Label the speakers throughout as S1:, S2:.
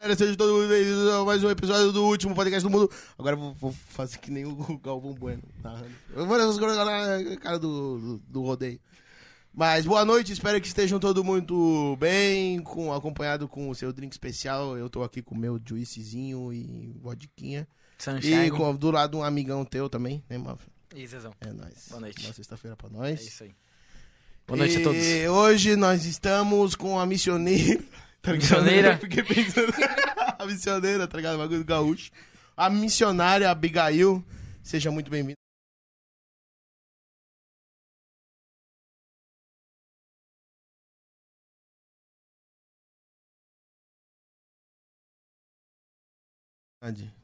S1: Galera, Sejam todos bem-vindos a mais um episódio do último podcast do mundo. Agora eu vou, vou fazer que nem o Galvão Bueno. narrando. Eu vou nessas a cara do, do, do rodeio. Mas boa noite, espero que estejam todo muito bem, com, acompanhado com o seu drink especial. Eu tô aqui com o meu juicezinho e vodquinha.
S2: Sunshine.
S1: E com- do lado um amigão teu também, né, Mafia?
S2: E Zezão.
S1: É nóis.
S2: Boa noite.
S1: Boa sexta-feira pra
S2: É
S1: nós.
S2: isso aí. Boa noite
S1: e
S2: a todos.
S1: Hoje nós estamos com a missioneira. Tá ligado?
S2: Missioneira?
S1: Eu Fiquei pensando. a missioneira, tá ligado? O Bagulho do gaúcho. A missionária Abigail. Seja muito bem-vinda.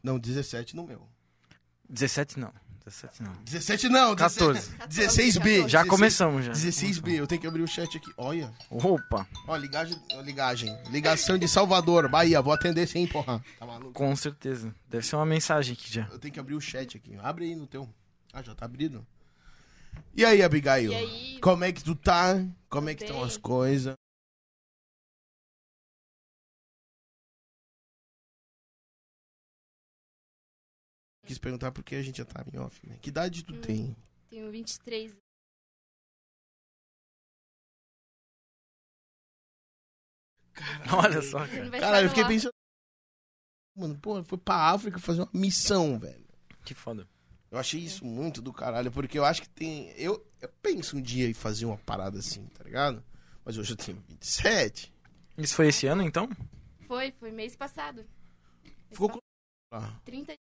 S1: Não, 17 no meu.
S2: 17 não. 17 não.
S1: 17 não, 17,
S2: 14.
S1: 16B.
S2: Já
S1: 16
S2: começamos já.
S1: 16B, eu tenho que abrir o chat aqui. Olha.
S2: Opa,
S1: Ó, ligagem, ó, ligagem. Ligação de Salvador, Bahia. Vou atender sem porra. Tá maluco?
S2: com certeza. Deve ser uma mensagem aqui já.
S1: Eu tenho que abrir o chat aqui. Abre aí no teu. Ah, já tá abrido. E aí, Abigail?
S3: E aí,
S1: Como é que tu tá? Como é que
S3: Tudo
S1: estão
S3: bem?
S1: as coisas? Quis perguntar porque a gente já tá em off, né? Que idade tu
S3: Hum.
S1: tem?
S3: tenho 23.
S2: Olha só, cara.
S3: Não vai
S1: Cara, eu fiquei
S3: falar.
S1: pensando. Mano, pô, foi pra África fazer uma missão, velho.
S2: Que foda.
S1: Eu achei
S3: É.
S1: isso muito do caralho, porque eu acho que tem. Eu, eu penso um dia em fazer uma parada assim, tá ligado? Mas hoje eu tenho 27.
S2: Isso foi esse ano então?
S3: Foi, foi mês passado. Mês
S1: Ficou com.
S3: passado,
S1: Ah,
S3: 30 de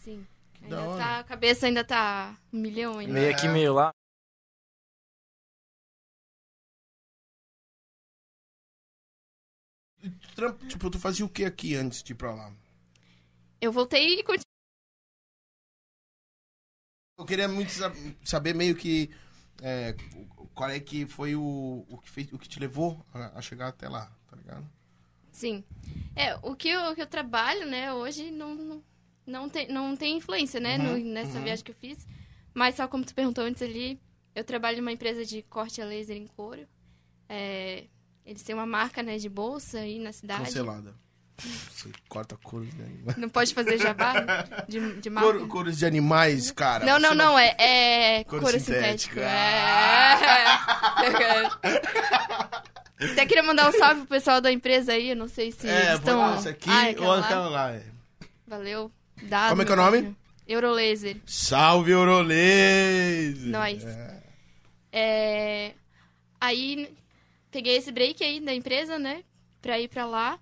S3: Sim. Ainda
S1: da hora.
S3: tá, a cabeça ainda tá um milhão ainda.
S2: Meio aqui, meio lá.
S1: Trampo, tipo, tu fazia o que aqui antes de ir pra lá?
S3: Eu voltei e continuei.
S1: Eu queria muito sa- saber meio que. é, qual é que foi o, o, que, fez, o que te levou a, a chegar até lá, tá ligado?
S3: Sim. É, o que eu, o que eu trabalho, né, hoje não, não, não, tem, não tem influência, né, no-
S1: Uhum,
S3: nessa
S1: uhum.
S3: viagem que eu fiz. Mas só como tu perguntou antes ali, eu trabalho numa empresa de corte a laser em couro. É, eles têm uma marca, né, de bolsa aí na cidade.
S1: Cancelada. Você corta cores de animais.
S3: Não pode fazer jabá de, de marca.
S1: Cor, cores de animais, cara.
S3: Não,
S1: você
S3: não, não, é, é
S1: Couro
S3: couro,
S1: sintético.
S3: sintético. É. Até queria mandar um salve pro pessoal da empresa aí, eu não sei se
S1: É,
S3: assim, eles estão...
S1: então... essa aqui
S3: Ah, é
S1: ou
S3: aquela lá.
S1: aquela lá. é.
S3: Valeu. Dado,
S1: Como é que é o
S3: meu
S1: nome?
S3: filho. Eurolaser.
S1: Salve, Orolês!
S3: Nós. É, Aí peguei esse break aí da empresa, né? Pra ir pra lá.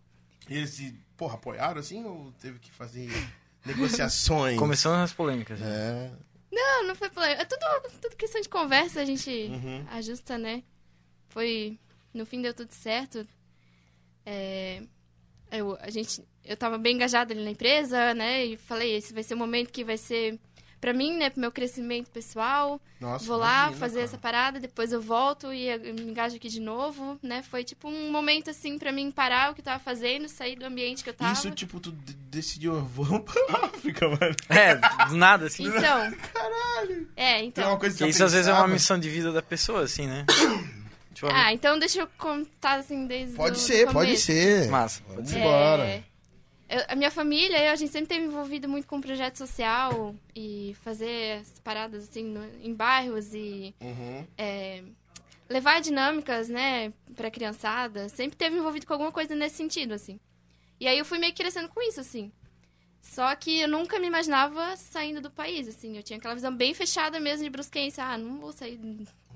S1: E eles se, porra, apoiaram assim ou teve que fazer negociações?
S2: Começando as polêmicas. já.
S1: É.
S3: Não, não foi plano. É tudo, tudo questão de conversa, a gente
S1: Uhum.
S3: ajusta, né? Foi. No fim deu tudo certo. É, Eu, a gente, eu tava bem engajada ali na empresa, né? E falei, esse vai ser o momento que vai ser pra mim, né? Pro meu crescimento pessoal.
S1: Nossa,
S3: Vou lá
S1: imagina,
S3: fazer
S1: cara.
S3: essa parada, depois eu volto e eu me engajo aqui de novo, né? Foi tipo um momento assim pra mim parar o que eu tava fazendo, sair do ambiente que eu tava.
S1: Isso, tipo, tu de- decidiu, vamos pra África, mano.
S2: É, do nada assim.
S3: Então. É,
S1: Tem
S3: então.
S1: uma coisa que
S2: Porque
S1: eu
S2: isso às vezes é uma
S1: pensava.
S2: missão de vida da pessoa, assim, né? Tipo,
S3: Ah, então deixa eu contar assim desde
S1: Pode
S3: o
S1: ser, pode
S3: começo.
S1: ser.
S2: massa.
S1: Vamos
S3: É,
S1: embora.
S3: eu- a minha família, eu- a gente sempre teve envolvido muito com projeto social e fazer as paradas assim no- em bairros e
S1: Uhum.
S3: é, levar dinâmicas, né, pra criançada, sempre teve envolvido com alguma coisa nesse sentido, assim. E aí eu fui meio que crescendo com isso, assim. Só que eu nunca me imaginava saindo do país, assim. Eu tinha aquela visão bem fechada mesmo de brusquense. Ah, não vou sair.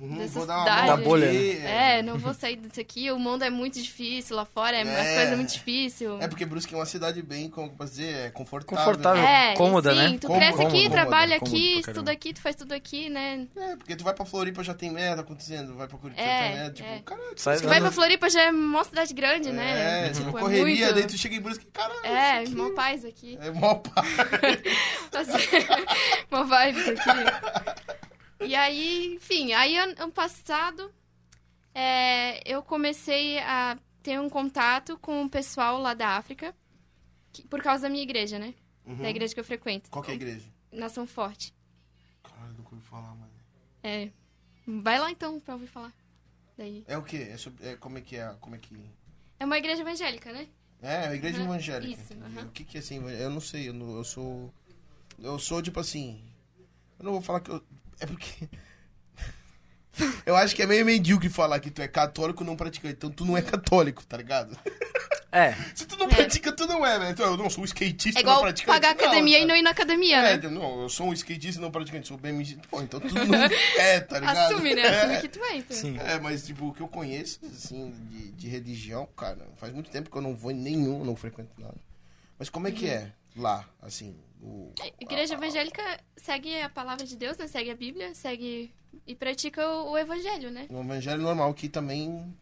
S1: Uhum,
S3: Dessa
S1: Vou dar uma
S3: cidade.
S1: volta
S2: Da bolha,
S1: aqui. É.
S3: É, não vou sair disso aqui. O mundo é muito difícil lá fora, é,
S1: É.
S3: as coisas é muito difícil.
S1: É porque Brusque é uma cidade bem, como pra dizer, é confortável.
S2: Confortável.
S3: É,
S2: Cômoda,
S3: e sim,
S2: né?
S3: Tu
S1: Cômoda,
S3: cresce aqui,
S1: cômoda,
S3: trabalha
S2: cômodo pra
S3: aqui,
S2: caramba.
S3: estuda aqui, tu faz tudo aqui, né?
S1: É, porque tu vai pra Floripa já tem merda acontecendo, vai pra Curitiba
S3: É,
S1: tem merda. Tipo,
S3: é.
S1: caralho,
S2: Sai
S3: Tu
S2: da-
S3: vai pra Floripa já é uma cidade grande, né?
S1: é, tipo,
S3: Tipo, é
S1: correria,
S3: muito-
S1: daí tu chega em Brusque, caralho.
S3: É,
S1: isso aqui
S3: mó paz aqui.
S1: É mó pá.
S3: Assim, uma vibe aqui. E aí, enfim, aí an- ano passado é, eu comecei a ter um contato com o pessoal lá da África,
S1: Uhum.
S3: que- por causa da minha igreja, né? Da igreja que eu frequento,
S1: Qual que é a igreja?
S3: Nação Forte.
S1: falar, mano.
S3: É. Vai lá então pra ouvir falar. Daí.
S1: É o quê? É sobre- é como é que é? Como é que...
S3: É uma igreja evangélica, né?
S1: É, a igreja
S3: Aham,
S1: evangélica.
S3: isso,
S1: entendi.
S3: aham.
S1: O que que é assim? Eu não sei, eu, não- eu sou... Eu sou, tipo assim... Eu não vou falar que eu... É porque... Eu acho que é meio medíocre falar que tu é católico não praticante. Então tu não é católico, tá ligado?
S2: É,
S1: Se tu não
S3: É.
S1: pratica, tu não é, né? Então, eu não sou um skatista,
S3: É igual
S1: não praticante.
S3: pagar academia
S1: não,
S3: e não ir na academia,
S1: É,
S3: né?
S1: eu- não, eu sou um skatista não praticante, sou bem Pô, então tu não é, tá ligado?
S3: Assume, né?
S1: É.
S3: Assume que tu é, então.
S2: sim.
S1: É, mas tipo, o que eu conheço, assim, de, de religião, cara, faz muito tempo que eu não vou em nenhum, não frequento nada. Mas como é que é lá, assim, o...
S3: A igreja
S1: a- a-
S3: evangélica segue a palavra de Deus, né? Segue a Bíblia, segue e pratica o, o evangelho, né?
S1: O evangelho normal, que também...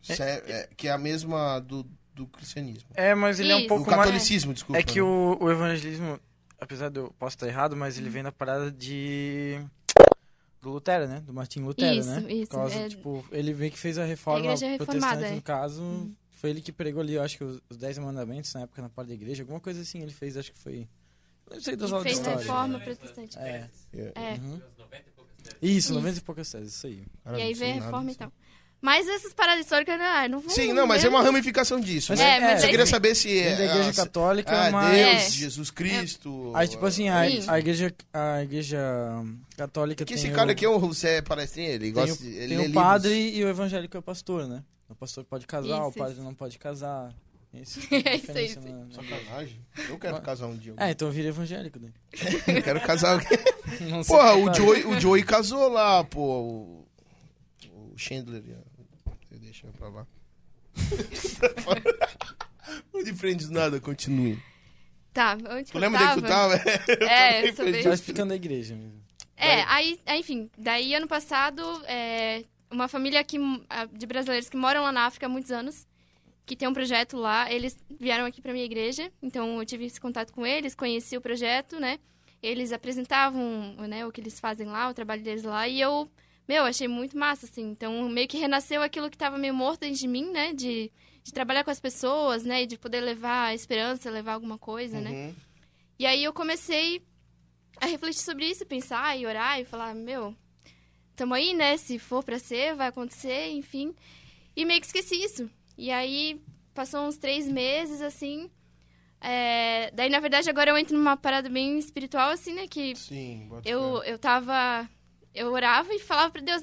S1: se- é- que é a mesma do, do cristianismo.
S2: É, mas ele é um
S3: Isso.
S1: Do
S2: pouco mais.
S1: catolicismo, desculpa.
S2: É que
S1: né?
S2: o, o evangelismo, apesar de eu posso estar errado, mas ele vem da parada de. Do Lutero, né? Do Martin Lutero,
S3: Isso,
S2: né?
S3: isso,
S2: Por causa,
S3: é.
S2: tipo, ele meio que fez a reforma
S3: A igreja é
S2: protestante,
S3: reformada, é.
S2: no caso. Foi ele que pregou ali, eu acho que os os Dez Mandamentos na época na parte da igreja. Alguma coisa assim ele fez, acho que foi. Não sei das
S3: E
S2: aulas de
S3: fez
S2: história.
S3: reforma protestante.
S2: É.
S3: É.
S2: Uhum. Isso, 90 e poucas teses, isso aí.
S1: Cara,
S3: E
S1: não sei
S3: aí vem a
S1: né? nada
S3: reforma então. e
S1: disso.
S3: tal. Mas essas paradas históricas, ah, não vou.
S1: Sim, não, mas é
S3: eu-
S1: uma ramificação disso.
S3: É,
S1: né?
S3: mas
S1: Eu
S3: é
S1: queria
S3: isso.
S1: saber se é...
S2: Vem da igreja
S1: se-
S2: católica,
S1: Ah,
S2: mas.
S1: Deus,
S3: É.
S1: Jesus Cristo...
S2: Aí, tipo assim, a,
S3: Sim.
S2: a igreja, a igreja católica
S1: Que
S2: tem
S1: esse
S2: o-
S1: cara aqui é um José palestrinha, ele
S2: Tem
S1: gosta
S2: o-
S1: de ele
S2: tem
S1: lê
S2: o
S1: livros.
S2: um padre e o evangélico é o pastor, né? O pastor pode casar,
S3: Isso,
S2: o padre
S3: isso.
S2: não pode casar. Isso,
S3: É isso aí,
S2: diferença
S3: isso aí.
S2: na- na-
S1: Sacanagem. Eu quero
S2: Mas-
S1: casar um dia.
S2: É, então vira evangélico daí.
S1: Eu quero casar alguém.
S2: Não sei
S1: Porra,
S2: se
S1: o
S2: tá.
S1: Joey, o Joey casou lá, pô. O, o Chandler. Eu deixo pra lá. Não de frente do nada, continue.
S3: Tá, onde
S1: Tu lembra onde que tu tava?
S3: É,
S1: Eu também
S3: sobre...
S2: Tá explicando a igreja mesmo.
S3: É, aí, aí, enfim, daí ano passado, é, uma família aqui, ah, de brasileiros que moram lá na África há muitos anos, que tem um projeto lá, eles vieram aqui pra minha igreja, então eu tive esse contato com eles, conheci o projeto, né? Eles apresentavam né, o que eles fazem lá, o trabalho deles lá, e eu, meu, achei muito massa, assim. Então meio que renasceu aquilo que tava meio morto dentro de mim, né? De, de trabalhar com as pessoas, né? E de poder levar a esperança, levar alguma coisa, né?
S1: Uhum.
S3: E aí eu comecei a refletir sobre isso, pensar e orar e falar, meu, tamo aí, né? Se for pra ser, vai acontecer, enfim. E meio que esqueci isso. E aí passou uns três meses, assim. é, Daí, na verdade, agora eu entro numa parada bem espiritual, assim, né? Que
S1: Sim, bota
S3: eu, eu tava. Eu orava e falava pra Deus,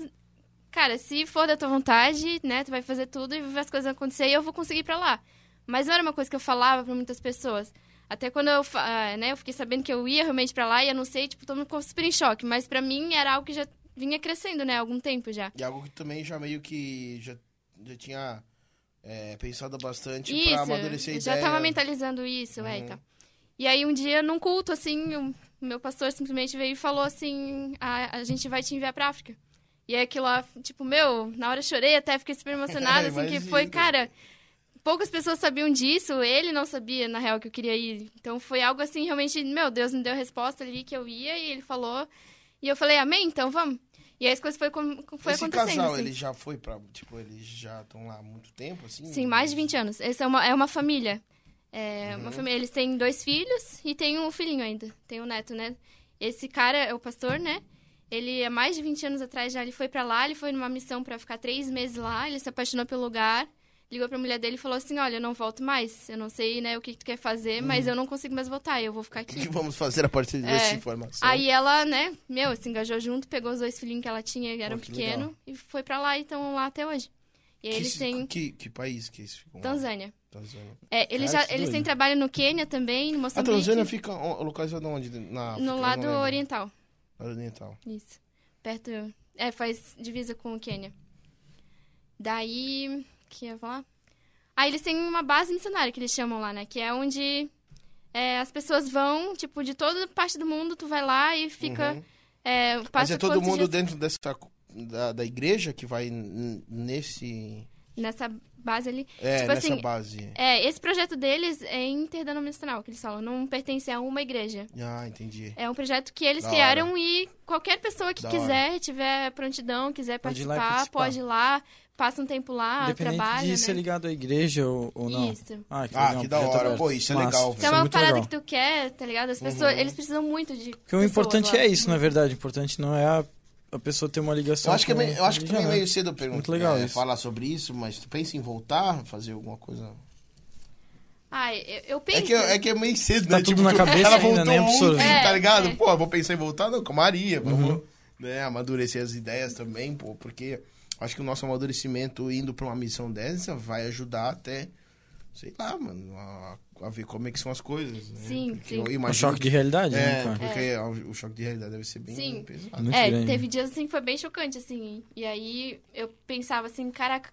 S3: cara, se for da tua vontade, né, tu vai fazer tudo e ver as coisas acontecer e eu vou conseguir ir pra lá. Mas não era uma coisa que eu falava pra muitas pessoas. Até quando eu, fa- ah, né, eu fiquei sabendo que eu ia realmente pra lá e eu não sei, tipo, todo mundo ficou super em choque. Mas pra mim era algo que já vinha crescendo, né, há algum tempo já.
S1: E algo que também já meio que já, já tinha é, pensado bastante
S3: isso,
S1: pra amadurecer a
S3: eu
S1: ideia.
S3: já tava mentalizando isso, é, e
S1: Uhum.
S3: tal. E aí, um dia, num culto, assim, o meu pastor simplesmente veio e falou assim, a, a gente vai te enviar pra África. E aí, aquilo lá, tipo, meu, na hora eu chorei, até fiquei super emocionada, assim, que foi,
S1: Imagino.
S3: cara... Poucas pessoas sabiam disso, ele não sabia, na real, que eu queria ir. Então, foi algo assim, realmente, meu Deus, me deu a resposta ali que eu ia, e ele falou... E eu falei, amém, então vamos. E aí, as coisas foi, com- foi
S1: Esse
S3: acontecendo,
S1: casal,
S3: assim.
S1: ele já foi pra. Tipo, eles já estão lá há muito tempo, assim?
S3: Sim, mais de 20 anos. Essa é uma, é uma família. É uma família. Eles têm dois filhos e tem um filhinho ainda. Tem um neto, né? Esse cara é o pastor, né? Ele, há mais de 20 anos atrás, já ele foi pra lá. Ele foi numa missão pra ficar três meses lá. Ele se apaixonou pelo lugar. Ligou pra mulher dele e falou assim, olha, eu não volto mais. Eu não sei, né, o que, que tu quer fazer, mas eu não consigo mais voltar. Eu vou ficar
S1: O Uhum. que,
S3: aqui.
S1: que vamos fazer a partir dessa informação?
S3: É. Aí ela, né, meu, se engajou junto, pegou os dois filhinhos que ela tinha, que eram
S1: que legal.
S3: pequenos, e foi pra lá e estão lá até hoje. E aí
S1: que,
S3: eles
S1: se-
S3: têm
S1: que, que país que eles ficam? lá?
S3: Tanzânia.
S1: Tanzânia.
S3: É, eles,
S2: Cara,
S3: já,
S2: que
S3: eles têm
S2: doido.
S3: trabalho no Quênia também, em
S1: A
S3: Moçambique.
S1: Tanzânia é Ah, fica o- localizada onde? Na África, eu
S3: No
S1: não
S3: lado
S1: lembro.
S3: oriental.
S1: oriental.
S3: Isso. Perto. É, faz divisa com o Quênia. Daí. O que eu ia falar? Aí eles têm uma base missionária que eles chamam lá, né? Que é onde é, as pessoas vão, tipo, de toda parte do mundo, tu vai lá e fica.
S1: Uhum.
S3: é,
S1: Mas
S3: passa
S1: é todo
S3: quantos
S1: mundo
S3: dias
S1: dentro dessa da, da igreja que vai n- nesse
S3: nessa base ali.
S1: é,
S3: Tipo
S1: nessa
S3: assim,
S1: base.
S3: É, esse projeto deles é interdenominacional, que eles falam. Não pertence a uma igreja.
S1: Ah, entendi.
S3: É um projeto que eles
S1: Da
S3: criaram e qualquer pessoa que
S1: Da
S3: quiser, tiver prontidão, quiser
S2: Pode ir lá e
S3: participar,
S2: participar.
S3: pode ir lá. passa um tempo lá,
S2: Independente
S3: trabalha,
S2: de
S3: né?
S2: ser ligado à igreja ou, ou não.
S3: Isso.
S2: Ah, que,
S1: Ah,
S2: legal,
S1: que da
S2: projeto
S1: hora.
S2: aberto.
S1: Pô, isso é
S2: Massa.
S1: legal,
S3: Se é
S2: Isso
S3: uma
S2: muito
S3: parada
S2: legal. Uhum.
S3: que tu quer, tá ligado? As pessoas, eles precisam muito de
S2: Porque o
S3: pessoas
S2: importante
S3: lá.
S2: é isso, na verdade. O importante não é a, a pessoa ter uma ligação
S1: Eu acho que, é
S2: com
S1: meio, eu acho que
S2: religião,
S1: também é
S2: né?
S1: meio cedo eu perguntar,
S2: Muito legal
S1: é,
S2: isso.
S1: falar sobre isso, mas tu pensa em voltar, fazer alguma coisa?
S3: Ai, eu, eu penso.
S1: É que, é que é meio cedo,
S2: Tá
S1: né?
S2: tudo na cabeça
S1: ela
S2: ainda,
S1: voltou
S2: né,
S1: ontem,
S2: absorve.
S1: tá
S3: É,
S1: ligado?
S3: é.
S1: Pô, eu vou pensar em voltar, não, com a Maria,
S2: Uhum.
S1: vamos né, amadurecer as ideias também, pô, porque acho que o nosso amadurecimento indo pra uma missão dessa vai ajudar até, sei lá, mano, a, a ver como é que são as coisas, né?
S3: Sim,
S1: Porque
S3: sim.
S1: eu
S2: Um
S1: imagino
S2: choque de realidade, né,
S1: É,
S2: cara? Uhum.
S1: porque o- o choque de realidade deve ser bem
S3: Sim.
S1: pesado.
S2: Muito
S3: É,
S2: grande.
S3: teve dias assim que foi bem chocante, assim. E aí eu pensava assim, caraca.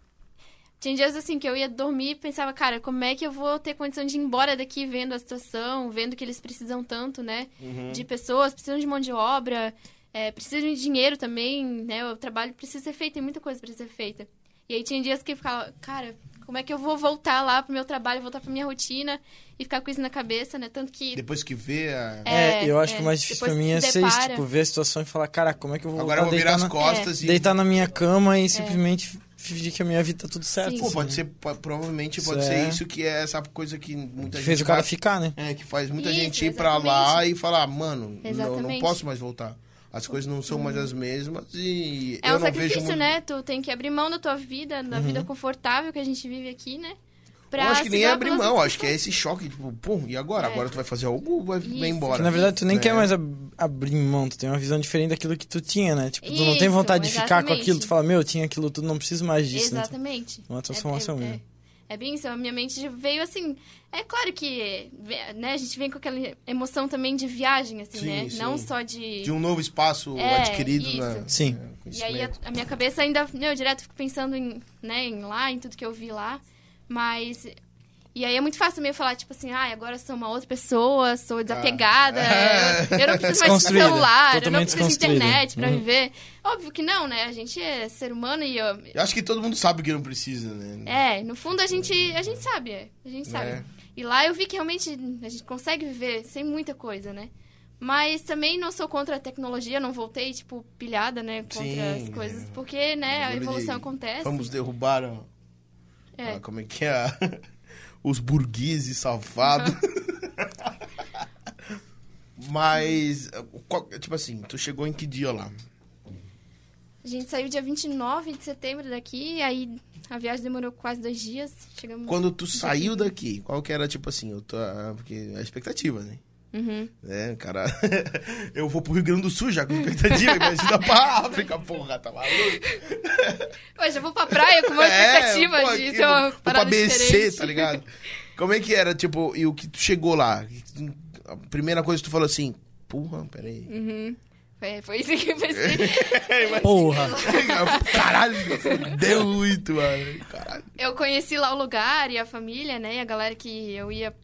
S3: Tinha dias assim que eu ia dormir e pensava, cara, como é que eu vou ter condição de ir embora daqui vendo a situação, vendo que eles precisam tanto, né? De pessoas, precisam de mão de obra, é, precisam de dinheiro também, né? O trabalho precisa ser feito, tem muita coisa pra ser feita. E aí tinha dias que eu ficava, cara, como é que eu vou voltar lá pro meu trabalho, voltar pra minha rotina e ficar com isso na cabeça, né? Tanto que.
S1: Depois que vê a...
S2: É,
S3: É,
S2: eu acho
S3: é.
S2: que o mais difícil
S3: Depois
S2: pra mim é
S3: se
S2: ser isso,
S3: depara.
S2: tipo, ver a situação e falar, cara, como é que eu vou
S1: Agora eu
S2: voltar
S1: vou virar
S2: deitar,
S1: as
S2: na,
S1: costas e...
S2: deitar na minha cama e simplesmente fingir que a minha vida tá tudo certo.
S3: É. Sim.
S1: Pô,
S2: assim,
S1: pode ser, po- provavelmente
S2: Isso
S1: pode
S2: é-
S1: ser isso que é essa coisa que
S2: que
S1: muita gente
S2: fez o cara
S1: faz-
S2: ficar, né?
S1: É, que faz muita
S3: Isso,
S1: gente ir pra lá e falar, mano, não, não
S3: Exatamente.
S1: posso mais voltar. As coisas não são mais as mesmas e
S3: É
S1: eu
S3: um
S1: não vejo...
S3: sacrifício,
S1: muito- Uhum.
S3: né? Tu tem que abrir mão da tua vida, da vida confortável que a gente vive aqui, né?
S1: Eu acho que
S3: se
S1: nem é
S3: dar
S1: abrir
S3: pelas
S1: mão,
S3: outras
S1: acho que é esse choque, tipo, pum, e agora?
S3: É.
S1: Agora tu vai fazer algo ou vai, vai
S3: Isso.
S1: embora?
S2: Que, na verdade, tu nem
S1: né?
S2: quer mais ab- abrir mão, tu tem uma visão diferente daquilo que tu tinha, né? Tipo, tu não tem
S3: Isso,
S2: vontade de ficar com
S3: exatamente.
S2: aquilo, tu fala, meu, eu tinha aquilo tudo, não preciso mais disso, né?
S3: Exatamente.
S2: Uma transformação
S3: é, é,
S2: mesmo.
S3: É, é bem isso, a minha mente veio assim. É claro que né, a gente vem com aquela emoção também de viagem, assim,
S1: Sim,
S3: né?
S1: sim.
S3: Não só de.
S1: De um novo espaço
S3: É,
S1: adquirido, né?
S3: isso.
S2: Sim.
S1: É,
S3: E aí a,
S1: conhecimento.
S3: a minha cabeça ainda, meu, direto fico pensando em, né, em lá, em tudo que eu vi lá, mas e aí é muito fácil também eu falar tipo assim, ah, agora sou uma outra pessoa, sou desapegada, eu, eu não preciso mais de
S2: Desconstruída,
S3: celular, eu não
S2: totalmente
S3: preciso de
S2: desconstruída.
S3: internet pra
S2: Uhum.
S3: viver. Óbvio que não, né? A gente é ser humano e ó,
S1: Eu acho que todo mundo sabe que não precisa, né?
S3: é, no fundo a gente a gente sabe, é, a gente sabe.
S1: É.
S3: E lá eu vi que realmente a gente consegue viver sem muita coisa, né? Mas também não sou contra a tecnologia, não voltei, tipo, pilhada, né? Contra
S1: Sim,
S3: as
S1: é.
S3: coisas. Porque, né, a
S1: Bagulho de-
S3: evolução acontece.
S1: Vamos derrubar a...
S3: É.
S1: a- como é que é? a- Os burgueses salvados. Mas, qual- tipo assim, tu chegou em que dia lá?
S3: A gente saiu dia 29 de setembro daqui, aí a viagem demorou quase dois dias. Chegamos.
S1: Quando tu saiu daqui, qual que era, tipo assim, eu tô, ah, porque a expectativa, né?
S3: Uhum.
S1: É, cara, eu vou pro Rio Grande do Sul já com expectativa, imagina pra África, porra, tá maluco?
S3: Poxa, eu vou pra praia com uma expectativa
S1: É, pô,
S3: de
S1: aqui,
S3: ter uma
S1: vou- vou pra
S3: parada
S1: BC,
S3: diferente.
S1: tá ligado? Como é que era, tipo, e o que tu chegou lá? A primeira coisa que tu falou assim, porra, peraí.
S3: Uhum. Foi, foi isso que eu pensei.
S2: Porra!
S1: Caralho, deu muito, mano. Caralho.
S3: Eu conheci lá o lugar e a família, né? E a galera que eu ia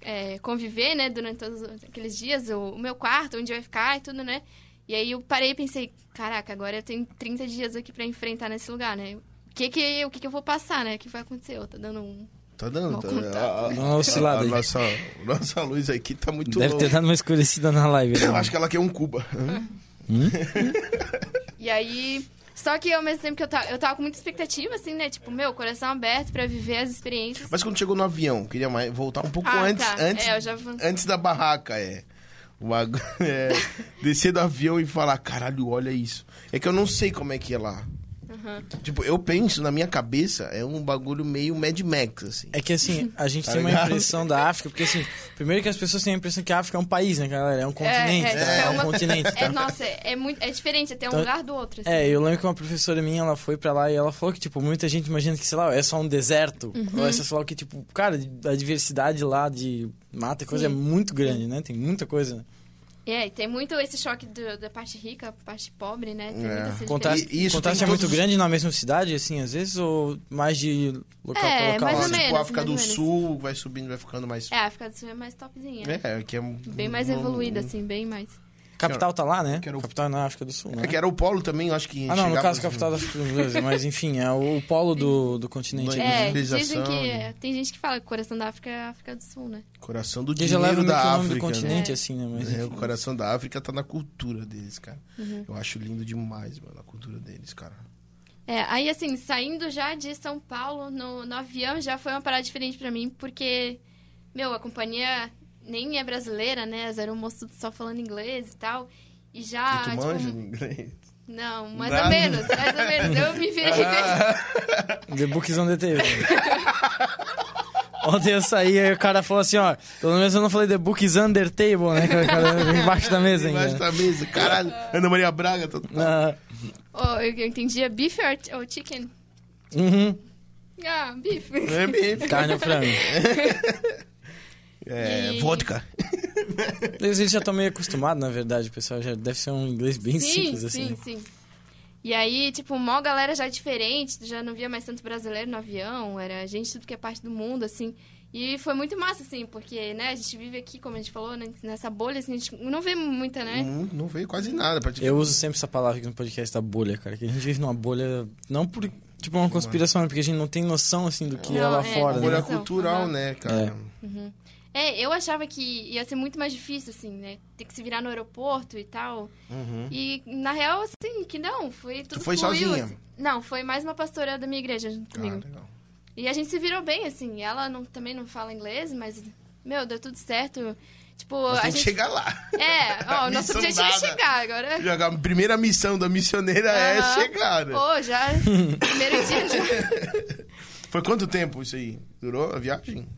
S3: é, conviver, né? Durante todos aqueles dias, o, o meu quarto, onde eu ia ficar e tudo, né? E aí eu parei e pensei, caraca, agora eu tenho 30 dias aqui pra enfrentar nesse lugar, né? O que que, o que que eu vou passar, né? O que vai acontecer? Eu tô dando um...
S1: Tá dando,
S3: Mal
S1: tá
S3: contato.
S1: a- a-
S2: Dá uma oscilada
S1: a
S2: aí.
S1: nossa, nossa luz aqui tá muito
S2: Deve ter
S1: louca.
S2: dado uma escurecida na live.
S1: Eu
S2: né?
S1: acho que ela quer um Cuba.
S3: E aí. Só que ao mesmo tempo que eu tava, eu tava com muita expectativa, assim, né? Tipo, meu, coração aberto pra viver as experiências.
S1: Mas quando chegou no avião, queria mais voltar um pouco
S3: Ah,
S1: antes,
S3: tá.
S1: antes,
S3: É, eu já avancei.
S1: antes da barraca, é. O ag- é, Descer do avião e falar, caralho, olha isso. É que eu não sei como é que é lá. Tipo, eu penso, na minha cabeça, é um bagulho meio Mad Max, assim.
S2: É que assim, a gente
S1: Tá
S2: tem uma
S1: ligado?
S2: impressão da África, porque assim, primeiro que as pessoas têm a impressão que a África é um país, né, galera? É um continente,
S3: é,
S2: tá?
S3: tipo,
S2: É,
S3: é
S2: um
S3: uma-
S2: continente,
S3: É,
S2: tá?
S3: nossa, é, é muito, é diferente até um
S2: Então-
S3: lugar do outro, assim.
S2: É, eu lembro que uma professora minha, ela foi pra lá e ela falou que, tipo, muita gente imagina que, sei lá, é só um deserto.
S3: Uhum.
S2: Ou é só que, tipo, cara, a diversidade lá de mata e coisa é
S3: Sim.
S2: muito grande, né? Tem muita coisa. né?
S3: É, e tem muito esse choque do- da parte rica, parte pobre, né? Tem
S1: É.
S3: muita essa
S2: Contraste,
S1: E isso
S2: contraste
S1: tem
S2: é
S1: todos
S2: muito
S1: os-
S2: grande na mesma cidade, assim, às vezes, ou mais de local pra
S3: É,
S2: local?
S3: mais ou
S2: assim?
S1: tipo,
S3: menos,
S1: a África
S3: mais
S1: do
S3: ou menos.
S1: Sul vai subindo, vai ficando mais.
S3: diferença. É, a África do Sul é mais topzinha. né?
S1: É, que é um-
S3: Bem mais
S1: um-
S3: evoluída, assim, bem mais.
S2: Capital tá lá, né?
S1: Quero-
S2: Capital é na África do Sul, né?
S1: É que era o polo também, eu acho que.
S2: Ah, não, no
S1: chegava- assim,
S2: caso, capital da África do Brasil, mas enfim, é o polo do, do continente.
S1: Tem
S3: É,
S1: civilização,
S3: dizem que.
S1: né?
S3: é, Tem gente que fala que o coração da África é a África do Sul, né?
S1: Coração do
S2: Que já
S1: dinheiro
S2: leva meio que o
S1: da
S2: nome do
S1: África. né?
S2: continente, assim, né? Mas,
S1: É, o
S2: enfim.
S1: coração da
S3: Uhum.
S1: África tá na cultura deles, cara. Eu acho lindo demais, mano, a cultura deles, cara.
S3: É, aí assim, saindo já de São Paulo no, no avião já foi uma parada diferente pra mim, porque, meu, a companhia nem é brasileira, né? As aeromoças tudo só falando inglês e tal. E já.
S1: E tu
S3: tipo,
S1: manja em inglês?
S3: Não, mais
S1: Nada.
S3: ou menos, mais ou menos. Eu me virei.
S1: Ah.
S2: The Books on the Table. Ontem eu saí e o cara falou assim, ó, pelo menos eu não falei The Books Under Table, né? que é o cara embaixo da mesa ainda.
S1: Embaixo da mesa, caralho. Ana Maria Braga, tá...
S2: Ah,
S3: Oh, eu, eu entendia beef or, or chicken?
S2: uhum.
S3: Ah, beef.
S1: é bife.
S2: Carne ou frango.
S1: É,
S3: E-
S1: vodka.
S2: Eu já tô meio acostumado, na verdade, pessoal. Já deve ser um inglês bem simples, assim.
S3: sim,
S2: né?
S3: sim. E aí, tipo, mó galera já diferente, tu já não via mais tanto brasileiro no avião, era gente de tudo que é parte do mundo, assim. E foi muito massa, assim, porque, né, a gente vive aqui, como a gente falou, né, nessa bolha, assim, a gente não vê muita, né?
S1: Não, não veio quase nada. Pra te...
S2: Eu uso sempre essa palavra aqui no podcast da bolha, cara. Que a gente vive numa bolha. Não por. Tipo, uma conspiração, né? Porque a gente não tem noção, assim, do que é
S3: Não,
S2: lá
S3: é,
S2: fora, né?
S1: Bolha
S3: Aham.
S1: um cultural, né, cara?
S3: É, eu achava que ia ser muito mais difícil, assim, né? Ter que se virar no aeroporto e tal.
S1: Uhum.
S3: E, na real, assim, que não, foi tudo
S1: Tu foi
S3: fluiu,
S1: sozinha?
S3: assim. Não, foi mais uma pastora da minha igreja junto
S1: Ah,
S3: comigo.
S1: legal.
S3: E a gente se virou bem, assim. Ela não- também não fala inglês, mas, meu, deu tudo certo. Tipo,
S1: Mas
S3: a
S1: tem que
S3: gente.
S1: chegar lá.
S3: É, ó, o nosso
S1: Missão
S3: objetivo é
S1: dada.
S3: chegar agora.
S1: Jogar- A primeira missão da missioneira é
S3: Aham.
S1: chegar. né?
S3: Pô, já. Primeiro dia já.
S1: Foi quanto tempo isso aí? Durou a viagem?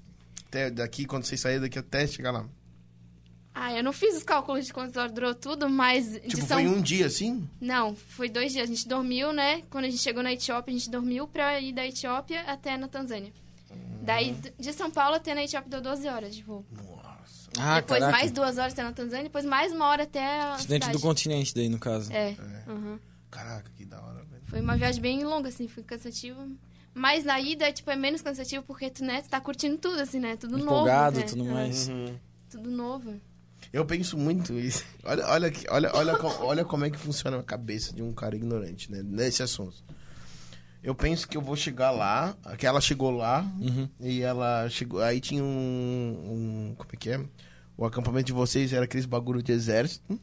S1: Até daqui, quando vocês saíram daqui até chegar lá?
S3: Ah, eu não fiz os cálculos de quantas horas durou tudo, mas de
S1: Tipo,
S3: São.
S1: foi um dia assim?
S3: Não, foi dois dias. A gente dormiu, né? Quando a gente chegou na Etiópia, a gente dormiu pra ir da Etiópia até na Tanzânia. Daí,
S1: Hum.
S3: d- de São Paulo até na Etiópia deu 12 horas de voo.
S2: Ah,
S3: depois
S2: caraca.
S3: mais duas horas até na Tanzânia, depois mais uma hora até a
S2: Dentro
S3: cidade.
S2: do continente, daí, no caso.
S3: É. Aham.
S1: Caraca, que da hora, velho.
S3: Foi uma viagem bem longa, assim, foi cansativa. Mas na ida, tipo, é menos cansativo porque tu, né, tu tá curtindo tudo, assim, né? Tudo
S2: Empolgado
S3: novo. né?
S2: tudo mais.
S3: É, tudo novo.
S1: Eu penso muito isso. Olha, olha, que- olha, olha, co- olha como é que funciona a cabeça de um cara ignorante, né? Nesse assunto. Eu penso que eu vou chegar lá, que ela chegou lá, e ela chegou. Aí tinha um, um- Como é que é? O acampamento de vocês era aqueles bagulho de exército,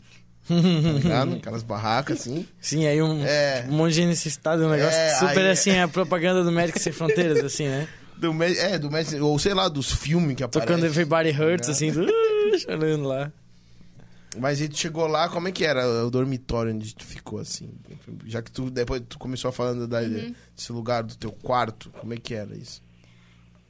S1: tá ligado? Aquelas barracas assim.
S2: Sim, aí um,
S1: É.
S2: um monte de necessidade, um negócio
S1: É,
S2: super
S1: aí-
S2: assim, a propaganda do Médicos Sem Fronteiras, assim, né?
S1: Do, me- é, do Messi, ou sei lá, dos filmes que
S2: Tocando
S1: aparecem.
S2: Everybody Hurts, assim, do- chorando lá.
S1: Mas aí tu chegou lá, como é que era o dormitório onde tu ficou, assim? Já que tu depois tu começou falando da-
S3: Uhum.
S1: desse lugar do teu quarto, como é que era isso?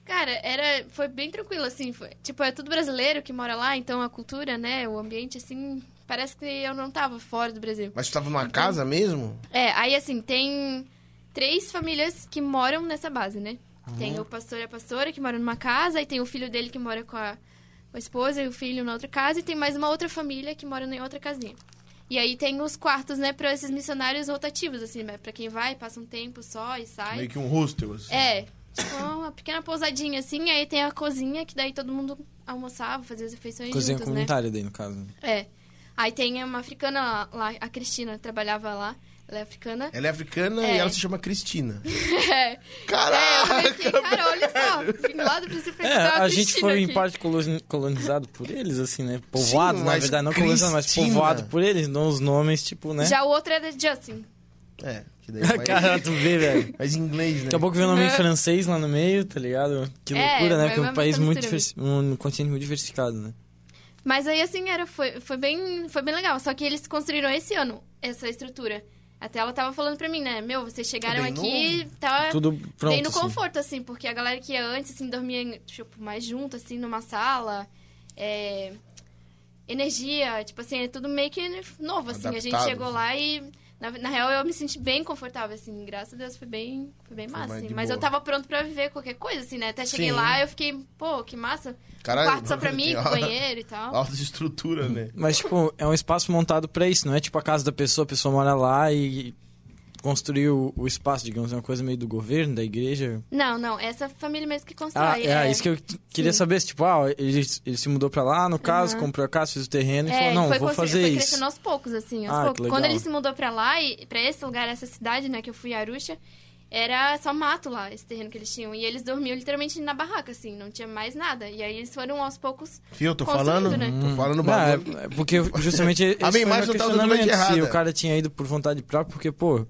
S3: Cara, era, foi bem tranquilo, assim. foi- tipo, é tudo brasileiro que mora lá, então a cultura, né, o ambiente, assim, parece que eu não tava fora do Brasil.
S1: Mas tu tava
S3: Então,
S1: numa casa mesmo?
S3: É, aí, assim, tem três famílias que moram nessa base, né?
S1: Ah.
S3: Tem o pastor e a pastora que moram numa casa, e tem o filho dele que mora com a, com a esposa e o filho na outra casa, e tem mais uma outra família que mora em outra casinha. E aí tem os quartos, né, pra esses missionários rotativos, assim, né? Pra quem vai, passa um tempo só e sai.
S1: Meio que um hostel, assim.
S3: É, tipo uma pequena pousadinha, assim, aí tem a cozinha, que daí todo mundo almoçava, fazia as refeições
S2: Cozinha
S3: juntos, né?
S2: comunitária, daí, no caso.
S3: É. Aí tem uma africana lá, lá, a Cristina trabalhava lá, ela é africana.
S1: Ela é africana
S3: É.
S1: e ela se chama Cristina.
S3: É. É, eu
S1: Caraca!
S3: fiquei, cara, olha só. Vim lá do princípio
S2: É, a gente foi em parte coloni- colonizado por eles, assim, né? Povoado,
S1: Sim,
S2: na
S1: mas
S2: verdade, não colonizado, mas
S1: Cristina.
S2: povoado por eles, não os nomes, tipo, né?
S3: Já o outro era de Justin.
S1: É, que daí vai-
S2: Cara, Tá tu vê, velho.
S1: Mas em inglês, né?
S2: Daqui a pouco vê o nome em francês lá no meio, tá ligado? Que
S3: Uhum. É,
S2: loucura, né?
S3: mas
S2: Porque é
S3: é
S2: um
S3: uma
S2: país muito
S3: mistura
S2: diversi- um continente muito diversificado, né?
S3: Mas aí, assim, era, foi, foi, bem, foi bem legal. Só que eles construíram esse ano essa estrutura. Até ela tava falando pra mim, né? Meu, vocês chegaram
S1: Bem
S3: aqui, tá tava
S2: Tudo pronto.
S3: bem É. no
S2: assim.
S3: conforto, assim. Porque a galera que ia antes, assim, dormia, em, tipo, mais junto, assim, numa sala. é, energia, tipo assim, é tudo meio que novo, assim. A gente
S1: Adaptado,
S3: chegou
S1: assim.
S3: lá e... Na, na real, eu me senti bem confortável, assim. Graças a Deus, foi bem, foi bem
S1: Foi
S3: massa,
S1: mais de
S3: assim. Mas eu
S1: boa.
S3: tava pronto pra viver qualquer coisa, assim, né? Até cheguei
S1: Sim.
S3: lá, eu fiquei, pô, que massa.
S1: Caralho,
S3: um quarto só pra mim,
S1: que
S3: com
S1: alta-
S3: banheiro e tal.
S1: Alta estrutura, né?
S2: Mas, tipo, é um espaço montado pra isso, não é tipo a casa da pessoa, a pessoa mora lá e construiu o espaço, digamos, é uma coisa meio do governo, da igreja.
S3: Não, não, essa é família mesmo que constrói.
S2: Ah, é, isso que eu t- queria saber, se, tipo, ah, ele, ele se mudou pra lá, no caso, comprou a casa, fez o terreno e
S3: É,
S2: falou, não,
S3: foi
S2: vou
S3: constru-
S2: fazer
S3: foi
S2: isso.
S3: crescendo aos poucos, assim, aos
S2: Ah, que
S3: poucos.
S2: legal.
S3: Quando ele se mudou pra lá, e pra esse lugar, essa cidade, né, que eu fui, Arusha, era só mato lá, esse terreno que eles tinham. E eles dormiam literalmente na barraca, assim, não tinha mais nada. E aí eles foram aos poucos.
S1: Fio, tô
S3: Construindo,
S1: falando?
S3: né?
S1: Tô falando
S2: Não, é,
S1: bagulho.
S2: é porque justamente esse
S1: minha
S2: foi o meu
S1: imagem não tava totalmente
S2: questionamento, se
S1: errada.
S2: o cara tinha ido por vontade própria, porque, pô,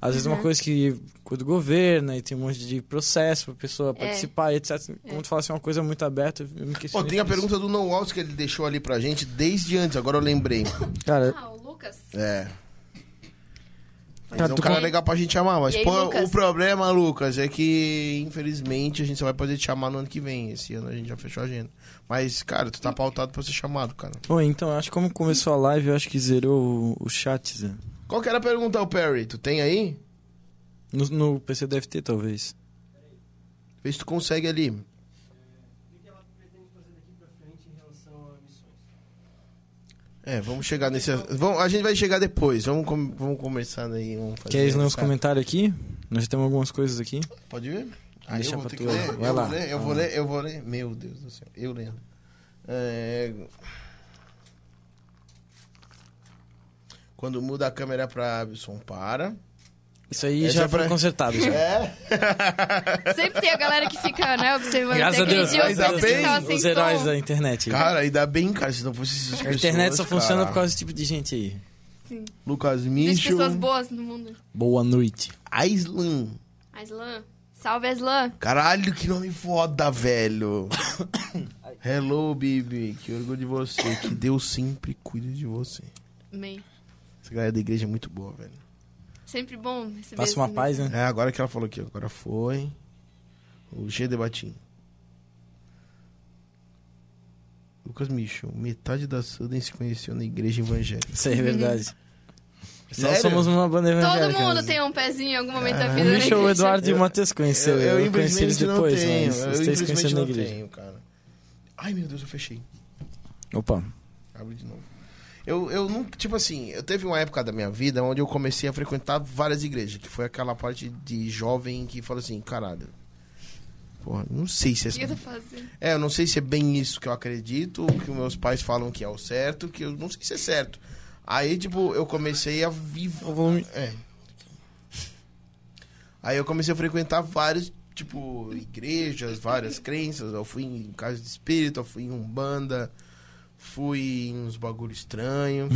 S2: Às vezes é
S3: Uhum.
S2: uma coisa que cuida do governo, e tem um monte de processo pra
S3: É.
S2: pessoa participar, e etc. Como tu fala assim, é uma coisa muito aberta, eu me
S1: Pô,
S2: questiono.
S1: tem a pergunta do No Waltz que ele deixou ali pra gente desde antes, agora eu lembrei.
S2: Cara,
S3: Ah, o Lucas.
S1: É. Mas
S2: Cara,
S1: é um
S2: tu
S1: cara
S3: com-
S1: legal pra gente chamar, mas
S3: E aí,
S1: pô,
S3: Lucas?
S1: o problema, Lucas, é que infelizmente a gente só vai poder te chamar no ano que vem. Esse ano a gente já fechou a agenda. Mas, cara, tu tá pautado pra ser chamado, cara.
S2: Oi, então, eu acho que como começou a live, eu acho que zerou o, o chat, Zé.
S1: Qual que era a pergunta, o Perry? Tu tem aí?
S2: No, no PC deve ter, talvez.
S1: Vê se tu consegue ali. É, vamos chegar nesse. Vamos, a gente vai chegar depois. Vamos, com- vamos conversando aí. Vamos fazer
S2: Quer ler uns
S1: essa-
S2: comentários aqui? Nós já temos algumas coisas aqui.
S1: Pode ver? Aí
S2: Deixa
S1: eu vou
S2: pra
S1: ter que
S2: tu,
S1: ler.
S2: vai
S1: eu
S2: lá.
S1: vou ler, eu vou
S2: Ah.
S1: ler, eu vou ler. Meu Deus do céu, eu lendo. É... Quando muda a câmera pra Abson, para.
S2: Isso aí
S1: Essa
S2: já
S1: é
S2: foi
S1: pra-
S2: consertado. Já.
S1: É?
S3: Sempre tem a galera que fica, né, observando.
S2: Graças a
S3: Tem aquele
S2: Deus,
S3: dia
S1: ainda
S3: que assim,
S1: bem,
S3: tava sem
S2: os heróis
S3: som.
S2: da internet.
S1: Cara, ainda bem, cara, se não fosse essas
S2: a internet só
S1: pessoas,
S2: funciona
S1: cara.
S2: por causa desse tipo de gente aí.
S1: Lucas
S3: Existe
S1: Micho,
S3: pessoas boas no mundo.
S2: Boa noite.
S1: Aislan.
S3: Aslan. Salve, Aslan.
S1: Caralho, que nome foda, velho. Hello, Bibi. Que orgulho de você. Que Deus sempre cuide de você.
S3: Amém.
S1: Essa galera da igreja é muito boa, velho.
S3: Sempre bom receber
S2: Passa
S3: esse
S2: uma
S3: mensagem.
S2: paz, né?
S1: É, agora que ela falou aqui, agora foi. O G Debatim. Lucas Micho, metade da Sudden se conheceu na igreja evangélica.
S2: Isso aí é verdade. Nós
S1: Sério?
S2: somos uma banda evangélica.
S3: Uhum. Todo mundo
S2: né?
S3: tem um pezinho em algum momento da
S2: O
S3: vida, né?
S2: Michel, o
S3: Christian?
S2: Eduardo e o Matheus conheceram. Eu, conheci eles depois,
S1: não tenho.
S2: mas
S1: eu,
S2: os três
S1: infelizmente
S2: conheceram na
S1: não
S2: igreja.
S1: tenho, cara. Ai, meu Deus, eu fechei.
S2: Opa.
S1: Abre de novo. Eu, eu nunca, tipo assim, eu teve uma época da minha vida onde eu comecei a frequentar várias igrejas, que foi aquela parte de jovem que fala assim, caralho. Porra, não sei se
S3: O que eu
S1: essa
S3: tô fazendo?
S1: É, eu não sei se é bem isso que eu acredito, que meus pais falam que é o certo, que eu não sei se é certo. Aí, tipo, eu comecei a
S2: O
S1: vivo.
S2: volume-
S1: É. Aí eu comecei a frequentar vários, tipo, igrejas, várias crenças. Eu fui em casa de espírito, eu fui em Umbanda, fui em uns bagulho estranho.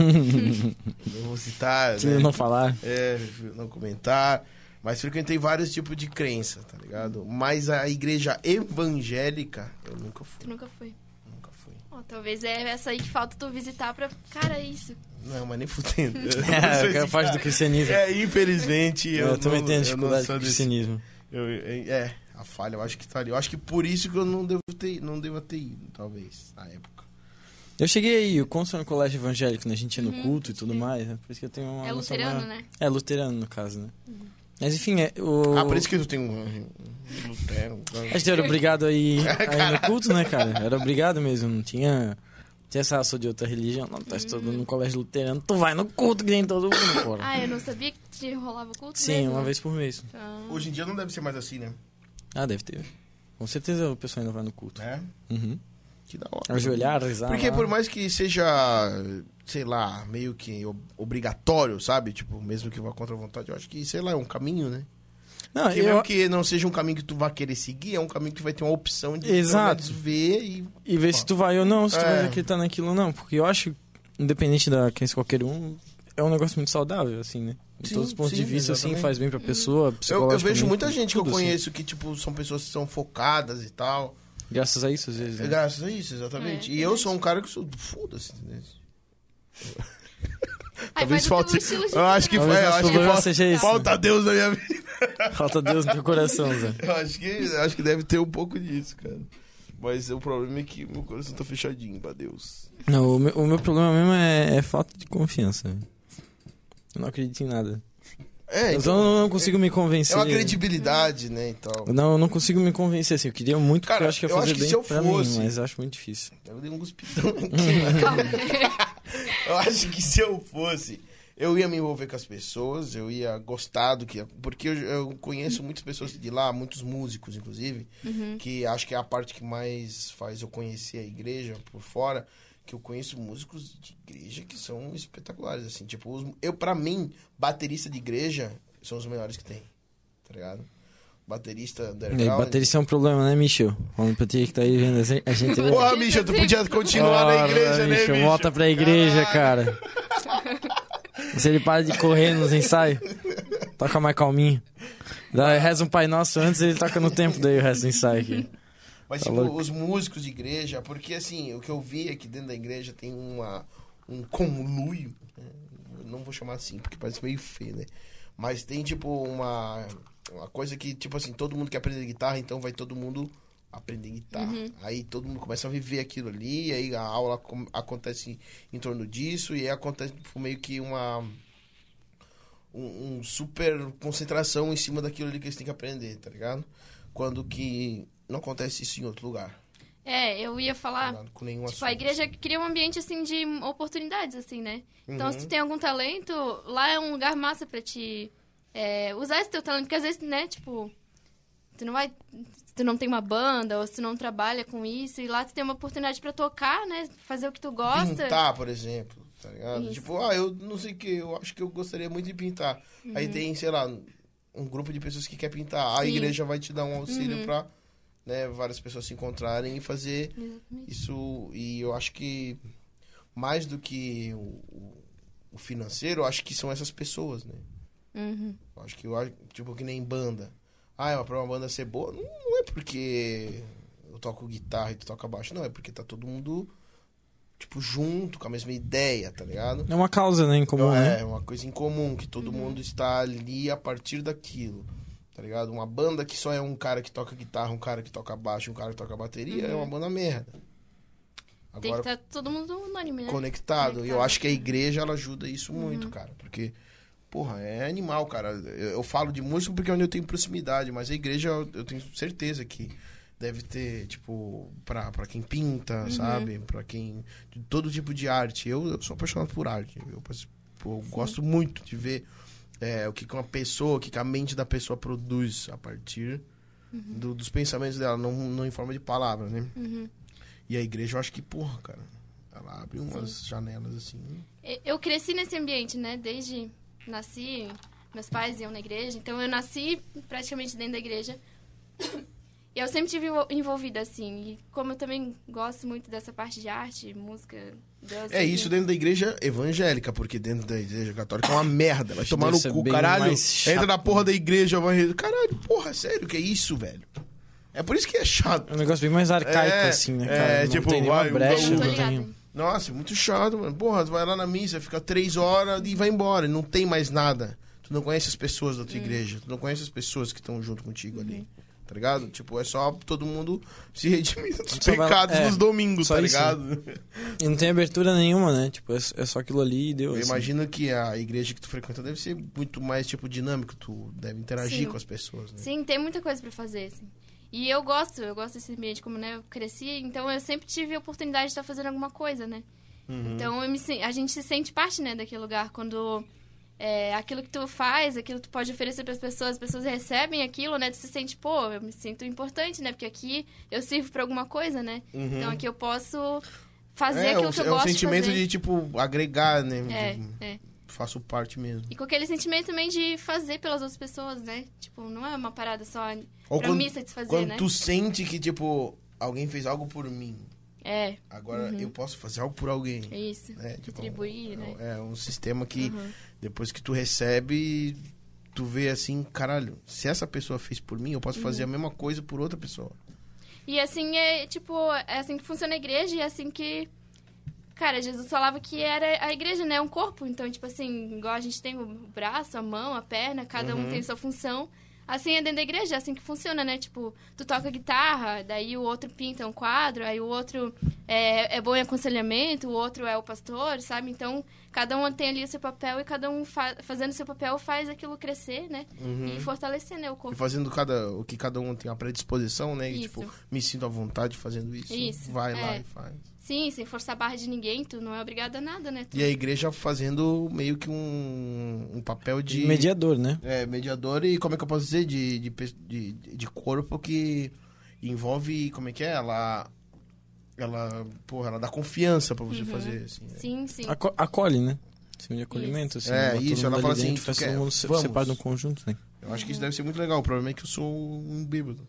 S1: não vou citar,
S2: Se eu
S1: né?
S2: não falar.
S1: É, não comentar. Mas frequentei vários tipos de crença, tá ligado? Mas a igreja evangélica, eu nunca fui.
S3: Tu nunca foi.
S1: Nunca fui.
S3: Ó, talvez é essa aí que falta tu visitar pra... Cara, é isso.
S1: Não, mas nem fudendo.
S2: É, o cara faz do cristianismo.
S1: É, infelizmente,
S2: eu,
S1: eu,
S2: também
S1: não,
S2: tenho
S1: eu não
S2: dificuldade
S1: sou
S2: com
S1: desse-
S2: cristianismo.
S1: eu- eu- É, a falha eu acho que tá ali. Eu acho que por isso que eu não devo ter, não devo ter ido, talvez, na época.
S2: Eu cheguei aí, eu conto no colégio evangélico, né? A gente ia no culto e tudo mais, né? Por isso que eu tenho uma.
S3: Uhum. é
S2: noção
S3: luterano,
S2: maior.
S3: né? Uhum.
S2: É, luterano no caso, né? Mas enfim, é, o.
S1: Ah, por isso que eu tenho um... um Lutero, um-
S2: A gente era obrigado aí, aí no culto, né, cara? Era obrigado mesmo, não tinha. não Tinha essa sou de outra religião, não, tá
S3: Uhum.
S2: estudando no colégio luterano, tu vai no culto que nem todo mundo, porra.
S3: Ah, eu não sabia que te rolava culto
S2: Sim,
S3: mesmo.
S2: uma vez por mês.
S3: Então,
S1: Hoje em dia não deve ser mais assim, né?
S2: Ah, deve ter. Com certeza o pessoal ainda vai no culto.
S1: É?
S2: Uhum.
S1: Que da hora.
S2: Ajoelhar, rezar.
S1: Porque
S2: Tá lá.
S1: por mais que seja, sei lá, meio que ob- obrigatório, sabe? Tipo, mesmo que vá contra a vontade, eu acho que, sei lá, é um caminho, né?
S2: Não,
S1: Que
S2: Ah, eu,
S1: mesmo que não seja um caminho que tu vá querer seguir, é um caminho que tu vai ter uma opção de pelo
S2: Exato.
S1: menos, ver e.
S2: E ver se tu vai ou não, se tu
S1: É.
S2: vai acreditar naquilo ou não. Porque eu acho, independente da crença de qualquer um, é um negócio muito saudável, assim, né? De
S1: Sim,
S2: todos os pontos
S1: sim,
S2: de vista, assim,
S1: exatamente.
S2: faz bem pra
S1: Eu,
S2: pessoa.
S1: eu vejo
S2: psicologicamente,
S1: muita gente que eu
S2: tudo, assim.
S1: conheço que, tipo, são pessoas que são focadas e tal.
S2: Graças a isso, às vezes.
S1: É
S2: Né?
S1: graças a isso, exatamente.
S3: É,
S1: e eu
S3: verdade.
S1: sou um cara que sou. Foda-se, entendeu?
S3: Aí vai do teu estilo de
S1: Eu acho
S3: vida,
S1: que
S2: Talvez
S3: né?
S1: foi. é, Eu
S2: nosso
S1: acho que
S2: problema
S1: falta,
S2: seja isso,
S1: falta Deus na minha vida.
S2: Falta Deus no teu coração, Zé.
S1: Eu acho que, eu acho que deve ter um pouco disso, cara. Mas o problema é que meu coração tá fechadinho pra Deus.
S2: Não, o meu, o meu problema mesmo é, é falta de confiança. Eu não acredito em nada.
S1: É,
S2: Eu
S1: então,
S2: só não, não consigo me
S1: é
S2: convencer.
S1: uma credibilidade, né, e tal.
S2: Não, eu não consigo me convencer, assim. Eu queria muito, porque
S1: Cara,
S2: eu acho que ia
S1: eu acho
S2: fazer
S1: que
S2: bem
S1: se eu
S2: pra
S1: fosse-
S2: mim, mas eu acho muito difícil.
S1: Eu dei um cuspidão aqui.
S3: Calma.
S1: eu acho que se eu fosse, eu ia me envolver com as pessoas, eu ia gostar do que... Porque eu, eu conheço muitas pessoas de lá, muitos músicos, inclusive, que acho que é a parte que mais faz eu conhecer a igreja por fora, que eu conheço músicos de igreja que são espetaculares, assim. Tipo, os- eu, pra mim, baterista de igreja são os melhores que tem, tá ligado? Baterista
S2: E
S1: underground...
S2: baterista é um problema, né, Michel? Falando pra ti que tá aí vendo a gente. né?
S1: Porra, Misha, tu podia continuar na
S2: Ora,
S1: igreja, né,
S2: bicho,
S1: Misha?
S2: Volta pra igreja, cara. Se ele para de correr nos ensaios. Toca mais calminho. Daí reza um Pai Nosso antes ele toca no tempo, daí o resto sai aqui.
S1: Mas,
S2: Tá
S1: tipo,
S2: louco.
S1: os músicos de igreja, porque assim, o que eu vi é que dentro da igreja tem uma, um conluio. né? Eu Não vou chamar assim, porque parece meio feio, né? Mas tem, tipo, uma, uma coisa que, tipo assim, todo mundo quer aprender guitarra, então vai todo mundo aprender guitarra. Aí todo mundo começa a viver aquilo ali, aí a aula com- acontece em torno disso, e aí acontece tipo, meio que uma. Um, um super concentração em cima daquilo ali que eles têm que aprender, tá ligado? Quando que não acontece isso em outro lugar. tá
S3: É, eu ia falar.
S1: ligado? com nenhum
S3: Tipo, a igreja cria um ambiente, assim, de oportunidades, assim, né? Então,
S1: Uhum.
S3: se tu tem algum talento, lá é um lugar massa pra te é, usar esse teu talento. Porque, às vezes, né, tipo... Tu não vai... Se tu não tem uma banda, ou se tu não trabalha com isso, e lá tu tem uma oportunidade pra tocar, né? Fazer o que tu gosta.
S1: Pintar, por exemplo, tá ligado?
S3: Isso.
S1: Tipo, ah, eu não sei o que, eu acho que eu gostaria muito de pintar. Aí tem, sei lá, um grupo de pessoas que quer pintar. A
S3: Uhum. Sim. Uhum.
S1: igreja vai te dar um auxílio pra né, várias pessoas se encontrarem e fazer
S3: Exatamente.
S1: Isso, e eu acho que mais do que o, o- o financeiro, eu acho que são essas pessoas, né?
S3: Uhum.
S1: Eu acho que, eu acho- tipo, que nem banda. Ah, é pra uma banda ser boa, não, não é porque eu toco guitarra e tu toca baixo, não, é porque tá todo mundo, tipo, junto, com a mesma ideia, tá ligado?
S2: É uma causa, né, em comum, né?
S1: É, uma coisa em comum, que
S3: Uhum.
S1: todo mundo está ali a partir daquilo, tá ligado? Uma banda que só é um cara que toca guitarra, um cara que toca baixo, um cara que toca bateria, é uma banda merda.
S3: Uhum. Tem que
S1: Agora,
S3: estar todo mundo unânime, né?
S1: conectado. E eu
S3: Conectado. Uhum.
S1: acho que a igreja ela ajuda isso muito, cara. Porque, porra, é animal, cara. Eu, eu falo de músico porque é onde eu tenho proximidade, mas a igreja eu, eu tenho certeza que deve ter, tipo, pra, pra quem
S3: Uhum.
S1: pinta, sabe? Pra quem. de todo tipo de arte. Eu, eu sou apaixonado por arte. Eu, pas- pô, eu gosto muito de ver é, o que que uma pessoa, o que que a mente da pessoa produz a partir.
S3: Uhum.
S1: do- dos pensamentos dela, não, não em forma de palavras, né? E a igreja, eu acho que, porra, cara, ela abre umas janelas assim.
S3: E- Eu cresci nesse ambiente, né? Desde nasci, meus pais iam na igreja, então eu nasci praticamente dentro da igreja. E eu sempre tive envol- envolvida assim. E como eu também gosto muito dessa parte de arte, música, Deus.
S1: É isso dentro da igreja evangélica, porque dentro da igreja católica é uma merda. Vai tomar no
S2: deve ser
S1: cu,
S2: bem
S1: caralho.
S2: mais chato.
S1: Entra na porra da igreja, vai. Caralho, porra, sério, que é isso, velho? É por isso que é chato.
S2: É um negócio bem mais arcaico,
S1: É,
S2: assim, né,
S1: é,
S2: cara? não
S1: tipo,
S2: tem nenhuma
S1: vai, um
S3: Eu
S2: brecha,
S3: não tô
S2: não
S3: ligada.
S2: tem...
S1: Nossa, é muito chato, mano. Porra, tu vai lá na missa, fica três horas e vai embora. e Não tem mais nada. Tu não conhece as pessoas da tua
S2: Hum.
S1: igreja. Tu não conhece as pessoas que estão junto contigo
S2: Uhum.
S1: ali. Tá ligado? Tipo, é só todo mundo se redimir dos
S2: Só vai-
S1: pecados
S2: é,
S1: nos domingos,
S2: só
S1: tá
S2: isso,
S1: ligado?
S2: E não tem abertura nenhuma, né? Tipo, é, é só aquilo ali e deu,
S1: Eu
S2: assim.
S1: imagino que a igreja que tu frequenta deve ser muito mais, tipo, dinâmico. Tu deve interagir
S3: Sim.
S1: com as pessoas, né?
S3: Sim, tem muita coisa pra fazer, assim. E eu gosto, eu gosto desse ambiente, como né, eu cresci, então eu sempre tive a oportunidade de estar fazendo alguma coisa, né?
S1: Uhum.
S3: Então eu me sen- a gente se sente parte, né, daquele lugar. Quando é, aquilo que tu faz, aquilo que tu pode oferecer pras pessoas, as pessoas recebem aquilo, né? Tu se sente, pô, eu me sinto importante, né? Porque aqui eu sirvo pra alguma coisa, né? Então aqui eu posso fazer
S1: Uhum. é,
S3: aquilo
S1: um-
S3: que eu
S1: é um
S3: gosto
S1: sentimento
S3: de fazer.
S1: de, tipo, agregar, né? Tipo,
S3: É, é.
S1: faço parte mesmo.
S3: E com aquele sentimento também de fazer pelas outras pessoas, né? Tipo, não é uma parada só
S1: Ou
S3: pra
S1: quando-
S3: mim satisfazer,
S1: Quando
S3: né?
S1: tu sente que, tipo, alguém fez algo por mim.
S3: É,
S1: Agora eu posso fazer algo por alguém.
S3: é isso.
S1: né? Tipo,
S3: Distribuir,
S1: é,
S3: né? Uhum.
S1: É um sistema que, depois que tu recebe, tu vê assim, caralho, se essa pessoa fez por mim, eu posso
S3: Uhum.
S1: fazer a mesma coisa por outra pessoa.
S3: E assim é, tipo, é assim que funciona a igreja e é assim que. Cara, Jesus falava que era a igreja, né? É um corpo. Então, tipo assim, igual a gente tem o braço, a mão, a perna, cada um tem sua função. Assim é dentro da igreja, é assim que funciona, né? Tipo, tu toca guitarra, daí o outro pinta um quadro, aí o outro é, é bom em aconselhamento, o outro é o pastor, sabe? Então, cada um tem ali o seu papel e cada um fa- fazendo o seu papel faz aquilo crescer, né? E fortalecer, né? O
S1: E
S3: corpo.
S1: fazendo cada, o que cada um tem a predisposição, né? E,
S3: Isso.
S1: tipo, me sinto à vontade fazendo isso.
S3: Isso,
S1: Vai lá
S3: é.
S1: e faz.
S3: Sim, sem forçar a barra de ninguém, tu não é obrigado a nada, né? Tu-
S1: E a igreja fazendo meio que um, um papel de.
S2: Mediador, né?
S1: É, mediador e como é que eu posso dizer? De, de, pe- de, de corpo que envolve. Como é que é? Ela. Ela. Porra, ela dá confiança pra você fazer, assim. né?
S3: Uhum. Sim, sim.
S2: Aco- acolhe, né? Sistema de acolhimento, assim.
S1: É,
S2: bota todo
S1: isso, ela
S2: mundo
S1: fala
S2: ali
S1: assim,
S2: dentro,
S1: tu
S2: faz
S1: quer-
S2: todo mundo se-
S1: vamos.
S2: separado no conjunto, né?
S1: Eu acho que isso deve ser muito legal. O problema é que eu sou um bêbado.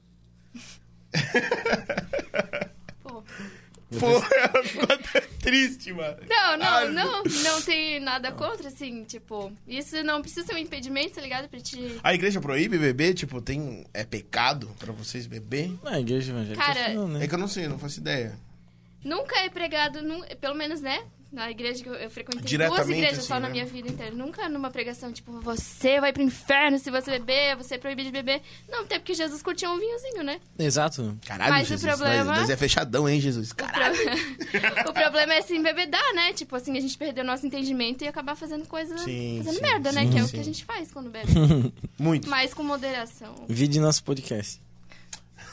S3: Pô,
S1: Porra, ela ficou até triste, mano.
S3: Não,
S1: Ah,
S3: não, não, não tem nada contra, assim, tipo, isso não precisa ser um impedimento, tá ligado? Pra te.
S1: A igreja proíbe beber? Tipo, tem. É pecado pra vocês beber?
S2: Não, igreja evangélica.
S3: Cara,
S2: acho que não, né?
S1: É que eu não sei, não faço ideia.
S3: Nunca é pregado, nu- pelo menos, né? Na igreja que eu, eu frequentei duas
S1: Diretamente,
S3: igrejas
S1: assim,
S3: só na
S1: né?
S3: minha vida inteira. Nunca numa pregação, tipo, você vai pro inferno se você beber, você é proibido de beber. Não, até porque Jesus curtia um vinhozinho, né?
S2: Exato.
S1: Caralho,
S3: Mas o
S1: Jesus.
S3: problema-
S1: Nós, nós é fechadão, hein, Jesus? Caralho.
S3: O problema é se embebedar, né? Tipo assim, a gente perder o nosso entendimento e acabar fazendo coisa.
S1: Sim,
S3: fazendo
S1: sim,
S3: merda, né?
S1: sim,
S3: que é o
S1: sim.
S3: que a gente faz quando bebe.
S1: Muito.
S3: Mas com moderação.
S2: Vide nosso podcast.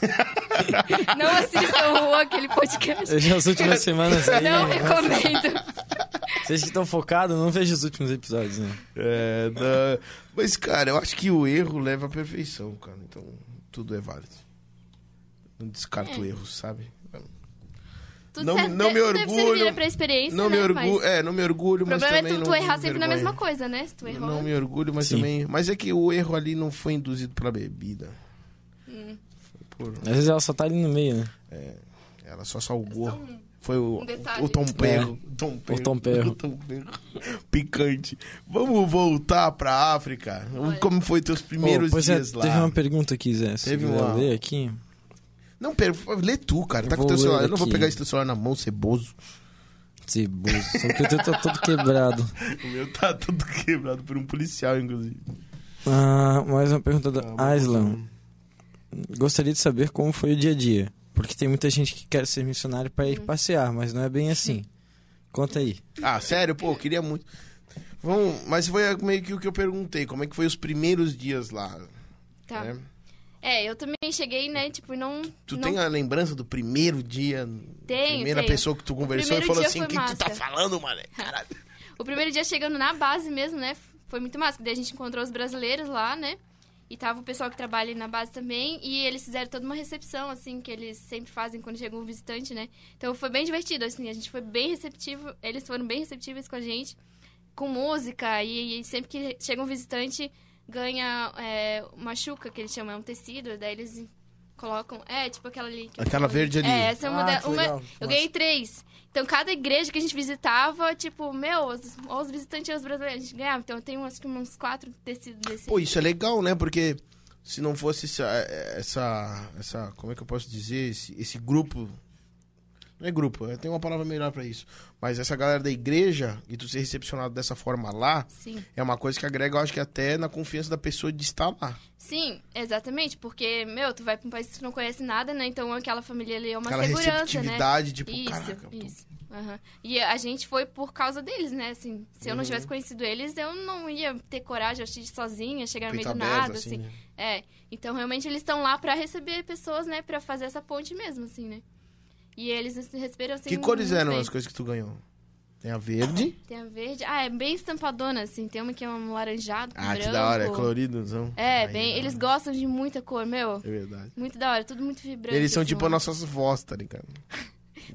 S3: Não assistam o aquele podcast.
S2: Veja as últimas semanas aí.
S1: é.
S3: Não
S2: né?
S3: recomendo.
S2: Vocês que estão focados, não vejam os últimos episódios, né?
S1: É, da- Mas, cara, eu acho que o erro leva à perfeição, cara. Então, tudo é válido. Não
S3: É.
S1: descarto erros, sabe?
S3: Tudo
S1: Não-
S3: serve-
S1: não me
S3: tudo Deve
S1: orgulho,
S3: servir pra experiência,
S1: não,
S3: né?
S1: me orgulho,
S3: Mas...
S1: é, não me orgulho,
S3: O
S1: mas
S3: problema é
S1: também
S3: tu,
S1: não
S3: tu errar
S1: tenho
S3: sempre na
S1: vergonha.
S3: mesma coisa, né? Se tu errou.
S1: Não me orgulho, mas
S2: Sim.
S1: também... Mas é que o erro ali não foi induzido pela bebida.
S3: Hum.
S1: Foi por...
S2: Às vezes ela só tá ali no meio, né?
S1: Ela só salgou. Foi o,
S3: um detalhe.
S1: É, o Tom Perro. Tom
S2: Perro.
S1: O Tom Perro. Picante. Vamos voltar pra África. Como foi teus primeiros
S2: Ô, pois é,
S1: dias lá?
S2: Teve uma pergunta aqui, Zé. Se
S1: Teve
S2: teve uma.
S1: uma-
S2: ler aqui.
S1: Não, pera, lê tu, cara. Tá
S2: Eu
S1: com teu
S2: vou ler
S1: celular. Eu não vou
S2: aqui.
S1: pegar esse teu celular na mão, ceboso.
S2: Ceboso. Só que o teu tá todo quebrado.
S1: O meu tá todo quebrado por um policial, inclusive.
S2: Ah, mais uma pergunta da Aslan. Gostaria de saber como foi o dia a dia. Porque tem muita gente que quer ser missionário pra
S3: Uhum.
S2: ir passear, mas não é bem assim. Conta aí.
S1: Ah, sério? Pô, eu queria muito. Vamos, mas foi meio que o que eu perguntei. Como é que foi os primeiros dias lá?
S3: Tá.
S1: né?
S3: É, eu também cheguei, né? Tipo, e não.
S1: Tu
S3: não
S1: tem a lembrança do primeiro dia?
S3: Tenho,
S1: Primeira
S3: tenho.
S1: pessoa que tu conversou e
S3: primeiro
S1: falou
S3: dia
S1: assim, o
S3: foi
S1: que que tu tá
S3: massa."
S1: falando, mané? Caralho.
S3: O primeiro dia chegando na base mesmo, né? Foi muito massa. que Daí a gente encontrou os brasileiros lá, né? E tava o pessoal que trabalha ali na base também. E eles fizeram toda uma recepção, assim, que eles sempre fazem quando chega um visitante, né? Então foi bem divertido, assim. A gente foi bem receptivo. Eles foram bem receptíveis com a gente. Com música. E, e sempre que chega um visitante, ganha é, uma chuca, que eles chamam. É um tecido. Daí eles colocam... É, tipo aquela ali. que eu
S1: Aquela
S3: falei.
S1: verde ali.
S3: É, essa é uma...
S2: Ah,
S3: da-
S2: que
S3: uma-
S2: legal.
S3: eu ganhei três. Então, cada igreja que a gente visitava, tipo, meu, os, os visitantes e os brasileiros, a gente ganhava. Então, eu tenho acho que uns quatro tecidos desse.
S1: Pô, isso é legal, né? Porque se não fosse essa, essa, essa como é que eu posso dizer, esse, esse grupo, não é grupo, é, tem uma palavra melhor pra isso, mas essa galera da igreja e tu ser recepcionado dessa forma lá,
S3: Sim.
S1: é uma coisa que agrega, eu acho que até na confiança da pessoa de estar lá.
S3: Sim, exatamente. Porque, meu, tu vai pra um país que tu não conhece nada, né? Então, aquela família ali é uma
S1: Aquela
S3: segurança, né?
S1: receptividade, tipo,
S3: isso,
S1: caraca, pô,
S3: isso. Aham. E a gente foi por causa deles, né? Assim, se
S1: Uhum.
S3: eu não tivesse conhecido eles, eu não ia ter coragem de ir sozinha, chegar no meio
S1: peito
S3: do
S1: aberto,
S3: nada, assim.
S1: assim. né?
S3: É, então realmente eles estão lá pra receber pessoas, né? Pra fazer essa ponte mesmo, assim, né? E eles nos receberam assim.
S1: Que cores
S3: muito
S1: eram
S3: bem.
S1: as coisas que tu ganhou? Tem a verde.
S3: Tem a verde. Ah, é bem estampadona, assim. Tem uma que é um laranjado,
S1: Ah,
S3: branco.
S1: que da hora, é colorido, não?
S3: É,
S1: Aí,
S3: bem.
S1: ó,
S3: Eles gostam de muita cor, meu.
S1: É verdade.
S3: Muito da hora, tudo muito vibrante.
S1: Eles são
S3: assim,
S1: tipo
S3: ó.
S1: as nossas vozes, tá ligado?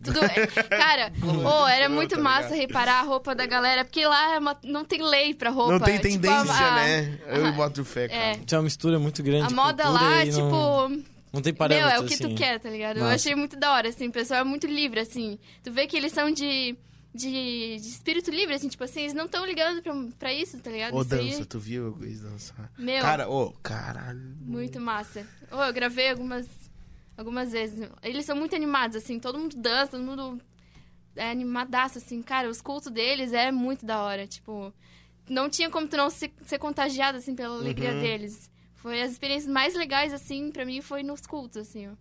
S3: Tudo... é, Cara, oh, era muito
S1: tá
S3: massa
S1: ligado?
S3: reparar a roupa da galera, porque lá é uma- não tem lei pra roupa.
S1: não tem
S3: tipo,
S1: tendência,
S3: a-
S1: né? Eu boto fé, cara.
S3: É.
S2: Tinha uma mistura muito grande.
S3: A
S2: de
S3: moda
S2: cultura
S3: lá,
S2: e
S3: tipo.
S2: Não, não tem parâmetro,
S3: Meu, é o que
S2: assim.
S3: tu quer, tá ligado? Eu
S2: Massa.
S3: achei muito da hora, assim, o pessoal é muito livre, assim. Tu vê que eles são de, de, de espírito livre, assim, tipo assim, eles não estão ligando pra, pra isso, tá ligado?
S1: Ô,
S3: Isso aí,
S1: dança, tu viu a Grace dançar?
S3: meu,
S1: Cara, ô, caralho.
S3: muito massa. Ô, eu gravei algumas, algumas vezes. Eles são muito animados, assim, todo mundo dança, todo mundo é animadaço, assim. Cara, os cultos deles é muito da hora, tipo... Não tinha como tu não se- ser contagiado, assim, pela alegria
S1: Uhum.
S3: deles. Foi as experiências mais legais, assim, pra mim, foi nos cultos, assim, ó.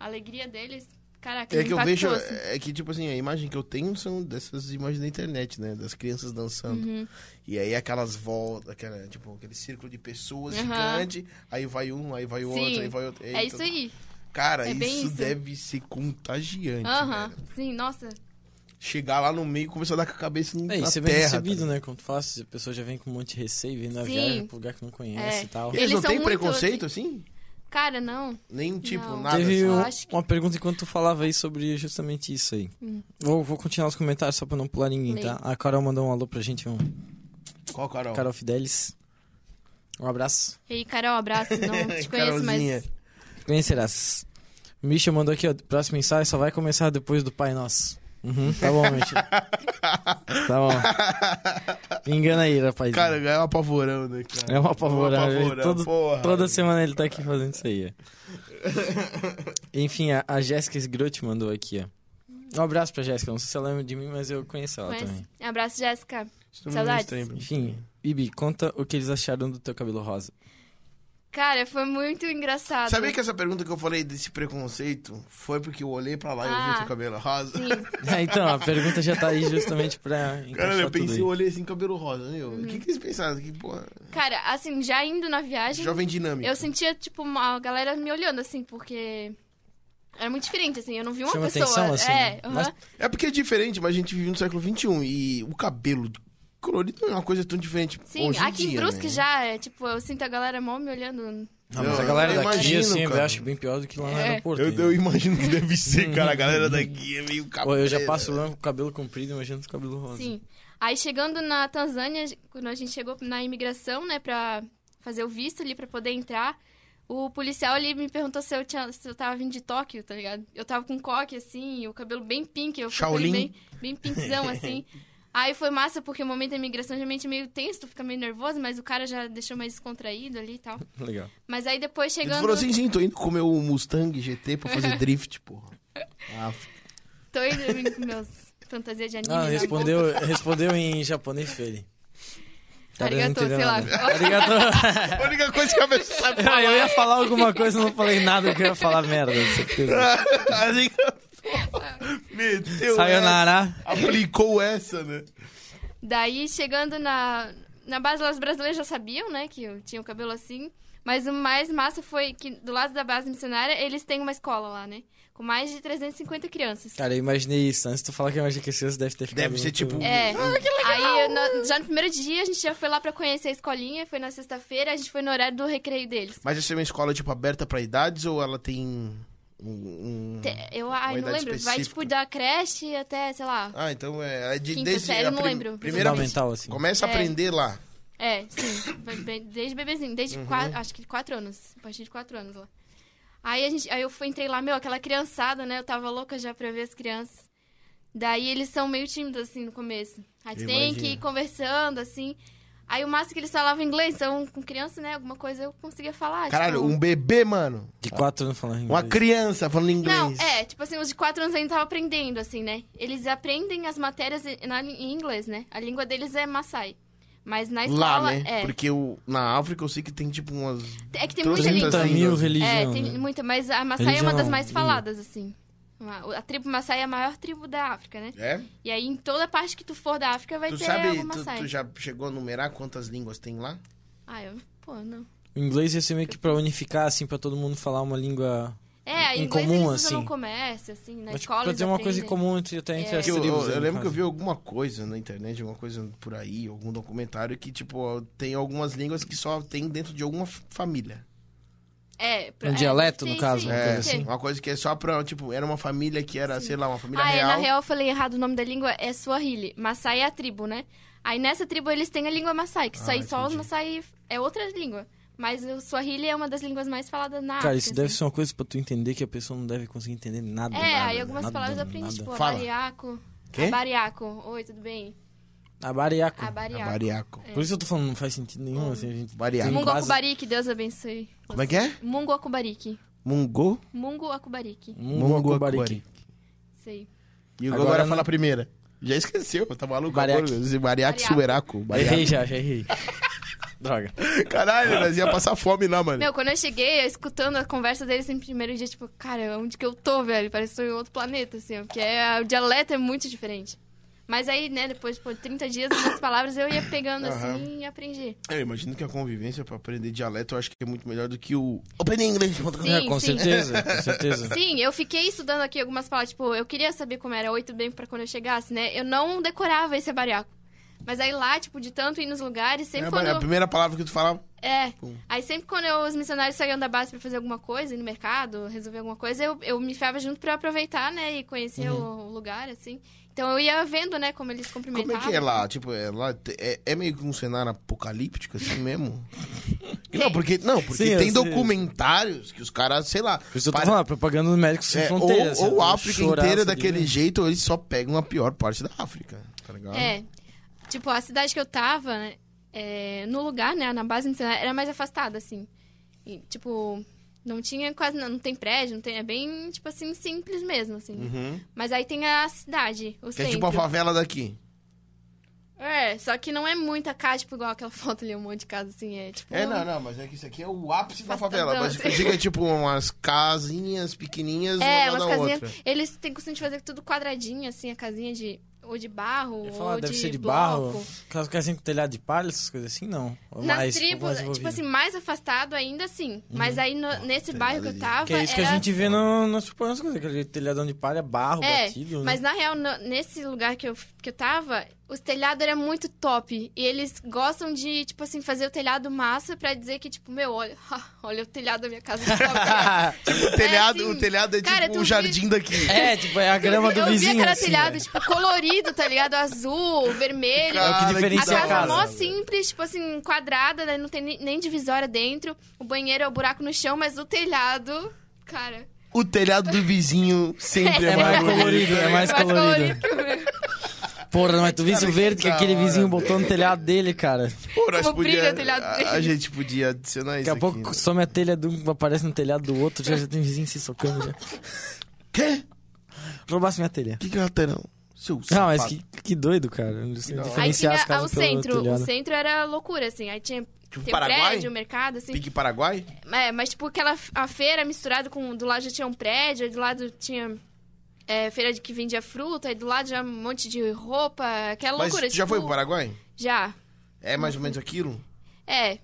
S3: A alegria deles, caraca,
S1: É
S3: me
S1: que eu vejo,
S3: impactou, assim.
S1: é que tipo assim, a imagem que eu tenho são dessas imagens da internet, né? Das crianças dançando.
S3: Uhum.
S1: E aí aquelas voltas, aquela, tipo, aquele círculo de pessoas
S3: Uhum.
S1: gigante, aí vai um, aí vai outro,
S3: Sim.
S1: aí vai outro.
S3: É isso aí.
S1: Cara,
S3: É
S1: isso,
S3: bem isso.
S1: deve ser contagiante,
S3: Aham,
S1: velho.
S3: sim, nossa.
S1: Chegar lá no meio e começar a dar com a cabeça no,
S2: É, e
S1: na
S2: ser bem
S1: terra. tá
S2: recebido, né? Quando tu faz, a pessoa já vem com um monte de receio, vem na
S3: Sim.
S2: viagem pro lugar que não conhece
S3: É.
S2: e tal.
S1: Eles,
S3: Eles
S1: não
S3: são
S1: têm
S3: muito,
S1: preconceito, assim?
S3: Cara, não.
S1: Nem, tipo,
S3: Não.
S1: nada.
S2: Teve
S1: assim.
S2: um-
S3: acho que- Hum.
S2: uma pergunta enquanto tu falava aí sobre justamente isso aí. Vou, vou continuar os comentários só pra não pular ninguém,
S3: Leia.
S2: tá? A Carol mandou um alô pra gente, um
S1: Qual, Carol?
S2: Carol Fidelis. Um abraço.
S3: E aí, Carol, abraço. Não te conheço,
S1: Carolzinha.
S3: mas.
S2: Conhecerás. Misha mandou aqui, ó. Próximo ensaio só vai começar depois do Pai Nosso. Uhum, tá bom, mentira. tá bom. Engana aí, rapaz.
S1: Cara, é um apavorão, né, cara?
S2: é uma apavorável.
S1: apavorão,
S2: Todo-
S1: porra.
S2: toda semana ele tá aqui fazendo isso aí. ó. Enfim, a, a Jéssica Sgrote mandou aqui, ó. Um abraço pra Jéssica. Não sei se ela lembra de mim, mas eu conheço ela
S3: Conhece?
S2: também.
S3: Abraço, Jéssica.
S1: Isso também
S3: Saudades.
S1: não estranho pra mim.
S2: Enfim, Bibi, conta o que eles acharam do teu cabelo rosa.
S3: Cara, foi muito engraçado.
S1: Sabia que essa pergunta que eu falei desse preconceito foi porque eu olhei pra lá e eu vi
S3: Ah.
S1: teu cabelo rosa?
S3: Sim.
S2: Ah, então, a pergunta já tá aí justamente pra encaixar
S1: Cara, eu
S2: Tá tudo
S1: pensei,
S2: aí.
S1: eu olhei assim, cabelo rosa, né? Eu, O
S3: Uhum.
S1: que, que eles pensaram? Que, porra,
S3: Cara, assim, já indo na viagem,
S1: jovem dinâmico.
S3: eu sentia, tipo, uma galera me olhando, assim, porque... Era muito diferente, assim, eu não vi uma
S2: Chama
S3: pessoa...
S2: atenção, assim, né?
S3: é, aham.
S2: Mas-
S1: É porque é diferente, mas a gente vive no século XXI e o cabelo colorido não é uma coisa tão diferente
S3: Sim,
S1: hoje em
S3: aqui em
S1: dia,
S3: Brusque
S1: né?
S3: já é, tipo, eu sinto a galera mó me olhando.
S2: Ah, mas
S1: Eu-
S2: a galera
S1: eu
S2: daqui,
S1: imagino,
S2: assim, eu
S1: cara.
S2: acho bem pior do que lá no
S3: É.
S2: aeroporto.
S1: Eu, um
S2: ainda.
S1: eu imagino que deve ser, cara. A galera daqui é meio
S2: Pô,
S1: cabelo.
S2: eu já passo lá com o cabelo comprido, imagina o cabelo rosa.
S3: Sim. Aí chegando na Tanzânia, quando a gente chegou na imigração, né, pra fazer o visto ali, pra poder entrar, o policial ali me perguntou se eu, tinha, se eu tava vindo de Tóquio, tá ligado? Eu tava com coque, assim, o cabelo bem pink, eu fui com ele
S1: Shaolin.
S3: bem, bem pinkzão, assim. Aí foi massa, porque o momento da imigração geralmente é meio tenso, tu fica meio nervoso, mas o cara já deixou mais descontraído ali e tal.
S2: Legal.
S3: Mas aí depois
S1: Ele
S3: chegando... É.
S1: falou assim, sim, tô indo com o meu Mustang GT pra fazer drift, porra. Ah, f-
S3: Tô indo com meus fantasias de anime.
S2: Ah,
S3: né?
S2: respondeu, respondeu em japonês Tá feio.
S3: Arigatou, Tá sei lá.
S2: Arigatou.
S1: a única coisa que a pessoa sabe
S2: Ah, eu ia falar alguma coisa, não falei nada, porque eu ia falar merda, com certeza.
S1: Assim, Meteu essa.
S2: Sayonara.
S1: Aplicou essa, né?
S3: Daí, chegando na, na base, lá os brasileiros já sabiam, né, que eu tinha o cabelo assim. Mas o mais massa foi que, do lado da base missionária, eles têm uma escola lá, né? Com mais de 350 crianças.
S2: Cara, eu imaginei isso. Antes de tu falar que eu imaginei que esse osso deve ter ficado...
S1: Deve ser
S2: muito-
S1: tipo.
S3: É. Aí, eu- na- já no primeiro dia, a gente já foi lá pra conhecer a escolinha. Foi na sexta-feira, a gente foi no horário do recreio deles.
S1: Mas essa é uma escola, tipo, aberta pra idades ou ela tem um. um-
S3: Te- Eu ai, não
S1: idade
S3: lembro. Vai, tipo,
S1: específica.
S3: da creche até, sei lá.
S1: Ah, então é. é de,
S3: Quinta
S1: desde
S3: série,
S1: a
S3: não
S1: prim-
S3: lembro.
S1: Primeira
S2: Fundamental, assim.
S1: Começa a
S3: É.
S1: aprender lá.
S3: É, sim. Vai bem- Desde bebezinho, desde
S1: Uhum.
S3: qua- acho que quatro anos. A partir de quatro anos lá. Aí, a gente, aí eu fui, entrei lá, meu, aquela criançada, né? Eu tava louca já pra ver as crianças. Daí eles são meio tímidos, assim, no começo. Aí tu tem
S1: Imagina.
S3: que ir conversando, assim. Aí o massa é que eles falavam inglês, então com criança, né? Alguma coisa eu conseguia falar.
S1: Caralho,
S3: tipo...
S1: um bebê, mano.
S2: De quatro anos falando
S1: Uma
S2: inglês.
S1: criança falando inglês.
S3: Não, é, tipo assim, os de quatro anos ainda tava aprendendo, assim, né? Eles aprendem as matérias em, na- em inglês, né? A língua deles é Maasai. Mas na escola.
S1: Lá, né?
S3: é.
S1: Porque eu, na África eu sei que tem tipo umas.
S3: é que tem muita
S1: 30
S3: língua.
S2: 30 mil
S1: línguas.
S2: religião.
S3: É, tem
S2: né?
S3: muita, mas a Maasai é
S2: Religião
S3: uma das
S2: não,
S3: mais
S2: língua.
S3: faladas, assim. Uma- A tribo Maasai é a maior tribo da África, né?
S1: É?
S3: E aí, em toda parte que tu for da África, vai
S1: Tu
S3: ter
S1: sabe,
S3: alguma
S1: tu,
S3: Maasai.
S1: tu já chegou a numerar quantas línguas tem lá?
S3: Ah, eu... Pô, não.
S2: O inglês ia ser meio que pra unificar, assim, pra todo mundo falar uma língua...
S3: É, a
S2: Em
S3: inglês
S2: comum,
S3: eles usam
S2: assim.
S3: no comércio, assim, na
S2: Mas, tipo,
S3: escola
S2: pra
S3: eles
S2: ter uma coisa em
S3: aprendem.
S2: comum entre, até entre
S3: É.
S2: as
S1: Que eu,
S2: tribos.
S1: eu-
S2: né,
S1: eu
S2: no
S1: lembro que eu
S2: caso.
S1: vi alguma coisa na internet, alguma coisa por aí, algum documentário que, tipo, tem algumas línguas que só tem dentro de alguma f- família.
S3: É, pra-
S2: Um
S3: é,
S2: dialeto,
S3: sim,
S2: no caso,
S3: sim,
S2: uma
S1: É,
S2: coisa
S3: sim.
S2: assim.
S1: uma coisa que é só pra, tipo, era uma família que era, sei lá, uma família
S3: Ah, é,
S1: real.
S3: na real eu falei errado o nome da língua, é Swahili. Maasai é a tribo, né? Aí nessa tribo eles têm a língua Maasai, que isso
S1: Ah,
S3: aí só os
S1: entendi.
S3: Maasai é outra língua. Mas o Swahili é uma das línguas mais faladas na
S2: Cara,
S3: África,
S2: isso deve
S3: assim.
S2: ser uma coisa pra tu entender que a pessoa não deve conseguir entender nada.
S3: É,
S2: nada,
S3: aí algumas
S2: nada,
S3: palavras eu aprendi,
S2: nada.
S3: tipo,
S1: Fala.
S3: abariaco.
S1: Quê?
S3: Abariaco. Oi, tudo bem?
S2: Abariaco.
S3: Abariaco.
S1: Bariaco.
S3: É.
S2: Por isso eu tô falando, não faz sentido
S3: Hum.
S2: nenhum, assim, a gente...
S1: Bariaco.
S2: Sim.
S3: Mungo
S2: Quase.
S3: Akubari, que Deus abençoe.
S1: Como é que é?
S3: Mungo Akubarique.
S1: Mungo?
S3: Mungo
S2: um
S3: Akubarique.
S2: Mungo Akubari.
S1: Akubari.
S3: Isso aí.
S1: E
S2: Agora
S1: agora,
S2: não-
S1: fala a primeira. Já esqueceu, tá maluco?
S2: Bariaque.
S1: Bariaco. Bariaco, Suberaco.
S2: Errei
S1: Bariaco.
S2: já, já errei. Droga.
S1: Caralho, nós ia passar fome lá, mano.
S3: Meu, quando eu cheguei, eu escutando a conversa deles no primeiro dia, tipo, cara, onde que eu tô, velho? Parece que eu tô em outro planeta, assim, ó, porque é, o dialeto é muito diferente. Mas aí, né, depois de 30 dias, algumas palavras eu ia pegando assim e aprendi.
S1: É, Eu imagino que a convivência pra aprender dialeto eu acho que é muito melhor do que o Open English.
S3: Sim,
S2: É, com
S3: sim.
S2: certeza, com certeza.
S3: Sim, eu fiquei estudando aqui algumas palavras, tipo, eu queria saber como era oito bem pra quando eu chegasse, né? Eu não decorava esse abariaco. Mas aí lá, tipo, de tanto ir nos lugares,
S1: É
S3: sempre
S1: a,
S3: quando
S1: a
S3: eu...
S1: primeira palavra que tu falava.
S3: É.
S1: Pum.
S3: Aí sempre quando eu- os missionários saíam da base pra fazer alguma coisa, ir no mercado, resolver alguma coisa, eu, eu me enfiava junto pra aproveitar, né? E conhecer o, o lugar, assim. Então eu ia vendo, né, como eles
S1: Uhum. Como
S3: cumprimentavam.
S1: é que é lá? Tipo, é, lá te- é, é meio que um cenário apocalíptico, assim mesmo? Não, porque, não, porque
S2: Sim, eu
S1: tem
S2: sei.
S1: documentários que os caras, sei lá.
S2: Por isso eu tô
S1: pare-
S2: falando, propaganda do Médicos Sem né?
S1: é,
S2: Fronteiras. assim,
S1: ou,
S2: eu
S1: ou
S2: tô
S1: a África
S2: choraço
S1: inteira
S2: de
S1: daquele
S2: ver.
S1: jeito, ou eles só pegam a pior parte da África, tá ligado?
S3: É. Tipo, a cidade que eu tava, né, é, no lugar, né, na base missionária, era mais afastada, assim. E, tipo, não tinha quase... Não, não tem prédio, não tem... É bem, tipo assim, simples mesmo, assim.
S1: Uhum.
S3: Mas aí tem a cidade,
S1: Que
S3: o
S1: é
S3: centro.
S1: tipo a favela daqui.
S3: É, só que não é muita casa, tipo, igual aquela foto ali, um monte de casa, assim, é tipo...
S1: É, não, não, mas é que isso aqui é o ápice da
S3: Afastadão,
S1: favela. Mas eu
S3: assim.
S1: digo é tipo umas casinhas pequenininhas
S3: É,
S1: uma
S3: umas
S1: da
S3: casinhas.
S1: outra.
S3: Eles têm costume de fazer tudo quadradinho, assim, a casinha de. Ou de barro,
S2: Eu ia falar,
S3: ou
S2: deve
S3: de,
S2: ser de
S3: bloco.
S2: barro. Caso que assim com telhado de palha, essas coisas assim, não. Ou
S3: Nas
S2: mais, ou mais
S3: tribos, tipo
S2: envolvido.
S3: assim, mais afastado ainda sim. Mas aí no- nesse
S1: tem
S3: bairro que
S1: nada
S3: eu
S1: de-
S3: tava.
S2: Que é isso que
S3: Ah, era...
S2: a gente vê no, tipo, nas propagandas, coisas, aquele telhadão de palha, barro,
S3: É,
S2: batido,
S3: mas
S2: né?
S3: na real, no- nesse lugar que eu, que eu tava, os telhados eram muito top. E eles gostam de, tipo assim, fazer o telhado massa pra dizer que, tipo, meu, olha, olha o telhado da minha casa. é,
S1: O telhado,
S3: assim,
S1: o telhado é
S3: cara,
S1: tipo
S3: tu
S1: o
S3: vi-
S1: jardim daqui.
S2: É, tipo, é a grama do
S3: eu
S2: vizinho.
S3: vi aquele
S2: assim,
S3: telhado,
S2: velho.
S3: tipo, colorido, tá ligado? Azul, vermelho.
S2: É
S1: Cara,
S2: o que
S1: que
S3: A
S2: diferencia
S3: casa,
S2: a
S3: mó
S2: casa.
S3: simples, tipo assim, quadrada, né? não tem nem, nem divisória dentro. O banheiro é o buraco no chão, mas o telhado, cara.
S1: O telhado do vizinho sempre é,
S2: É mais colorido,
S3: né?
S2: é mais
S3: mais
S2: colorido.
S3: que o meu.
S2: Porra, mas tu visse o verde que
S1: da
S2: aquele
S1: hora,
S2: vizinho botou no telhado dele, cara.
S1: Pô, nós
S3: Como brilha
S1: podia,
S3: o telhado
S1: a,
S3: dele.
S1: a gente podia adicionar isso
S2: Daqui a pouco
S1: aqui. né?
S2: some a telha de um, aparece no telhado do outro, já, já tem vizinho se socando já.
S1: Quê?
S2: Roubasse minha telha.
S1: O que que é laterão? Seu
S2: Não,
S1: safado.
S2: mas que, que doido, cara.
S3: Aí tinha
S2: Diferenciar as
S3: ah, o
S2: casas pelo
S3: centro. O
S2: telhado.
S3: centro era loucura, assim. Aí tinha.
S1: Tipo
S3: Tem um
S1: Paraguai?
S3: prédio, um mercado, assim.
S1: Pique Paraguai?
S3: É, mas tipo aquela f- a feira misturada com. Do lado já tinha um prédio, aí do lado tinha é, feira de que vendia fruta, aí do lado já um monte de roupa, aquela
S1: Mas
S3: loucura.
S1: tu já
S3: tipo,
S1: foi pro Paraguai?
S3: Já.
S1: É mais ou menos aquilo?
S3: É.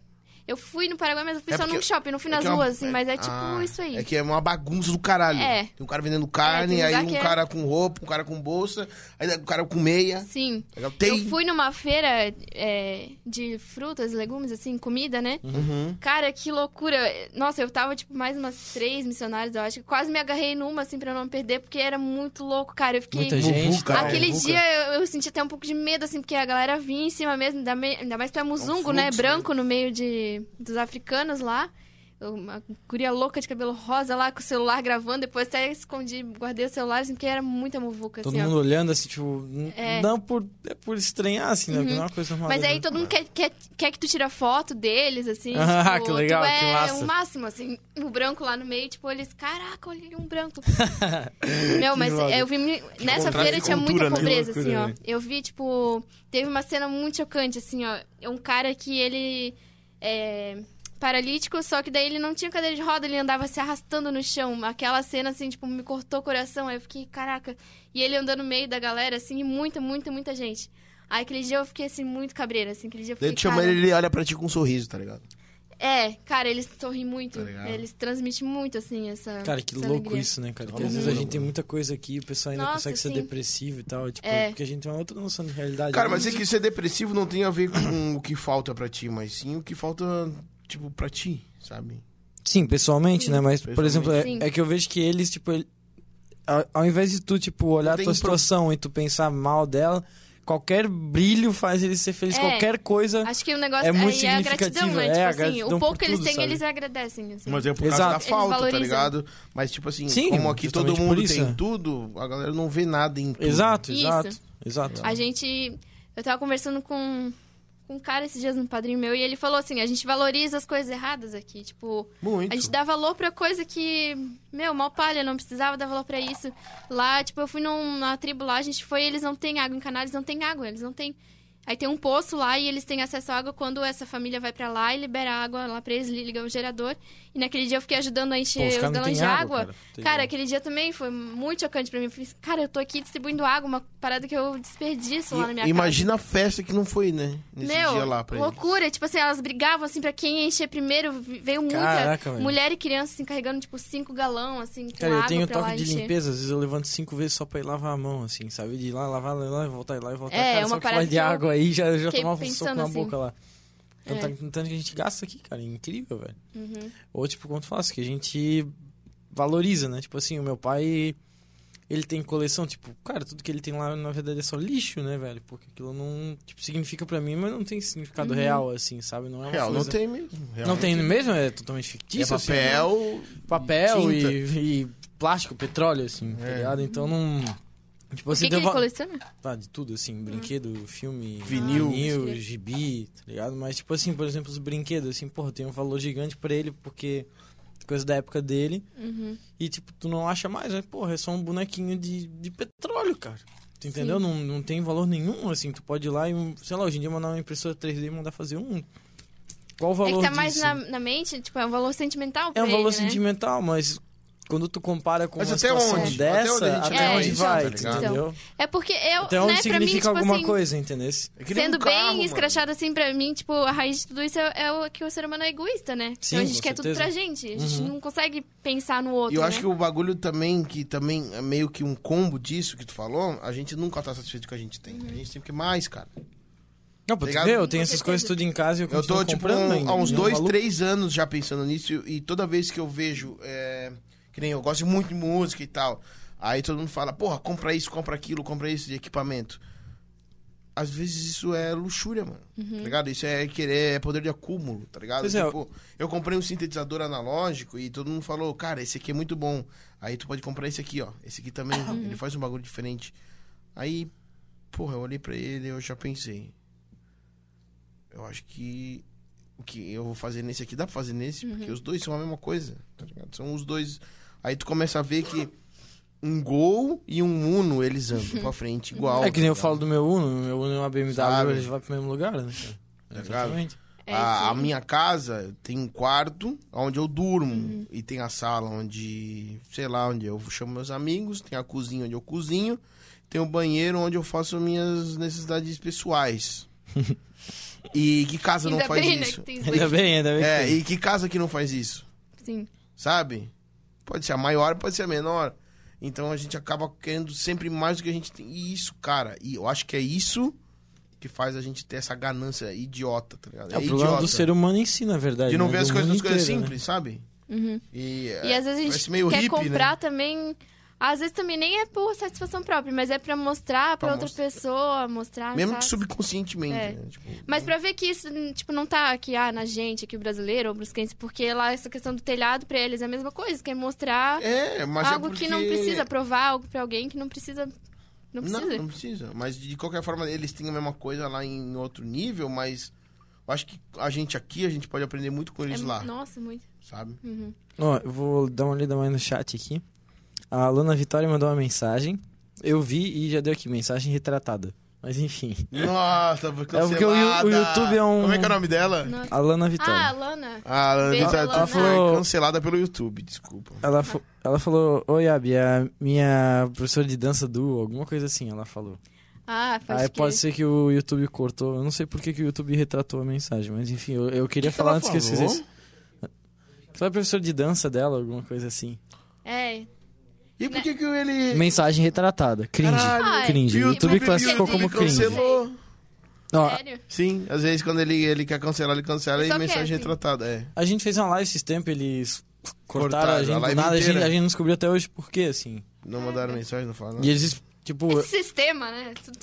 S3: Eu fui no Paraguai, mas eu fui
S1: É
S3: só
S1: porque-
S3: num shopping, não fui
S1: é
S3: nas
S1: que é uma-
S3: ruas, assim, mas é tipo
S1: Ah,
S3: isso aí.
S1: É que é uma bagunça do caralho.
S3: É.
S1: Tem um cara vendendo carne,
S3: É, tem lugar
S1: aí um
S3: que é-
S1: cara com roupa, um cara com bolsa, aí um cara com meia.
S3: Sim.
S1: Tá ligado? Tem.
S3: Eu fui numa feira é, de frutas, legumes, assim, comida, né?
S1: Uhum.
S3: Cara, que loucura. Nossa, eu tava, tipo, mais umas três missionárias, eu acho. Quase me agarrei numa, assim, pra não perder, porque era muito louco, cara. Eu fiquei...
S2: Muita gente.
S1: Muvuca,
S2: tal.
S3: Aquele
S1: Muvuca.
S3: dia eu, eu senti até um pouco de medo, assim, porque a galera vinha em cima mesmo, ainda, me- ainda mais tu é muzungo, né?
S1: fluxo,
S3: Branco no meio de, dos africanos lá. Uma guria louca de cabelo rosa lá, com o celular gravando, depois até escondi, guardei o celular, assim, porque era muita muvuca,
S2: Todo
S3: assim, ó.
S2: mundo olhando assim, tipo, n- não por, é por estranhar, assim, né? Porque não é uma coisa normal.
S3: Uhum. Mas aí
S2: né?
S3: todo mundo quer, quer, quer que tu tira foto deles, assim.
S2: Ah,
S3: tipo,
S2: que legal,
S3: tu
S2: que
S3: é
S2: massa.
S3: o máximo, assim. O branco lá no meio, tipo, eles, caraca, olha ali um branco. Meu, mas
S2: foda.
S3: é, eu vi. mui- Nessa
S1: contraste
S3: feira
S1: de
S3: tinha
S1: cultura, né?
S3: muita pobreza,
S2: Que
S3: assim,
S2: loucura,
S3: ó.
S2: né?
S3: Eu vi, tipo. Teve uma cena muito chocante, assim, ó. É Um cara que ele. É. Paralítico, só que daí ele não tinha cadeira de roda, ele andava se arrastando no chão. Aquela cena, assim, tipo, me cortou o coração. Aí eu fiquei, caraca. E ele andando no meio da galera, assim, e muita, muita, muita gente. Aí aquele dia eu fiquei assim, muito cabreira, assim, aquele dia eu
S1: Daí
S3: fiquei.
S1: tu chama
S3: cara,
S1: ele, ele olha pra ti com um sorriso, tá ligado?
S3: É, cara, eles sorrem muito.
S1: Tá ligado?
S3: eles transmitem muito, assim, essa.
S2: Cara, que
S3: essa
S2: louco
S3: alegria.
S2: isso, né, cara? Porque
S1: Uma
S2: às vezes a
S1: loucura,
S2: gente tem muita coisa aqui e o pessoal ainda
S3: Nossa,
S2: consegue ser
S3: sim.
S2: depressivo e tal. Tipo,
S3: É.
S2: Porque a gente tem uma outra noção de realidade.
S1: Cara,
S2: né?
S1: mas é que ser depressivo não tem a ver com o que falta pra ti, mas sim o que falta, tipo, pra ti, sabe?
S2: Sim, pessoalmente, né? Mas, por
S1: Pessoalmente.
S2: exemplo, é,
S3: Sim.
S2: é que eu vejo que eles, tipo... ele- a- ao invés de tu, tipo, olhar a
S1: tem
S2: tua
S1: pro-
S2: situação e tu pensar mal dela, qualquer brilho faz eles ser felizes.
S3: É.
S2: Qualquer coisa...
S3: Acho que o negócio
S2: É
S3: é,
S2: muito
S3: aí é a gratidão,
S2: significativo,
S3: né?
S2: é, a
S3: tipo assim,
S2: gratidão
S3: o pouco
S2: por
S3: que eles
S2: tudo,
S3: têm,
S2: sabe?
S3: eles agradecem, assim.
S1: Mas é por
S2: Exato.
S1: causa da
S2: Eles
S1: falta, tá
S3: valorizam.
S1: ligado? Mas, tipo assim,
S2: Sim,
S1: como aqui todo
S2: justamente por
S1: mundo
S2: isso,
S1: tem
S2: né?
S1: tudo, a galera não vê nada em tudo.
S2: Exato,
S3: Isso.
S2: exato.
S1: é
S2: Exato.
S3: A gente. Eu tava conversando com, com um cara esses dias, um padrinho meu, e ele falou assim: a gente valoriza as coisas erradas aqui. Tipo,
S1: Muito.
S3: a gente dá valor pra coisa que, meu, mal palha, não precisava dar valor pra isso. Lá, tipo, eu fui num- numa tribo lá, a gente foi, eles não têm água. Em Canário, eles não têm água, eles não têm. Aí tem um poço lá e eles têm acesso à água quando essa família vai pra lá e libera água lá pra eles, ligam o gerador. E naquele dia eu fiquei ajudando a
S2: Pô,
S3: encher
S2: os
S3: os
S2: caras não
S3: galões
S2: têm
S3: de água.
S2: água, cara.
S3: Cara, aquele dia também foi muito chocante pra mim. Eu falei, assim, cara, eu tô aqui distribuindo água, uma parada que eu desperdiço lá na minha
S1: E- Imagina a festa que não foi, né?
S3: casa.
S1: Nesse
S3: Meu,
S1: dia lá pra eles.
S3: loucura. Tipo assim, elas brigavam, assim, pra quem ia encher primeiro. Vi- Veio muita
S2: Caraca, velho.
S3: mulher e criança, assim, carregando, tipo, cinco galão, assim, com
S2: Cara,
S3: água
S2: eu tenho
S3: pra lá
S2: toque de
S3: encher.
S2: limpeza, às vezes eu levanto cinco vezes só pra ir lavar a mão, assim, sabe? De ir lá, lavar, lá, lá, voltar, ir lá e voltar.
S3: É,
S2: cara,
S3: é
S2: só
S3: uma
S2: que vai
S3: parada
S2: de
S3: que eu
S2: água aí, já, já
S3: fiquei
S2: tomava um soco
S3: pensando
S2: na
S3: assim.
S2: boca lá. Então,
S3: É. Uhum.
S2: tá- tanto que a gente gasta aqui, cara, é incrível, velho. Ou, tipo, como tu fala, assim, que a gente valoriza, né? Tipo assim, o meu pai, ele tem coleção, tipo, cara, tudo que ele tem lá na verdade é só lixo, né, velho? Porque aquilo não, tipo, significa pra mim, mas não tem
S3: Uhum.
S2: significado real, assim, sabe? Não é uma
S1: Real, não
S2: coisa-
S1: tem mesmo. Real
S2: Não tem mesmo? É totalmente
S1: É
S2: fictício, assim, né?
S1: papel.
S2: papel
S1: tinta. É.
S2: e, e plástico, petróleo, assim, tá ligado? Então não. Tipo,
S3: O que,
S2: você
S3: que
S2: tem
S3: ele
S2: va-
S3: coleciona?
S2: ah, de tudo, assim, brinquedo, filme,
S1: Vinil.
S3: Ah, pode crer.
S2: gibi, tá ligado? Mas, tipo assim, por exemplo, os brinquedos, assim, porra, tem um valor gigante pra ele, porque é coisa da época dele.
S3: Uhum.
S2: E, tipo, tu não acha mais, né? Porra, é só um bonequinho de, de petróleo, cara. Tu entendeu? Não, não tem valor nenhum, assim. Tu pode ir lá e, um- sei lá, hoje em dia mandar uma impressora 3D e mandar fazer um. Qual o
S3: É
S2: valor
S3: que tá mais
S2: disso?
S3: na, na mente, tipo, é um valor sentimental pra
S2: É um
S3: ele,
S2: valor
S3: né?
S2: sentimental, mas quando tu compara com
S1: Mas
S2: uma
S1: até
S2: situação
S1: onde? Até
S2: dessa,
S1: onde a gente
S3: vai
S2: onde
S3: isso,
S2: vai,
S1: tá
S2: tu
S1: ligado?
S2: entendeu?
S3: É porque eu,
S2: Até
S3: né,
S2: onde
S3: pra mim,
S2: Então, significa
S3: tipo
S2: alguma
S3: assim,
S2: coisa, entendeu?
S1: É que nem um
S3: sendo
S1: carro,
S3: bem
S1: mano.
S3: escrachado assim pra mim, tipo, a raiz de tudo isso é, é o que o ser humano é egoísta, né?
S2: Sim,
S3: então a gente
S2: com
S3: quer tudo
S2: certeza. Uhum.
S3: pra gente. A gente não consegue pensar no outro.
S1: E eu acho
S3: né?
S1: que o bagulho também, que também é meio que um combo disso que tu falou, a gente nunca tá satisfeito com o que a gente tem. A gente tem que mais, cara.
S2: Não, pra tu
S1: Ligado?
S2: ver, eu tenho
S3: Com
S2: essas
S3: certeza.
S2: coisas tudo em casa e eu
S1: Eu
S2: continuo
S1: tô, tipo,
S2: comprando
S1: um-
S2: ainda,
S1: há uns
S2: né?
S1: dois,
S2: Maluco.
S1: três anos já pensando nisso. E toda vez que eu vejo. é, que nem eu gosto muito de música e tal. Aí todo mundo fala, porra, compra isso, compra aquilo, compra isso de equipamento. Às vezes isso é luxúria, mano. Tá ligado? Isso é querer, é poder de acúmulo, tá ligado?
S2: Pois é,
S1: Tipo, eu comprei um sintetizador analógico e todo mundo falou, cara, esse aqui é muito bom. Aí tu pode comprar esse aqui, ó. Esse aqui também, ele faz um bagulho diferente. Aí, porra, eu olhei pra ele e eu já pensei. Eu acho que o que eu vou fazer nesse aqui dá pra fazer nesse, porque os dois são a mesma coisa, tá ligado? São os dois. Aí tu começa a ver que um Gol e um Uno eles andam pra frente igual.
S2: É que nem eu
S1: tá ligado?
S2: falo do meu Uno, meu Uno é uma BMW,
S1: Sabe?
S2: eles vão pro mesmo lugar, né? cara?
S1: ligado?
S2: Exatamente.
S3: É
S1: a, a
S3: isso.
S1: minha casa tem um quarto onde eu durmo
S3: Uhum.
S1: e tem a sala onde, sei lá, onde eu chamo meus amigos, tem a cozinha onde eu cozinho, tem o banheiro onde eu faço minhas necessidades pessoais. e que casa
S3: Ainda
S1: não faz
S3: bem,
S1: isso?
S3: Né, que tem
S2: Ainda
S3: isso.
S2: bem, ainda bem.
S1: É,
S2: que-
S1: e que casa que não faz isso?
S3: Sim.
S1: sabe? Pode ser a maior, pode ser a menor. Então a gente acaba querendo sempre mais do que a gente tem. E isso, cara, e eu acho que é isso que faz a gente ter essa ganância idiota, tá ligado?
S2: É, o problema
S1: idiota.
S2: do ser humano em si, na verdade.
S1: de não
S2: né?
S1: ver as
S2: Do
S1: coisas
S2: mundo
S1: nas coisas
S2: inteiro, né?
S1: simples, sabe?
S3: Uhum.
S1: E, é,
S3: E às vezes a
S1: parece
S3: gente
S1: meio
S3: quer
S1: hippie,
S3: comprar
S1: né?
S3: também. Às vezes também nem é por satisfação própria, mas é pra mostrar pra,
S1: Pra
S3: outra
S1: mostrar.
S3: pessoa, mostrar.
S1: Mesmo
S3: sabe?
S1: que subconscientemente,
S3: É.
S1: né? Tipo,
S3: Mas pra ver que isso, tipo, não tá aqui, ah, na gente, aqui o brasileiro, ou o brusquense, porque lá essa questão do telhado pra eles é a mesma coisa, quer mostrar
S1: é, mas é
S3: algo
S1: porque...
S3: que não precisa, provar algo pra alguém que não precisa. Não precisa.
S1: Não, não precisa. Mas de qualquer forma, eles têm a mesma coisa lá em outro nível, mas eu acho que a gente aqui, a gente pode aprender muito com
S3: É
S1: eles
S3: mu-
S1: lá,
S3: Nossa, muito.
S1: sabe?
S3: Uhum.
S2: Ó, eu vou dar uma lida mais no chat aqui. A Alana Vitória mandou uma mensagem. Eu vi e já deu aqui, mensagem retratada. Mas enfim,
S1: Nossa, foi
S2: É
S1: cancelada.
S2: porque o Yu- o YouTube é um-
S1: Como é que é o nome dela?
S3: Não.
S2: Alana
S3: Ah,
S2: Vitória.
S3: Lana.
S1: Ah, ela,
S3: Beijo,
S1: tá-
S3: Alana.
S1: tá-
S2: Ela-
S1: foi cancelada pelo YouTube, desculpa.
S2: Ela, fo- ela falou, oi Abi, a minha professora de dança do, alguma coisa assim, ela falou.
S3: Ah, faz
S2: Aí
S3: que...
S2: pode ser que o YouTube cortou. Eu não sei por que, que o YouTube retratou a mensagem, mas enfim, eu, eu queria
S1: Que que
S2: falar
S1: ela
S2: antes que eu
S1: falou?
S2: esquecesse. Só a professora de dança dela, alguma coisa assim.
S3: É.
S1: E por que que ele...
S2: Mensagem retratada. Cringe.
S1: Caralho.
S2: cringe. O
S3: Ai,
S2: YouTube
S3: É. Ah, YouTube
S2: classificou como
S3: YouTube
S2: cringe.
S3: cancelou.
S2: Ó,
S3: Sério?
S1: Sim, às vezes quando ele, ele quer cancelar, ele cancela
S3: Ele
S1: e
S3: só
S1: mensagem
S3: quer, assim.
S1: retratada, é.
S2: A gente fez uma live esses tempos, eles cortaram,
S1: Cortaram
S2: a gente
S1: a
S2: do
S1: live
S2: nada, a gente,
S1: inteira.
S2: a gente não descobriu até hoje por quê, assim.
S1: Não
S3: É
S1: mandaram mensagem, não falaram.
S2: E eles, tipo.
S3: Esse sistema, né? Tudo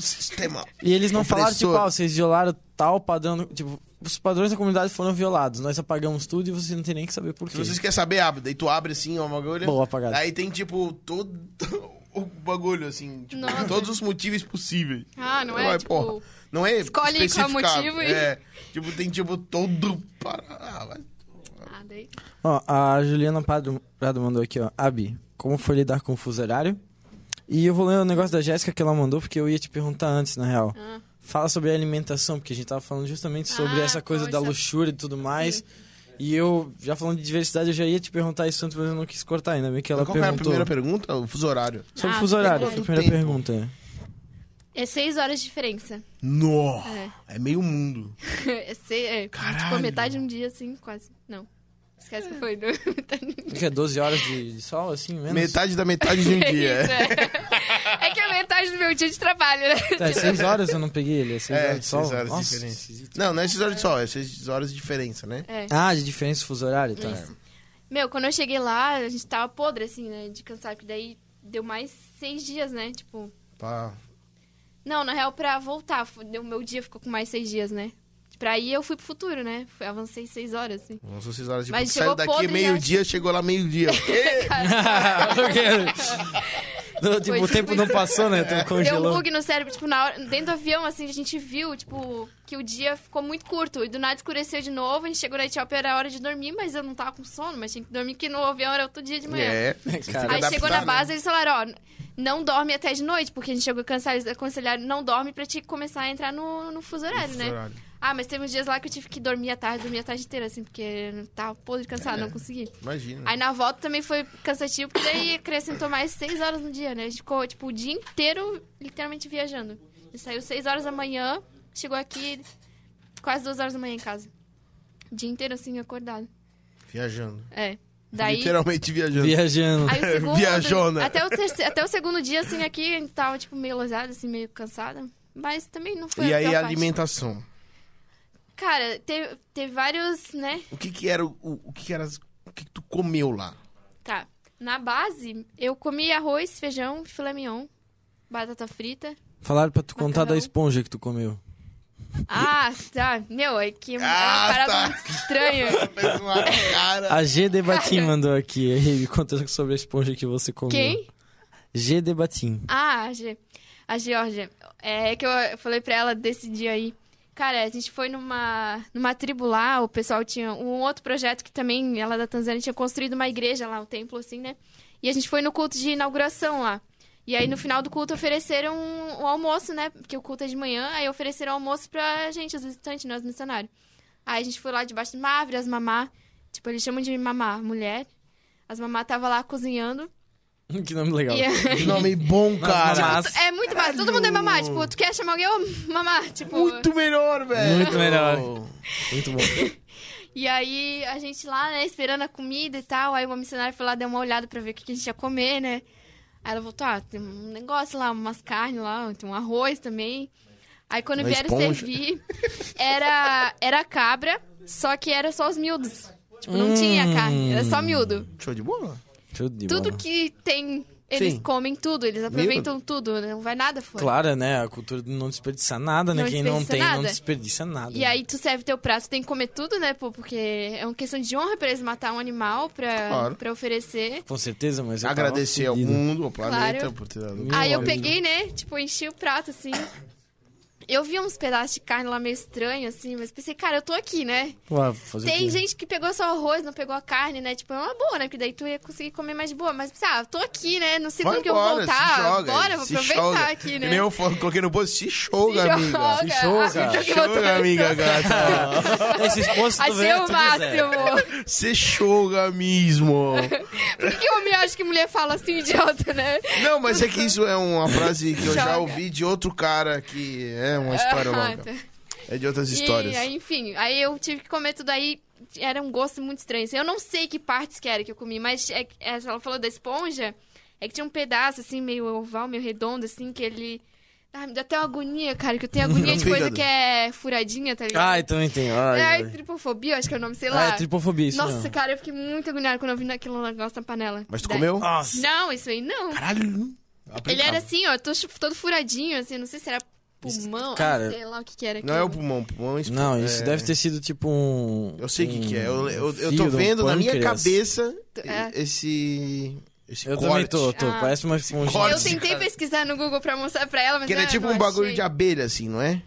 S1: Sistema.
S2: e eles não falaram, tipo,
S1: Compressor.
S2: ah, vocês violaram tal padrão. Tipo, os padrões da comunidade foram violados. Nós apagamos tudo e vocês não tem nem que saber por
S1: Se
S2: quê.
S1: vocês querem saber, abre. Daí tu abre assim, ó, uma bagulho.
S2: Boa, apagada.
S1: Aí tem, tipo, todo o bagulho, assim. tipo,
S3: Nossa.
S1: todos os motivos possíveis.
S3: Ah, não é?
S1: Vai,
S3: tipo.
S1: porra. Não é
S3: Escolhe qual
S1: especificado.
S3: motivo e-
S1: É, tipo, tem, tipo, todo... para- Ah, vai
S3: Ah, daí.
S2: Ó, a Juliana Prado, Prado mandou aqui, ó. Abi, como foi lidar com o fuso horário? E eu vou ler o negócio da Jéssica que ela mandou, porque eu ia te perguntar antes, na real.
S3: Ah.
S2: Fala sobre a alimentação, porque a gente tava falando justamente sobre
S3: Ah,
S2: essa coisa da
S3: poxa.
S2: luxúria e tudo mais. E eu, já falando de diversidade, eu já ia te perguntar isso antes, mas eu não quis cortar ainda, meio que ela
S1: Qual que era a
S2: perguntou.
S1: primeira pergunta? O fuso horário.
S2: Sobre o
S3: Ah,
S2: fuso horário,
S3: pergunta
S2: foi a
S1: do
S2: primeira
S1: tempo.
S2: pergunta.
S3: É seis horas de diferença.
S1: No! É meio mundo.
S3: É, sei, é tipo,
S1: Caralho.
S3: metade de um dia, assim, quase. Não. Esquece que foi do- tá metade.
S1: Um
S2: O que é 12 horas de, de sol, assim, menos?
S1: Metade da metade de um
S3: É
S1: dia.
S3: isso, é. É que é metade do meu dia de trabalho, né?
S2: Tá, é 6 horas eu não peguei ele, é 6
S1: É,
S2: horas de sol.
S1: seis horas de
S2: Nossa.
S1: diferença. Não, não é 6 horas de sol, é 6 horas de diferença, né?
S3: É.
S2: Ah, de diferença do fuso horário, tá.
S3: Meu, quando eu cheguei lá, a gente tava podre, assim, né? De cansado, porque daí deu mais seis dias, né? Tipo.
S1: Pra...
S3: Não, na real, pra voltar, fu- deu- meu dia ficou com mais seis dias, né? Pra ir, eu fui pro futuro, né? Fui- avancei seis horas, assim.
S1: Nossa, vocês horas, tipo,
S3: Mas
S1: saiu
S3: chegou
S1: daqui
S3: podre, né? É.
S1: meio-dia, chegou lá meio-dia.
S2: Não, tipo, o
S3: Foi
S2: tempo
S3: tipo
S2: não
S3: isso.
S2: passou, né?
S1: É.
S2: Tu
S3: Deu um
S2: congelou.
S3: bug no cérebro, tipo, na hora, dentro do avião, assim, a gente viu, tipo, que o dia ficou muito curto. E do nada escureceu de novo, a gente chegou na Etiópia, era hora de dormir, mas eu não tava com sono, mas tinha que dormir, que no avião era outro dia de manhã.
S1: é. você
S2: Cara.
S1: tem
S3: Aí
S1: que
S3: chegou
S1: adaptar, né?
S3: na base, eles falaram, ó, não dorme até de noite, porque a gente chegou cansado, eles aconselharam, não dorme pra te começar a entrar no, no fuso horário,
S1: Fuso
S3: né?
S1: horário.
S3: Ah, mas teve uns dias lá que eu tive que dormir à tarde, dormir a tarde inteira, assim, porque eu tava podre cansado, não consegui.
S1: Imagina.
S3: Aí na volta também foi cansativo, porque daí acrescentou mais seis horas no dia, né? A gente ficou, tipo, o dia inteiro literalmente viajando. A gente saiu seis horas da manhã, chegou aqui quase duas horas da manhã em casa. O dia inteiro, assim, acordado.
S1: Viajando.
S3: É. Daí...
S1: Literalmente viajando.
S2: Viajando.
S3: Aí o segundo,
S1: Viajona.
S3: Até o, terce- até o segundo dia, assim, aqui, a gente tava, tipo, meio lesada, assim, meio cansada. Mas também não foi
S1: E
S3: a
S1: aí,
S3: pior
S1: a
S3: parte.
S1: alimentação.
S3: Cara, teve, teve vários, né?
S1: O que que era o, o que que era as- o que que tu comeu lá?
S3: Tá. Na base, eu comi arroz, feijão, filé mignon, batata frita.
S2: Falaram pra tu contar
S3: Macarrão.
S2: da esponja que tu comeu.
S3: Ah, tá. Meu, é que é uma
S1: Ah,
S3: parada
S1: tá.
S3: muito estranha.
S1: Fez uma cara.
S2: A G Debatim mandou aqui. Ele conta sobre a esponja que você comeu.
S3: Quem?
S2: G Debatim.
S3: Ah, a Ge... a Georgia. É que eu eu falei pra ela desse dia aí. Cara, a gente foi numa, numa tribo lá, o pessoal tinha um outro projeto que também, ela da Tanzânia, tinha construído uma igreja lá, um templo assim, né? E a gente foi no culto de inauguração lá. E aí no final do culto ofereceram um, um almoço, né? Porque o culto é de manhã, aí ofereceram almoço pra gente, os visitantes, né? Os missionários. Aí a gente foi lá debaixo de uma árvore, as mamá, tipo, eles chamam de mamá, mulher. As mamá tava lá cozinhando.
S2: Que nome legal.
S3: E
S1: Que nome bom, cara.
S2: Mas-
S3: é muito massa. Todo mundo é mamá. Tipo, tu quer chamar alguém, ô mamá. Tipo,
S1: Muito melhor, velho.
S2: Muito melhor. Muito bom.
S3: e aí a gente lá, né, esperando a comida e tal. Aí uma missionária foi lá, deu uma olhada pra ver o que que a gente ia comer, né? Aí ela voltou, ah, tem um negócio lá, umas carnes lá, tem um arroz também. Aí quando
S1: Uma
S3: vieram
S1: esponja.
S3: servir, era, era cabra, só que era só os miúdos. Tipo,
S1: Hum.
S3: não tinha carne, era só miúdo.
S1: Show de bola.
S2: Show de
S3: Tudo
S2: bola.
S3: que tem, eles
S1: Sim.
S3: comem tudo, eles aproveitam tudo, né, não vai nada fora.
S2: Claro, né? A cultura de não desperdiçar nada, né?
S3: Não
S2: Quem não
S3: desperdiça
S2: tem, não
S3: nada.
S2: desperdiça nada.
S3: E aí tu serve teu prato, tem que comer tudo, né, pô? Porque é uma questão de honra pra eles matar um animal pra,
S1: Claro.
S3: pra oferecer.
S2: Com certeza, mas eu tava
S1: Agradecer ao
S2: fudido.
S1: mundo, ao planeta,
S3: Claro.
S1: por ter dado.
S2: Meu
S3: aí eu
S2: amigo.
S3: peguei, né, tipo, enchi o prato, assim. Eu vi uns pedaços de carne lá meio estranho, assim, mas pensei, cara, eu tô aqui, né?
S2: Ué, fazer o
S3: Tem
S2: quê?
S3: gente que pegou só arroz, não pegou a carne, né? Tipo, é uma boa, né? Porque daí tu ia conseguir comer mais de boa. Mas pensei, ah, eu tô aqui, né? Não sei
S1: Vai
S3: quando que eu
S1: embora,
S3: vou voltar.
S1: se joga.
S3: Bora, vou
S1: se
S3: aproveitar
S1: joga.
S3: aqui,
S1: Que
S3: né?
S1: nem eu falo, coloquei no bolso, se joga, amiga.
S2: Se joga.
S3: Ah,
S1: Se
S3: que eu tô
S1: joga, amiga gata.
S2: Esses postos Ah, tu vê
S3: Achei o
S2: tudo certo.
S3: máximo.
S1: Se joga mesmo.
S3: Por que homem acha que mulher fala assim, idiota, né?
S1: Não, mas é que isso é uma frase que eu já
S3: Joga.
S1: ouvi de outro cara que é uma história
S3: Ah,
S1: longa.
S3: tá.
S1: É de outras
S3: E,
S1: histórias.
S3: aí, enfim, aí eu tive que comer tudo aí. Era um gosto muito estranho. assim. Eu não sei que partes que era que eu comi, mas é, que- essa- ela falou da esponja. É que tinha um pedaço, assim, meio oval, meio redondo, assim, que ele. Ai, me dá até uma agonia, cara, que eu tenho agonia de coisa
S1: Fígado.
S3: que é furadinha, tá ligado?
S2: Ai, também tem. então Ai,
S3: É, ai,
S2: ai.
S3: tripofobia, acho que é o nome,
S1: Ah,
S3: sei lá.
S2: Ai, tripofobia, isso
S3: Nossa,
S2: mesmo.
S3: cara, eu fiquei muito agoniada quando eu vi aquele negócio na panela.
S1: Mas tu
S3: Daí- Ah,
S1: comeu?
S2: Nossa.
S3: Não, isso aí não.
S1: Caralho.
S3: Ele era assim, ó, tô chu- todo furadinho, assim, não sei se era pulmão, ah,
S2: cara,
S3: sei lá o que que era.
S1: Não é
S3: aquilo.
S1: o pulmão, pulmão é isso.
S2: Não, isso
S1: é-
S2: deve ter sido tipo um.
S1: Eu sei o que, que é. Eu, eu, eu
S2: fio
S1: tô
S2: de um
S1: vendo na minha
S2: pâncreas.
S1: cabeça
S3: É.
S1: esse. Esse
S2: Eu
S1: corte.
S2: também tô, tô.
S3: Ah.
S2: Parece uma esponja.
S1: corte.
S3: Eu tentei
S1: cara.
S3: pesquisar no Google pra mostrar pra ela, mas
S1: Que ele
S3: não,
S1: é tipo
S3: não
S1: um bagulho de
S3: achei.
S1: abelha, assim, não é?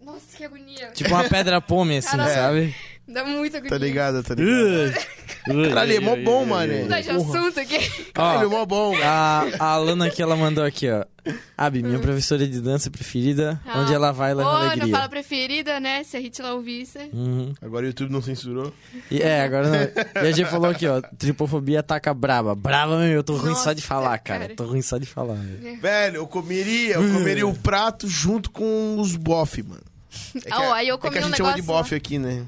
S3: Nossa, que agonia.
S2: Tipo uma pedra pome, assim,
S3: Caralho.
S2: sabe?
S3: Dá muita agonia.
S1: Tá ligado, tá ligado?
S2: Ui.
S1: Caralho, é mó
S2: Ui,
S1: bom,
S2: ui,
S1: mano.
S2: ui, ui.
S3: Mudar de assunto aqui.
S1: Caralho, é
S2: Ó,
S1: mó bom.
S2: a, a Alana aqui, ela mandou aqui, ó. Abi, minha professora de dança preferida,
S3: Hum. Ah.
S2: onde ela vai,
S3: Ô,
S2: ela é uma
S3: não
S2: alegria.
S3: fala preferida, né? Se a Hitler ouvisse.
S2: Uhum.
S1: Agora o YouTube não censurou.
S2: E, é, agora não. E a G falou aqui, ó. Tripofobia ataca braba. Braba mesmo, eu tô ruim só de
S3: Nossa,
S2: falar, cara.
S3: cara.
S2: Tô ruim só de falar. velho.
S1: Velho, eu comeria, eu comeria o prato junto com os bofe, mano. É que,
S3: Ah, ó, aí eu
S1: é que
S3: comi
S1: a
S3: um
S1: gente chama de
S3: negócio lá.
S1: bofe aqui, né?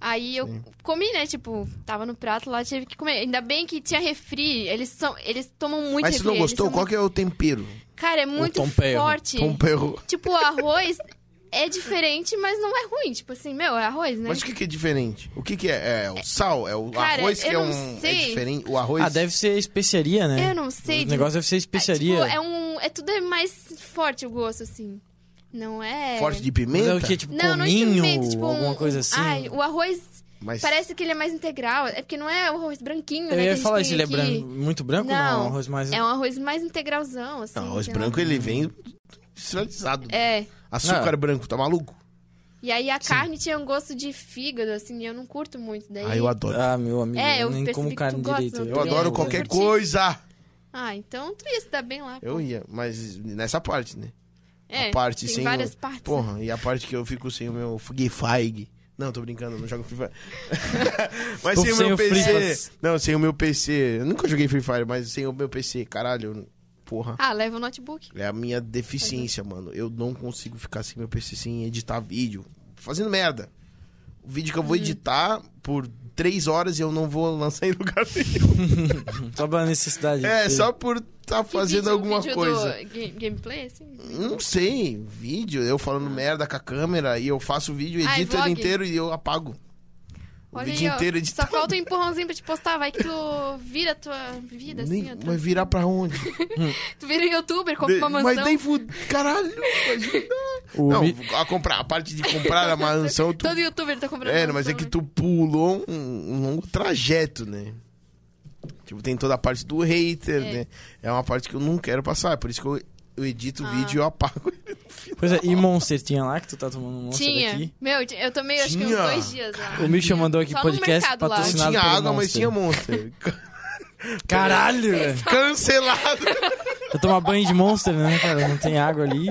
S3: Aí eu comi, né? Tipo, tava no prato lá, tive que comer. Ainda bem que tinha refri. Eles, são, eles tomam muito
S1: Mas se
S3: refri.
S1: não
S3: eles
S1: gostou,
S3: são
S1: qual que é o tempero?
S3: muito- Cara, é muito
S2: Tom Perro.
S3: forte.
S1: Tempero.
S3: Tipo, o arroz É diferente, mas não é ruim. Tipo assim, meu, é arroz, né?
S1: Mas o que, que é diferente? O que, que é? É o sal? É o
S3: Cara,
S1: arroz que
S3: eu
S1: é
S3: não
S1: um. É
S3: sei.
S1: diferente? O arroz.
S2: Ah, deve ser especiaria, né?
S3: Eu não sei. tipo,
S2: O negócio deve ser especiaria.
S3: É, tipo, é um. É tudo é mais forte o gosto, assim. Não é.
S1: Forte de
S2: Mas
S1: pimenta?
S2: é o que? Tipo,
S3: Não, não é
S2: cominho,
S3: pimenta, tipo, um-
S2: alguma coisa assim?
S3: Ai, o arroz
S1: Mas
S3: parece que ele é mais integral. É porque não é o arroz branquinho,
S2: eu
S3: né? que a
S2: ia
S3: gente
S2: falar
S3: tem
S2: se ele é
S3: aqui.
S2: branco, muito branco não,
S3: Não,
S2: um arroz mais...
S3: É um arroz mais integralzão, assim.
S1: Não, É um arroz
S3: sei lá.
S1: branco ele vem industrializado.
S3: É.
S1: Açúcar
S2: Ah.
S1: branco, tá maluco?
S3: E aí a carne tinha um gosto de fígado, assim, e eu não curto muito. Daí...
S1: Ah, eu adoro.
S2: Ah, meu amigo,
S3: É, eu
S2: nem
S3: percebi
S2: como
S3: que tu
S2: carne
S3: gosta,
S2: direito.
S3: não
S1: Eu
S3: também
S1: adoro
S3: não
S1: qualquer
S3: curti.
S1: coisa.
S3: Ah, então tu ia se dar bem lá. pô.
S1: Eu ia, mas nessa parte, né?
S3: é,
S1: a parte
S3: tem
S1: sem.
S3: várias
S1: o...
S3: partes.
S1: Porra, e a parte que eu fico sem o meu Free Fire. Não, tô brincando, eu não jogo Free Fire. mas
S2: Tô
S1: sem o
S2: sem
S1: meu
S2: o Free
S1: PC.
S2: Fire.
S1: Não, sem o meu PC. Eu nunca joguei Free Fire, mas sem o meu PC, caralho. eu- Porra.
S3: Ah, leva o notebook.
S1: É a minha deficiência, mano. Eu não consigo ficar sem meu PC sem editar vídeo. Fazendo merda. O vídeo que eu vou
S3: Hum.
S1: editar por três horas e eu não vou lançar em lugar nenhum.
S2: Só pela necessidade.
S1: É,
S2: de-
S1: só por tá
S3: Que
S1: fazendo
S3: vídeo,
S1: alguma
S3: vídeo
S1: coisa.
S3: Do ga- gameplay, assim?
S1: Não sei, vídeo, eu falando merda com a câmera e eu faço o vídeo,
S3: Ah,
S1: edito ele
S3: vlog?
S1: inteiro e eu apago. O
S3: Olha
S1: vídeo
S3: aí, ó.
S1: inteiro
S3: Só
S1: editado.
S3: falta um empurrãozinho pra te postar, vai que tu vira a tua vida, assim.
S1: Nem,
S3: ó, tu-
S1: mas virar pra onde?
S3: Tu vira um youtuber, compra uma mansão.
S1: mas nem fud... Caralho, imagina.
S2: O
S1: Não,
S2: mi-
S1: a, comprar, a parte de comprar a mansão, tu
S3: Todo youtuber tá comprando
S1: É,
S3: mansão,
S1: mas é que
S3: né?
S1: tu pulou um, um longo trajeto, né? Tipo, tem toda a parte do hater,
S3: É.
S1: né? É uma parte que eu não quero passar. É por isso que eu, eu edito
S3: Ah.
S1: o vídeo e eu apago.
S3: Tá.
S2: Pois é, e Monster tinha lá que tu tá tomando um Monster
S3: Tinha.
S2: aqui?
S3: Meu, eu tomei acho que uns
S1: Tinha.
S3: dois dias lá.
S2: O Misha mandou aqui
S3: Só no
S2: podcast
S3: mercado lá.
S1: Não
S2: patrocinado
S1: tinha
S2: pelo
S1: água, mas
S2: Monster.
S1: tinha Monster. Ca-
S2: Caralho, velho.
S1: Cancelado!
S2: Eu tomar banho de Monster, né, cara? Não tem água ali.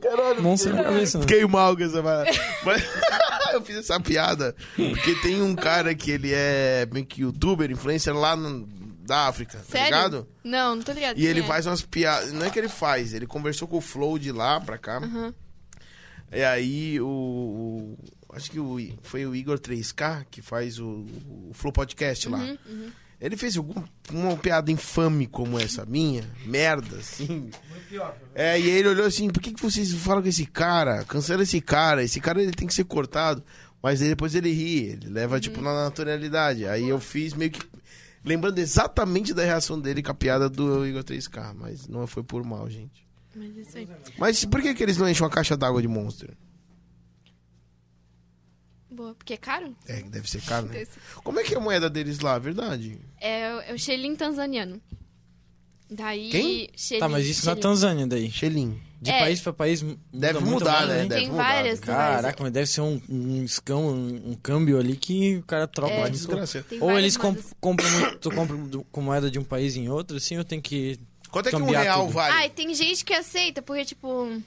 S2: Caralho. Monster na cabeça, né?
S1: Fiquei mal com essa parada. Mas eu fiz essa piada. Porque tem um cara que ele é meio que youtuber, influencer lá no- da África, tá
S3: Sério?
S1: ligado?
S3: Não, não tô ligado.
S1: E ele
S3: É.
S1: faz umas piadas. Não é que ele faz, ele conversou com o Flow de lá pra cá.
S3: Aham.
S1: E aí o. o- acho que o, I- foi o Igor 3K que faz o, o Flow Podcast lá. Ele fez algum, uma piada infame como essa minha, merda, assim. É, e ele olhou assim, por que, que vocês falam com esse cara? Cancela esse cara, esse cara ele tem que ser cortado. Mas aí depois ele ri, ele leva, tipo, na naturalidade. Aí eu fiz meio que. Lembrando exatamente da reação dele com a piada do Igor 3K, mas não foi por mal, gente.
S3: Mas isso aí.
S1: Mas por que, que eles não enchem uma caixa d'água de Monster?
S3: Boa, porque é caro?
S1: É, que deve ser caro, né? Como é que é a moeda deles lá, verdade?
S3: É, é o xelim tanzaniano. Daí.
S1: Quem?
S3: Xelim,
S2: Tá, mas isso na
S3: xelim.
S2: Tanzânia daí.
S1: Xelim.
S2: De
S3: É.
S2: país pra país muda
S1: Deve
S2: muito
S1: mudar,
S2: mais,
S1: né? Deve
S3: Tem
S1: mudar,
S3: várias.
S1: né?
S3: tem várias.
S2: Caraca, mas deve ser um, um escão, um, um câmbio ali que o cara troca.
S3: É.
S2: tipo,
S1: Desgraça.
S3: Tem
S2: ou
S3: várias
S2: eles comp-
S3: moedas.
S2: compram, muito- tu compra do- com moeda de um país em outro, assim, eu tenho que...
S1: Quanto é que um
S2: Cambiar
S1: real
S2: tudo.
S1: vale?
S3: Ah, e tem gente que aceita, porque, tipo.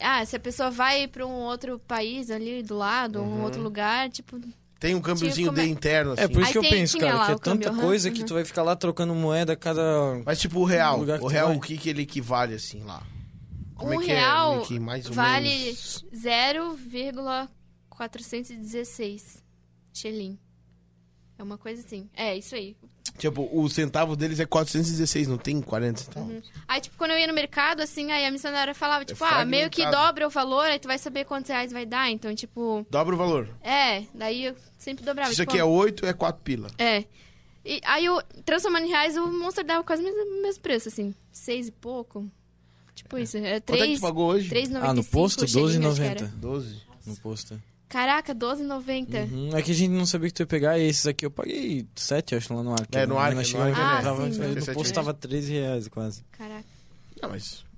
S3: Ah, se a pessoa vai pra um outro país ali do lado, ou
S1: Uhum.
S3: um outro lugar, tipo.
S1: Tem um câmbiozinho
S3: Tinha como
S1: de
S3: é-
S1: interno, assim.
S2: É, por isso
S3: Aí
S2: que eu
S3: tem-
S2: penso,
S3: tinha
S2: cara,
S3: lá
S2: que é
S3: o câmbio,
S2: tanta
S3: aham,
S2: coisa que
S3: aham.
S2: tu vai ficar lá trocando moeda a cada... ah,
S1: Mas tipo o real.
S2: No Um lugar que
S1: O
S2: tu
S1: real,
S2: vai.
S1: o que, que ele equivale, assim, lá? Como
S3: um
S1: é que é?
S3: real
S1: Meio que mais ou
S3: vale
S1: menos-
S3: 0,416 xelim. É uma coisa assim. É, isso aí.
S1: Tipo, o centavo deles é 416, não tem 40 centavos.
S3: Aí, tipo, quando eu ia no mercado, assim, aí a missionária
S1: É
S3: falava, tipo, ah,
S1: fragmentado.
S3: meio que dobra o valor, aí tu vai saber quantos reais vai dar. Então, tipo,
S1: Dobra o valor.
S3: é, daí eu sempre dobrava.
S1: Se isso
S3: tipo,
S1: aqui é 8, é 4 pila.
S3: É. E aí, eu, transformando em reais, o Monster dava quase o mesmo, mesmo preço, assim. Seis e pouco. Tipo isso.
S1: Quanto
S3: É
S1: é que
S3: três,
S1: tu pagou hoje?
S3: 3,95.
S2: Ah, no posto,
S3: xelim, acho que era.
S2: 12,90.
S1: 12.
S2: No posto.
S3: Caraca, 12,90.
S2: Uhum. É que a gente não sabia que tu ia pegar e esses aqui. Eu paguei 7, acho, lá no Arca.
S1: É, no
S2: Né?
S1: Arca,
S2: Nós
S1: no
S2: chegamos
S1: Arca,
S2: aqui,
S3: né?
S2: tava-
S3: Ah, sim,
S2: aí
S1: né?
S2: do posto tava 13 reais quase.
S3: Caraca.
S1: Não, mas...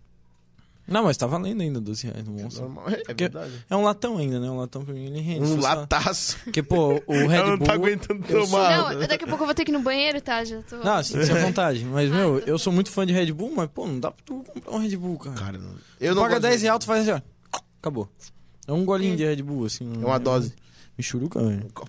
S2: Não, mas tá valendo ainda 12 reais no
S1: É,
S2: monstro.
S1: normal. É, é verdade.
S2: É um latão ainda, né? Um latão pra mim ele rende. Se
S1: Um
S2: fosse lá-
S1: lataço.
S2: Porque, pô, o Red
S1: Ela não
S2: Bull...
S1: tá aguentando
S2: eu sou-
S1: tomar.
S3: Não, daqui a pouco eu vou ter que ir no banheiro, tá? Já tô...
S2: Não, assim, se à vontade. Mas, meu,
S3: então
S2: eu sou muito fã de Red Bull, mas, pô, não dá pra tu comprar um Red Bull, cara.
S1: Cara, não... Eu não
S2: Paga
S1: gosto-
S2: 10 reais, tu faz assim, ó. Acabou. É um golinho de Red Bull, assim.
S1: É uma dose.
S2: Me churuca, velho.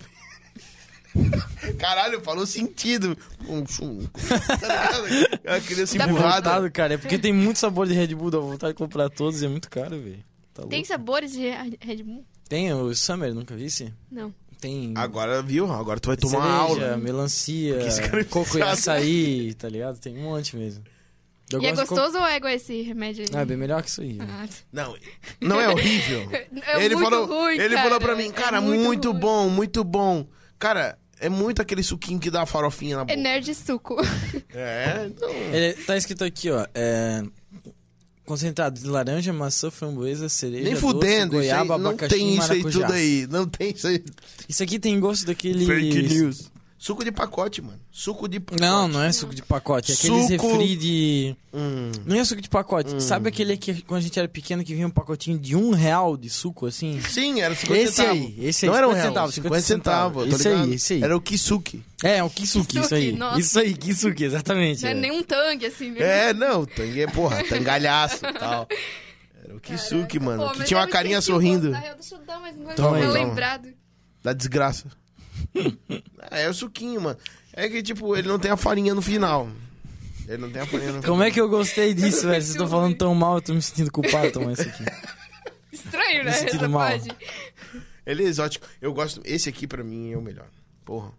S1: Caralho, falou sentido. Um chum. Tá ligado? Ela queria se
S3: Dá pra
S1: empurrada.
S2: Revoltado, cara. É porque tem muito sabor de Red Bull, dá vontade de comprar todos e é muito caro, velho. Tá
S3: Tem
S2: louco.
S3: sabores de Red Bull?
S2: Tem o Summer, nunca vi esse?
S3: Não.
S2: Tem.
S1: Agora, viu? Agora tu vai tomar
S2: cereja,
S1: aula. né?
S2: melancia,
S1: esse cara é
S2: coco e
S1: viciado.
S2: açaí, tá ligado? Tem um monte mesmo. Eu
S3: E é
S2: gosto de co-
S3: gostoso ou é igual esse remédio aí?
S2: Ah, é bem melhor que isso aí.
S3: Ah,
S1: Não, não é horrível.
S3: é
S1: ele
S3: muito
S1: falou,
S3: ruim,
S1: ele
S3: cara.
S1: falou pra mim, cara,
S3: É
S1: muito,
S3: ruim.
S1: bom, muito bom. Cara, é muito aquele suquinho que dá a farofinha na
S3: É
S1: boca.
S3: nerd suco.
S1: É, então.
S2: Ele, tá escrito aqui, ó. É, concentrado de laranja, maçã, framboesa, cereja,
S1: Nem
S2: doce,
S1: fudendo, isso aí,
S2: goiaba,
S1: não
S2: abacaxi
S1: tem
S2: e
S1: isso aí
S2: maracujá.
S1: tudo aí. Não tem isso aí.
S2: Isso aqui tem gosto daquele...
S1: Suco de pacote, mano. Suco de pacote.
S2: Não, não é suco de pacote. É aqueles
S1: Suco-
S2: refri de...
S1: Hum.
S2: Não é suco de pacote. Sabe aquele que quando a gente era pequeno que vinha um pacotinho de um real de suco, assim?
S1: Sim, era 50
S2: Esse
S1: centavos.
S2: aí, esse aí.
S1: Não era um
S2: 50
S1: real,
S2: centavos,
S1: 50 centavos.
S2: Esse
S1: tô ligado.
S2: aí, esse aí.
S1: Era o Kisuki.
S2: É, o kisuki, isso aí.
S3: Kisuki, nossa.
S2: Isso aí, kisuki, exatamente.
S3: Não é
S2: é.
S3: nem um tangue, assim. mesmo.
S1: É, não, tangue, porra, tangalhaço e tal. Era o Kisuki, mano.
S3: Pô,
S1: que
S3: mas
S1: tinha
S3: eu
S1: uma
S3: me
S1: carinha
S3: senti um
S1: sorrindo.
S3: pouco- Ah, eu- Deixa eu dar mais um
S1: Toma
S2: aí,
S3: eu
S1: toma.
S3: lembrado.
S1: Da desgraça. é, é o suquinho, mano. É que, tipo, ele não tem a farinha no final. Ele não tem a farinha no final.
S2: Como é que eu gostei disso, velho? Vocês estão falando tão mal, eu tô me sentindo culpado de tomar isso aqui.
S3: Estranho, né?
S2: Me sentindo
S3: Essa
S2: mal.
S3: parte.
S1: Ele é exótico. Eu gosto. Esse aqui, pra mim, é o melhor. Porra.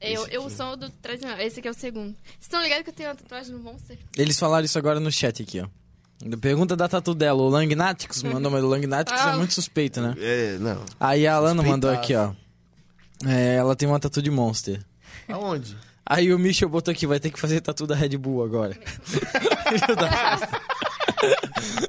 S3: Eu,
S1: Esse
S3: eu
S1: aqui.
S3: sou do tradicional. Esse aqui é o segundo. Vocês estão ligados que eu tenho uma tatuagem no Monster?
S2: Eles falaram isso agora no chat aqui, ó. Pergunta da tatu dela, o Langnaticus mandou, mas o Langnaticus é
S3: Ah.
S2: muito suspeito, né?
S1: É, não.
S2: Aí a Alana
S1: Suspeitaço.
S2: mandou aqui, ó. É, ela tem uma tatu de Monster.
S1: Aonde?
S2: Aí o Michel botou aqui, vai ter que fazer tatu da Red Bull agora. Filho da puta.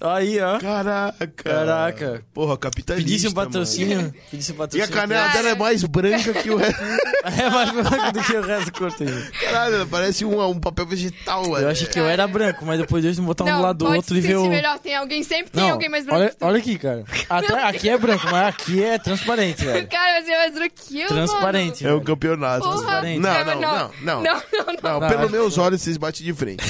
S2: Aí, ó.
S1: Caraca.
S2: Caraca.
S1: Porra, capitalista.
S2: Pedisse um
S1: mano.
S2: patrocínio. Pedisse um
S1: E a
S2: patrocínio.
S1: canela
S3: Cara.
S1: dela é mais branca que o resto.
S2: É mais branco do que o resto do corpo aí.
S1: Caralho, ela parece um, um papel vegetal, velho.
S2: Eu achei que eu era branco, mas depois de hoje botar um
S3: não,
S2: do lado do
S3: pode
S2: outro
S3: se
S2: e ver
S3: sentir
S2: o.
S3: melhor. Tem alguém, sempre tem alguém mais branco.
S2: olha, olha aqui, cara. Até aqui é branco, mas aqui é transparente, velho.
S3: Cara, mas é mais branco que eu,
S2: Transparente.
S1: É um
S2: velho.
S1: campeonato.
S3: Mano. Porra.
S2: Transparente.
S1: Não,
S3: Cara,
S1: não, não, não.
S3: não, não,
S1: Não,
S3: não.
S2: Não, É.
S1: pelos
S2: acho
S1: meus olhos, vocês batem de frente.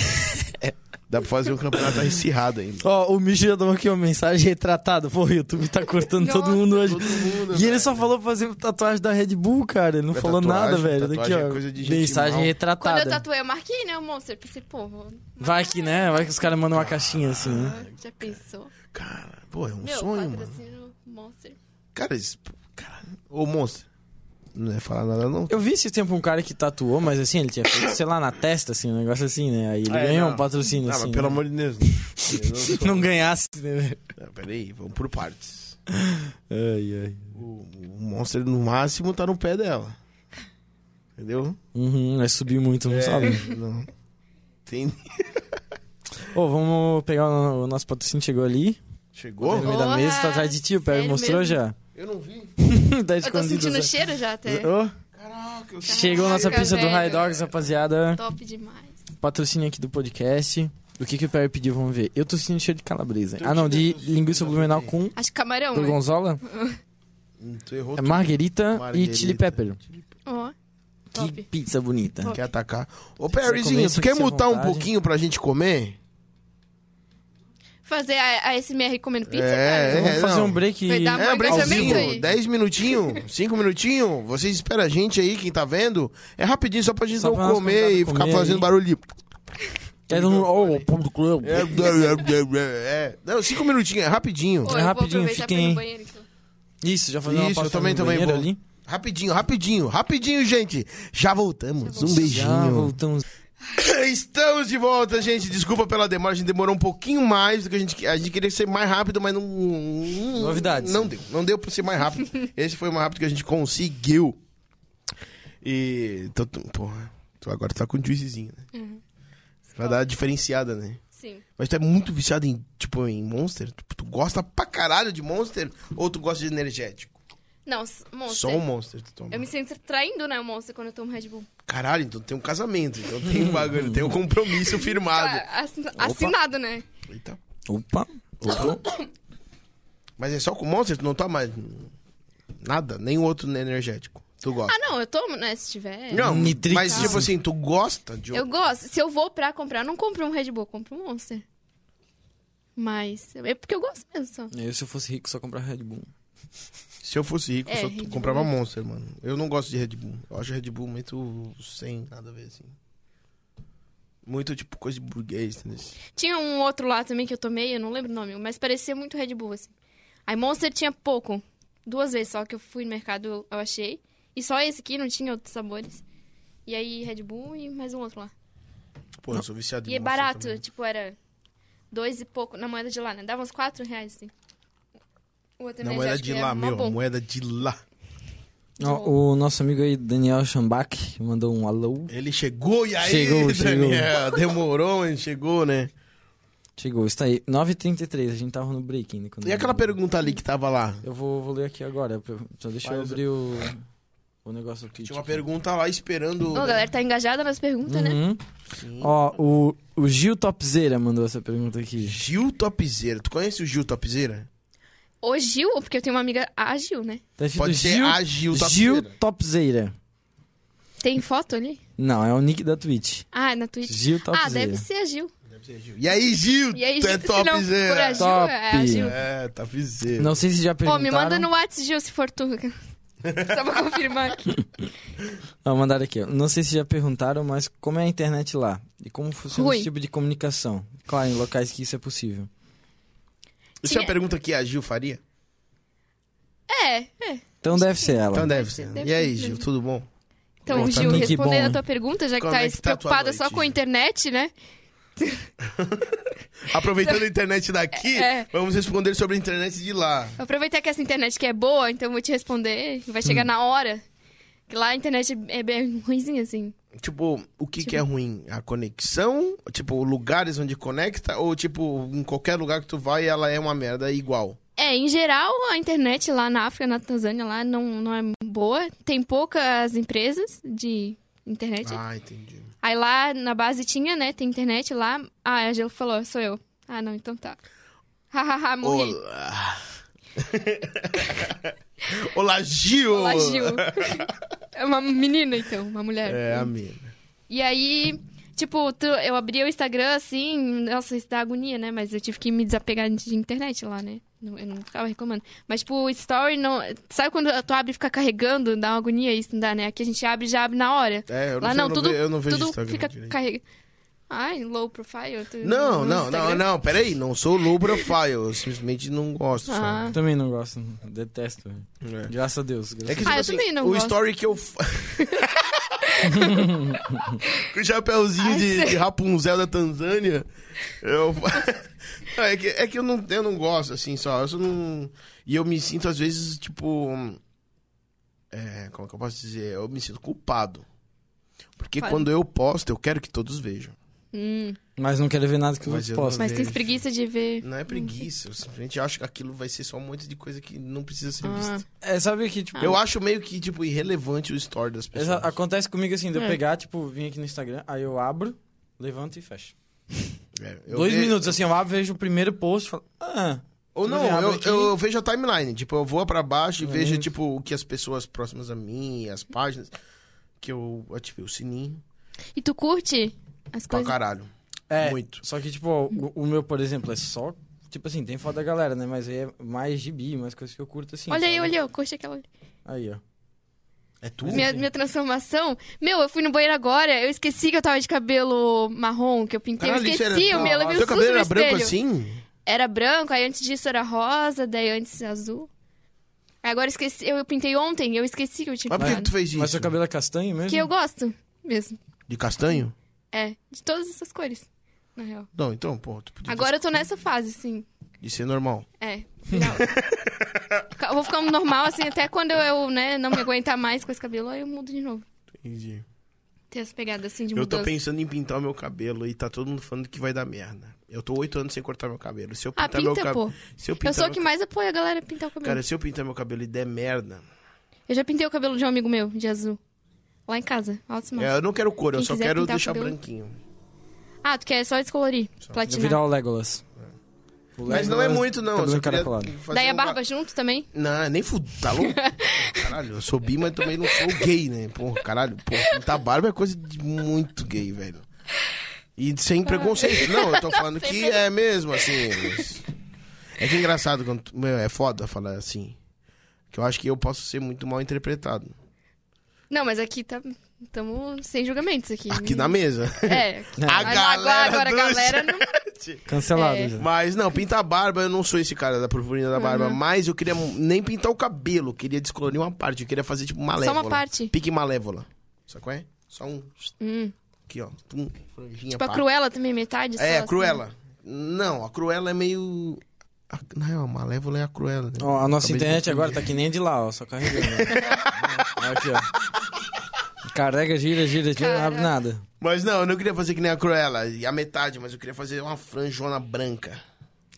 S1: Dá pra fazer um campeonato acirrado ainda.
S2: Ó, o Michel já tomou aqui uma mensagem retratada. Pô, o YouTube tá cortando todo
S3: Nossa.
S2: mundo hoje.
S1: Todo mundo,
S2: E ele
S1: velho.
S2: só falou pra fazer tatuagem da Red Bull, cara. Ele não
S1: É
S2: falou
S1: tatuagem,
S2: nada, velho.
S1: tatuagem
S2: Daqui, ó.
S1: é coisa de gente
S2: mensagem
S1: mal.
S3: Quando
S2: retratada.
S3: eu tatuei, eu marquei, né, o Monster. Pensei, pô, vou- ah,
S2: Vai que, né? Vai que os caras mandam uma caixinha assim, né?
S3: já pensou?
S1: Cara, pô, é um
S3: Meu,
S1: sonho, mano.
S3: patrocínio Monster.
S1: Cara, esse... Caralho. Ô, monstro. Não ia falar nada, não.
S2: Eu vi esse tempo um cara que tatuou, mas assim, ele tinha feito, sei lá, na testa, assim, um negócio assim, né? Aí ele
S1: Ah, é,
S2: ganhou
S1: não.
S2: um patrocínio,
S1: Ah,
S2: assim.
S1: mas pelo
S2: né?
S1: amor de Deus. Eu não sou-
S2: Não ganhasse, né? velho?
S1: Ah, Peraí, vamos por partes.
S2: Ai, ai.
S1: O, o monstro, no máximo, tá no pé dela. Entendeu?
S2: Uhum, vai subir muito,
S1: É.
S2: não sabe?
S1: Não. Tem...
S2: Ô, vamos pegar o, o nosso patrocínio, chegou ali.
S1: Chegou?
S2: No meio da
S3: Porra,
S2: mesa, tá atrás de ti, o Perry
S3: sério
S2: mostrou
S3: mesmo?
S2: já.
S1: Eu não vi.
S2: tá
S3: Eu tô
S2: escondido.
S1: né?
S3: sentindo
S2: Zé.
S3: o cheiro já até.
S2: Ô,
S1: Caraca, eu
S2: chegou a nossa
S3: Caraca,
S2: pizza do
S3: velho.
S2: High Dogs, rapaziada.
S3: Top demais.
S2: Patrocínio aqui do podcast. O que, que o Perry pediu, vamos ver. Eu tô sentindo cheiro de calabresa. Ah, não, de linguiça blumenau com
S3: Acho que camarão, né?
S2: gorgonzola,
S1: Hum, Tu errou.
S2: é marguerita e
S1: Marguerita.
S2: chili pepper.
S3: Ó,
S2: Que
S3: top.
S2: pizza bonita.
S1: Quer atacar? Ô,
S2: comer,
S1: Perryzinho,
S2: se
S1: tu quer
S2: você à
S1: mutar um
S2: vontade.
S1: pouquinho pra gente comer?
S3: Fazer a, a SMR comendo pizza,
S1: É,
S3: cara?
S2: Vamos fazer
S1: não.
S2: um break.
S3: Vai dar-
S1: É,
S3: Amor,
S1: break
S2: deixa eu ver isso
S1: amigo,
S3: aí.
S1: 10 minutinhos, 5 minutinhos. Vocês esperam a gente aí, quem tá vendo. É rapidinho, só pra gente
S2: Só
S1: não
S2: pra nós
S1: comer e
S2: comer
S1: ficar
S2: aí.
S1: fazendo barulho.
S2: É um... Oh, pão do clube.
S1: É, é, é. Não, 5 minutinhos, é rapidinho.
S3: Pô,
S2: É
S3: eu
S2: rapidinho,
S3: vou aproveitar pra ir
S2: fiquem-
S3: no banheiro, então.
S2: Isso, já fazer
S1: Isso,
S2: uma
S1: eu
S2: pausa
S1: também-
S2: no
S1: também
S2: banheiro
S1: vou.
S2: ali.
S1: Rapidinho, rapidinho, rapidinho, gente. Já voltamos. Um
S2: Já
S1: beijinho.
S2: voltamos.
S1: Estamos de volta, gente. Desculpa pela demora, a gente demorou um pouquinho mais do que a gente a gente queria ser mais rápido, mas não
S2: Novidades.
S1: Não deu, não deu para ser mais rápido. Esse foi o mais rápido que a gente conseguiu. E tô, tô- porra, tu agora tá com um juicezinho, né?
S3: Uhum.
S1: Vai dar uma diferenciada, né?
S3: Sim.
S1: Mas tu é muito viciado em, tipo, em Monster? Tu, tu gosta pra caralho de Monster ou tu gosta de energético?
S3: Não, s- Monster.
S1: Só um Monster tu toma.
S3: Eu me sinto traindo, né, o Monster, quando eu tomo Red Bull.
S1: Caralho, então tem um casamento, então tem um bagulho, tem um compromisso firmado.
S3: Ah, assin- assinado, né?
S1: Então,
S2: Opa. Opa.
S1: Mas é só com Monster? Tu não toma nada? Nem outro energético? Tu gosta?
S3: Ah, não, eu tomo, né, se tiver.
S1: não,
S2: Nitrix.
S1: mas tipo assim, tu gosta de...
S3: Eu gosto. Se eu vou pra comprar, eu não compro um Red Bull, eu compro um Monster. Mas é porque eu gosto mesmo só.
S2: Eu, É, se eu fosse rico, só comprar Red Bull.
S1: Se eu fosse rico,
S3: É,
S1: eu
S3: Red
S1: só
S3: Bull.
S1: comprava Monster, mano. Eu não gosto de Red Bull. Eu acho Red Bull muito sem nada a ver, assim. Muito, tipo, coisa de burguês, entendeu?
S3: Tinha um outro lá também que eu tomei, eu não lembro o nome, mas parecia muito Red Bull, assim. Aí Monster tinha pouco. Duas vezes só que eu fui no mercado, eu- eu achei. E só esse aqui, não tinha outros sabores. E aí Red Bull e mais um outro lá.
S1: Pô, eu sou viciado em
S3: E é
S1: maçã
S3: barato,
S1: também.
S3: tipo, era dois e pouco na moeda de lá, né? Dava uns quatro reais, assim. O outro
S1: Na
S3: energético
S1: moeda de
S3: é
S1: lá,
S3: mó
S1: meu.
S3: bom.
S1: Moeda de lá.
S2: Ó, o nosso amigo aí, Daniel Schambach, mandou um alô.
S1: Ele chegou e aí,
S2: Chegou, chegou.
S1: Daniel. Demorou, mas chegou, né?
S2: Chegou, está aí. 9h33, a gente tava no break ainda. quando-
S1: E aquela pergunta ali que tava lá?
S2: Eu vou, vou ler aqui agora. pra- Só deixa eu
S1: Faz a-
S2: abrir o, o negócio aqui.
S1: Tinha uma
S2: tipo.
S1: pergunta lá esperando.
S3: Ô, a galera tá engajada nas perguntas, né?
S2: Uhum.
S1: Sim.
S2: Ó, o, o Gil Topzeira mandou essa pergunta aqui.
S1: Gil Topzeira. Tu conhece o Gil Topzeira?
S3: O Gil, porque eu tenho uma amiga, a Gil, né?
S2: Tá escrito
S1: Pode ser
S2: Gil,
S1: a Gil Topzeira.
S2: Gil Topzeira.
S3: Tem foto ali?
S2: Não, é o nick da Twitch.
S3: Ah, na Twitch.
S2: Gil
S3: Ah,
S2: Topzeira.
S3: deve ser a Gil.
S1: Deve ser Gil. E aí, Gil?
S3: E aí,
S1: tu é
S3: Gil, se não for a
S1: Topzeira.
S3: Gil,
S2: Top.
S3: é a Gil.
S1: É, Topzeira.
S2: Não sei se já
S3: Ô,
S2: perguntaram.
S3: me manda no WhatsApp, Gil, se for tu. Só pra confirmar aqui.
S2: Ah, mandaram aqui. ó. Não sei se já perguntaram, mas como é a internet lá? E como funciona
S3: Ruim.
S2: esse tipo de comunicação? Claro, em locais que isso é possível.
S1: Isso é a
S3: Tinha-
S1: pergunta que a Gil faria?
S3: É, é.
S2: Então deve ser ela.
S1: Então deve ser.
S3: Deve
S1: E aí,
S3: ser.
S1: Gil, tudo bom?
S3: Então,
S2: Bom, tá
S3: Gil,
S2: bom. Que
S3: respondendo
S2: bom.
S3: a tua pergunta, já que
S1: Como
S3: tá,
S1: é que tá a tua
S3: preocupada só
S1: noite,
S3: com a
S1: Gil?
S3: internet, né?
S1: Aproveitando a internet daqui,
S3: É.
S1: vamos responder sobre a internet de lá.
S3: Vou aproveitar que essa internet que é boa, então eu vou te responder. Vai
S2: Hum.
S3: chegar na hora. Que lá a internet é bem ruimzinha, assim.
S1: Tipo, o que, que é ruim? A conexão? Tipo, lugares onde conecta? Ou, tipo, em qualquer lugar que tu vai, ela é uma merda igual?
S3: É, em geral, a internet lá na África, na Tanzânia, lá não, não é boa. Tem poucas empresas de internet.
S1: Ah, entendi.
S3: Aí lá na base tinha, né? Tem internet lá. Ah, a Angelo falou, sou eu. Ah, não, então tá. Hahaha, morri.
S1: Olá. Olá, Gil!
S3: Olá, Gil. é uma menina, então, uma mulher.
S1: É, a mina.
S3: E aí, tipo, tu- eu abri o Instagram assim, nossa, isso dá agonia, né? Mas eu tive que me desapegar de internet lá, né? Não- Eu não ficava reclamando. Mas, tipo, o story não. Sabe quando tu abre e fica carregando, dá uma agonia, isso não dá, né? Aqui a gente abre e já abre na hora.
S1: É, eu não,
S3: lá
S1: sei,
S3: não,
S1: eu não
S3: tudo,
S1: ve- eu não vejo
S3: tudo
S1: Instagram
S3: fica
S1: direito.
S3: carregando. Ai, low profile. tu-
S1: Não, não,
S3: no
S1: não,
S3: Instagram.
S1: não, peraí, não sou low profile, eu simplesmente não gosto. só.
S3: Ah.
S2: Também não gosto. Detesto. velho.
S1: É.
S2: Graças a Deus. graças
S1: É que,
S2: a
S1: tipo,
S3: Ah, eu
S1: assim,
S3: também não
S1: o
S3: gosto.
S1: story que eu. fa- Com o chapéuzinho
S3: Ai,
S1: de,
S3: sério.
S1: de Rapunzel da Tanzânia. Eu. fa- Não, é que, é que eu, não, eu não gosto, assim, só. Eu só não. E eu me sinto, às vezes, tipo. É, como que eu posso dizer? Eu me sinto culpado. Porque
S3: Pode.
S1: quando eu posto, eu quero que todos vejam.
S3: Hum,
S2: Deus. Mas não quero ver nada que
S1: Mas
S2: você
S1: eu não
S2: posta.
S3: mas tens
S1: Vejo.
S3: preguiça de ver.
S1: Não é preguiça, eu simplesmente acho que aquilo vai ser só um monte de coisa que não precisa ser
S3: Ah,
S1: vista.
S2: É, sabe que, tipo,
S1: Eu acho meio que, tipo, irrelevante o story das pessoas.
S2: exa- acontece comigo assim, de eu
S3: É.
S2: pegar, tipo, vim aqui no Instagram, aí eu abro, levanto e fecho.
S1: É, eu
S2: Dois
S1: ve-
S2: minutos, assim, eu abro, vejo o primeiro post, falo, ah,
S1: Ou não,
S2: Você abre
S1: eu,
S2: aqui.
S1: eu- eu vejo a timeline. Tipo, eu vou pra baixo e
S2: Uhum.
S1: vejo, tipo, o que as pessoas próximas a mim, as páginas. Que eu ativei o sininho
S3: E tu curte as
S1: pra
S3: coisas?
S1: caralho.
S2: é.
S1: Muito.
S2: Só que, tipo, o, o meu, por exemplo, é só, tipo assim, tem foto da galera, né? Mas aí é mais gibi, mais coisas que eu curto, assim.
S3: olha aí,
S2: sabe?
S3: olha aí, eu curti aquela.
S2: Aí, ó.
S1: É tu?
S3: Minha, minha transformação. Meu, eu fui no banheiro agora, eu esqueci que eu tava de cabelo marrom, que eu pintei.
S1: Caralho,
S3: eu
S1: isso
S3: esqueci,
S1: era-
S3: eu me levei um
S1: Teu
S3: susto
S1: cabelo
S3: no
S1: era
S3: espelho.
S1: branco assim?
S3: Era branco, aí antes disso era rosa, daí antes azul. Aí Agora eu esqueci, eu pintei ontem, eu esqueci que eu tinha
S1: Mas por que que
S3: pintado.
S1: tu fez isso?
S2: Mas seu cabelo é castanho mesmo?
S3: Que eu gosto mesmo.
S1: De castanho?
S3: É, de todas essas cores, na real.
S1: Não, então, pô. Tu podia
S3: Agora eu tô nessa fase, sim.
S1: De ser normal.
S3: É, final. Fica- eu vou ficar normal, assim, até quando eu, né, não me aguentar mais com esse cabelo, aí eu mudo de novo.
S1: Entendi.
S3: Tem as pegadas, assim, de
S1: Eu tô
S3: mudança.
S1: pensando em pintar o meu cabelo e tá todo mundo falando que vai dar merda. Eu tô oito anos sem cortar meu cabelo. Se eu
S3: Ah,
S1: pintar meu
S3: pinta, pô.
S1: cabelo. Se eu
S3: Eu
S1: pintar
S3: sou a
S1: meu
S3: que mais apoia a galera a pintar o cabelo.
S1: Cara, se eu pintar meu cabelo e der merda.
S3: Eu já pintei o cabelo de um amigo meu, de azul. Lá em casa, altos matos.
S1: É, eu não quero cor, eu
S3: Quem
S1: só
S3: quiser
S1: quero
S3: pintar o
S1: deixar
S3: cabelo-
S1: branquinho.
S3: Ah, tu quer só descolorir,
S2: Vou
S3: platinar.
S2: virar o Legolas. O
S1: Mas não é
S2: Legolas,
S1: muito, não. Eu
S2: Cabelo
S1: só queria
S2: encaracolado.
S1: fazer
S3: Daí a
S1: um-
S3: barba junto também.
S1: Não, nem fudo, tá louco? caralho, eu sou bi, mas também não sou gay, né? Porra, caralho, porra, pintar barba é coisa de muito gay, velho. E sem preconceito. Não, eu tô falando que é mesmo, assim. mas- É que é engraçado quando. tu- Meu, é foda falar assim. Que eu acho que eu posso ser muito mal interpretado.
S3: Não, mas aqui tá... Estamos sem julgamentos aqui.
S1: Aqui na mesa.
S3: É.
S1: A
S3: Mas
S1: galera
S3: agora, agora
S1: do
S3: a galera não...
S2: Cancelado
S3: É.
S2: já.
S1: Mas não, pintar a barba, eu não sou esse cara da purpurina da barba.
S3: Uhum.
S1: Mas eu queria mu- nem pintar o cabelo, eu queria descolorir uma parte. Eu queria fazer tipo malévola.
S3: parte?
S1: Pique malévola. Sacou? É? Só um.
S3: Hum.
S1: Aqui, ó. Pum, franjinha.
S3: Tipo, a
S1: pá.
S3: Cruella também, metade só,
S1: É, a
S3: assim.
S1: Cruella. Não, a Cruella é meio. a- Não, é, a Malévola é a Cruella. né?
S2: Ó, a nossa
S1: Acabei de
S2: internet
S1: confundir.
S2: agora tá que nem de lá, ó. Só carregando. ó. Aqui, ó. Carrega, gira, gira, gira, não abre
S3: Caraca.
S2: nada.
S1: Mas não, eu não queria fazer que nem a Cruella, e a metade, mas eu queria fazer uma franjona branca.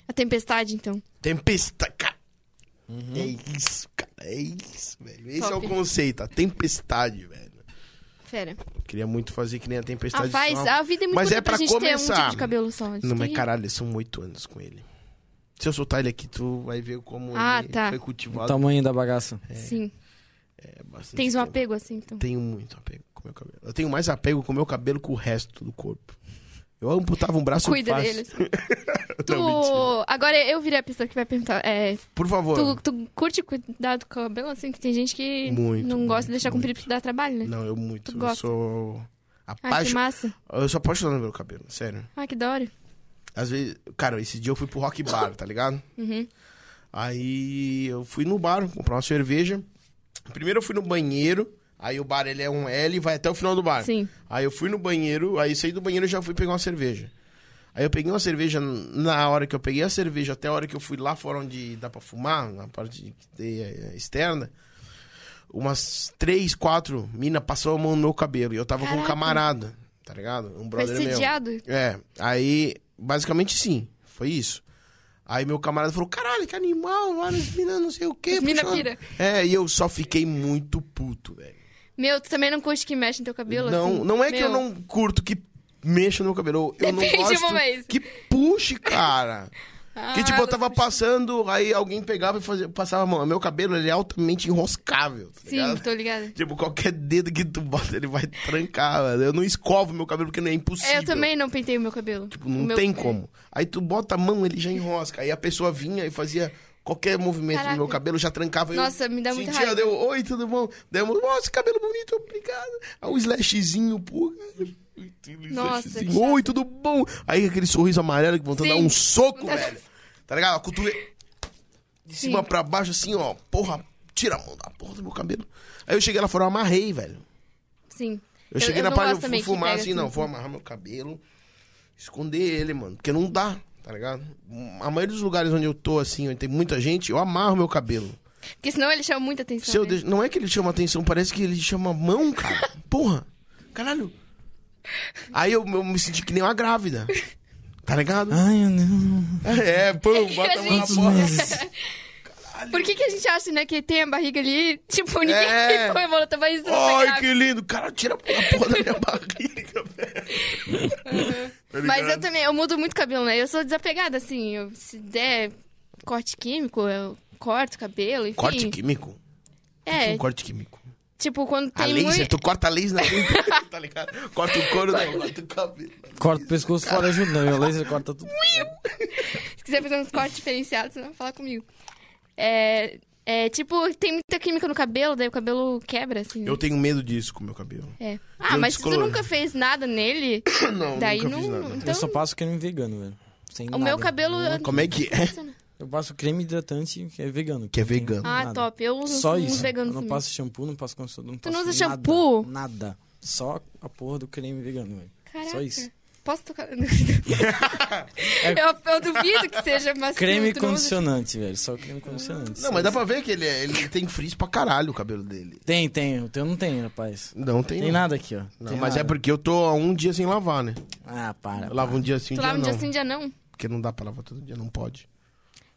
S3: A Tempestade, então.
S1: Tempestade. cara.
S2: Uhum.
S1: É isso, cara. É isso, velho. Esse é o
S3: Top.
S1: conceito, a tempestade, velho.
S3: Fera.
S1: Queria muito fazer que nem a tempestade.
S3: Ah, faz.
S1: só-
S3: A vida é muito
S1: Mas
S3: curta
S1: é pra
S3: pra gente ter um
S1: começar.
S3: tipo de cabelo só. Isso
S1: Não, mas
S3: que-
S1: caralho, são oito anos com ele. Se eu soltar ele aqui, tu vai ver como
S3: Ah,
S1: ele
S3: tá.
S1: foi
S2: O
S1: cultivado.
S2: tamanho da bagaça.
S3: Sim.
S1: é bastante
S3: Tens um
S1: tempo.
S3: apego assim, então.
S1: Tenho muito apego com o meu cabelo. Eu tenho mais apego com o meu cabelo que o resto do corpo. Eu amputava um braço
S3: Cuida
S1: fácil.
S3: deles. tu...
S1: Não, mentira.
S3: Agora eu virei a pessoa que vai perguntar. É,
S1: Por favor.
S3: tu, tu curte cuidar do cabelo assim? Que tem gente que
S1: Muito,
S3: não gosta de deixar
S1: muito,
S3: comprido porque dá trabalho, né?
S1: Não, eu muito.
S3: Tu
S1: Eu
S3: gosta?
S1: sou
S3: Ah, que
S1: apaixonado.
S3: massa.
S1: Eu sou apaixonado pelo cabelo, sério.
S3: Ah, que da hora.
S1: Às vezes, cara, esse dia eu fui pro Rock Bar, tá ligado?
S3: Uhum.
S1: Aí eu fui no bar comprar uma cerveja. Primeiro eu fui no banheiro, aí o bar ele é um L e vai até o final do bar.
S3: Sim.
S1: Aí eu fui no banheiro, aí saí do banheiro e já fui pegar uma cerveja. Aí eu peguei uma cerveja, na hora que eu peguei a cerveja, até a hora que eu fui lá fora onde dá pra fumar, na parte de- de- eh, externa, umas três, quatro mina passou a mão no meu cabelo. E eu tava com um
S3: Caraca.
S1: camarada, tá ligado? Um
S3: Foi
S1: brother meu.
S3: sediado.
S1: É, aí, basicamente sim, foi isso. Aí meu camarada falou, caralho, que animal, várias minas, não sei o quê.
S3: As mina
S1: puxando."
S3: pira.
S1: É, e eu só fiquei muito puto, velho.
S3: Meu, tu também não curte que mexe no teu cabelo?
S1: Não,
S3: assim?
S1: não é que eu
S3: Meu,
S1: não curto que mexa no meu cabelo. Eu
S3: Depende do
S1: não gosto
S3: momento.
S1: que puxe, cara.
S3: ah,
S1: que tipo, eu tava passando, aí alguém pegava e fazia, passava a mão. Meu cabelo, ele é altamente enroscável, tá
S3: Sim,
S1: ligado?
S3: tô ligada. É,
S1: Tipo, qualquer dedo que tu bota, ele vai trancar. velho. Eu não escovo meu cabelo porque não é impossível.
S3: É, eu também não pentei o meu cabelo.
S1: Tipo, não
S3: O meu-
S1: tem como. Aí tu bota a mão, ele já enrosca. Aí a pessoa vinha e fazia qualquer movimento
S3: Caraca.
S1: no meu cabelo, já trancava. eu
S3: Nossa, me dá muita
S1: sentia,
S3: raiva.
S1: deu, oi, tudo bom? Deu, nossa, cabelo bonito, obrigado. Aí um slashzinho, pô.
S3: Nossa,
S1: Slashzinho,
S3: que chato.
S1: Oi, tudo bom? Aí aquele sorriso amarelo que vão
S3: Sim.
S1: dar um soco,
S3: Vontade-
S1: velho. Tá ligado? A cultura de
S3: Sim.
S1: cima pra baixo, assim, ó. Porra, tira a mão da porra do meu cabelo. Aí eu cheguei lá fora, eu amarrei, velho.
S3: Sim.
S1: Eu cheguei na
S3: não
S1: parte,
S3: gosto
S1: eu
S3: também
S1: fui
S3: que
S1: fumar
S3: pega
S1: assim, não, vou amarrar meu cabelo, esconder ele, mano, porque não dá, tá ligado? A maioria dos lugares onde eu tô, assim, onde tem muita gente, eu amarro meu cabelo.
S3: Porque senão ele chama muita atenção.
S1: Se eu
S3: né?
S1: deixo- Não é que ele chama atenção, parece que ele chama mão, cara. Porra, caralho. Aí eu, eu me senti que nem uma grávida, tá ligado?
S2: Ai, meu Deus.
S1: É, pum, bota a mão na
S2: Quantos
S1: porta.
S2: meses?
S3: Por que, que a gente acha, né, que tem a barriga ali, tipo, ninguém
S1: É.
S3: comemora, tá mais
S1: Ai, que lindo. Cara, tira a porra da minha barriga, velho. Tá
S3: Uhum. Mas eu
S1: ligado?
S3: também, eu mudo muito cabelo, né? Eu sou desapegada, assim, eu, se der corte químico, eu corto o cabelo, enfim.
S1: Corte químico?
S3: assim. É,
S1: Um corte químico.
S3: tipo, quando
S1: A
S3: tem
S1: laser,
S3: muito...
S1: tu corta a laser na frente, tá ligado? Corta o couro, não, corta o cabelo.
S2: Corta o pescoço fora junto, né? Meu laser corta tudo.
S3: Se quiser fazer uns cortes diferenciados, não fala comigo. É, é, tipo, tem muita química no cabelo, daí o cabelo quebra, assim. né?
S1: Eu tenho medo disso com o meu cabelo.
S3: É. Ah,
S1: eu
S3: mas se tu
S1: descoloro.
S3: nunca fez nada nele,
S1: Não,
S3: daí
S1: nunca fiz
S3: não...
S1: nada.
S3: Então,
S2: Eu só passo creme vegano, velho. Sem
S3: o meu
S2: nada.
S3: cabelo...
S1: Como é que é?
S2: Eu passo creme hidratante que é vegano.
S1: Que é
S2: não tem
S1: vegano.
S3: Ah,
S2: nada.
S3: top. Eu uso
S2: Só
S3: uns
S2: isso.
S3: veganos
S2: Eu não
S3: também.
S2: passo shampoo, não passo condicionador, não
S3: Tu
S2: passo
S3: não usa
S2: nada,
S3: shampoo?
S2: Nada. Só a porra do creme vegano, velho.
S3: Caraca.
S2: Só isso.
S3: Posso tocar? eu, eu duvido que seja mas
S2: Creme
S3: tu não usa-
S2: condicionante, velho. Só creme condicionante.
S1: Não, mas dá pra ver que ele, é- ele tem frizz pra caralho o cabelo dele.
S2: Tem, tem. O teu não tem, rapaz.
S1: Não tem,
S2: Tem,
S1: não.
S2: nada aqui, ó.
S1: Não,
S2: Tem
S1: mas é
S2: nada.
S1: porque eu tô há um dia sem lavar, né?
S2: Ah, para.
S1: Eu lavo um dia sim, um
S3: Tu
S1: dia
S3: lava um
S1: não.
S3: dia sim, dia não?
S1: Porque não dá pra lavar todo dia, não pode.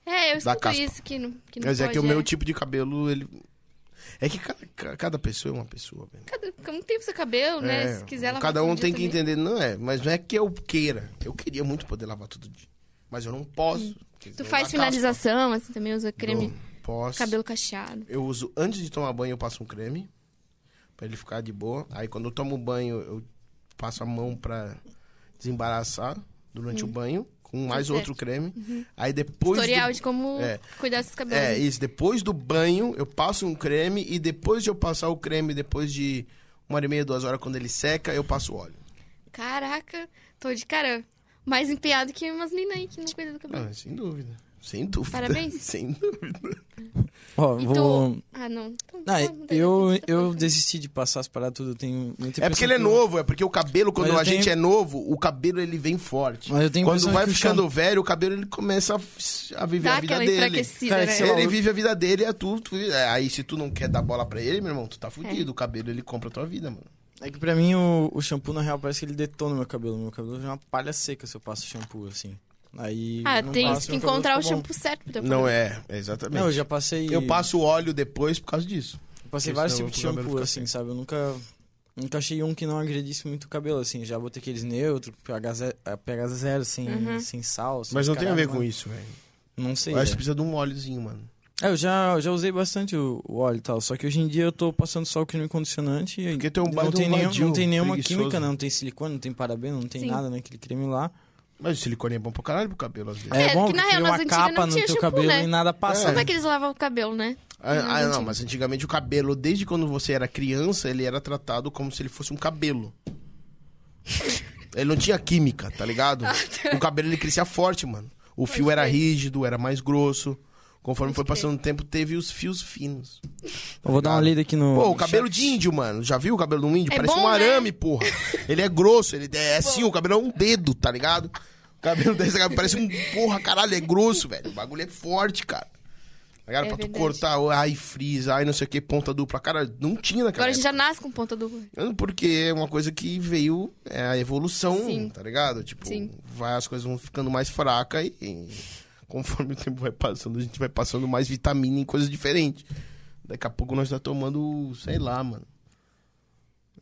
S3: É, eu
S1: Dá
S3: escuto
S1: caspa.
S3: isso que não, que não
S1: Mas é
S3: pode,
S1: que o meu tipo de cabelo, ele... É que ca- ca- cada, pessoa é uma pessoa, velho.
S3: Cada, como tem o seu cabelo, né? Se quiser lavar
S1: Cada
S3: todo
S1: um
S3: dia
S1: tem que
S3: também.
S1: entender, não é? Mas não é que eu queira. Eu queria muito poder lavar todo dia. Mas eu não posso. porque
S3: Tu
S1: senão
S3: faz
S1: dá
S3: finalização, assim, também usa
S1: caspa.
S3: creme,
S1: Não posso.
S3: cabelo cacheado.
S1: Eu uso, antes de tomar banho, eu passo um creme. Pra ele ficar de boa. Aí quando eu tomo banho, eu passo a mão pra desembaraçar durante o banho. Com mais
S3: Uhum. Tá certo. Uhum.
S1: outro creme. Aí depois.
S3: Tutorial
S1: do-
S3: de como
S1: É.
S3: cuidar dos cabelos.
S1: É, isso. Depois do banho, eu passo um creme. E depois de eu passar o creme, depois de uma hora e meia, duas horas, quando ele seca, eu passo óleo.
S3: Caraca, tô de cara. Mais empenhado que umas minas aí que não cuidam do cabelo.
S1: Ah, sem dúvida. Sem dúvida.
S3: Parabéns.
S1: Sem dúvida.
S2: Ó,
S3: E
S2: vou.
S3: tu... Ah, não. Então,
S2: Ah,
S3: não tem
S2: eu,
S3: muita
S2: eu
S3: coisa.
S2: desisti de passar as paradas tudo, eu tenho muita
S1: É porque ele é
S2: impressão que-
S1: novo, é porque o cabelo, quando
S2: Mas eu
S1: a gente
S2: tenho-
S1: é novo, o cabelo ele vem forte.
S2: Mas eu tenho a
S1: Quando
S2: impressão
S1: vai
S2: que o
S1: ficando
S2: Xan-
S1: velho, o cabelo ele começa a, a viver
S3: Dá
S1: a vida
S3: aquela
S1: dele.
S3: enfraquecida,
S2: Cara,
S3: né?
S2: sei lá,
S1: Ele vive a vida dele, é tu, tu- é, aí se tu não quer dar bola pra ele, meu irmão,
S3: É.
S1: tu tá fudido. O cabelo ele compra a tua vida, mano.
S2: É que pra mim o, o shampoo, na real, parece que ele detona o meu cabelo. Meu cabelo vira uma palha seca se eu passo shampoo, assim. Aí.
S3: Ah,
S2: eu não
S3: tem
S2: passo,
S3: que
S2: meu cabelo
S3: encontrar o
S2: fica bom.
S3: shampoo certo pro teu
S1: Não
S3: cabelo.
S1: é, é exatamente.
S2: Não, eu já passei.
S1: Eu passo óleo depois por causa disso.
S2: eu passei
S1: Porque
S2: vários
S1: senão
S2: tipos de
S1: o cabelo
S2: shampoo,
S1: fica
S2: assim, sabe? Eu nunca. Nunca achei um que não agredisse muito o cabelo, assim. Já botei aqueles neutros, pH ze- a pH zero, sem,
S3: Uhum.
S2: sem sal. sem
S1: Mas não tem a
S2: caralho,
S1: ver com
S2: mano. é.
S1: isso, velho.
S2: Não sei.
S1: Eu acho que
S2: velho.
S1: precisa de um óleozinho, mano.
S2: É, eu já, eu já usei bastante o, o óleo e tal, só que hoje em dia eu tô passando só o creme condicionante e
S1: Porque tu é um
S2: não,
S1: baita
S2: tem nenhum,
S1: vadio,
S2: não tem nenhuma
S1: preguiçoso.
S2: química, né? não tem silicone, não tem parabeno, não tem
S3: Sim.
S2: nada naquele creme lá.
S1: Mas o silicone é bom pra caralho pro cabelo, às vezes.
S3: É,
S2: bom
S3: que na
S2: tu cria
S3: real, nas
S2: uma
S3: antigas
S2: capa
S3: não
S2: no
S3: tinha
S2: teu
S3: shampoo,
S2: cabelo
S3: né?
S2: e nada passa.
S3: Como é que eles lavam o cabelo, né?
S1: Ah, ah, não, mas antigamente o cabelo, desde quando você era criança, ele era tratado como se ele fosse um cabelo. ele não tinha química, tá ligado? o cabelo ele crescia forte, mano. O fio era rígido, era mais grosso. Conforme foi passando o tempo, teve os fios finos.
S2: Eu vou dar uma lida aqui no...
S1: Pô, o cabelo de índio, mano. Já viu o cabelo de um índio?
S3: É
S1: Parece
S3: bom,
S1: um
S3: né?
S1: arame, porra. Ele é grosso, ele é assim, o cabelo é um dedo, tá ligado? O cabelo desse cara parece um porra, caralho, é grosso, velho. O bagulho é forte, cara. Tá ligado?
S3: É
S1: pra tu
S3: verdade.
S1: cortar, ai, frisa, ai, não sei o que, ponta dupla. Cara, não tinha naquela
S3: Agora a gente
S1: época.
S3: já nasce com ponta dupla.
S1: Porque é uma coisa que veio, é a evolução,
S3: Sim.
S1: tá ligado? Tipo,
S3: Sim.
S1: vai, as coisas vão ficando mais fracas e, e conforme o tempo vai passando, a gente vai passando mais vitamina em coisas diferentes. Daqui a pouco nós tá tomando, sei lá, mano.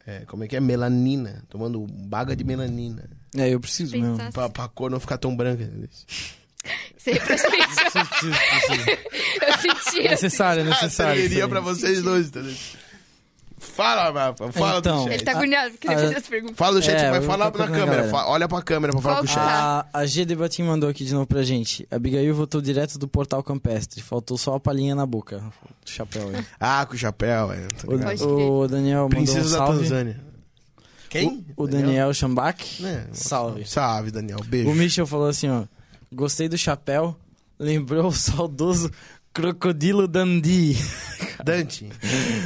S1: É, como é que é? Melanina. Tomando baga de melanina.
S2: É, eu preciso mesmo.
S3: Pensar
S1: Pra, pra cor não ficar tão branca. entendeu?
S3: sempre eu senti-
S2: Preciso, preciso, preciso.
S3: eu sentia.
S2: necessário, é
S1: Ah,
S2: necessário. isso
S1: serviria
S2: aí.
S1: pra vocês dois, entendeu? Fala, Rafa. Fala
S2: Então.
S1: do
S3: Ele
S1: chat.
S3: tá agoniado porque ele
S2: Ah,
S3: fez essa pergunta.
S1: Fala do chat,
S2: É,
S1: vai
S2: eu
S1: falar
S2: tô
S1: pra
S2: procurando,
S1: câmera.
S2: galera.
S1: Fa- Olha pra câmera pra falar
S3: Qual
S1: pro
S3: que
S1: chat.
S3: Tá.
S2: A, a G Debatim mandou aqui de novo pra gente. Abigail voltou direto do portal campestre. Faltou só a palhinha na boca. O chapéu aí.
S1: Ah, com o chapéu, é. tá ligado?
S3: Pode
S2: O, o Daniel mandou um
S1: Princesa da
S2: salve.
S1: Tanzânia. Quem?
S2: O, o Daniel Chambach.
S1: É,
S2: Né? salve.
S1: Salve, Daniel. Beijo.
S2: O Michel falou assim, ó. Gostei do chapéu. Lembrou o saudoso crocodilo Dundee.
S1: Dante.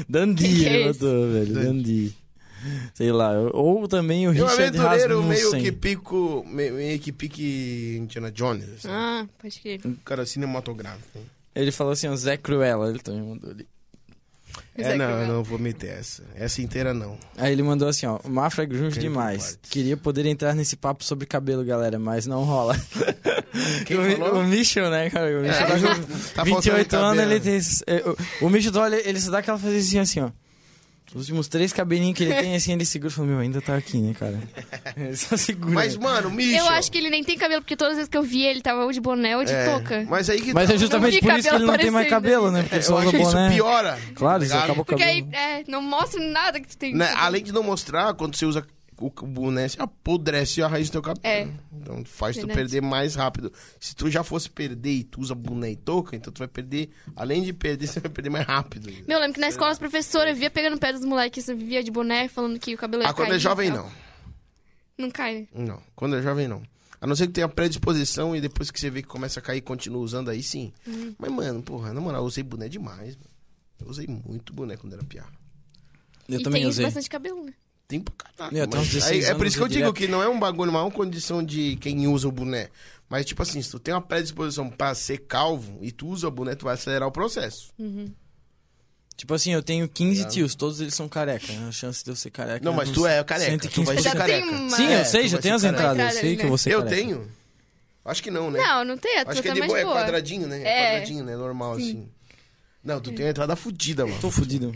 S2: Dundee,
S3: Que que é
S2: ele
S3: isso?
S2: botou, velho. Dundee. Sei lá. Ou também o
S1: É um
S2: Richard
S1: aventureiro meio
S2: Rasmussen.
S1: que pico. me- Meio que pique Indiana Jones. assim.
S3: Ah, pode crer.
S1: Um cara cinematográfico. hein?
S2: Ele falou assim, ó. Zé Cruella. Ele também mandou ali.
S1: É,
S3: Zé
S1: não, eu
S3: Cruella.
S1: não vou meter essa. Essa inteira não.
S2: Aí ele mandou assim, ó. Mafra é grunge
S1: Quem
S2: demais.
S1: concorda?
S2: Queria poder entrar nesse papo sobre cabelo, galera, mas não rola. o, Mi-
S1: falou?
S2: o Michel, né, cara? O Michel tá
S1: É.
S2: com
S1: Tá
S2: 28
S1: faltando
S2: anos,
S1: cabelo.
S2: ele tem. esses- é, O, o Michel, tu olha, ele só dá aquela fazia assim, ó. Os últimos três cabelinhos que ele tem, assim, ele segura e fala: Meu, ainda tá aqui, né, cara? Ele só segura.
S1: Mas, mano, Michel.
S3: Eu acho que ele nem tem cabelo, porque todas as vezes que eu vi ele tava ou de boné ou de
S1: É,
S3: touca.
S1: Mas aí que
S2: Mas
S1: tá.
S2: é justamente
S3: vi
S2: por isso que ele
S3: cabelo
S2: não tem mais
S3: aparecendo
S2: cabelo, né?
S3: ainda.
S2: Porque
S1: É,
S2: ele
S1: eu
S2: só
S1: acho
S2: usa
S1: que isso
S2: boné.
S1: piora. tá
S2: Claro, isso
S1: ligado?
S2: acaba o
S3: Porque
S2: cabelo.
S3: aí, é, não mostra nada que tu tem.
S1: Né, Além de não mostrar, quando você usa o c- o boné, você apodrece a raiz do teu cabelo.
S3: É.
S1: Então faz tu
S3: Verdade.
S1: perder mais rápido. Se tu já fosse perder e tu usa boné e touca, então tu vai perder. Além de perder, você vai perder mais rápido.
S3: Meu, eu lembro que na escola as professoras via pegando o pé dos moleques, via de boné, falando que o cabelo ia
S1: ah, quando é
S3: cair,
S1: jovem,
S3: tal.
S1: não.
S3: Não cai, né?
S1: Não. Quando é jovem, não. A não ser que tenha predisposição e depois que você vê que começa a cair, continua usando aí sim.
S3: Uhum.
S1: Mas, mano, porra, na moral, eu usei boné demais. Mano. Eu usei muito boné quando era piá.
S2: Eu
S3: e
S2: também
S3: tem
S2: usei.
S3: bastante cabelo, né?
S1: Tem pra caraca.
S2: Meu, até
S1: mas
S2: uns 16
S1: aí, é por
S2: anos
S1: isso que eu
S2: eu
S1: digo
S2: direto.
S1: que não é um bagulho, uma condição de quem usa o boné. Mas, tipo assim, se tu tem uma predisposição pra ser calvo e tu usa o boné, tu vai acelerar o processo.
S3: Uhum.
S2: Tipo assim, eu tenho 15 tios, todos eles são careca. né? A chance de eu ser careca.
S1: Não,
S2: é
S1: mas
S2: uns
S1: tu é careca. Tu vai
S2: 115%.
S1: ser
S3: Já tem
S1: careca.
S3: uma-
S2: Sim, eu
S1: É, tu
S2: sei, já
S1: vai
S2: tenho
S1: ser
S2: as
S1: careca.
S2: entradas.
S3: Entrada
S2: Eu
S3: ali,
S2: sei que
S3: né?
S2: eu vou ser
S1: Eu
S2: careca.
S1: tenho. Acho que não, né?
S3: Não, não tem, a tua
S1: Acho que é,
S3: tá
S1: de
S3: mais
S1: boa, é
S3: boa.
S1: quadradinho, né? É
S3: É.
S1: quadradinho, né? Normal, assim. Não, tu tem uma entrada fudida, mano.
S2: Tô fudido.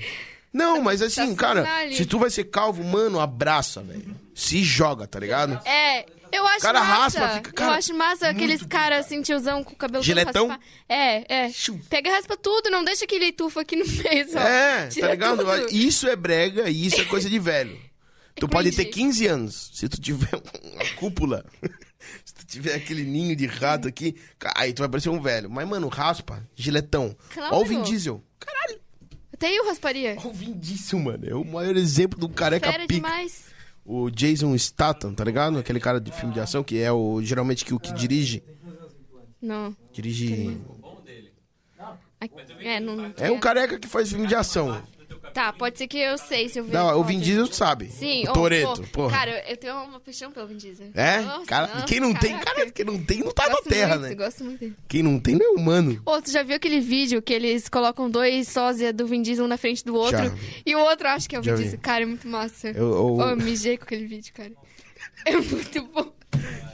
S1: Não, mas assim,
S3: só
S1: cara,
S3: Tá sinal ali.
S1: se tu vai ser calvo, mano, abraça, velho. Se joga, tá ligado?
S3: É, eu acho
S1: Cara
S3: massa.
S1: raspa, fica- cara,
S3: eu acho massa aqueles caras assim, tiozão com o cabelo todo
S1: Giletão?
S3: raspado. É, é. Pega e raspa tudo, não deixa aquele tufo aqui no meio, só.
S1: É,
S3: Tira
S1: tá ligado?
S3: tudo.
S1: Isso é brega e isso é coisa de velho. Tu pode ter
S3: cringe.
S1: 15 anos. Se tu tiver uma cúpula, se tu tiver aquele ninho de rato aqui, ca- aí tu vai parecer um velho. Mas, mano, raspa, giletão.
S3: Claro.
S1: Ó o Vin Diesel.
S3: Até eu rasparia.
S1: Ó o Vin Diesel, mano. É o maior exemplo do careca
S3: Fera
S1: pica.
S3: demais.
S1: O Jason Statham, tá ligado? Aquele cara de filme de ação que é o geralmente que o que dirige.
S3: Não.
S1: Dirige.
S3: É, não...
S1: É o careca que faz filme de ação.
S3: Tá, pode ser que eu sei se eu vi.
S1: Não, o
S3: foto.
S1: Vin Diesel tu sabe.
S3: Sim,
S1: o
S3: ô,
S1: Toreto,
S3: pô,
S1: porra.
S3: Cara, eu tenho uma paixão pelo Vin Diesel.
S1: é?
S3: Nossa,
S1: cara, quem não tem,
S3: caraca.
S1: cara, quem não tem não tá na
S3: Gosto
S1: terra,
S3: muito,
S1: né?
S3: Gosto muito dele.
S1: Quem não tem não é humano.
S3: Ô, tu já viu aquele vídeo que eles colocam dois sósia do Vin Diesel um na frente do outro?
S1: Já.
S3: E o outro acha que é o
S1: Já
S3: Vin
S1: vi.
S3: Diesel. Cara, é muito massa.
S1: Eu, eu-
S3: Ô, eu mijei com aquele vídeo, cara. É muito bom.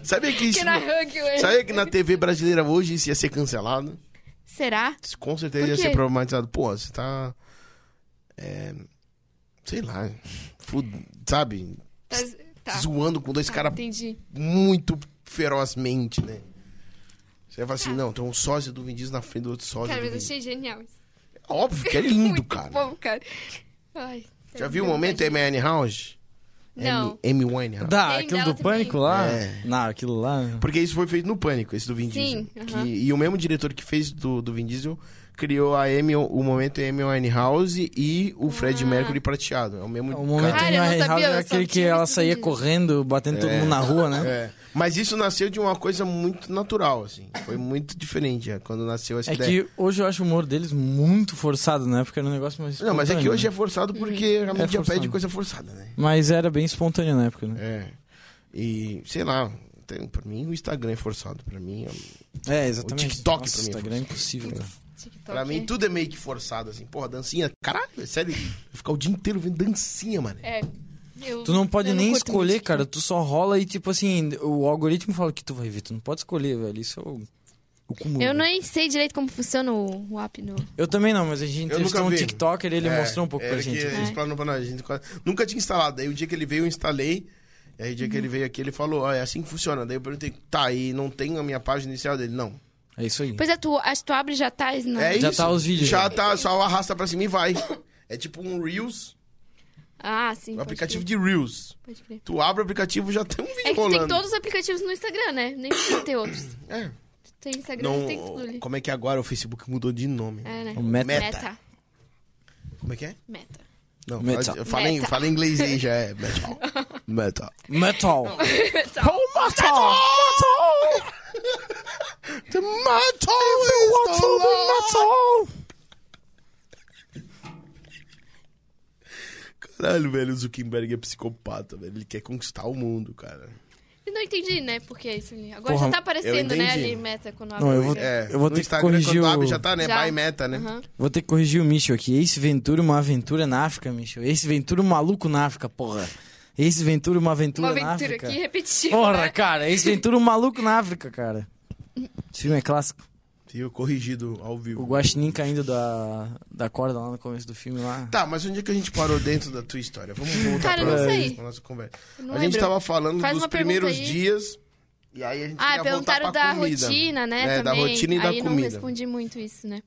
S1: Sabia que isso. é
S3: Que na hug, eu-
S1: Sabia que na TV brasileira hoje isso ia ser cancelado?
S3: Será?
S1: Isso com certeza
S3: Por
S1: ia
S3: quê?
S1: ser problematizado. Pô, você tá. é, sei lá. fu- sabe?
S3: Tá. tá.
S1: Zoando com dois
S3: tá,
S1: caras
S3: Entendi.
S1: muito ferozmente, né? Você vai falar
S3: Tá.
S1: assim, não, tem um sósia do Vin Diesel na frente do outro sósia.
S3: Cara,
S1: do
S3: mas
S1: Vin Diesel.
S3: eu achei genial isso.
S1: Óbvio que é lindo,
S3: muito
S1: cara.
S3: bom, cara. Ai,
S1: Já viu o momento
S3: é
S1: M. Winehouse?
S3: Não.
S1: M. Winehouse.
S2: Dá,
S3: Tem
S2: aquilo
S3: dela
S2: do
S3: também.
S2: pânico lá?
S1: Tá. É.
S2: Não, aquilo lá.
S1: Porque isso foi feito no Pânico, esse do Vin
S3: Sim,
S1: Diesel.
S3: aham.
S1: Que- e o mesmo diretor que fez do, do Vin Diesel criou a Amy, o momento Amy Winehouse e o Fred
S3: Ah.
S1: Mercury prateado. É o mesmo
S2: O momento
S1: cara.
S3: Cara,
S2: em
S3: eu não
S2: Harry
S3: sabia,
S2: House
S3: eu
S2: é
S3: só
S2: aquele que
S3: tinha
S2: ela
S3: visto
S2: saía
S3: vídeo.
S2: correndo, batendo todo mundo na rua, né?
S1: É. Mas isso nasceu de uma coisa muito natural, assim. Foi muito diferente é, quando nasceu essa
S2: É
S1: ideia.
S2: que hoje eu acho o humor deles muito forçado, na época era um negócio mais.
S1: Não, mas é que
S2: espontâneo,
S1: hoje
S2: né? É
S1: é forçado porque
S3: Uhum.
S1: a mídia
S2: forçado.
S1: pede coisa forçada, né?
S2: Mas era bem espontâneo na época, né?
S1: É. E, sei lá, tem, pra mim o Instagram é forçado. Pra mim, é-
S2: É, exatamente.
S1: O TikTok
S2: Nossa,
S1: pra mim é
S2: Instagram é impossível, cara.
S3: TikTok,
S1: pra mim
S3: é.
S1: tudo é meio que forçado, assim. Porra, dancinha, caralho, é sério. Eu ficar o dia inteiro vendo dancinha, mano.
S3: É. Eu-
S2: Tu não pode
S3: eu
S2: nem
S3: curto
S2: escolher,
S3: muito
S2: cara. Tu só rola e, tipo assim, o algoritmo fala o que tu vai ver. Tu não pode escolher, velho. Isso é o, o cúmulo.
S3: Eu nem sei direito como funciona o, o app no.
S2: Eu também não, mas a gente
S1: Eu
S2: entrevistou
S1: nunca
S2: um
S1: vi.
S2: TikToker e ele
S1: É,
S2: mostrou um pouco
S1: era
S2: pra gente.
S1: Que
S2: assim.
S1: explanou pra nós. A gente quase- Nunca tinha instalado. Daí o dia que ele veio, eu instalei. E aí o dia que ele veio aqui, ele falou, ó, é assim que funciona. Daí eu perguntei, tá, e não tem a minha página inicial dele? Não.
S2: É isso aí.
S3: Pois é, tu, acho que tu abre e já tá. Não.
S1: É
S2: Já
S1: isso.
S2: tá os vídeos.
S1: Já tá, só arrasta pra cima e vai. É tipo um Reels,
S3: Ah, sim.
S1: um
S3: pode
S1: aplicativo
S3: crer,
S1: de Reels.
S3: pode crer.
S1: Tu abre o aplicativo e já tem um vídeo
S3: É que tu
S1: rolando.
S3: tem todos os aplicativos no Instagram, né? Nem precisa ter outros.
S1: É.
S3: Tu tem Instagram,
S1: Não,
S3: tem tudo ali.
S1: como é que agora o Facebook mudou de nome?
S3: É, né?
S2: O meta.
S3: Meta.
S1: Como é que é?
S3: Meta.
S1: Não,
S2: Meta.
S1: fala, fala, em,
S3: Meta.
S1: fala em inglês aí, já é metal. metal.
S2: Metal. metal!
S3: Metal.
S2: Metal!
S1: The metal is the law. Caralho, velho, o Zuckerberg é psicopata, velho. Ele quer conquistar o mundo, cara.
S3: Eu não entendi, né? Porque é isso ali. Agora
S2: Porra,
S3: já tá
S1: eu
S3: aparecendo,
S1: entendi.
S3: né? Ali, meta quando abre.
S2: Não,
S3: o
S2: eu vou-
S3: Instagram.
S1: É,
S2: Eu vou
S1: no
S2: ter que
S1: Instagram,
S2: corrigir
S1: quando
S2: o-
S1: abre, já tá, né?
S3: Já.
S1: By meta, né?
S3: Aham.
S2: Vou ter que corrigir o Michel aqui. Ace Ventura, uma aventura na África, Michel. Ace Ventura, um maluco na África, porra. Ace Ventura, uma aventura,
S3: Uma
S2: na
S3: aventura
S2: África.
S3: aqui repetida.
S2: Porra,
S3: né?
S2: cara. Ace Ventura, um maluco na África, cara. Esse filme é clássico.
S1: Tenho corrigido ao vivo.
S2: O Guaxinim caindo da, da corda lá no começo do filme lá.
S1: Tá, mas onde é que a gente parou dentro da tua história? Vamos voltar
S3: Cara, eu
S1: pra
S3: não sei.
S1: pra nossa conversa.
S3: Eu não
S1: a gente
S3: lembro.
S1: tava falando
S3: Faz
S1: dos
S3: uma pergunta
S1: primeiros
S3: aí.
S1: dias. E aí a gente
S3: Ah,
S1: queria voltar
S3: perguntaram
S1: pra
S3: da
S1: comida.
S3: rotina, né?
S1: É,
S3: também.
S1: da rotina e da
S3: Aí eu não
S1: comida.
S3: respondi muito isso, né?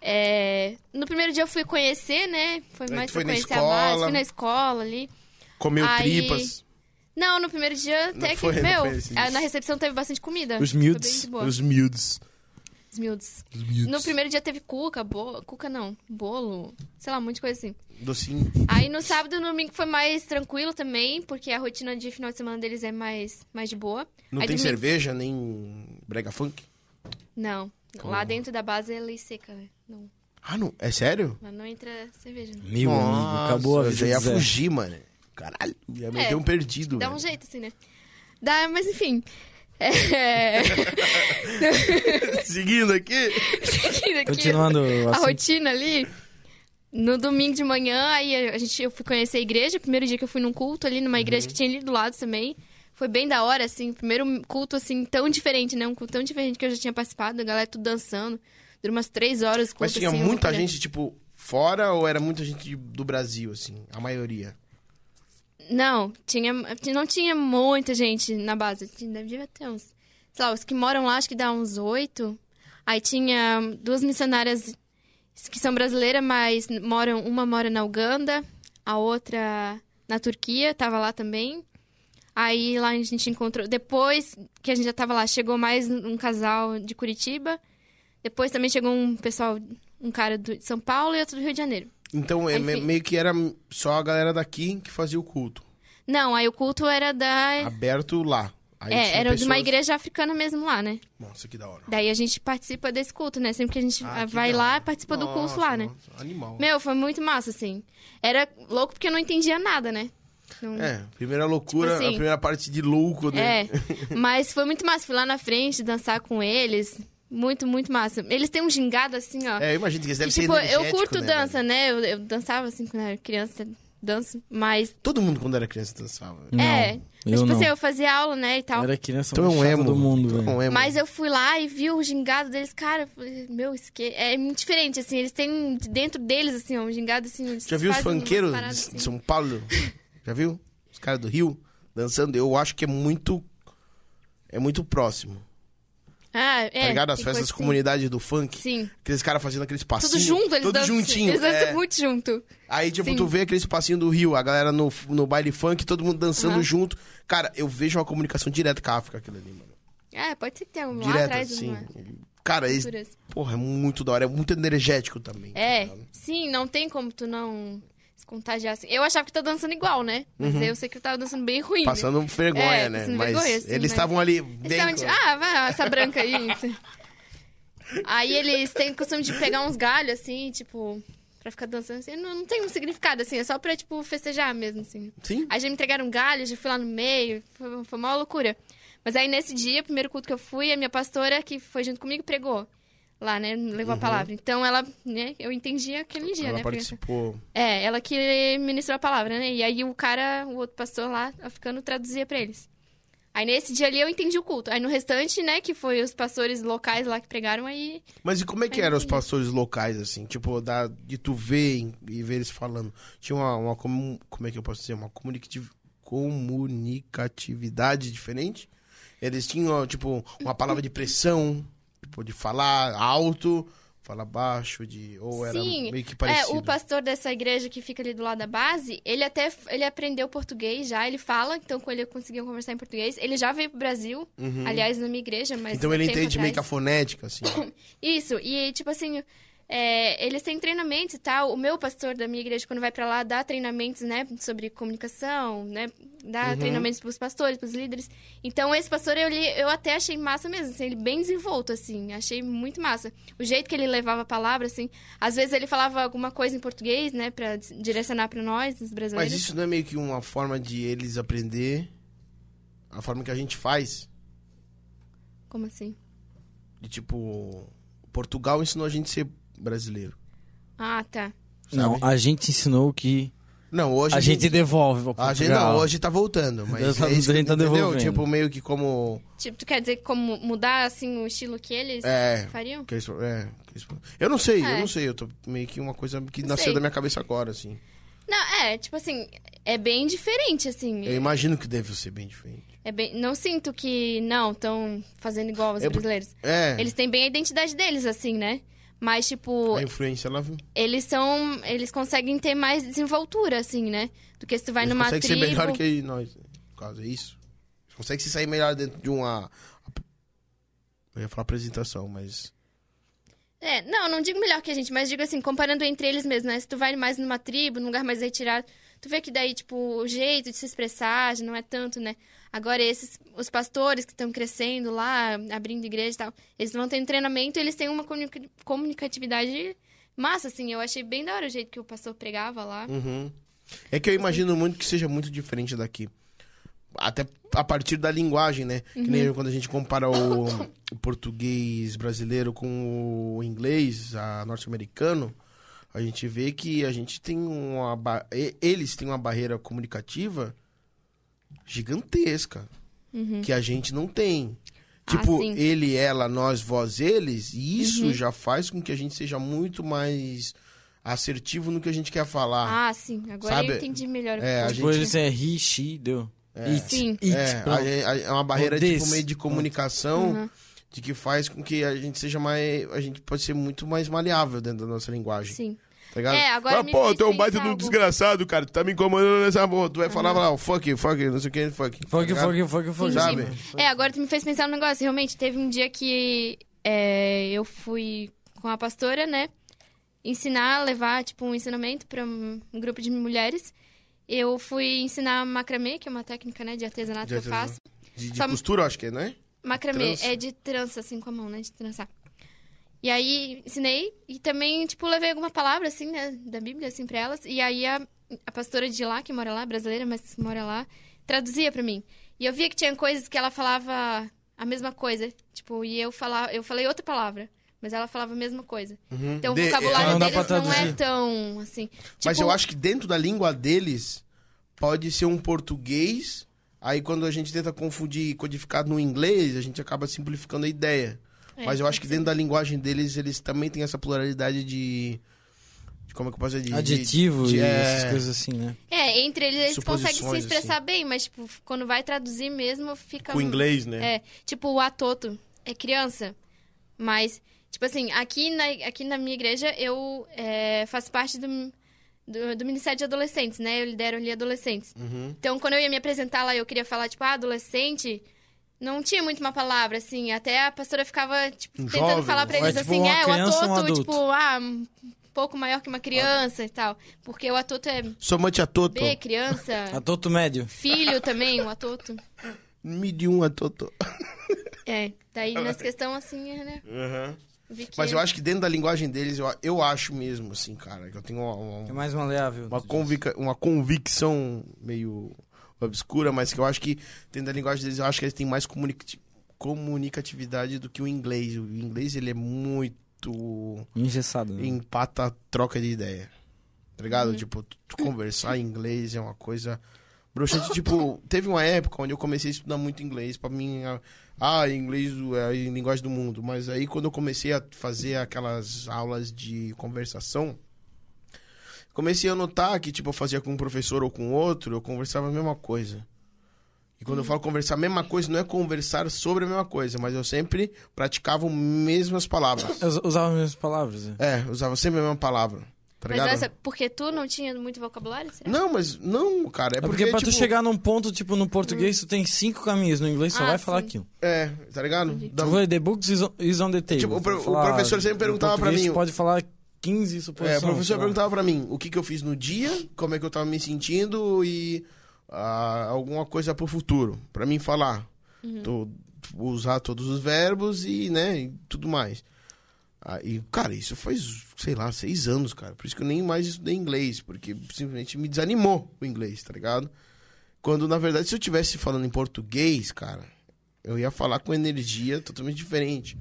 S3: É, No primeiro dia eu fui conhecer, né? Foi
S1: Aí
S3: mais
S1: tu
S3: pra
S1: É foi na
S3: conhecer
S1: escola.
S3: a base, fui na escola ali.
S1: Comeu
S3: Aí-
S1: tripas.
S3: Não, no primeiro dia
S1: Não
S3: até
S1: foi,
S3: que,
S1: não
S3: meu,
S1: foi esse
S3: ah,
S1: dia.
S3: na recepção teve bastante comida.
S2: Os
S3: Foi bem
S2: miúdos,
S3: de boa.
S1: Os miúdos.
S3: Os miúdos.
S1: Os miúdos.
S3: No primeiro dia teve cuca, bo... cuca não, bolo, sei lá, um monte de coisa assim.
S1: Docinho.
S3: Aí no sábado e no domingo foi mais tranquilo também, porque a rotina de final de semana deles é mais, mais de boa.
S1: Não
S3: Aí
S1: tem
S3: domingo-
S1: cerveja, nem brega funk?
S3: Não, lá dentro da base é lei seca, né? Não,
S1: Ah, não. É sério?
S3: lá não entra cerveja, não.
S2: Meu amigo, acabou a
S1: eu
S2: vida.
S1: já ia
S2: do Zé.
S1: fugir, mano. Caralho, ia meter um perdido.
S3: Dá um
S1: velho.
S3: jeito, assim, né? Dá, mas enfim. É...
S1: Seguindo aqui.
S3: aqui, aqui,
S2: Continuando
S3: a
S2: assim.
S3: rotina ali. No domingo de manhã, aí a gente, eu fui conhecer a igreja. Primeiro dia que eu fui num culto ali, numa igreja
S1: Uhum.
S3: que tinha ali do lado também. Foi bem da hora, assim. Primeiro culto, assim, tão diferente, né? Um culto tão diferente que eu já tinha participado. A galera tudo dançando. Durou umas três horas. o
S1: Mas
S3: culto,
S1: tinha
S3: assim,
S1: muita
S3: loucura.
S1: gente, tipo, fora ou era muita gente de- do Brasil, assim? A maioria.
S3: Não, tinha, não tinha muita gente na base. Tinha- Devia ter uns. Sei lá, os que moram lá, acho que dá uns oito. Aí tinha duas missionárias que são brasileiras, mas moram. Uma mora na Uganda, a outra na Turquia, tava lá também. Aí lá a gente encontrou. Depois que a gente já tava lá, chegou mais um casal de Curitiba. Depois também chegou um pessoal, um cara do- de São Paulo e outro do Rio de Janeiro.
S1: Então, é me-
S3: Enfim.
S1: meio que era só a galera daqui que fazia o culto.
S3: Não, aí o culto era da.
S1: Aberto lá. Aí
S3: É,
S1: tinha
S3: era de uma
S1: pessoas-
S3: igreja africana mesmo lá, né?
S1: Nossa, que da hora.
S3: Daí a gente participa desse culto, né? Sempre que a gente
S1: Ah, que
S3: vai
S1: da
S3: lá,
S1: hora.
S3: participa do
S1: Nossa,
S3: curso lá, né?
S1: nossa, Animal.
S3: Meu, foi muito massa, assim. Era louco porque eu não entendia nada, né? Não-
S1: É, primeira loucura,
S3: Tipo assim.
S1: a primeira parte de louco, né?
S3: É, mas foi muito massa. Fui lá na frente dançar com eles. Muito, muito massa. Eles têm um gingado assim, ó.
S1: É, imagina que isso deve
S3: que,
S1: ser
S3: tipo, eu
S1: energético,
S3: curto
S1: né,
S3: dança, né? Eu, eu dançava assim quando eu era criança, danço. Mas,
S1: velho? Todo mundo quando era criança dançava. velho.
S2: Não,
S3: é.
S2: eu
S3: Mas, tipo
S2: não.
S3: assim, eu fazia aula, né? E tal.
S2: Era criança
S1: Tu é
S2: mais
S1: um
S2: chata
S1: emo.
S2: do mundo,
S1: tu é
S2: velho.
S1: um emo.
S3: Mas eu fui lá e vi o gingado deles, cara, eu falei, meu, isso que é muito diferente, assim, eles têm de dentro deles, assim, ó, um gingado, assim, eles
S1: Já viu os
S3: fazem umas
S1: funkeiros de,
S3: paradas,
S1: de
S3: assim.
S1: São Paulo? Já viu? Os caras do Rio dançando. Eu acho que é muito. É muito próximo.
S3: Ah, é.
S1: tá ligado? As
S3: tem
S1: festas
S3: coisa
S1: comunidade do funk.
S3: Assim. Sim,
S1: Aqueles caras fazendo aqueles passinhos.
S3: tudo junto, eles
S1: Tudo
S3: dançam.
S1: juntinho.
S3: eles dançam
S1: é.
S3: muito junto.
S1: Aí, tipo,
S3: Sim.
S1: tu vê aqueles passinhos do Rio, a galera no, no baile funk, todo mundo dançando
S3: Aham.
S1: junto. Cara, eu vejo uma comunicação direta com a África, aquilo ali, mano.
S3: É, pode ser que tenha um lá
S1: Direta,
S3: atrás.
S1: assim.
S3: uma
S1: Cara, eles,
S3: cultura, assim.
S1: porra, é muito da hora. É muito energético também. tá
S3: É,
S1: ligado?
S3: sim, não tem como tu não se contagiar assim. Eu achava que tá dançando igual, né? Mas
S1: Uhum.
S3: eu sei que eu tava dançando bem ruim. né?
S1: Passando vergonha,
S3: É,
S1: né?
S3: passando
S1: Mas
S3: vergonha, assim,
S1: eles
S3: mas-
S1: estavam ali
S3: Eles
S1: bem...
S3: estavam de... Ah, vai, essa branca aí. aí eles têm o costume de pegar uns galhos, assim, tipo, pra ficar dançando assim. Não, não tem um significado, assim, é só pra, tipo, festejar mesmo, assim.
S1: Sim?
S3: Aí já me entregaram um galho, já fui lá no meio, foi, foi uma loucura. Mas aí nesse dia, primeiro culto que eu fui, a minha pastora, que foi junto comigo, pregou. Lá, né? Levou a palavra. Então ela, né? Eu entendi aquele dia,
S1: Uhum. Ela
S3: né? porque-
S1: participou.
S3: É, ela que ministrou a palavra, né? E aí o cara, o outro pastor lá, africano, traduzia pra eles. Aí nesse dia ali eu entendi o culto. Aí no restante, né, que foi os pastores locais lá que pregaram, aí
S1: Mas e como é que
S3: Aí
S1: eram
S3: não
S1: os pastores locais, assim? Tipo, da, de tu ver em- e ver eles falando. Tinha uma, uma comu- como é que eu posso dizer? Uma comunicati- comunicatividade diferente? Eles tinham, tipo, uma palavra de pressão, tipo, de falar alto, falar baixo, de... Ou era
S3: Sim,
S1: meio que
S3: É,
S1: parecido.
S3: o pastor dessa igreja que fica ali do lado da base, ele até f- ele aprendeu português já, ele fala, então com ele eu conseguia conversar em português. Ele já veio pro Brasil, aliás, na minha igreja, mas.
S1: Uhum. Então
S3: um
S1: ele
S3: tempo
S1: entende meio que a
S3: atrás.
S1: fonética, assim.
S3: Isso, e tipo assim, é, eles têm treinamentos e tal. O meu pastor da minha igreja, quando vai pra lá, dá treinamentos, né, sobre comunicação, né? Dá
S1: Uhum.
S3: treinamentos pros pastores, pros líderes. Então, esse pastor eu, li- eu até achei massa mesmo, assim, ele bem desenvolto, assim, achei muito massa. O jeito que ele levava a palavra, assim, às vezes ele falava alguma coisa em português, né, pra dis- direcionar pra nós, os brasileiros.
S1: Mas isso não é meio que uma forma de eles aprender a forma que a gente faz?
S3: Como assim?
S1: De tipo, Portugal ensinou a gente a ser brasileiro.
S3: Ah, tá.
S2: Não, a gente ensinou que
S1: Não, hoje.
S2: a gente devolve pra Portugal.
S1: a gente não, hoje tá voltando, mas
S2: Tá-
S1: é isso
S2: a
S1: que,
S2: gente tá
S1: entendeu?
S2: devolvendo.
S1: Tipo, meio que como.
S3: Tipo, tu quer dizer como mudar, assim, o estilo que eles
S1: É.
S3: fariam?
S1: que eles- é, que eles- eu não sei,
S3: É.
S1: eu não sei. Eu tô meio que uma coisa que
S3: Não
S1: nasceu
S3: sei.
S1: da minha cabeça agora, assim.
S3: Não, é, tipo assim, é bem diferente, assim.
S1: Eu imagino que deve ser bem diferente.
S3: É bem... Não sinto que, não, estão fazendo igual os
S1: É por-
S3: brasileiros.
S1: É.
S3: Eles têm bem a identidade deles, assim, né? Mas, tipo,
S1: A influência ela
S3: eles são. Eles conseguem ter mais desenvoltura, assim, né? Do que se tu vai
S1: eles
S3: numa
S1: consegue
S3: tribo.
S1: ser melhor que nós. né? No caso, é isso. Eles conseguem se sair melhor dentro de uma. Eu ia falar apresentação, mas.
S3: É, não, não digo melhor que a gente, mas digo assim, comparando entre eles mesmo, né? Se tu vai mais numa tribo, num lugar mais retirado, tu vê que daí, tipo, o jeito de se expressar já não é tanto, né? Agora, esses, os pastores que estão crescendo lá, abrindo igreja e tal, eles vão ter um treinamento e eles têm uma comuni- comunicatividade massa, assim. Eu achei bem da hora o jeito que o pastor pregava lá.
S1: Uhum. É que eu imagino muito que seja muito diferente daqui. Até a partir da linguagem, né? Que
S3: Uhum.
S1: nem quando a gente compara o, o português brasileiro com o inglês a norte-americano, a gente vê que a gente tem uma. ba- e- Eles têm uma barreira comunicativa gigantesca. Que a gente não tem.
S3: Ah,
S1: Tipo,
S3: sim. Uhum.
S1: ele, ela, nós, vós, eles, e isso já faz com que a gente seja muito mais assertivo no que a gente quer falar.
S3: Ah, sim, agora
S1: Sabe,
S3: eu entendi melhor o
S1: é, a
S3: que
S1: gente-
S2: Depois eles é ri, xi, deu. It,
S3: Sim.
S2: it,
S1: É,
S2: pronto.
S1: a gen- a- é uma barreira
S2: Ou
S1: tipo
S2: desse.
S1: meio de comunicação
S3: Uhum.
S1: de que faz com que a gente seja mais. A gente pode ser muito mais maleável dentro da nossa linguagem.
S3: Sim.
S1: Tá ligado?
S3: É, agora
S1: Ah,
S3: me
S1: pô,
S3: fez
S1: tu é um baita
S3: pensar
S1: do
S3: algo. Uhum.
S1: desgraçado, cara. Tu tá me incomodando nessa porra. Tu vai falar lá, o fuck, fuck, não sei o que, fuck. tá
S2: Fuck,
S1: ligado?
S2: fuck, fuck, fuck.
S1: Sabe?
S3: É, agora tu me fez pensar num negócio. Realmente, teve um dia que é, eu fui com a pastora, né? Ensinar, levar, tipo, um ensinamento pra um um grupo de mulheres. Eu fui ensinar macramê, que é uma técnica, né, de artesanato
S1: De
S3: que eu faço.
S1: De, de
S3: Só-
S1: costura, acho que é, né?
S3: Macramê
S1: Trança.
S3: é de trança, assim, com a mão, né? De trançar. E aí, ensinei e também, tipo, levei alguma palavra, assim, né? Da Bíblia, assim, pra elas. E aí, a, a pastora de lá, que mora lá, brasileira, mas mora lá, traduzia pra mim. E eu via que tinha coisas que ela falava a mesma coisa. Tipo, e eu, falava, eu falei outra palavra. Mas ela falava a mesma coisa. Então, o
S1: De-
S3: vocabulário
S2: é, Não dá pra
S3: deles não é
S2: traduzir.
S3: tão, assim...
S1: Mas
S3: tipo,
S1: eu acho que dentro da língua deles pode ser um português. Aí quando a gente tenta confundir e codificar no inglês, a gente acaba simplificando a ideia.
S3: É,
S1: Mas eu acho que
S3: pode
S1: dentro da linguagem deles, eles também têm essa pluralidade de. de como é que eu posso dizer? De-
S2: Adjetivo
S1: de-
S2: e
S1: é,
S2: essas coisas assim, né?
S3: É, entre eles eles conseguem se
S1: Suposições, assim.
S3: expressar bem, mas, tipo, quando vai traduzir mesmo, fica...
S1: Com inglês, né?
S3: É, tipo, o atoto é criança, mas, tipo assim, aqui na, aqui na minha igreja eu é, faço parte do, do, do Ministério de Adolescentes, né? Eu lidero ali adolescentes.
S1: Uhum.
S3: Então, quando eu ia me apresentar lá, eu queria falar, tipo, ah, adolescente... Não tinha muito uma palavra, assim. Até a pastora ficava, tipo,
S1: Um
S3: tentando
S1: jovem,
S3: falar pra
S2: é
S3: eles,
S2: tipo
S3: assim,
S2: uma
S3: é, o
S2: criança ou um
S3: atoto,
S2: adulto?
S3: tipo, ah, um pouco maior que uma criança e tal. Porque o atoto é
S1: Somante a Toto.
S3: B,
S1: É.
S3: criança,
S2: Atoto médio.
S3: filho também, um atoto.
S1: Me de um a Toto.
S3: É, daí nessa questão assim, é, né? Vi que
S1: Mas eu acho que dentro da linguagem deles, eu, eu acho mesmo, assim, cara, que eu tenho uma- uma,
S2: É mais maleável.
S1: uma, convica, uma convicção meio obscura, mas que eu acho que, dentro da linguagem deles, eu acho que eles têm mais comunicati- comunicatividade do que o inglês. O inglês, ele é muito...
S2: Engessado. né?
S1: empata a troca de ideia, tá ligado? Tipo, tu, tu conversar em inglês é uma coisa... Bruxante, tipo, teve uma época onde eu comecei a estudar muito inglês, pra mim... a- Ah, inglês do- é a linguagem do mundo. Mas aí, quando eu comecei a fazer aquelas aulas de conversação, comecei a notar que, tipo, eu fazia com um professor ou com outro, eu conversava a mesma coisa. E quando eu falo conversar a mesma coisa, não é conversar sobre a mesma coisa, mas eu sempre praticava as mesmas palavras.
S2: Eu us- usava as mesmas palavras. né?
S1: É, usava sempre a mesma palavra. Tá
S3: Mas
S1: ligado? Hum,
S3: essa, é porque tu não tinha muito vocabulário, será?
S1: Não, mas não, cara. É
S2: É
S1: porque,
S2: porque, pra
S1: tipo,
S2: tu chegar num ponto, tipo, no português, tu tem cinco caminhos. No inglês só
S3: Ah,
S2: vai falar
S3: sim.
S2: aquilo.
S1: É, tá ligado? Da-
S2: Tu Tipo, vai, the books is on, is on the table.
S1: Tipo, o pro-
S2: Tu
S1: o
S2: fala,
S1: professor sempre
S2: no
S1: perguntava pra
S2: português
S1: mim,
S2: tu pode falar 15 suposições.
S1: É, o
S2: sei
S1: professor
S2: lá.
S1: perguntava pra mim o que, que eu fiz no dia, como é que eu tava me sentindo e ah, alguma coisa pro futuro, pra mim falar. Tô- usar todos os verbos e, né, e tudo mais. Aí, cara, isso faz, sei lá, seis anos, cara. Por isso que eu nem mais estudei inglês, porque simplesmente me desanimou o inglês, tá ligado? Quando, na verdade, se eu tivesse falando em português, cara, eu ia falar com energia totalmente diferente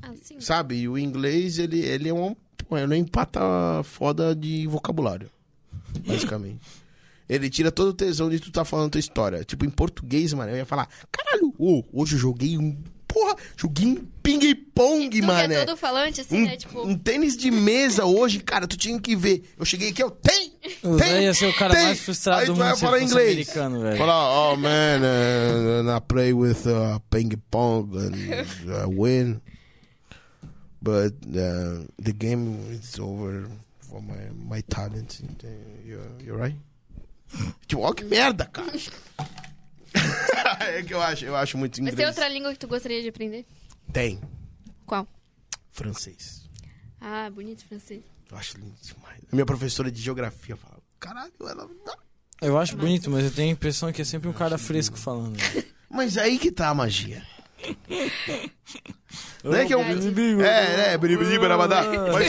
S3: Ah, sim.
S1: sabe? E o inglês, ele, ele é um. pô, Ele é um empata foda de vocabulário, basicamente. ele tira todo o tesão de tu tá falando tua história. Tipo, em português, mano, eu ia falar: caralho, ô, hoje eu joguei um. Porra, joguei um
S3: Tu
S1: ping-pong,
S3: que
S1: mano.
S3: é todo falante, assim,
S1: Um,
S3: né? Tipo,
S1: um tênis de mesa hoje, cara, tu tinha que ver. Eu cheguei aqui, eu tem!
S2: O
S1: tem,
S2: Zé ia ser o cara
S1: tem.
S2: mais frustrado
S1: Aí
S2: do
S1: tu
S2: mundo
S1: vai
S2: se ele
S1: falar
S2: fosse
S1: inglês.
S2: americano, velho.
S1: Falar, oh man, uh, and I play with uh, ping pong and I win, but uh, the game is over for my my talent. You're, you're right. Tipo, ó, que merda, cara. é que eu acho, eu acho muito
S3: mas
S1: inglês.
S3: tem outra língua que tu gostaria de aprender?
S1: Tem.
S3: Qual?
S1: francês.
S3: Ah, bonito francês.
S1: Eu acho lindo demais. A minha professora de geografia fala, caralho, ela
S2: Eu acho bonito, mas eu tenho a impressão que é sempre um cara fresco falando.
S1: Mas aí que tá a magia. Não é que é um...
S2: Verdade.
S1: É, é, biribiri, barabadá. Mas,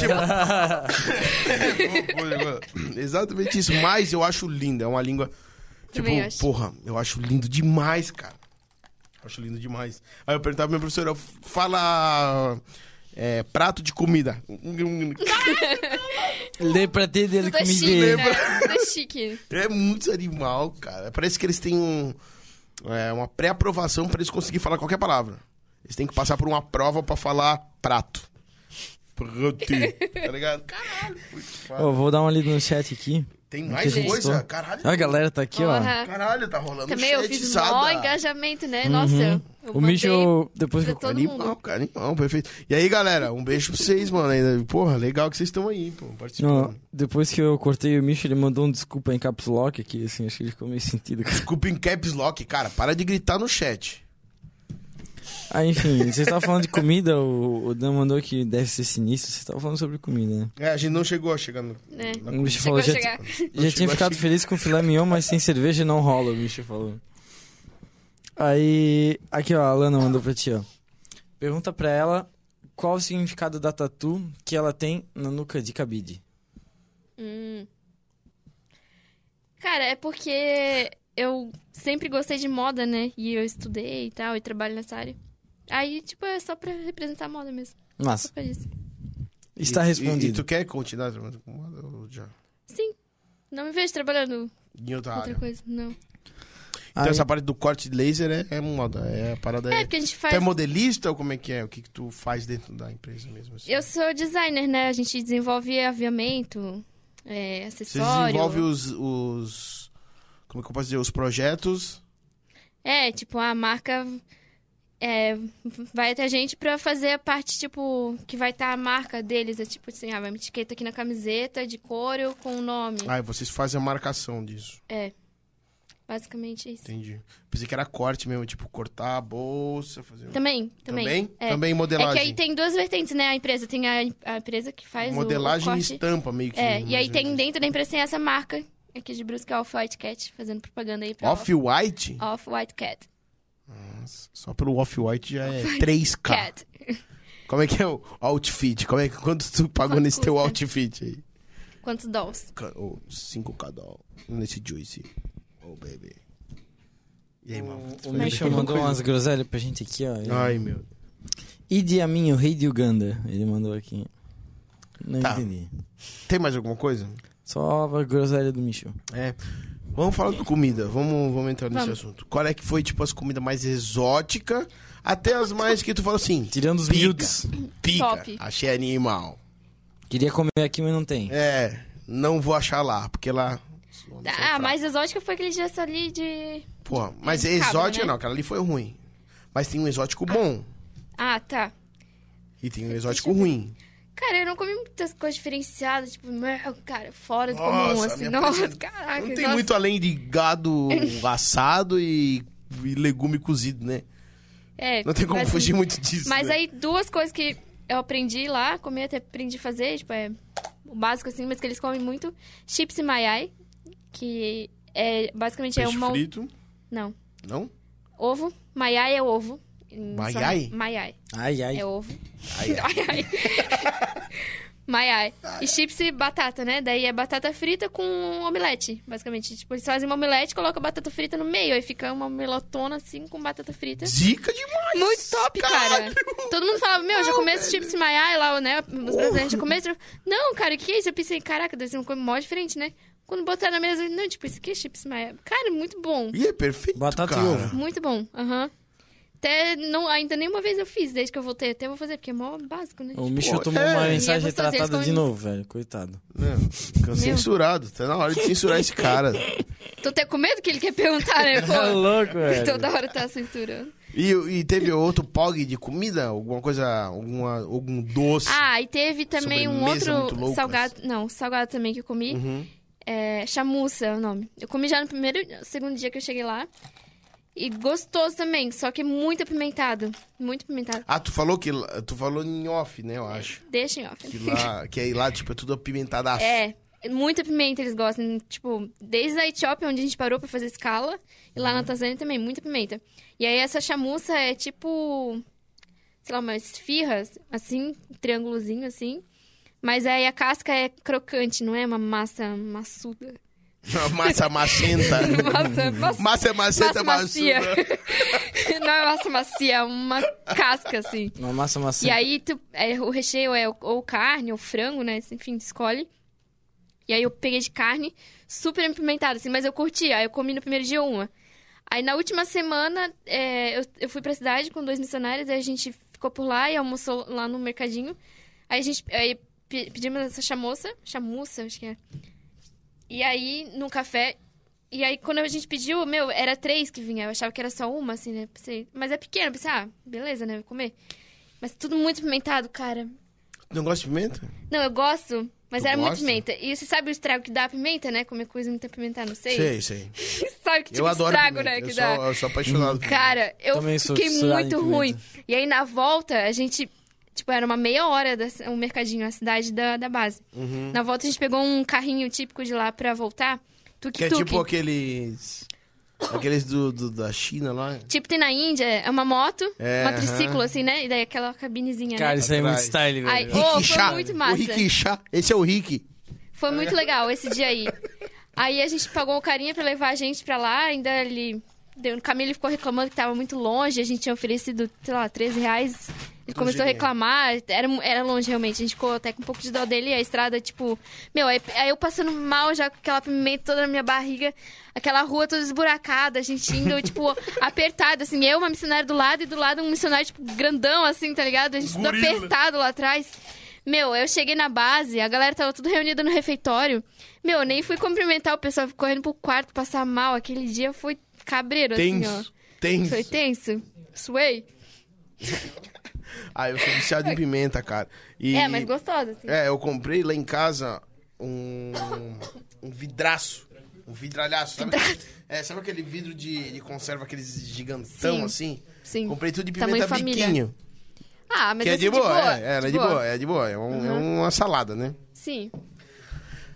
S1: tipo... Exatamente isso. Mas eu acho lindo. É uma língua... Tipo,
S3: Também acho.
S1: porra, eu acho lindo demais, cara. Eu acho lindo demais. Aí eu perguntava pra minha professora, fala... é, prato de comida.
S2: Lê pra ter dele
S3: Tudo é
S2: que me
S3: chique,
S2: dê.
S3: né? Tudo é chique.
S1: É muito animal, cara. Parece que eles têm um, é, uma pré-aprovação pra eles conseguirem falar qualquer palavra. Eles têm que passar por uma prova pra falar prato. Prato. Tá ligado? Caralho. putz,
S2: Ó, vou dar uma lida no chat aqui.
S1: Tem
S2: que a
S1: mais
S2: gente
S1: coisa?
S2: tô.
S1: Caralho.
S2: Ó, A galera tá aqui, ó.
S3: Porra.
S1: Caralho, tá rolando
S3: Também eu
S1: chat,
S3: fiz
S1: sada.
S3: mó engajamento, né? Nossa. eu
S2: Uhum. O
S3: mandei
S2: Michel, depois que
S3: pra
S2: eu...
S3: todo
S1: Animal,
S3: mundo.
S1: cara, animal, perfeito. E aí, galera, um beijo pra vocês, mano. Ainda- Porra, legal que vocês estão aí, pô,
S2: Ó,
S1: participando.
S2: depois que eu cortei o Michel, ele mandou um desculpa em caps lock aqui, assim, acho que ele ficou meio sentido.
S1: Desculpa em caps lock, cara, para de gritar no chat.
S2: Ah, enfim, vocês estavam falando de comida, o, o Dan mandou que deve ser sinistro, vocês estavam falando sobre comida, né?
S1: É, a gente não chegou a chegar no...
S3: É.
S1: na-
S2: O Michel
S3: Chegou
S2: falou, já,
S3: a chegar.
S2: já tinha ficado feliz com filé mignon, mas sem cerveja não rola, o Michel falou. Aí, aqui ó, a Alana mandou pra ti, ó. Pergunta pra ela qual o significado da tatu que ela tem na nuca de cabide.
S3: Hum. Cara, é porque eu sempre gostei de moda, né? E eu estudei e tal, e trabalho nessa área. Aí, tipo, é só pra representar a moda mesmo. Só
S2: Massa,
S3: pra isso.
S2: está
S1: E- e- E,
S2: respondido.
S1: tu quer continuar trabalhando com moda ou já?
S3: Sim. Não me vejo trabalhando
S1: Em outra
S3: outra
S1: área.
S3: coisa, não.
S1: Então
S2: Aí-
S1: essa parte do corte de laser é, é moda, é a parada...
S3: É,
S1: É,
S3: porque a gente
S1: Tu
S3: faz.
S1: é modelista ou como é que é? O que, que tu faz dentro da empresa mesmo? assim?
S3: Eu sou designer, né? A gente desenvolve aviamento, é,
S1: Você
S3: acessório.
S1: desenvolve os, os... Como é que eu posso dizer? Os projetos...
S3: É, tipo, a marca é, vai até a gente pra fazer a parte, tipo, que vai estar a marca deles. É tipo assim, ah, vai uma etiqueta aqui na camiseta de couro com o nome.
S1: Ah, e vocês fazem a marcação disso.
S3: Basicamente isso.
S1: Entendi. Pensei que era corte mesmo, tipo cortar a bolsa, fazer... um-
S3: Também, também.
S1: Também,
S3: É.
S1: Também
S3: É que
S1: modelagem.
S3: aí tem duas vertentes, né? A empresa tem a, a empresa que faz o-
S1: modelagem né, e
S3: o corte.
S1: estampa meio que.
S3: É,
S1: mais
S3: e aí
S1: ou
S3: tem
S1: menos.
S3: dentro da empresa tem essa marca aqui de Brusque, a Off-White Cat, fazendo propaganda aí pra
S1: Off-white?
S3: Off- Off-White Cat.
S1: Nossa, Só pelo off-white já é 3K.
S3: Cat.
S1: Como é que é o outfit? Como é que, quanto tu pagou
S3: Quanto
S1: nesse teu
S3: custa?
S1: outfit aí?
S3: Quantos dolls?
S1: Ca- Ou 5K doll. Nesse Juicy. Oh, baby. E aí,
S3: Hum.
S1: mano?
S2: O Michel mandou umas groselhas pra gente aqui, ó. Ele-
S1: Ai, meu.
S2: Idi Amin, o rei de Uganda. Ele mandou aqui. Não
S1: Tá.
S2: entendi.
S1: Tem mais alguma coisa?
S2: Só a groselha do Michel.
S1: É. Vamos falar de comida. Vamos, vamos entrar nesse
S3: Vamos.
S1: assunto. Qual é que foi, tipo, as comidas mais exóticas? Até as mais que tu fala assim.
S2: Tirando os
S1: Pica.
S2: miúdos.
S1: Pica.
S3: Top.
S1: Achei animal.
S2: Queria comer aqui, mas não tem.
S1: É, não vou achar lá, porque lá.
S3: Ah,
S1: é
S3: mais exótica foi aquele dia ali de.
S1: Porra, mas
S3: de
S1: é
S3: cabra,
S1: exótica
S3: né?
S1: não, aquela ali foi ruim. Mas tem um exótico bom
S3: Ah, tá.
S1: e tem um
S3: Deixa
S1: exótico
S3: eu ver.
S1: ruim.
S3: Cara, eu não comi muitas coisas diferenciadas, tipo, meu, cara, fora do
S1: Nossa,
S3: comum,
S1: a
S3: assim.
S1: minha
S3: Nossa,
S1: presença-
S3: caraca.
S1: não tem
S3: nossa.
S1: muito além de gado assado e, e legume cozido, né?
S3: É,
S1: Não tem como
S3: mas-
S1: fugir muito disso.
S3: Mas
S1: né?
S3: aí, duas coisas que eu aprendi lá, comi até aprendi a fazer, tipo, é o básico assim, mas que eles comem muito. Chips e maiai, que é basicamente é
S1: Peixe
S3: uma.
S1: frito.
S3: Não.
S1: Não?
S3: Ovo. Maiai é ovo. Em-
S1: Maiai?
S3: só- Maiai.
S2: Ai, ai.
S3: É ovo. Ai, ai. Maiai. E chips e batata, né? Daí é batata frita com omelete, basicamente. Tipo, eles fazem uma omelete, colocam batata frita no meio, aí fica uma melotona assim com batata frita.
S1: Zica demais!
S3: Muito top, cara. Todo mundo falava, meu, já comeu esses chips Maiai lá, né? Os brasileiros já comeu. esse- Não, cara, o que é isso? Eu pensei, caraca, deve ser uma coisa mó diferente, né? Quando botaram na mesa, eu não, tipo, isso aqui é chips Maiai. Cara, muito bom.
S1: E é perfeito.
S2: Batata e
S1: cara. Né?
S2: ovo.
S3: Muito bom, aham. Até não, ainda nenhuma vez eu fiz, desde que eu voltei. Até vou fazer, porque é mó básico, né?
S2: O Michel
S1: Pô,
S2: tomou
S1: é.
S2: uma
S1: E é
S2: mensagem
S3: gostosinho, eles
S2: retratada de
S3: comem-
S2: novo, velho. Coitado.
S1: Não, fica censurado. Tá na hora de censurar esse cara.
S3: Tô até tá com medo que ele quer perguntar, né?
S2: Tá
S3: Pô,
S2: louco, velho.
S3: toda hora tá censurando.
S1: E, e teve outro POG de comida? Alguma coisa, alguma, algum doce?
S3: Ah, e teve também um
S1: Sobremesa muito
S3: outro
S1: loucas.
S3: salgado. Não, salgado também que eu comi.
S1: Uhum.
S3: É, chamuça é o nome. Eu comi já no primeiro, segundo dia que eu cheguei lá. E gostoso também, só que muito apimentado. Muito apimentado.
S1: Ah, tu falou que lá- tu falou em off, né, eu acho.
S3: Deixa em off.
S1: Que lá, que aí lá tipo é tudo apimentadaço.
S3: É, muita pimenta eles gostam. Tipo, desde a Etiópia, onde a gente parou pra fazer escala, e lá na Tanzânia também, muita pimenta. E aí essa chamuça é tipo, sei lá, umas esfirras, assim, um triângulozinho assim. Mas aí a casca é crocante, não é uma massa maçuda.
S1: massa macenta.
S3: Massa, massa,
S1: massa é macenta
S3: massa macia.
S1: maçuda.
S3: não é massa macia, é uma casca, assim.
S2: Uma massa maçã.
S3: E aí, tu- é, o recheio é ou- ou carne ou frango, né? Enfim, tu escolhe. E aí eu peguei de carne, super apimentada, assim, mas eu curti. Aí eu comi no primeiro dia uma. Aí na última semana, é, eu, eu fui pra cidade com dois missionários, aí a gente ficou por lá e almoçou lá no mercadinho. Aí a gente aí pe- pedimos essa chamoça, chamuça, acho que é. E aí, num café. E aí, quando a gente pediu, meu, era três que vinha. Eu achava que era só uma, assim, né? Pensei, mas é pequeno, pensei, ah, beleza, né? Vou comer. Mas tudo muito pimentado, cara.
S1: Não gosta de pimenta?
S3: Não, eu gosto, mas
S1: Tu
S3: era muito
S1: gosta?
S3: pimenta. E você sabe o estrago que dá a pimenta, né? Comer coisa muito apimentada, não sei.
S1: Sei, sei.
S3: Você sabe que tipo
S1: eu adoro
S3: estrago,
S1: pimenta.
S3: né?
S1: eu,
S3: Que
S1: sou,
S3: dá.
S1: eu sou apaixonado por
S3: Cara, eu
S2: Também sou
S3: fiquei
S2: fissurado em
S3: muito
S2: pimenta.
S3: ruim. E aí, na volta, a gente... Tipo, era uma meia hora da- o mercadinho, a cidade da, da base.
S1: Uhum.
S3: Na volta, a gente pegou um carrinho típico de lá pra voltar.
S1: pimenta. que é
S3: Tuk-tuk.
S1: tipo aqueles Aqueles do, do- da China lá.
S3: Tipo, tem na Índia, é uma moto,
S1: É,
S3: uma
S1: aham.
S3: triciclo, assim, né? E daí aquela cabinezinha,
S2: Cara,
S3: né?
S2: isso aí é muito
S1: Atrás.
S2: style, velho.
S3: Ai,
S1: Rick
S3: Pô, foi
S1: Chá.
S3: muito
S1: O
S3: massa.
S1: Rick Chá. Esse é o Rick.
S3: Foi muito legal esse dia aí. Aí a gente pagou o carinha pra levar a gente pra lá, ainda ele... Deu, no caminho ele ficou reclamando que tava muito longe, a gente tinha oferecido, sei lá, 13 reais. Ele começou a
S1: dinheiro.
S3: reclamar, era, mu- era longe realmente, a gente ficou até com um pouco de dó dele, e a estrada, tipo... Meu, aí, aí eu passando mal já com aquela pimenta toda na minha barriga, aquela rua toda esburacada, a gente indo, tipo, apertado, assim, eu, uma missionária do lado, e do lado um missionário, tipo, grandão, assim, tá ligado? A gente tudo
S1: Gorila.
S3: apertado lá atrás. Meu, eu cheguei na base, a galera tava tudo reunida no refeitório. Meu, eu nem fui cumprimentar o pessoal, fui correndo pro quarto, passar mal. Aquele dia foi cabreiro, assim,
S1: Tenso.
S3: ó. Foi
S1: Tenso.
S3: tenso. Suei.
S1: Ah, eu sou viciado em pimenta, cara. E-
S3: É, mas gostosa, assim.
S1: É, eu comprei lá em casa um, um vidraço. Um vidralhaço. Sabe, aquele, é, sabe aquele vidro de, de conserva, aqueles gigantão
S3: Sim.
S1: assim?
S3: Sim.
S1: Comprei tudo de
S3: Tamanho
S1: pimenta
S3: família.
S1: biquinho.
S3: Ah, mas
S1: Que é
S3: assim,
S1: de boa, é,
S3: de Uhum.
S1: ela é de boa, é de boa. É, um- é uma salada, né?
S3: Sim.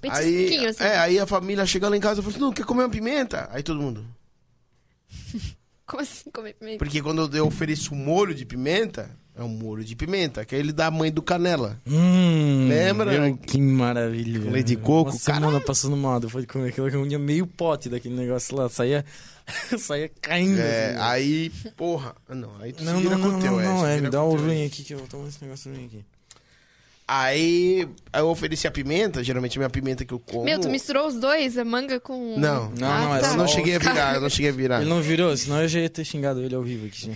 S1: Aí,
S3: Petisquinho, assim.
S1: é, aí a família chegou lá em casa e falou assim, não, quer comer uma pimenta? Aí todo mundo...
S3: Como assim comer pimenta?
S1: Porque quando eu ofereço um molho de pimenta, é um molho de pimenta, que é ele da mãe do canela.
S2: Hum,
S1: Lembra?
S2: meu, Que maravilha.
S1: Com leite de coco,
S2: Uma
S1: caralho.
S2: semana passando mal, depois de comer aquilo, eu comia meio pote daquele negócio lá, saía, saía caindo.
S1: É,
S2: assim.
S1: aí, porra... ah, Não, aí tu
S2: Não,
S1: se
S2: não,
S1: vira
S2: não,
S1: com o
S2: não,
S1: teu,
S2: não,
S1: é, se
S2: é,
S1: vira
S2: me
S1: com
S2: dá
S1: o
S2: um
S1: teu, é.
S2: ruim aqui que eu vou tomar esse negócio ruim aqui.
S1: Aí eu ofereci a pimenta, geralmente a minha pimenta que eu como.
S3: Meu, tu misturou os dois, a manga com...
S1: Não,
S2: Não,
S3: Ah,
S2: não, é
S3: tá.
S1: eu
S2: só...
S1: não cheguei a virar, eu não cheguei a virar.
S2: Ele não virou, senão eu já ia ter xingado ele ao vivo aqui.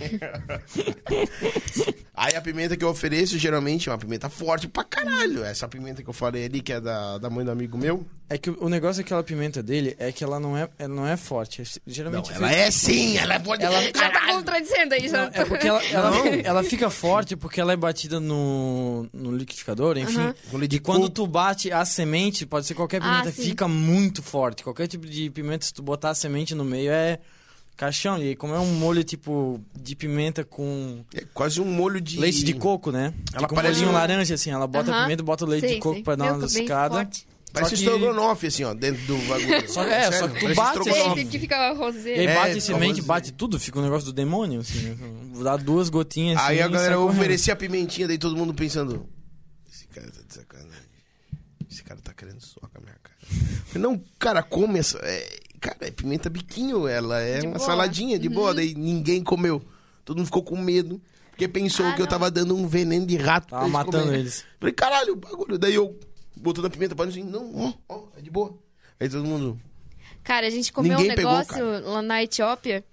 S2: gente.
S1: Aí a pimenta que eu ofereço geralmente é uma pimenta forte pra caralho. Essa pimenta que eu falei ali, que é da, da mãe do amigo meu.
S2: É que o o negócio daquela pimenta dele é que ela não é, ela não é forte. é- Geralmente
S1: Ela é sim, ela é forte. Ela
S3: Já tá contradizendo aí, já.
S2: Não, é porque ela, ela, ela fica forte porque ela é batida no, no liquidificador, enfim.
S3: Aham.
S1: Com leite de
S2: E quando
S1: coco.
S2: tu bate a semente, pode ser qualquer
S3: Ah,
S2: pimenta,
S3: sim.
S2: fica muito forte. Qualquer tipo de pimenta, se tu botar a semente no meio, é caixão. E aí, como é um molho tipo de pimenta com
S1: É quase um molho de.
S2: leite de coco, né?
S1: Ela
S2: com
S1: parece
S2: um
S1: um-
S2: laranja, assim. Ela bota a
S3: Aham.
S2: pimenta, bota o leite
S3: Sei,
S2: de coco
S3: sei.
S2: pra dar
S3: Meu,
S2: uma
S3: tô bem
S2: luscada.
S3: forte.
S1: Parece um
S2: que-
S1: estrogonofe, assim, ó, dentro do bagulho.
S2: Só- é, só que tu
S1: parece
S2: bate,
S3: Sei,
S1: estrogonofe.
S3: tem que ficar rosé.
S2: E aí
S1: É,
S2: bate
S1: com
S2: a semente,
S1: arroz,
S2: bate tudo, fica um negócio do demônio, assim. né? Dá duas gotinhas assim.
S1: Aí a
S2: e
S1: galera
S2: sai correndo.
S1: oferecia a pimentinha, daí todo mundo pensando: Esse cara tá de sacanagem. Esse cara tá querendo socar a minha cara. Eu falei, Não, cara, come essa. é, cara, é pimenta biquinho, ela é
S3: De
S1: uma
S3: boa.
S1: saladinha de boa. Daí ninguém comeu. Todo mundo ficou com medo. Porque pensou
S3: Ah,
S1: que eu
S3: não.
S1: tava dando um veneno de rato. pra
S2: Tava
S1: eles
S2: matando
S1: comerem.
S2: eles.
S1: Falei, caralho, o bagulho. Daí eu botando a pimenta pra assim, não, ó, ó, é de boa. Aí todo mundo.
S3: Cara, a gente comeu
S1: Ninguém
S3: um
S1: pegou,
S3: negócio lá na Etiópia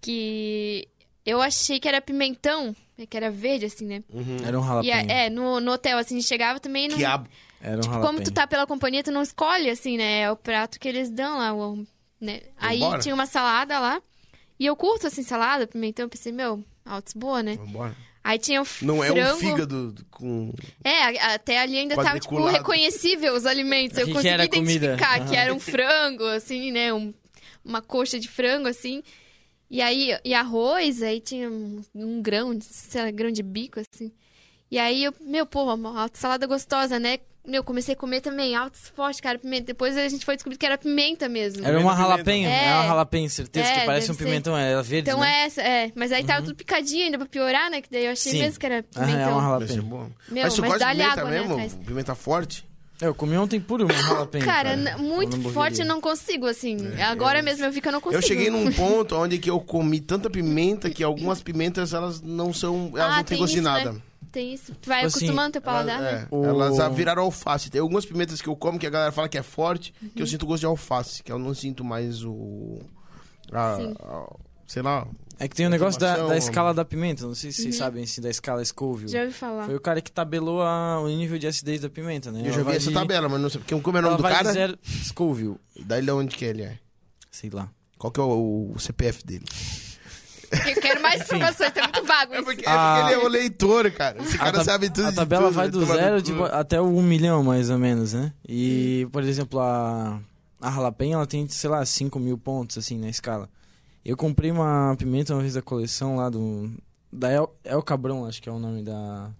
S3: que eu achei que era pimentão, que era verde, assim, né?
S1: Uhum.
S2: Era um
S3: E a-
S2: jalapeno.
S3: é, no, no hotel, assim, a gente chegava também e não.
S1: Quiabo.
S2: Era um
S3: tipo,
S2: jalapeno.
S3: como tu tá pela companhia, tu não escolhe, assim, né? É o prato que eles dão lá. o- né? Aí
S1: Vambora.
S3: tinha uma salada lá. E eu curto, assim, salada, pimentão. Eu pensei, meu, altos boa, né?
S1: Vambora.
S3: Aí tinha o
S1: Não é
S3: frango.
S1: um fígado com.
S3: É, a- até ali ainda tava, tipo,
S1: Quadriculado.
S3: reconhecível os alimentos. Eu
S2: Que que
S3: consegui
S2: era a comida?
S3: identificar que
S2: Aham.
S3: era um frango, assim, né? um- uma coxa de frango, assim. E aí, e arroz, aí tinha um, um grão, de- sei lá, grão de bico, assim. E aí, eu, meu, pô, uma alta salada gostosa, né? Meu, comecei a comer também, altos forte, cara, pimenta. Depois a gente foi descobrir que era pimenta mesmo.
S2: Era uma
S1: Pimenta, pimenta.
S2: jalapeno,
S3: É.
S2: era uma jalapeno, certeza,
S3: É,
S2: que parece um
S3: deve ser.
S2: pimentão, era verde,
S3: Então
S2: né? Uhum.
S3: é essa, é. Mas aí tava tudo picadinho ainda pra piorar, né? Que daí eu achei
S2: Sim.
S3: mesmo que era
S2: Aham,
S3: pimentão.
S2: é uma
S1: Deve ser
S2: jalapeno.
S1: bom.
S3: Meu,
S1: mas tu
S3: mas
S1: gosta de
S3: dá-lhe
S1: pimenta
S3: água, né,
S1: mesmo?
S3: atrás.
S1: Pimenta forte?
S2: Eu comi ontem puro um jalapeno,
S3: Cara,
S2: cara.
S3: n-
S2: na
S3: muito
S2: hamburgueria. É,
S3: forte eu não consigo, assim. Agora mesmo eu vi que eu não consigo.
S1: Eu cheguei num ponto onde que eu comi tanta pimenta que algumas pimentas elas não são, elas
S3: Ah,
S1: não têm
S3: tem isso,
S1: cozinada.
S3: né? Tem isso. Tu vai
S2: Tipo assim,
S3: acostumando teu paladar,
S1: Elas,
S3: né?
S1: é,
S2: O-
S1: elas a- viraram alface. Tem algumas pimentas que eu como que a galera fala que é forte, que eu sinto gosto de alface, que eu não sinto mais o a-
S3: Sim.
S1: a- sei lá.
S2: É que tem o negócio da,
S1: Informação,
S2: da
S1: amor.
S2: escala da pimenta, não sei se vocês sabem assim, da escala Scoville.
S3: Uhum. Já ouvi falar.
S2: Foi o cara que tabelou a- o nível de acidez da pimenta, né?
S1: Eu já vi essa tabela, mas não sei porque como é o
S2: Ela
S1: nome do
S2: vai
S1: cara.
S2: de zero... Scoville,
S1: Daí de onde que ele é?
S2: sei lá.
S1: Qual que é o, o CPF dele?
S3: Eu quero mais informações, tá muito vago.
S1: É
S3: isso.
S1: porque,
S2: Ah.
S1: ele é o leitor, cara. Esse cara
S2: tab-
S1: sabe tudo.
S2: a
S1: de
S2: tabela
S1: tudo,
S2: vai
S1: vai
S2: do
S1: tomar no
S2: zero
S1: cu. Hum.
S2: tipo, até um milhão, mais ou menos, né? E, por exemplo, a, a Jalapeno, ela tem, sei lá, 5 mil pontos, assim, na escala. Eu comprei uma pimenta uma vez da coleção lá do... Da El, El Cabrão, acho que é o nome da,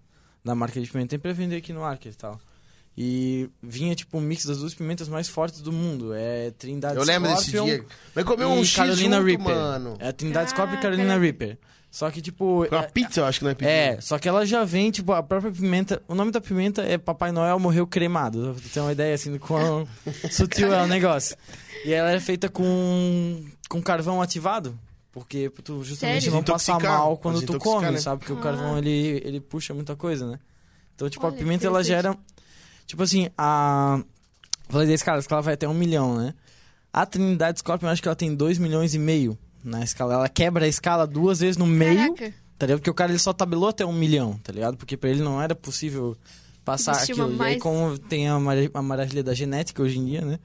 S2: da marca de pimenta. Tem pra vender aqui no Arca e tal. E vinha, tipo, um mix das duas pimentas mais fortes do mundo. É Trindade
S1: Eu lembro desse
S2: Scorpion
S1: dia. Vai comer um
S2: e
S1: X
S2: Carolina
S1: junto,
S2: Reaper.
S1: mano.
S2: É a Trindade Scorpion e
S3: Caraca.
S2: Carolina Reaper. Só que, tipo...
S1: Foi uma
S2: é-
S1: pizza, eu acho que não é pizza.
S2: É, só que ela já vem, tipo, a própria pimenta. O nome da pimenta é Papai Noel morreu cremado. Pra tu ter uma ideia assim do quão sutil é o negócio. E ela é feita com, com carvão ativado. Porque tu justamente
S3: Sério?
S2: não passar
S1: Desintoxicar,
S2: mal quando tu
S1: desintoxicar,
S2: come,
S1: né?
S2: sabe? Porque o
S3: Ah.
S2: carvão ele, ele puxa muita coisa, né? Então, tipo,
S3: Olha,
S2: a pimenta ela
S3: interessante.
S2: gera. Tipo assim, a. Falei 10 caras que ela vai até um milhão, né? A Trinidade Scorpion, eu acho que ela tem 2 milhões e meio na escala. Ela quebra a escala duas vezes no meio.
S3: Caraca.
S2: Tá ligado? Porque o cara ele só tabelou até um milhão, tá ligado? Porque pra ele não era possível passar
S3: Existia uma
S2: aquilo. E aí,
S3: mais-
S2: como tem a, mar... a maravilha da genética hoje em dia, né?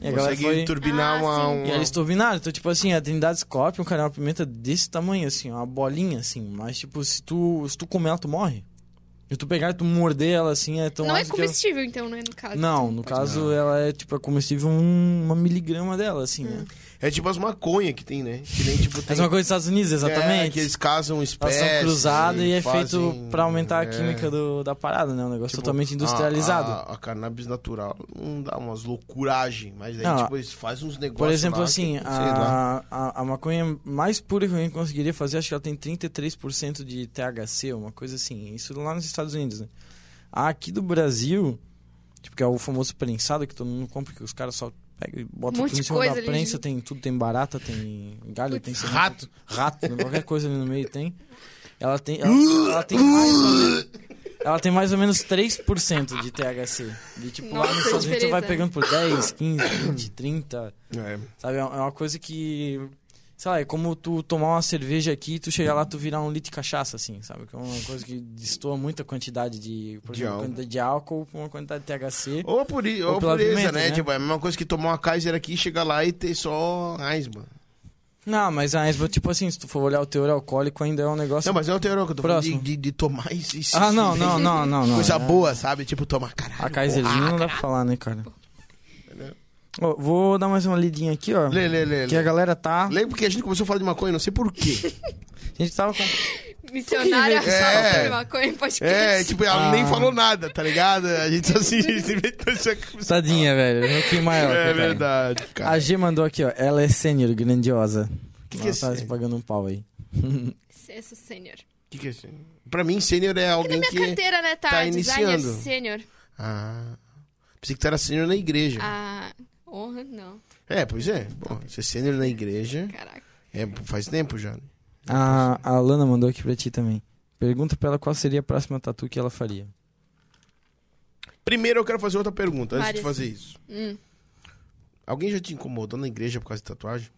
S2: E a galera
S1: Consegue
S2: foi...
S1: turbinar
S3: Ah,
S1: uma,
S3: sim.
S2: E
S1: uma...
S2: eles turbinaram. Então, tipo assim, a Trindade Scorpion, cara, é uma pimenta desse tamanho, assim, uma bolinha, assim. Mas, tipo, se tu, se tu comer ela, tu morre. Se tu pegar e tu morder ela, assim, é tão
S3: não é
S2: ácido que ela-
S3: comestível, então, né, no caso.
S2: Não, no caso, ela é, tipo, é comestível um, uma miligrama dela, assim, né?
S3: Hum.
S1: É tipo as maconhas que tem, né? Que nem tipo tem...
S2: Mas uma coisa dos Estados Unidos,
S1: É,
S2: exatamente.
S1: que eles casam
S2: Elas
S1: espécies.
S2: são cruzadas e é
S1: fazem-
S2: feito pra aumentar a
S1: é,
S2: química do, da parada, né? Um negócio
S1: tipo,
S2: totalmente industrializado.
S1: A, a, a cannabis natural não dá umas loucuragens, mas aí
S2: Não,
S1: tipo eles fazem uns negócios
S2: Por exemplo,
S1: lá que-
S2: assim,
S1: sei lá.
S2: a, a, a maconha mais pura que alguém conseguiria fazer, acho que ela tem 33% de THC, uma coisa assim. Isso lá nos Estados Unidos, né? A Aqui do Brasil, tipo, que é o famoso prensado que todo mundo compra, que os caras só pegam e botam
S3: Um monte
S2: tudo em
S3: de
S2: cima
S3: coisa
S2: da
S3: ali,
S2: prensa,
S3: gente.
S2: tem tudo, tem barata, tem galho, tem semente,
S1: rato.
S2: rato, né? qualquer coisa ali no meio tem. Ela tem, ela, ela tem mais ou menos, ela tem mais ou menos 3% de THC. E tipo, lá
S3: Nossa,
S2: nos Estados Unidos tu vai
S3: diferença.
S2: pegando por 10, 15, 20, 30. Sabe, é uma é uma coisa que. Sei lá, é como tu tomar uma cerveja aqui e tu chegar lá tu virar um litro de cachaça, assim, sabe? Que é uma coisa que destoa muita quantidade de. Por
S1: De
S2: exemplo,
S1: álcool.
S2: quantidade de álcool com uma quantidade de THC.
S1: Ou, por, ou,
S2: Ou pela
S1: pureza,
S2: pimenta,
S1: né?
S2: né?
S1: Tipo, é a mesma coisa que tomar uma Kaiser aqui, chegar lá e ter só Aisman.
S2: Não, mas a Esma, tipo assim, se tu for olhar o teor alcoólico, ainda é um negócio.
S1: Não, mas é o teor que eu tô falando de,
S2: Próximo.
S1: de, de tomar isso. isso
S2: Ah, não, não, não, não, não.
S1: Coisa
S2: É-
S1: boa, sabe? Tipo, tomar caralho.
S2: A Kaiserzinha não dá pra falar, né, cara? Ó, vou dar mais uma lidinha aqui, ó.
S1: Lê, lê, lê.
S2: Que a
S1: lê.
S2: galera tá.
S1: Lê porque a gente começou a falar de maconha, não sei porquê.
S2: A gente tava com.
S3: Missionária
S1: É.
S3: fala sobre maconha em podcast.
S1: É, tipo, ela
S2: Ah.
S1: nem falou nada, tá ligado? A gente só assim, a gente inventou essa coisa.
S2: Tadinha, velho. Eu vou queimar ela.
S1: É
S2: coitada.
S1: verdade, cara.
S2: A G mandou aqui, ó. Ela é sênior, grandiosa.
S1: Que que
S2: Ela
S1: é
S2: tá
S1: sênior?
S2: pagando um pau aí.
S3: Essa sênior.
S1: Que que é isso? Pra mim, sênior é
S3: E na
S1: alguém
S3: minha
S1: que.
S3: carteira, né, tá?
S1: tá
S3: Designer
S1: iniciando.
S3: sênior.
S1: Ah. Pensei que tu era sênior na igreja.
S3: Ah, honra, não.
S1: É, pois é. Pô, ser sênior na igreja
S3: Caraca.
S1: é, faz tempo já. né?
S2: A, a Lana mandou aqui pra ti também. Pergunta pra ela qual seria a próxima tatu que ela faria.
S1: Primeiro eu quero fazer outra pergunta antes de
S3: Várias.
S1: fazer isso.
S3: Hum,
S1: Alguém já te incomodou na igreja por causa de tatuagem?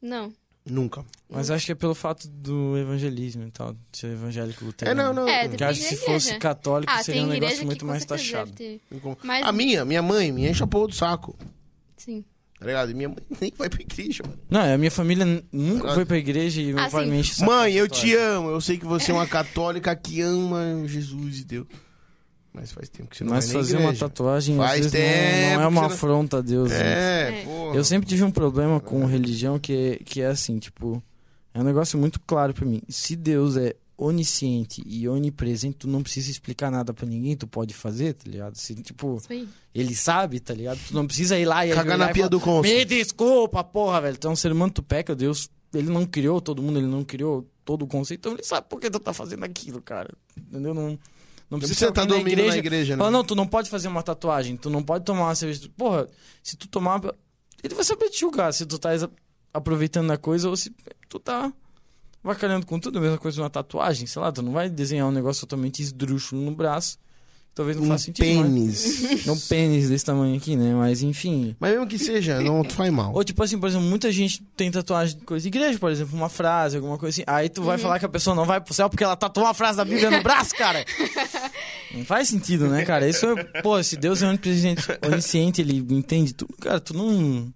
S3: não.
S1: Nunca.
S2: Mas acho que é pelo fato do evangelismo e tal, de ser evangélico
S1: É,
S2: luterano.
S1: não, não.
S3: É,
S1: não.
S3: depende
S2: Porque acho que
S3: da
S2: se
S3: igreja.
S2: fosse católico
S3: Ah,
S2: seria
S3: tem
S2: um
S3: igreja
S2: negócio
S3: que
S2: muito
S3: com
S2: mais
S3: certeza
S2: taxado.
S3: deve ter.
S1: Me incomoda.
S3: Mas-
S1: A minha, minha mãe, me enche a porra do saco,
S3: Sim.
S1: tá ligado? E Minha mãe nem vai pra igreja, mano.
S2: Não, é, a minha família n- nunca foi pra igreja e meu
S3: Ah,
S2: pai
S3: sim.
S2: me enche o saco
S1: Mãe,
S2: com
S1: eu
S2: tatuagem.
S1: te amo. Eu sei que você é uma católica que ama Jesus e Deus. Mas faz tempo que você não
S2: Mas
S1: vai na
S2: fazer
S1: igreja.
S2: uma tatuagem às
S1: Faz
S2: vezes, não- não,
S1: tempo que
S2: é uma
S1: você não-
S2: afronta a Deus. né?
S1: É,
S3: É.
S1: porra.
S2: Eu sempre tive um problema com religião que, que é assim, tipo, é um negócio muito claro pra mim. Se Deus é onisciente e onipresente, tu não precisa explicar nada pra ninguém, tu pode fazer, tá ligado? Se, tipo,
S3: Isso aí.
S2: ele sabe, tá ligado? Tu não precisa ir lá e
S1: Cagar
S2: olhar
S1: na
S2: e
S1: pia
S2: falar,
S1: do cônsul.
S2: Me desculpa, porra, velho. Tu é um ser humano, tu peca, Deus, ele não criou todo mundo, ele não criou todo o conceito, então ele sabe por que tu tá fazendo aquilo, cara. Entendeu? Não, não
S1: Não precisa
S2: precisa
S1: tá
S2: ter
S1: estar
S2: alguém
S1: dormindo na igreja, né?
S2: Fala, não, tu não pode fazer uma tatuagem, tu não pode tomar uma cerveja. Porra, se tu tomar. Ele vai saber te julgar se tu tá exa- aproveitando a coisa ou se tu tá vacalhando com tudo. A mesma coisa numa tatuagem, sei lá, tu não vai desenhar um negócio totalmente esdrúxulo no braço. Talvez não
S1: Um
S2: faça sentido. Pênis.
S1: pênis.
S2: Mas... Um pênis desse tamanho aqui, né? Mas enfim.
S1: Mas mesmo que seja, não te faz mal.
S2: Ou tipo assim, por exemplo, muita gente tem tatuagem de coisa de igreja, por exemplo, uma frase, alguma coisa assim. Aí tu
S3: Uhum.
S2: vai falar que a pessoa não vai pro céu porque ela tatuou uma frase da Bíblia no braço, cara. não faz sentido, né, cara? Isso é, pô, se Deus é onipresente, onisciente, ele entende tudo, cara, tu não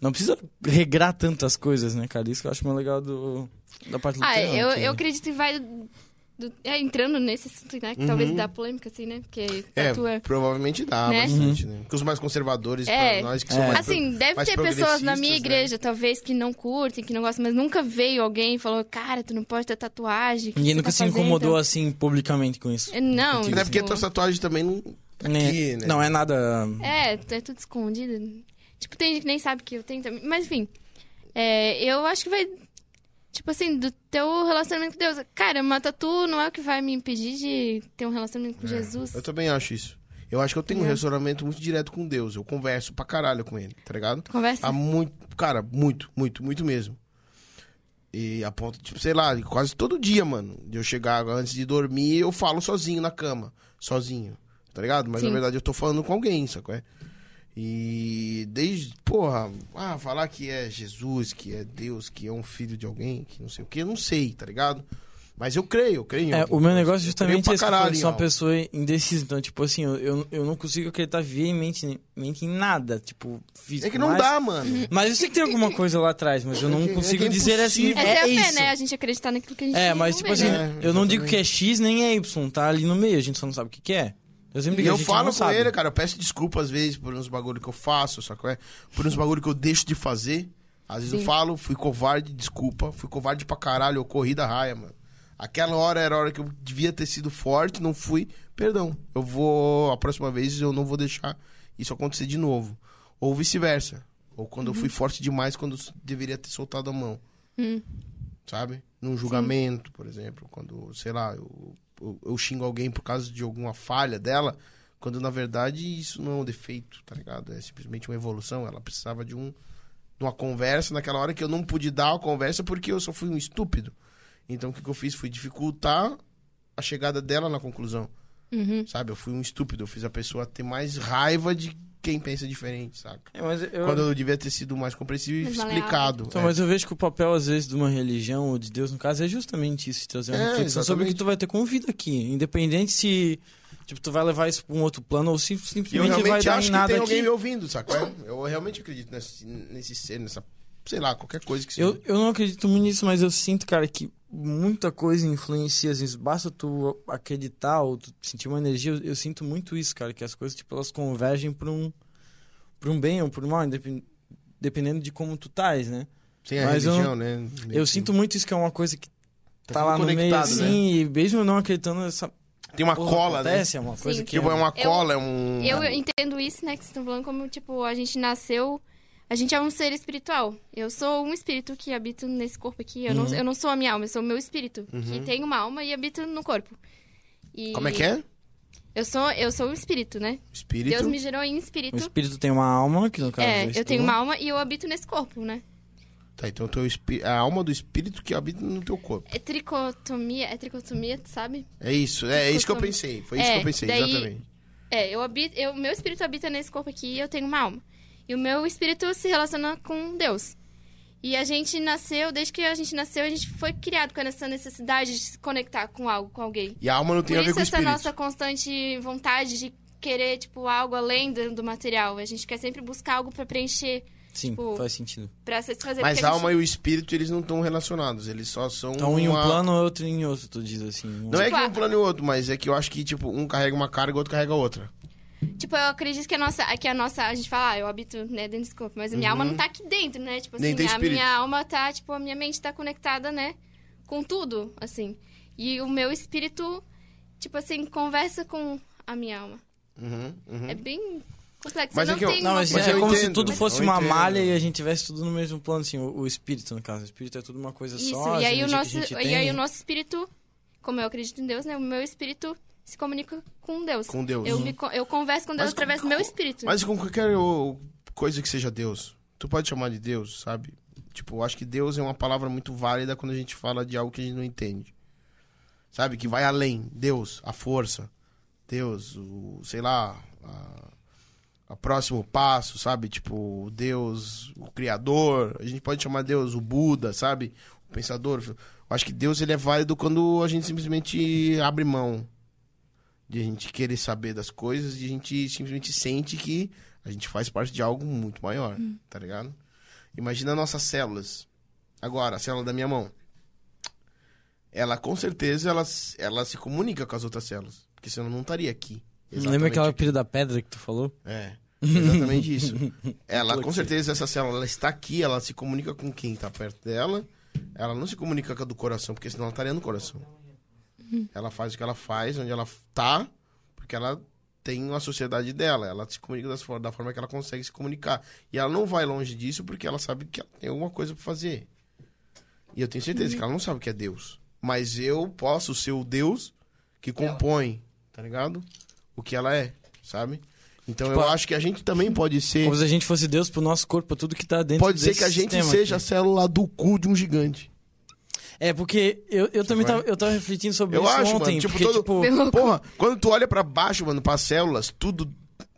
S2: não precisa regrar tantas coisas, né, cara? Isso que eu acho mais legal do da parte do
S3: Ah,
S1: Então,
S3: eu, eu acredito que vai. do- é, entrando nesse assunto, né? Que talvez dá polêmica, assim, né? Porque
S1: Uhum.
S2: tá
S1: É,
S3: tatua.
S1: provavelmente dá
S3: Né?
S1: bastante, né? Porque os mais conservadores,
S3: É.
S1: pra nós que
S2: Uhum. É.
S1: são mais... pro-
S3: Assim, deve
S1: mais
S3: ter pessoas na
S1: progressistas,
S3: minha
S1: né?
S3: igreja, talvez, que não curtem, que não gostam, mas nunca veio alguém e falou, cara, tu não pode ter tatuagem. o que
S2: Ninguém
S3: você
S2: nunca
S3: tá
S2: se incomodou
S3: fazendo?"
S2: assim publicamente com isso.
S3: É, Não,
S1: Até porque
S3: tipo,
S1: tua tatuagem também não...
S2: Nem-
S1: aqui, né?
S2: Não é nada.
S3: É, é tudo escondido. Tipo, tem gente que nem sabe que eu tenho também. Mas enfim. É, eu acho que vai. Tipo assim, do teu relacionamento com Deus. Cara, uma tatu não é o que vai me impedir de ter um relacionamento com Jesus.
S1: É. Eu também acho isso. Eu acho que eu tenho um
S3: É.
S1: relacionamento muito direto com Deus. Eu converso pra caralho com ele, tá ligado?
S3: Tu Conversa?
S1: Há muito, cara, muito, muito, muito mesmo. E a ponto, tipo, sei lá, quase todo dia, mano. De eu chegar antes de dormir, eu falo sozinho na cama. Sozinho, tá ligado? Mas
S3: Sim.
S1: na verdade eu tô falando com alguém, sacou? É? E desde, porra, ah, falar que é Jesus, que é Deus, que é um filho de alguém, que não sei o que, eu não sei, tá ligado? Mas eu creio, eu creio. em
S2: É,
S1: alguém.
S2: o meu
S1: Eu
S2: negócio
S1: creio
S2: justamente
S1: pra
S2: é esse, que eu
S1: caralho em
S2: sou uma
S1: algo.
S2: pessoa indecisa. Então, tipo assim, eu, eu, eu não consigo acreditar veementemente em nada, tipo, físico.
S1: É que não
S2: mas,
S1: dá, mano.
S2: Mas eu sei que tem alguma coisa lá atrás, mas eu não
S1: É que- é
S2: consigo
S1: que é
S2: dizer assim.
S1: impossível.
S3: Essa é, a
S2: É
S3: fé,
S2: isso.
S3: né? A gente acreditar naquilo que a gente
S2: É,
S3: não
S2: mas tipo
S3: vê,
S2: assim,
S3: né?
S1: né?
S2: eu não digo
S1: Exatamente.
S2: que é X nem é Y, tá ali no meio, a gente só não sabe o que, que é. Eu sempre
S1: E
S2: digo, a
S1: eu
S2: gente
S1: falo
S2: não
S1: com
S2: sabe.
S1: ele, cara, eu peço desculpa às vezes por uns bagulho que eu faço, sacou? É? Por uns bagulho que eu deixo de fazer. Às vezes eu
S3: Sim.
S1: falo, fui covarde, desculpa, fui covarde pra caralho, eu corri da raia, mano. Aquela hora era a hora que eu devia ter sido forte, não fui. Perdão, eu vou, a próxima vez eu não vou deixar isso acontecer de novo. Ou vice-versa. Ou quando eu fui forte demais, quando eu s- deveria ter soltado a mão.
S3: Uhum. Hum.
S1: Sabe? Num julgamento, por exemplo, quando, sei lá, eu, eu, eu xingo alguém por causa de alguma falha dela, quando na verdade isso não é um defeito, tá ligado? É simplesmente uma evolução. Ela precisava de um de uma conversa naquela hora que eu não pude dar a conversa porque eu só fui um estúpido. Então o que, que eu fiz? Fui dificultar a chegada dela na conclusão.
S3: Uhum.
S1: Sabe? Eu fui um estúpido. Eu fiz a pessoa ter mais raiva de quem pensa diferente, saca?
S2: É, mas eu-
S1: Quando eu devia ter sido mais compreensivo e
S3: Mais
S1: explicado.
S2: Então,
S1: é.
S2: mas eu vejo que o papel, às vezes, de uma religião ou de Deus, no caso, é justamente isso, trazer uma
S1: É,
S2: reflexão sobre o que
S1: exatamente.
S2: tu vai ter com vida aqui. Independente se, tipo, tu vai levar isso pra um outro plano ou se
S1: E eu
S2: simplesmente vai
S1: realmente
S2: dar em
S1: acho que
S2: nada
S1: tem
S2: aqui.
S1: alguém me ouvindo, saca? Eu realmente acredito nesse, nesse ser, nessa, sei lá, qualquer coisa que seja.
S2: Eu, eu não acredito muito nisso, mas eu sinto, cara, que muita coisa influencia. Às vezes, basta tu acreditar ou tu sentir uma energia. Eu, eu sinto muito isso, cara, que as coisas, tipo, elas convergem pra um, pra um bem ou por um mal, independ- dependendo de como tu estás, né?
S1: Sem a
S2: mas eu
S1: religião, né?
S2: Eu sinto muito isso, que é uma coisa que tá,
S1: tudo
S2: lá no meio,
S1: conectado,
S2: assim, e mesmo eu não acreditando nessa
S1: Tem uma
S2: porra
S1: cola, né?
S2: acontece, é uma coisa
S3: Sim.
S2: que...
S1: Tipo, é uma
S3: Eu-
S1: cola, é um...
S3: Eu entendo isso, né? Que vocês estão falando como, tipo, a gente nasceu. A gente é um ser espiritual. Eu sou um espírito que habito nesse corpo aqui. Eu,
S2: Uhum.
S3: não, eu não sou a minha alma, eu sou o meu espírito. Que tem uma alma e habito no corpo. E
S1: Como é que é?
S3: Eu sou, eu sou um espírito, né?
S1: Espírito.
S3: Deus me gerou em
S2: O
S3: espírito.
S2: Um espírito tem uma alma, que no caso
S3: é,
S2: és
S3: eu
S2: tu.
S3: tenho uma alma e eu habito nesse corpo, né?
S1: Tá, então teu espí- a alma do espírito que habita no teu corpo.
S3: É tricotomia, é tricotomia, tu sabe?
S1: É isso, é, isso que eu
S3: Escuta-
S1: pensei. Foi isso
S3: É,
S1: que eu pensei,
S3: daí-
S1: exatamente.
S3: É, eu habito, eu, meu espírito habita nesse corpo aqui e eu tenho uma alma. E o meu espírito se relaciona com Deus. E a gente nasceu, desde que a gente nasceu, a gente foi criado com essa necessidade de se conectar com algo, com alguém.
S1: E a alma não tem
S3: Por
S1: a ver
S3: isso
S1: com o
S3: essa
S1: espírito.
S3: nossa constante vontade de querer, tipo, algo além do, do material. A gente quer sempre buscar algo pra preencher,
S2: Sim,
S3: tipo,
S2: faz sentido.
S3: pra satisfazer.
S1: Mas
S3: porque
S1: a
S3: gente-
S1: alma e o espírito, eles não estão relacionados. Eles só são
S2: Então, em um
S1: uma-
S2: plano, outro em outro, tu diz assim. um-
S1: Não é que
S3: Tipo,
S1: um
S3: a-
S1: plano e outro, mas é que eu acho que, tipo, um carrega uma carga, o outro carrega outra.
S3: Tipo, eu acredito que a nossa. Que a nossa. A gente fala, ah, eu habito, né, dentro desse corpo. Mas a minha alma não tá aqui dentro, né? Tipo assim,
S1: Uhum. Nem tem
S3: a
S1: espírito.
S3: minha alma tá, tipo, a minha mente tá conectada, né? Com tudo, assim. E o meu espírito, tipo assim, conversa com a minha alma.
S1: Uhum, uhum.
S3: É bem complexo.
S1: Mas é
S3: eu não
S1: que eu-
S3: tenho
S2: Não,
S3: uma
S2: mas,
S1: Mas
S2: é
S1: eu
S2: como se
S1: entendo,
S2: tudo fosse
S1: eu
S2: uma
S1: entendo.
S2: malha e a gente tivesse tudo no mesmo plano, assim, o, o espírito, no caso. O espírito é tudo uma coisa
S3: Isso,
S2: só. as
S3: e aí, o
S2: energias que
S3: nosso,
S2: a gente
S3: e aí
S2: tem.
S3: o nosso espírito, como eu acredito em Deus, né? O meu espírito se comunica com Deus.
S1: Com Deus. Uhum.
S3: Eu, me co- eu converso com Deus
S1: Mas com-
S3: através do meu espírito.
S1: Mas com qualquer o- coisa que seja Deus, tu pode chamar de Deus, sabe? Tipo, eu acho que Deus é uma palavra muito válida quando a gente fala de algo que a gente não entende. Sabe? Que vai além. Deus, a força. Deus, o, sei lá, a, a próximo passo, sabe? Tipo, Deus, o Criador. A gente pode chamar Deus o Buda, sabe? O Pensador. Eu acho que Deus ele é válido quando a gente simplesmente abre mão de a gente querer saber das coisas e a gente simplesmente sente que a gente faz parte de algo muito maior, tá ligado? Imagina nossas células. Agora, a célula da minha mão. Ela, com certeza, ela, s- ela se comunica com as outras células. Porque senão eu não estaria aqui.
S2: Lembra aquela
S1: Exatamente
S2: pilha da pedra que tu falou?
S1: é, exatamente isso. Ela, com
S2: Putz.
S1: certeza, essa célula ela está aqui, ela se comunica com quem está perto dela. Ela não se comunica com a do coração, porque senão ela estaria no coração. Ela faz o que ela faz, onde ela tá, porque ela tem a sociedade dela, ela se comunica das for- da forma que ela consegue se comunicar. E ela não vai longe disso porque ela sabe que ela tem alguma coisa pra fazer. E eu tenho certeza que ela não sabe o que é Deus. Mas eu posso ser o Deus que compõe, tá ligado? O que ela é, sabe? Então eu
S2: Tipo,
S1: acho que a gente também pode ser.
S2: Como se a gente fosse Deus pro nosso corpo, pra tudo que tá dentro
S1: Pode ser
S2: desse
S1: que a gente
S2: sistema
S1: seja a
S2: aqui.
S1: célula do cu de um gigante.
S2: É, porque eu, eu também
S1: vai?
S2: tava, eu tava refletindo sobre
S1: Eu
S2: isso
S1: acho,
S2: ontem.
S1: mano. Tipo,
S2: porque,
S1: todo-
S2: tipo,
S1: Porra, quando tu olha pra baixo, mano, pras células, tudo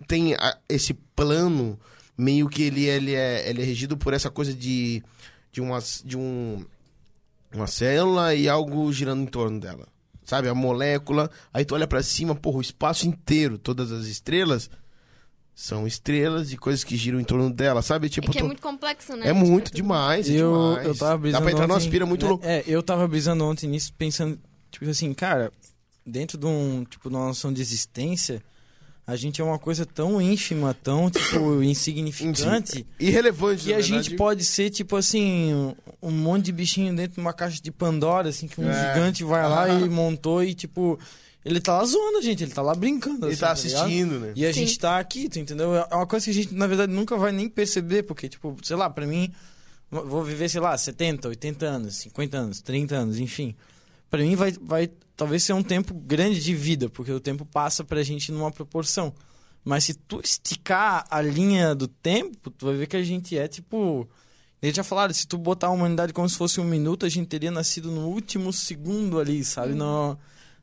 S1: tem a- esse plano meio que ele, ele, é, ele é regido por essa coisa de, de, uma, de um, uma célula e algo girando em torno dela. Sabe? A molécula. Aí tu olha pra cima, porra, o espaço inteiro, todas as estrelas são estrelas e coisas que giram em torno dela, sabe? Tipo,
S3: é que é
S1: tu-
S3: muito complexo, né?
S1: é
S3: Tipo,
S1: muito
S3: tudo.
S1: demais, é
S2: Eu,
S1: demais.
S2: eu tava brisando.
S1: Dá pra entrar
S2: ontem,
S1: numa aspira muito
S2: né?
S1: louca.
S2: É, eu tava brisando ontem nisso, pensando, tipo assim, cara, dentro de um, tipo, de uma noção de existência, a gente é uma coisa tão ínfima, tão, tipo, insignificante,
S1: Irrelevante,
S2: que
S1: na
S2: a gente
S1: verdade.
S2: pode ser, tipo assim, um monte de bichinho dentro de uma caixa de Pandora, assim, que um
S1: É.
S2: gigante vai lá
S1: Aham.
S2: e montou e, tipo, ele tá lá zoando a gente, ele tá lá brincando.
S1: Ele
S2: assim,
S1: tá
S2: ligado?
S1: assistindo, né?
S2: E a
S3: Sim.
S2: gente tá aqui, tu entendeu? É uma coisa que a gente, na verdade, nunca vai nem perceber, porque, tipo, sei lá, pra mim, v- vou viver, sei lá, 70, 80 anos, 50 anos, 30 anos, enfim. Pra mim vai, vai talvez ser um tempo grande de vida, porque o tempo passa pra gente numa proporção. Mas se tu esticar a linha do tempo, tu vai ver que a gente é, tipo... Eles já falaram, se tu botar a humanidade como se fosse um minuto, a gente teria nascido no último segundo ali, sabe? Na,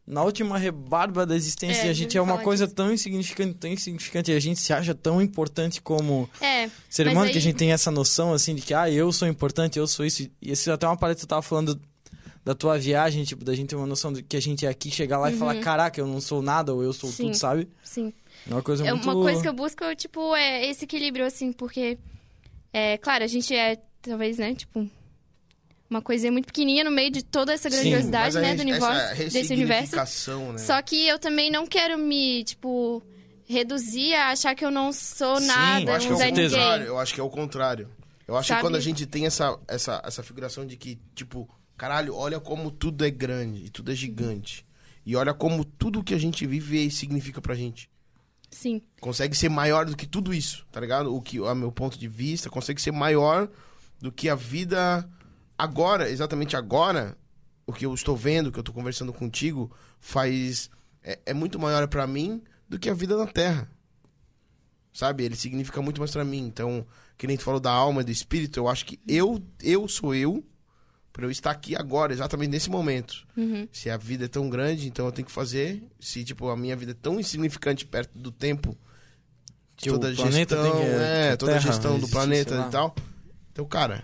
S2: na última rebarba da existência.
S3: Uhum. É,
S2: e a
S3: eu
S2: gente
S3: ouvi
S2: é uma
S3: falar
S2: coisa tão insignificante, tão insignificante. E a gente se acha tão importante como
S3: É,
S2: ser
S3: Mas
S2: humano, que a
S3: aí-
S2: gente tem essa noção, assim, de que, ah, eu sou importante, eu sou isso. E esse é até uma parada que tu tava falando da tua viagem, tipo, da gente ter uma noção de que a gente é aqui, chegar lá e falar, caraca, eu não sou nada, ou eu sou
S3: Uhum. Sim.
S2: tudo, sabe?
S3: sim.
S2: É uma coisa
S3: É
S2: muito...
S3: uma coisa que eu busco, eu, tipo, é esse equilíbrio, assim, porque... É, claro, a gente é, talvez, né, tipo... Uma coisinha muito pequenininha no meio de toda essa
S2: Sim,
S1: Mas
S3: grandiosidade,
S1: é a
S3: né,
S1: gente-
S3: do
S1: essa
S3: universo, desse universo.
S1: ressignificação, Né?
S3: Só que eu também não quero me, tipo, reduzir a achar que eu não sou
S2: Sim,
S3: nada,
S1: eu acho que é
S3: não
S1: o
S3: sou
S2: certeza.
S1: contrário.
S3: ninguém.
S1: Eu acho que é o contrário. Eu acho
S3: um Sabe?
S1: que quando a gente tem essa, essa, essa figuração de que, tipo, caralho, olha como tudo é grande e tudo é gigante. E olha como tudo que a gente vive significa pra gente.
S3: Sim,
S1: Consegue ser maior do que tudo isso, tá ligado? O que, a meu ponto de vista, consegue ser maior do que a vida agora, exatamente agora, o que eu estou vendo, o que eu estou conversando contigo, faz. É, é muito maior pra mim do que a vida na Terra. Sabe? Ele significa muito mais pra mim. Então, que nem tu falou da alma, e do espírito, eu acho que eu, eu sou eu, pra eu estar aqui agora, exatamente nesse momento. Se a vida é tão grande, então eu tenho que fazer. Se, tipo, a minha vida é tão insignificante perto do tempo, de
S2: Que o
S1: toda a
S2: planeta
S1: gestão,
S2: tem que-
S1: é,
S2: que a
S1: toda a
S2: Terra
S1: gestão do
S2: existe, sei
S1: planeta
S2: lá.
S1: e tal. Então, cara,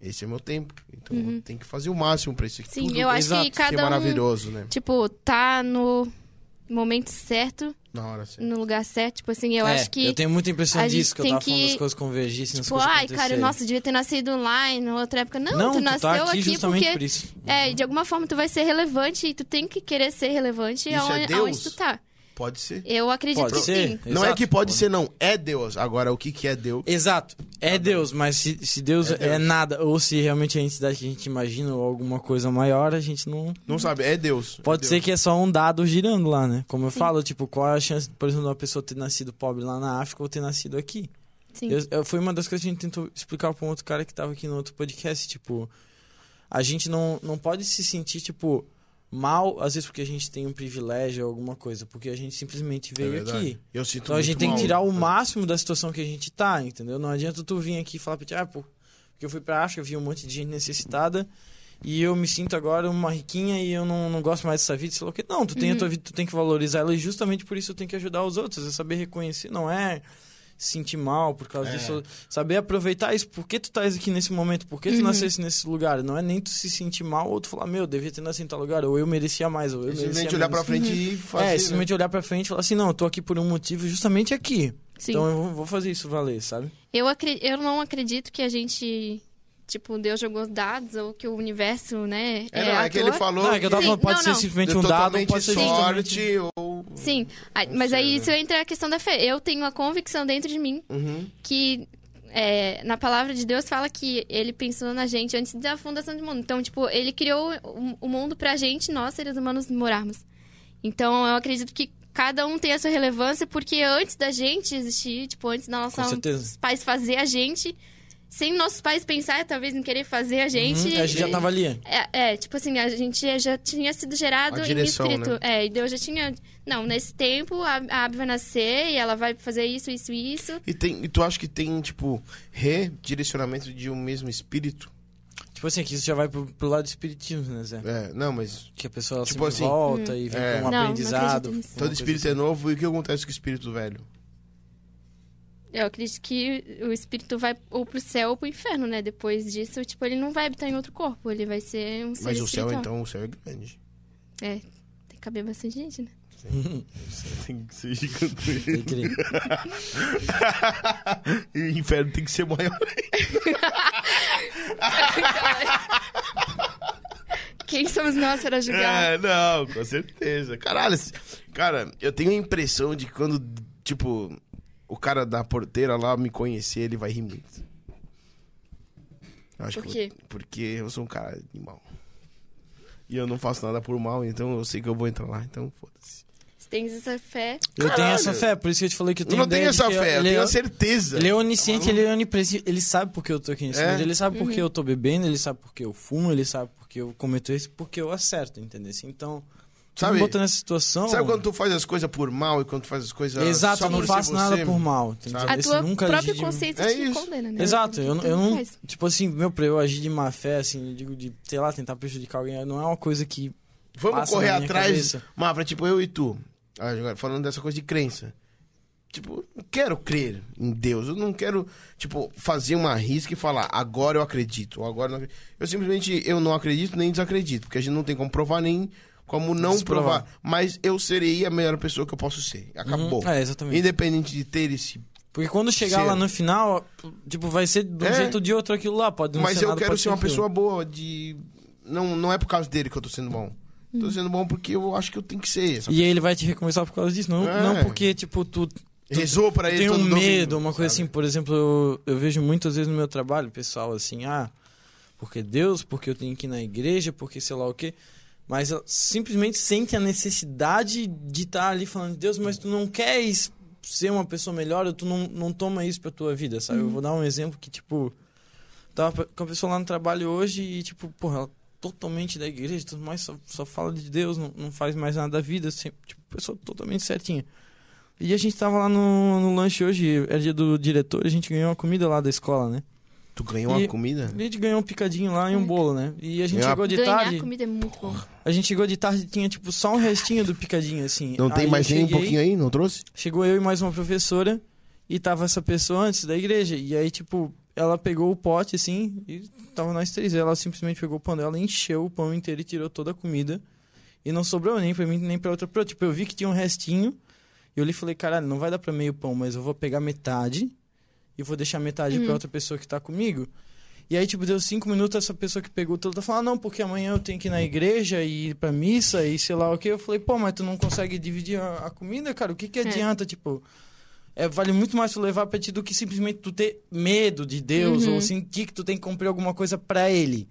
S1: esse é meu tempo. Então, eu tenho que fazer o máximo pra isso aqui.
S3: Uhum. sim.
S1: tudo
S3: eu acho
S2: exato,
S3: que
S2: que
S1: ser
S3: cada um,
S1: maravilhoso, né?
S3: tipo, tá no momento certo,
S1: Na hora certa.
S3: no lugar certo. Tipo assim, eu
S2: É,
S3: acho que...
S2: Eu tenho muita impressão
S3: a gente
S2: disso, que eu
S3: tem
S2: tava falando
S3: que-
S2: das coisas convergissem, as
S3: Tipo,
S2: coisas
S3: ai, cara,
S2: acontecerem.
S3: nossa, devia ter nascido lá em outra época. Não,
S2: Não,
S3: tu
S2: tu tá
S3: nasceu
S2: aqui justamente
S3: porque.
S2: por isso.
S3: É, de alguma forma tu vai ser relevante e tu tem que querer ser
S1: Isso
S3: relevante
S1: é
S3: aonde,
S1: Deus?
S3: aonde tu tá.
S1: Pode ser.
S3: Eu acredito
S2: Pode
S3: que
S2: ser.
S3: sim.
S1: Não é
S2: Exato.
S1: que pode ser, não. É Deus. Agora, o que, que é Deus?
S2: Exato.
S1: Ah,
S2: É Deus, mas se, se Deus é, nada, ou se realmente é a entidade que a gente imagina ou alguma coisa maior, a gente não.
S3: Uhum.
S1: Não sabe, é Deus.
S2: Pode
S1: é
S2: ser que é só um dado girando lá, né? Como eu falo, tipo, qual é a chance, por exemplo, de uma pessoa ter nascido pobre lá na África ou ter nascido aqui?
S3: Sim.
S2: Eu- eu- foi uma das coisas que a gente tentou explicar pra um outro cara que tava aqui no outro podcast, tipo, a gente não, não pode se sentir, tipo, mal, às vezes porque a gente tem um privilégio ou alguma coisa, porque a gente simplesmente
S1: Deus. É
S2: veio
S1: verdade.
S2: aqui.
S1: Eu sinto
S2: Então a
S1: muito
S2: gente tem
S1: mal.
S2: que tirar o máximo da situação que a gente tá, entendeu? Não adianta tu vir aqui e falar pra ti, ah, pô, porque eu fui pra África, vi um monte de gente necessitada e eu me sinto agora uma riquinha e eu não, não gosto mais dessa vida, sei lá o quê. Não, tu tem a tua vida, tu tem que valorizar ela e justamente por isso tu tem que ajudar os outros, é saber reconhecer, não é se sentir mal por
S1: É.
S2: causa disso, saber aproveitar isso, por que tu estás aqui nesse momento, por que tu nasceste nesse lugar, não é nem tu se sentir mal ou tu falar, meu, eu devia ter nascido em tal lugar, ou eu merecia mais, ou eu merecia
S1: Simplesmente olhar pra
S2: menos.
S1: frente e fazer.
S2: É,
S1: né?
S2: simplesmente olhar pra frente e falar assim, não, eu tô aqui por um motivo justamente aqui.
S3: Sim.
S2: Então eu vou- vou fazer isso valer, sabe?
S3: Eu, acre- eu não acredito que a gente. Tipo, Deus jogou os dados ou que o universo, né?
S1: É, não,
S3: à
S1: é que ele
S3: toa.
S1: falou.
S2: Não, é que eu tava
S3: Sim,
S2: falando, pode
S3: não,
S2: ser
S3: não.
S2: simplesmente
S1: Deu
S2: um dado, ou
S1: totalmente
S2: pode ser
S1: sorte
S2: simplesmente...
S1: ou...
S3: Sim, Ah,
S1: Não
S3: mas
S1: sei,
S3: aí
S1: né?
S3: isso entra a questão da fé. Eu tenho a convicção dentro de mim
S1: Uhum.
S3: que é, na palavra de Deus fala que ele pensou na gente antes da fundação do mundo. Então, tipo, ele criou o, o mundo pra gente, nós, seres humanos, morarmos. Então, eu acredito que cada um tem a sua relevância, porque antes da gente existir, tipo, antes da nossa
S2: Com certeza.
S3: nossos pais fazer a gente, sem nossos pais pensar, talvez, em querer fazer a gente.
S2: Uhum, a gente já tava ali.
S3: É, é, tipo assim, a gente já tinha sido gerado
S1: A
S3: em
S1: direção,
S3: espírito.
S1: né?
S3: É, e Deus já tinha. Não, nesse tempo a, a Abby vai nascer e ela vai fazer isso, isso e isso.
S1: E, tem, e tu acha que tem, tipo, redirecionamento de um mesmo espírito?
S2: Tipo assim, que isso já vai pro, pro lado do espiritismo, né, Zé?
S1: É, não, mas
S2: Que a pessoa ela
S1: Tipo
S2: sempre
S1: assim,
S2: volta e vem
S1: é.
S2: com um
S3: Não, não
S2: aprendizado.
S3: acredito nisso.
S2: uma
S1: todo
S2: coisa
S1: espírito é novo. E o que acontece com o espírito velho?
S3: Eu acredito que o espírito vai ou pro céu ou pro inferno, né? Depois disso, tipo, ele não vai habitar em outro corpo, ele vai ser um ser
S1: Mas o céu,
S3: espiritual.
S1: então, o céu é grande.
S3: É, tem que caber bastante gente, né?
S1: Tem que ser gigante.
S2: assim. Tem que crer.
S1: e o inferno tem que ser maior.
S3: Quem somos nós para julgar?
S1: É, não, com certeza. Caralho, esse- cara, eu tenho a impressão de que quando, tipo, o cara da porteira lá me conhecer, ele vai rir muito. Eu Acho
S3: Por
S1: que eu-
S3: quê?
S1: porque eu sou um cara animal. E eu não faço nada por mal, então eu sei que eu vou entrar lá, então foda-se.
S3: Se tens essa fé,
S2: Eu tenho essa fé, por isso que eu te falei que eu
S1: Eu
S2: tenho
S1: não tenho
S2: ideia de
S1: essa
S2: que
S1: fé, eu
S2: ele é-
S1: tenho a certeza.
S2: Ele é onisciente, ele é onipresente. Ele sabe por que eu tô aqui nesse
S1: É.
S2: mundo, ele sabe por que
S3: Uhum.
S2: eu tô bebendo, ele sabe por que eu fumo, ele sabe por que eu cometo isso, porque eu acerto, entendeu? Então, sabe,
S1: Sabe-
S2: me botou nessa situação.
S1: Sabe quando tu faz as coisas por mal e quando tu faz as coisas
S2: Exato,
S1: só
S2: eu não
S1: por
S2: faço
S1: ser
S2: nada
S1: você?
S2: por mal. entendeu?
S1: Sabe?
S3: a
S2: Ah, Esse
S3: tua
S2: nunca
S3: própria
S2: agi de-
S3: consciência
S1: É
S3: te
S1: isso.
S3: condena, né?
S2: Exato, eu, não- eu
S3: Tudo
S2: não.
S3: faz.
S2: Tipo assim, meu, pra eu agir de má fé, assim, eu digo de, sei lá, tentar prejudicar alguém, não é uma coisa que.
S1: Vamos
S2: passa
S1: correr
S2: na minha
S1: atrás.
S2: cabeça.
S1: Mafra, tipo, eu e tu. Agora, Falando dessa coisa de crença. Tipo, eu quero crer em Deus. Eu não quero, tipo, fazer uma risca e falar, agora eu acredito, ou agora eu não acredito. Eu simplesmente eu não acredito nem desacredito, porque a gente não tem como provar nem como não
S2: Desprovar.
S1: provar. Mas eu serei a melhor pessoa que eu posso ser. Acabou.
S2: Uhum, é, exatamente.
S1: Independente de ter esse.
S2: Porque quando chegar
S1: Ser.
S2: lá no final, tipo, vai ser de um
S1: É.
S2: jeito ou de outro aquilo lá, pode não
S1: Mas
S2: ser um
S1: eu
S2: nada,
S1: quero
S2: pode
S1: ser uma
S2: aquilo.
S1: pessoa boa, de. Não, não é por causa dele que eu tô sendo bom. Tô sendo bom porque eu acho que eu tenho que ser. Essa...
S2: E aí ele vai te recompensar por causa disso, não,
S1: É.
S2: não porque, tipo, tu
S1: Rezou pra
S2: Eu
S1: ele
S2: tenho um
S1: todo domingo,
S2: medo, uma coisa
S1: sabe?
S2: assim, por exemplo, eu, eu vejo muitas vezes no meu trabalho, pessoal, assim, ah, porque Deus, porque eu tenho que ir na igreja, porque sei lá o quê. Mas eu simplesmente sente a necessidade de estar ali falando, Deus, mas tu não queres ser uma pessoa melhor, ou tu não, não toma isso pra tua vida, sabe? Eu vou dar um exemplo que, tipo, tava com a pessoa lá no trabalho hoje e, tipo, porra, ela totalmente da igreja, tudo mais, só, só fala de Deus, não, não faz mais nada da vida, sempre, tipo, pessoa totalmente certinha. E a gente tava lá no, no lanche hoje, era dia do diretor, a gente ganhou uma comida lá da escola, né?
S1: Tu ganhou
S2: E-
S1: uma comida?
S2: E a gente ganhou um picadinho lá e um bolo, né? E a gente
S1: Ganhou a-
S2: chegou de
S3: Ganhar
S2: tarde,
S3: comida é muito bom.
S2: a gente chegou de tarde e tinha, tipo, só um restinho do picadinho, assim.
S1: Não tem
S2: Aí
S1: mais
S2: eu
S1: nem um
S2: cheguei-
S1: pouquinho aí? Não trouxe?
S2: Chegou eu e mais uma professora e tava essa pessoa antes da igreja. E aí, tipo, ela pegou o pote assim e tava nós três. Ela simplesmente pegou o pão dela, encheu o pão inteiro e tirou toda a comida. E não sobrou nem pra mim, nem pra outra pessoa. Tipo, eu vi que tinha um restinho. E eu lhe falei, caralho, não vai dar pra meio pão, mas eu vou pegar metade e vou deixar metade pra outra pessoa que tá comigo. E aí, tipo, deu cinco minutos, essa pessoa que pegou tudo tá falando, não, porque amanhã eu tenho que ir
S1: Uhum.
S2: na igreja e ir pra missa e sei lá o quê. Eu falei, pô, mas tu não consegue dividir a, a comida, cara? O que que adianta, tipo... é, vale muito mais tu levar pra ti do que simplesmente tu ter medo de Deus ou sentir que tu tem que cumprir alguma coisa pra ele.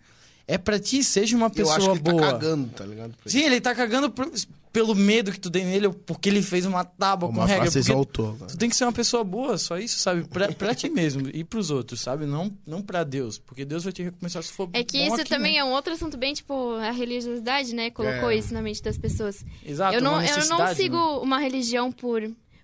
S2: É pra ti, seja uma
S1: Eu
S2: pessoa
S1: acho que ele
S2: boa.
S1: tá cagando, tá ligado?
S2: Sim, ele tá cagando pro- pelo medo que tu tem nele, ou porque ele fez uma tábua com
S1: Uma
S2: regra.
S1: frase
S2: porque
S1: exaltou. cara.
S2: Tu tem que ser uma pessoa boa, só isso, sabe? Pra, pra ti mesmo e pros outros, sabe? Não, não pra Deus, porque Deus vai te recompensar se for
S3: É que
S2: bom
S3: isso
S2: aqui,
S3: também
S2: né?
S3: é um outro assunto bem, tipo, a religiosidade, né? Colocou
S1: É.
S3: isso na mente das pessoas.
S2: Exato,
S3: um- eu, não,
S2: uma
S3: eu não
S2: necessidade,
S3: sigo
S2: né?
S3: uma religião por,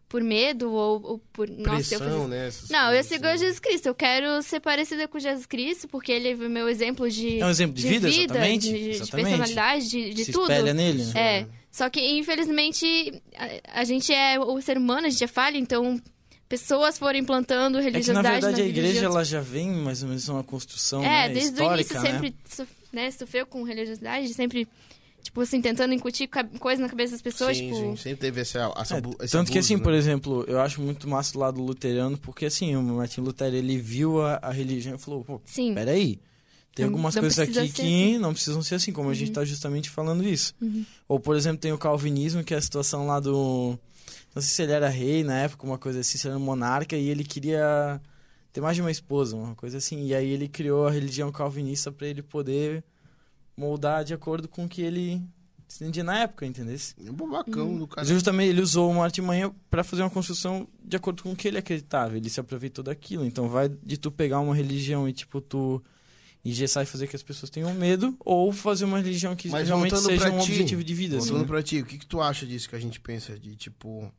S3: por medo ou, ou por... nossa, eu
S1: Pressão,
S3: fiz...
S1: né? essas
S3: Não, eu
S1: coisas,
S3: sigo
S1: assim.
S3: Jesus Cristo. Eu quero ser parecida com Jesus Cristo, porque ele é o meu exemplo de...
S2: É um exemplo de vida, exatamente,
S3: de, de
S2: exatamente.
S3: personalidade, de, de
S2: se
S3: tudo.
S2: espelha nele. né?
S3: É. Só que, infelizmente, a, a gente é o ser humano, a gente é falha, então pessoas foram implantando
S2: É que na
S3: religiosidade
S2: verdade a
S3: vida de
S2: igreja
S3: outras
S2: ela já vem mais ou menos uma construção
S3: É,
S2: né,
S3: desde o
S2: histórica,
S3: início
S2: né?
S3: sempre su- né, sofreu com religiosidade, sempre, tipo assim, tentando incutir ca- coisa na cabeça das pessoas,
S1: Sim,
S3: tipo...
S1: sim, sempre teve essa, essa,
S2: É,
S1: bu- esse
S2: tanto que
S1: abuso,
S2: assim,
S1: né?
S2: por exemplo, eu acho muito massa do lado luterano, porque assim, o Martin Lutero ele viu a, a religião e falou, pô,
S3: Sim.
S2: peraí, tem
S3: Não-
S2: algumas
S3: não
S2: coisas
S3: precisa
S2: aqui
S3: ser Uhum.
S2: que não precisam ser assim, como a gente tá justamente falando isso. Ou, por exemplo, tem o calvinismo, que é a situação lá do... Não sei se ele era rei na época, uma coisa assim, se ele era monarca, e ele queria ter mais de uma esposa, uma coisa assim. E aí ele criou a religião calvinista para ele poder moldar de acordo com o que ele Se entendia na época, entendeu?
S1: É um babacão
S2: Hum.
S1: do cara.
S2: Justamente ele usou uma artimanha pra fazer uma construção de acordo com o que ele acreditava. Ele se aproveitou daquilo. Então vai de tu pegar uma religião e tipo tu engessar e fazer que as pessoas tenham medo ou fazer uma religião que
S1: Mas
S2: realmente
S1: voltando
S2: seja
S1: pra
S2: um
S1: ti,
S2: objetivo de vida, assim.
S1: Voltando
S2: né?
S1: pra ti, o que, que tu acha disso que a gente pensa de, tipo...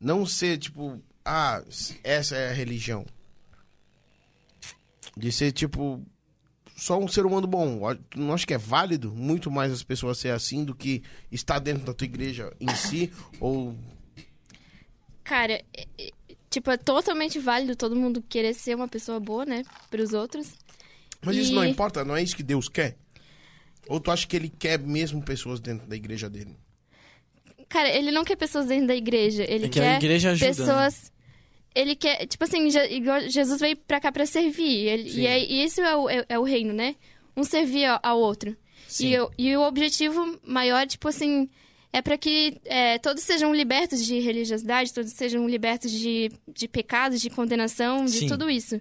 S1: Não ser, tipo... Ah, essa é a religião. De ser, tipo... Só um ser humano bom. Tu não acha que é válido muito mais as pessoas ser assim do que estar dentro da tua igreja em si? Ou...
S3: Cara, é- é- tipo, é totalmente válido todo mundo querer ser uma pessoa boa, né? Pros outros.
S1: Mas isso não
S3: E-
S1: importa, não é isso que Deus quer? Ou tu acha que ele quer mesmo pessoas dentro da igreja dele?
S3: Cara, ele não quer pessoas dentro da igreja. Ele
S2: É que a
S3: quer
S2: igreja ajuda. né?
S3: pessoas. Ele quer. Tipo assim, Je- igual Jesus veio pra cá pra servir. Ele-
S2: Sim.
S3: e, é, e isso é o, é- é o reino, né? Um servir ao, ao outro.
S2: Sim.
S3: E, o- e o objetivo maior, tipo assim, é pra que é, todos sejam libertos de religiosidade, todos sejam libertos de, de pecados, de condenação, de
S2: Sim.
S3: tudo isso.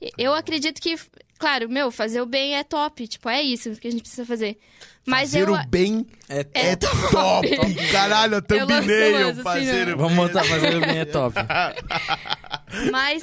S3: E- Eu acredito que, claro, meu, fazer o bem é top, tipo, é isso que a gente precisa fazer. Mas
S1: Fazer
S3: eu.
S1: o bem
S2: É
S3: É
S2: top.
S3: top.
S1: top! Caralho, a
S3: Eu lanço
S1: thumbnail,
S3: umas, assim,
S1: parceiro.
S2: Vamos montar fazer o bem é top.
S3: Mas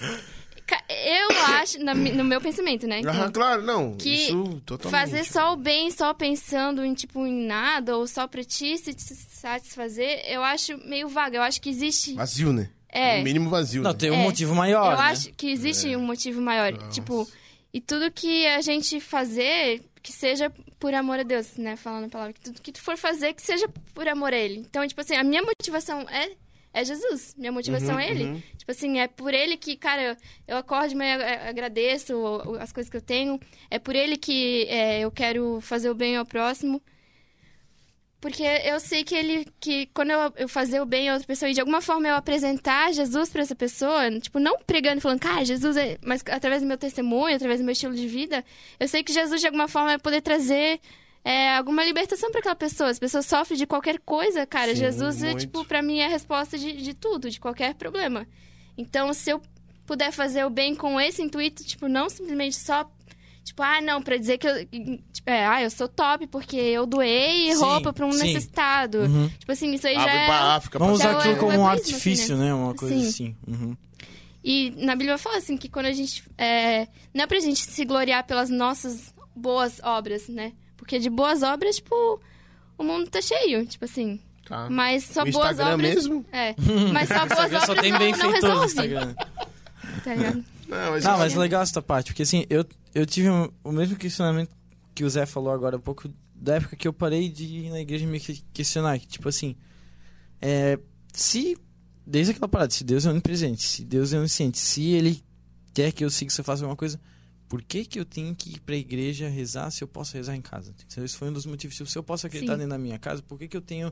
S3: ca- eu acho, na mi- no meu pensamento, né?
S1: Aham, claro, não.
S3: Que
S1: isso totalmente.
S3: Fazer só o bem, só pensando em, tipo, em nada, ou só pra ti se te satisfazer, eu acho meio vaga. Eu acho que existe.
S1: Vazio, né?
S3: É.
S1: No mínimo vazio.
S2: Não,
S1: né?
S2: tem um
S3: É.
S2: motivo maior.
S3: Eu
S2: né?
S3: acho que existe um motivo maior. Tipo, e tudo que a gente fazer, que seja por amor a Deus, né? Falando a palavra. Que tudo que tu for fazer, que seja por amor a Ele. Então, tipo assim, a minha motivação é. É Jesus, minha
S2: Uhum,
S3: motivação é ele. Tipo assim, é por ele que, cara, eu, eu acordo, mas eu- eu agradeço o- o- as coisas que eu tenho. É por ele que é, eu quero fazer o bem ao próximo. Porque eu sei que ele que quando eu, eu fazer o bem a outra pessoa e de alguma forma eu apresentar Jesus pra essa pessoa, tipo, não pregando e falando, cara, Jesus é, mas através do meu testemunho, através do meu estilo de vida, eu sei que Jesus de alguma forma vai poder trazer é, alguma libertação pra aquela pessoa. As pessoas sofrem de qualquer coisa, cara.
S1: Sim,
S3: Jesus é,
S1: muito.
S3: tipo, pra mim é a resposta de, de tudo, de qualquer problema. Então, se eu puder fazer o bem com esse intuito, tipo, não simplesmente só Tipo, ah, não, pra dizer que eu. Tipo, é, ah, eu sou top porque eu doei
S2: Sim,
S3: roupa pra um
S2: sim.
S3: necessitado.
S2: Uhum.
S3: Tipo assim, isso aí
S1: Ah,
S3: já
S1: foi
S3: é.
S1: pra África,
S2: Vamos
S1: pra né?
S2: usar
S3: Então,
S2: aquilo como
S3: é
S2: um
S3: egoísmo, assim,
S2: artifício, né? Uma coisa
S3: Sim.
S2: assim. Uhum.
S3: E na Bíblia fala assim que quando a gente. É... Não é pra gente se gloriar pelas nossas boas obras, né? Porque de boas obras, tipo, o mundo tá cheio, tipo assim.
S2: Ah.
S1: Tá.
S3: Mas só
S1: O
S3: boas
S1: Instagram
S3: obras.
S1: mesmo?
S3: É. Mas só boas
S2: Instagram
S3: obras
S2: só tem
S3: não, não
S2: benfeitor no
S3: resolve.
S2: Instagram.
S3: Tá ligado?
S1: Não, mas,
S2: Não, mas legal essa parte, porque assim, eu, eu tive um- o mesmo questionamento que o Zé falou agora há pouco, da época que eu parei de ir na igreja me que- questionar. que, Tipo assim, é, se. Desde aquela parada, se Deus é onipresente, se Deus é onisciente, se Ele quer que eu siga, se eu faça alguma coisa, por que, que eu tenho que ir pra igreja rezar se eu posso rezar em casa? Entendeu? Esse foi um dos motivos. Se eu posso acreditar
S3: Sim.
S2: dentro da minha casa, por que, que eu tenho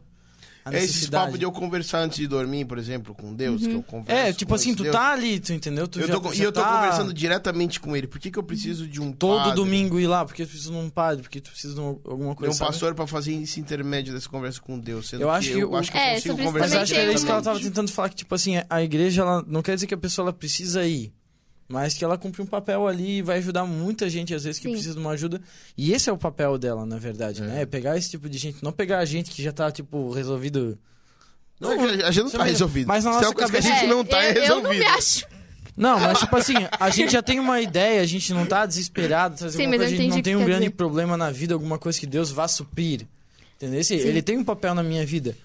S2: a
S1: É esses
S2: necessidade?
S1: papos de eu conversar antes de dormir, por exemplo, com Deus,
S3: Uhum.
S1: que eu converso.
S2: É, tipo
S1: com
S2: assim,
S1: esse
S2: tu
S1: Deus.
S2: tá ali, tu entendeu? Tu
S1: Eu
S2: já,
S1: tô con- E
S2: já
S1: eu tô
S2: tá-
S1: conversando diretamente com ele. Por que, que eu preciso de um
S2: todo
S1: padre,
S2: domingo ir lá, porque tu precisa de um padre, porque tu precisa de um- alguma
S1: de
S2: coisa.
S1: um
S2: sabe?
S1: pastor pra fazer esse intermédio dessa conversa com Deus? Sendo
S2: Eu acho que
S1: eu
S2: o-
S1: acho que
S3: É,
S1: eu consigo
S3: sobre isso
S2: Mas
S1: conversar
S3: também
S2: acho que era
S3: tem
S2: isso que ela tava
S3: também.
S2: tentando falar, que, tipo assim, a igreja, ela não quer dizer que a pessoa ela precisa ir. Mas que ela cumpre um papel ali e vai ajudar muita gente, às vezes, que
S3: Sim.
S2: precisa de uma ajuda. E esse é o papel dela, na verdade, né? É pegar esse tipo de gente, não pegar a gente que já tá, tipo, resolvido.
S1: Não, a gente não tá
S2: Mas-
S1: resolvido.
S2: mas na
S1: Se tem
S2: nossa
S1: uma coisa que a
S2: cabeça-
S1: gente não tá
S3: É, eu, eu não
S1: resolvido.
S3: me acho.
S2: Não, mas tipo assim, a gente já tem uma ideia, a gente não tá desesperado, sabe?
S3: Sim,
S2: Alguma
S3: mas
S2: coisa,
S3: eu
S2: a gente não
S3: entendi
S2: tem
S3: o que
S2: um
S3: quer
S2: grande
S3: dizer.
S2: problema na vida, alguma coisa que Deus vá suprir. Entendeu? Esse- Ele tem um papel na minha vida.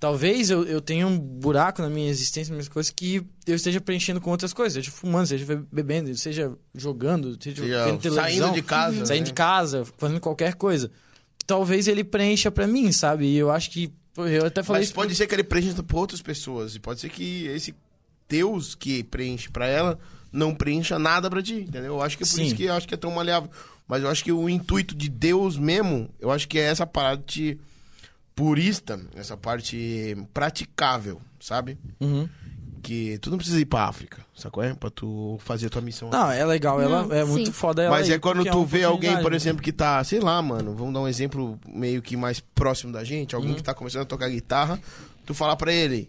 S2: Talvez eu, eu tenha um buraco na minha existência, minhas coisas, que eu esteja preenchendo com outras coisas. Seja fumando, seja be- bebendo, seja jogando, seja, vendo
S1: Seja,
S2: televisão.
S1: Saindo de casa.
S2: Saindo
S1: né?
S2: de casa, fazendo qualquer coisa. Talvez ele preencha pra mim, sabe? E eu acho que... pô, Eu até falei
S1: Mas
S2: isso
S1: pode ser que ele preencha pra outras pessoas. E pode ser que esse Deus que preenche pra ela não preencha nada pra ti, entendeu? Eu acho que é por
S2: Sim.
S1: isso que eu acho que é tão maleável. Mas eu acho que o intuito de Deus mesmo, eu acho que é essa parte purista, essa parte praticável, sabe?
S2: Uhum.
S1: Que tu não precisa ir pra África, sacou? É? Pra tu fazer tua missão.
S2: Não, é legal, ela
S3: Não,
S2: é
S3: sim.
S2: muito foda ela
S1: Mas
S2: aí,
S1: é quando
S2: porque
S1: tu
S2: uma
S1: vê alguém, por
S2: oportunidade, né?
S1: exemplo, que tá, sei lá, mano, vamos dar um exemplo meio que mais próximo da gente, alguém
S2: Uhum.
S1: que tá começando a tocar guitarra, tu falar pra ele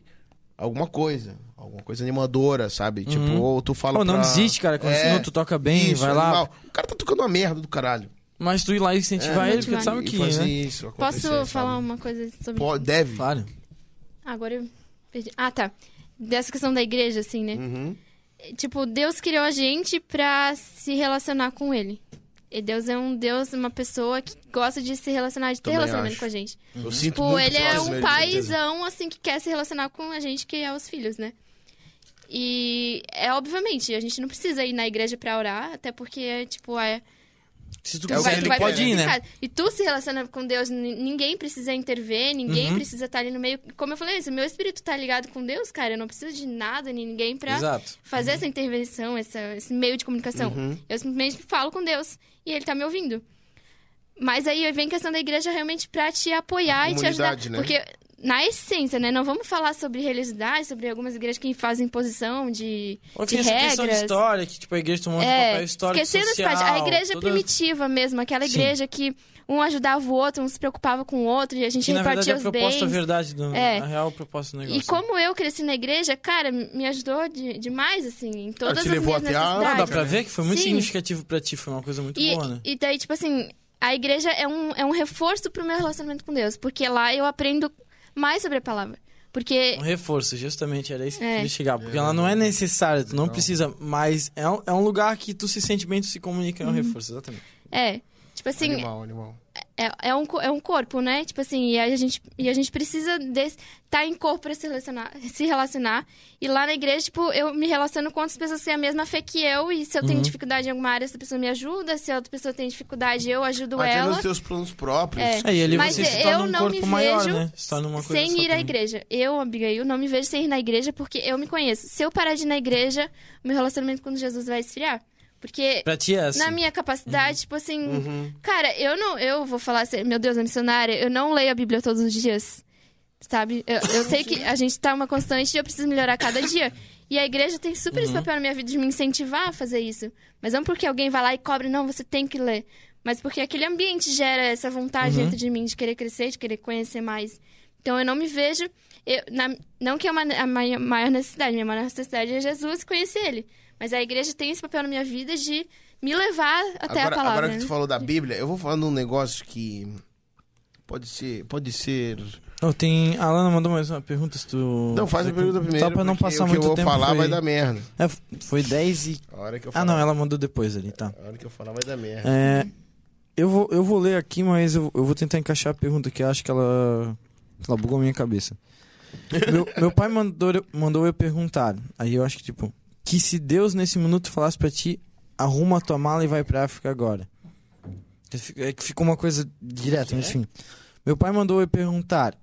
S1: alguma coisa, alguma coisa animadora, sabe? Tipo, ou tu fala
S2: Uhum. Pô, não
S1: pra-
S2: desiste, cara. Continua,
S1: É,
S2: tu toca tá bem,
S1: isso,
S2: vai lá.
S1: animal. O cara tá tocando uma merda do caralho.
S2: Mas tu ir lá e incentivar
S3: É,
S2: ele, porque tu sabe
S3: e
S2: que,
S1: e fazer
S2: né?
S1: isso
S3: Posso
S1: acontecer, sabe?
S3: falar um uma coisa sobre.
S1: Pode, deve.
S2: Claro.
S3: Ah, Agora eu perdi. Ah, tá. Dessa questão da igreja, assim, né?
S1: Uhum.
S3: É, Tipo, Deus criou a gente pra se relacionar com Ele. E Deus é um Deus, uma pessoa que gosta de se relacionar, de ter
S1: Também
S3: relacionamento
S1: acho.
S3: com a gente.
S2: Uhum.
S1: Eu sinto
S3: Tipo,
S1: muito
S3: ele
S1: por
S3: é
S1: causa
S3: um
S1: dele, certeza.
S3: paizão, assim, que quer se relacionar com a gente, que é os filhos, né? E é obviamente, a gente não precisa ir na igreja pra orar, até porque, tipo, é.
S2: Se tu
S1: É o que
S2: quiser,
S1: ele
S2: tu
S3: vai
S2: pode
S3: fazer
S2: ir,
S3: em
S2: né?
S3: casa. E tu se relaciona com Deus, n- ninguém precisa interver, ninguém
S2: Uhum.
S3: precisa estar ali no meio. Como eu falei, se o meu espírito tá ligado com Deus, cara, eu não preciso de nada, nem ninguém pra
S2: Exato.
S3: fazer essa intervenção, essa- esse meio de comunicação.
S1: Uhum.
S3: Eu simplesmente falo com Deus e ele tá me ouvindo. Mas aí vem a questão da igreja realmente pra te apoiar e te ajudar.
S1: Comunidade, né?
S3: Porque, na essência, né? Não vamos falar sobre religiosidade, sobre algumas igrejas que fazem posição de,
S2: Ou
S3: de
S2: tem essa questão de
S3: regras.
S2: história, que tipo, a igreja tomou um
S3: É,
S2: papel histórico
S3: esquecendo essa
S2: social,
S3: parte. A igreja
S2: toda-
S3: primitiva mesmo, aquela
S2: Sim.
S3: igreja que um ajudava o outro, um se preocupava com o outro, e a gente
S2: Que na verdade é
S3: repartia
S2: a
S3: os
S2: proposta, assim. a
S3: bens.
S2: verdade, do,
S3: É.
S2: a real proposta do negócio.
S3: E como eu cresci na igreja, cara, me ajudou de- demais, assim, em todas
S1: te
S3: as
S1: levou
S3: minhas
S1: até a-
S2: Ah, dá
S3: necessidades.
S2: pra ver que foi muito
S3: Sim.
S2: significativo pra ti, foi uma coisa muito
S3: e,
S2: boa, né?
S3: e daí, tipo assim, a igreja é um, é um reforço pro meu relacionamento com Deus, porque lá eu aprendo mais sobre a palavra. Porque
S2: Um reforço, justamente, era isso que eu
S3: É.
S2: queria chegar. Porque ela não é necessária, tu não, precisa, mas é um, é um lugar que tu se sente bem, tu se comunica, é um reforço, exatamente.
S3: É. Tipo assim,
S1: Animal, animal.
S3: é, é um, co- é um corpo, né? Tipo assim, e a gente, e a gente precisa estar tá em corpo pra se relacionar, se relacionar. E lá na igreja, tipo, eu me relaciono com outras pessoas que têm a mesma fé que eu. E se eu tenho
S2: Uhum.
S3: dificuldade em alguma área, essa pessoa me ajuda. Se a outra pessoa tem dificuldade, eu ajudo
S1: Até
S3: ela.
S1: nos teus planos próprios.
S3: É.
S2: Aí ele
S3: Mas
S2: você se
S3: eu
S2: torna um
S3: não
S2: corpo
S3: me
S2: maior,
S3: vejo
S2: né? Se torna uma coisa
S3: sem
S2: só
S3: ir à
S2: também.
S3: igreja. Eu, Abigail, não me vejo sem ir na igreja porque eu me conheço. Se eu parar de ir na igreja, o meu relacionamento com Jesus vai esfriar. Porque
S2: Pra ti é assim.
S3: na minha capacidade, tipo assim,
S1: Uhum.
S3: cara, eu não, eu vou falar assim, meu Deus, é missionária, eu não leio a Bíblia todos os dias. Sabe? Eu, eu sei que a gente tá uma constante e eu preciso melhorar cada dia. E a igreja tem super esse papel na minha vida de me incentivar a fazer isso. Mas não porque alguém vai lá e cobre, não, você tem que ler. Mas porque aquele ambiente gera essa vontade
S2: Uhum.
S3: dentro de mim de querer crescer, de querer conhecer mais. Então eu não me vejo. eu- na- não que é uma, a mai- maior necessidade, minha maior necessidade é Jesus e conhecer ele. Mas a igreja tem esse papel na minha vida de me levar até
S1: agora,
S3: a palavra.
S1: agora que
S3: né?
S1: tu falou da Bíblia, eu vou falando um negócio que pode ser, pode ser.
S2: Ô, tem... A Alana mandou mais uma pergunta, se tu...
S1: Não, faz a pergunta primeiro.
S2: Só pra não
S1: porque
S2: passar
S1: o que
S2: muito
S1: eu vou
S2: tempo
S1: falar
S2: foi-
S1: vai dar merda.
S2: É, foi 10 e...
S1: A hora que eu
S2: Ah,
S1: falar,
S2: não, ela mandou depois ali, tá.
S1: a hora que eu falar vai dar merda.
S2: É, eu, vou, eu vou ler aqui, mas eu, eu vou tentar encaixar a pergunta que eu acho que ela, ela bugou a minha cabeça. Meu, meu pai mandou, mandou eu perguntar. Aí eu acho que, tipo, que se Deus nesse minuto falasse pra ti, arruma a tua mala e vai pra África agora. É que ficou uma coisa direta, mas enfim. Meu pai mandou eu perguntar.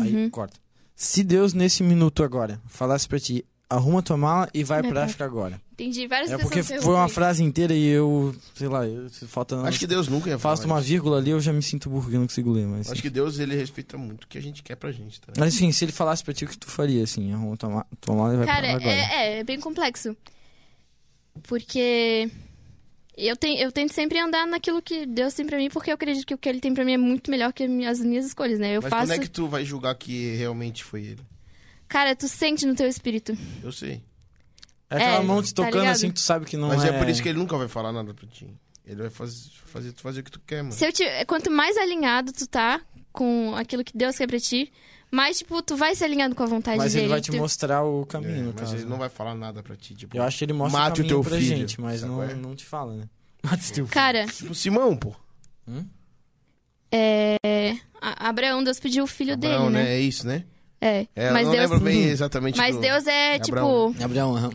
S2: Aí, corta. Se Deus nesse minuto agora falasse pra ti, arruma tua mala e vai
S3: Vai
S2: pra
S3: pra
S2: África agora.
S3: Entendi. Várias
S2: É
S3: pessoas
S2: porque
S3: perguntam
S2: foi uma
S3: isso.
S2: frase inteira e eu, sei lá, eu, se falta
S1: Acho que Deus nunca ia falar.
S2: Faço uma
S1: isso.
S2: vírgula ali, eu já me sinto burro, que eu não consigo ler, mas...
S1: Acho que Deus ele respeita muito o que a gente quer pra gente, tá?
S2: Mas enfim, se ele falasse pra ti, o que tu faria, assim? Arruma tua ma- tua mala e vai
S3: Cara,
S2: pra lá agora.
S3: é, é, é bem complexo. Porque eu, ten- eu tento sempre andar naquilo que Deus tem pra mim, porque eu acredito que o que ele tem pra mim é muito melhor que mi- as minhas escolhas, né? Eu
S1: Mas
S3: faço.
S1: quando é que tu vai julgar que realmente foi ele?
S3: Cara, tu sente no teu espírito.
S1: Eu sei.
S2: É aquela
S3: é,
S2: mão te
S3: tá
S2: tocando,
S3: ligado?
S2: assim, que tu sabe que não
S1: Mas
S2: é...
S1: é... por isso que ele nunca vai falar nada pra ti. Ele vai fazer, fazer tu fazer o que tu quer, mano.
S3: Se eu te- Quanto mais alinhado tu tá com aquilo que Deus quer pra ti, mais, tipo, tu vai se alinhando com a vontade
S2: Mas
S3: dele.
S2: ele vai te
S3: Tu-
S2: mostrar o
S1: É,
S2: caminho, no
S1: mas
S2: caso.
S1: ele não vai falar nada pra ti, tipo.
S2: então. Eu acho que ele mostra
S1: Mate o
S2: o caminho
S1: teu
S2: pra
S1: filho,
S2: gente, mas
S1: sabe
S2: não,
S1: qual é?
S2: não te fala, né? Mate teu filho.
S3: Cara,
S1: Tipo, Simão, pô.
S3: a- Abraão, Deus pediu o filho
S1: Abraão,
S3: dele, né?
S1: É isso, né?
S3: É.
S1: É, eu
S3: mas
S1: não
S3: Deus. Hum.
S1: lembro bem exatamente.
S2: tipo,
S3: Mas
S1: do-
S3: Deus é,
S1: Abraão.
S3: tipo.
S2: Gabriel, aham.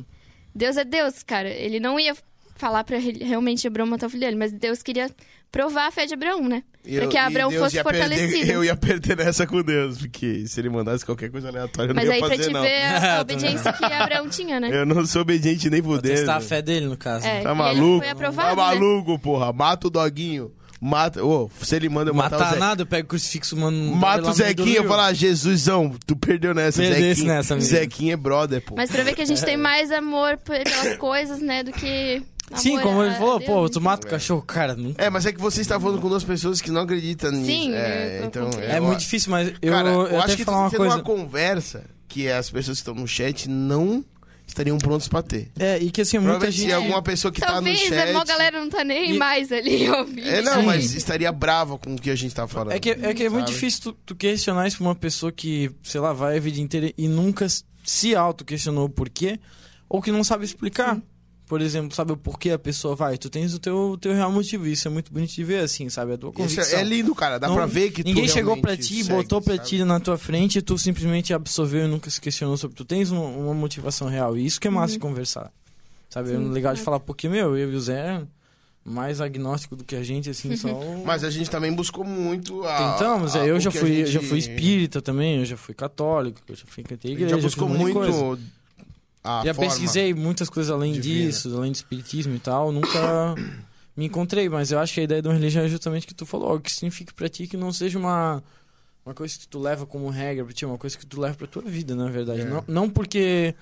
S3: Deus é Deus, cara. Ele não ia falar pra re- realmente Abraão matar o filho dele, mas Deus queria provar a fé de Abraão, né?
S1: Eu-
S3: pra que
S1: e
S3: Abraão
S1: Deus
S3: fosse
S1: ia perder-
S3: fortalecido.
S1: eu ia perder essa com Deus, porque se ele mandasse qualquer coisa aleatória, eu
S3: Mas
S1: não ia
S3: aí pra
S1: fazer,
S3: te
S1: não.
S3: ver a, a
S2: Também.
S3: obediência que Abraão tinha, né?
S1: Eu não sou obediente nem por
S2: Pra testar a
S1: Deus.
S2: fé dele, no caso.
S3: É,
S2: né?
S3: e
S1: Tá
S3: ele
S1: maluco?
S3: foi aprovado,
S1: tá
S3: né?
S1: maluco, porra. Mata o doguinho. Mata. Ô, se ele manda eu matar, o
S2: Matar
S1: Zé.
S2: nada, eu pego o crucifixo, um mano...
S1: Mata o Zequinha e
S2: eu
S1: fala, ah, Jesusão, tu perdeu nessa,
S2: Perdesse
S1: Zequinha.
S2: nessa, amigo.
S1: Zequinha é brother, pô.
S3: Mas pra ver que a gente tem mais amor pe- pelas coisas, né, do que.
S2: Sim,
S3: amor
S2: como
S3: a-
S2: ele falou,
S3: a Deus,
S2: pô,
S3: né?
S2: tu mata o cachorro, cara, nunca...
S1: É, mas é que você está falando com duas pessoas que não acreditam nisso.
S3: Sim,
S1: é,
S3: eu- eu
S1: então,
S3: compreendo.
S2: É muito difícil, mas eu,
S1: Cara, eu,
S2: eu
S1: acho
S2: até
S1: que
S2: falar
S1: tu
S2: uma
S1: tem
S2: coisa...
S1: uma conversa que as pessoas que estão no chat não estariam prontos pra ter.
S2: É, e que assim, muita
S1: Provavelmente se
S2: gente.
S1: alguma pessoa que
S3: Talvez
S1: tá no
S3: a
S1: chat...
S3: maior galera não tá nem
S2: E-
S3: mais ali ouvindo.
S1: É, não,
S2: Sim.
S1: mas estaria brava com o que a gente tá falando.
S2: É que, é que é muito
S1: sabe?
S2: difícil tu, tu questionar isso pra uma pessoa que, sei lá, vai a vida inteira e nunca s- se auto-questionou o porquê, ou que não sabe explicar. Por exemplo, sabe o porquê a pessoa vai? Tu tens o teu, teu real motivo, isso é muito bonito de ver, assim, sabe? A tua
S1: Isso
S2: convicção.
S1: é- é lindo, cara. Dá
S2: Não-
S1: pra ver que tu
S2: Ninguém chegou pra
S1: realmente
S2: ti,
S1: segue,
S2: botou pra
S1: sabe?
S2: ti na tua frente e tu simplesmente absorveu e nunca se questionou sobre. Tu tens uma, uma motivação real. E isso que é massa de conversar. Sabe? é legal de falar, porque, meu, eu e o Zé, mais agnóstico do que a gente, assim, só. o-
S1: Mas a gente também buscou muito a.
S2: Tentamos,
S1: a-
S2: é, eu
S1: o
S2: já
S1: que a
S2: fui,
S1: gente-
S2: já fui espírita também, eu já fui católico, eu já fui cantei
S1: A
S2: igreja,
S1: gente já buscou
S2: fiz um monte de
S1: muito.
S2: coisa.
S1: A
S2: Já
S1: forma.
S2: pesquisei muitas coisas além
S1: de vida.
S2: disso, além de espiritismo e tal, nunca me encontrei, mas eu acho que a ideia de uma religião é justamente o que tu falou, algo que signifique pra ti que não seja uma uma coisa que tu leva como regra pra ti, é uma coisa que tu leva pra tua vida, na verdade.
S1: É.
S2: Não, não porque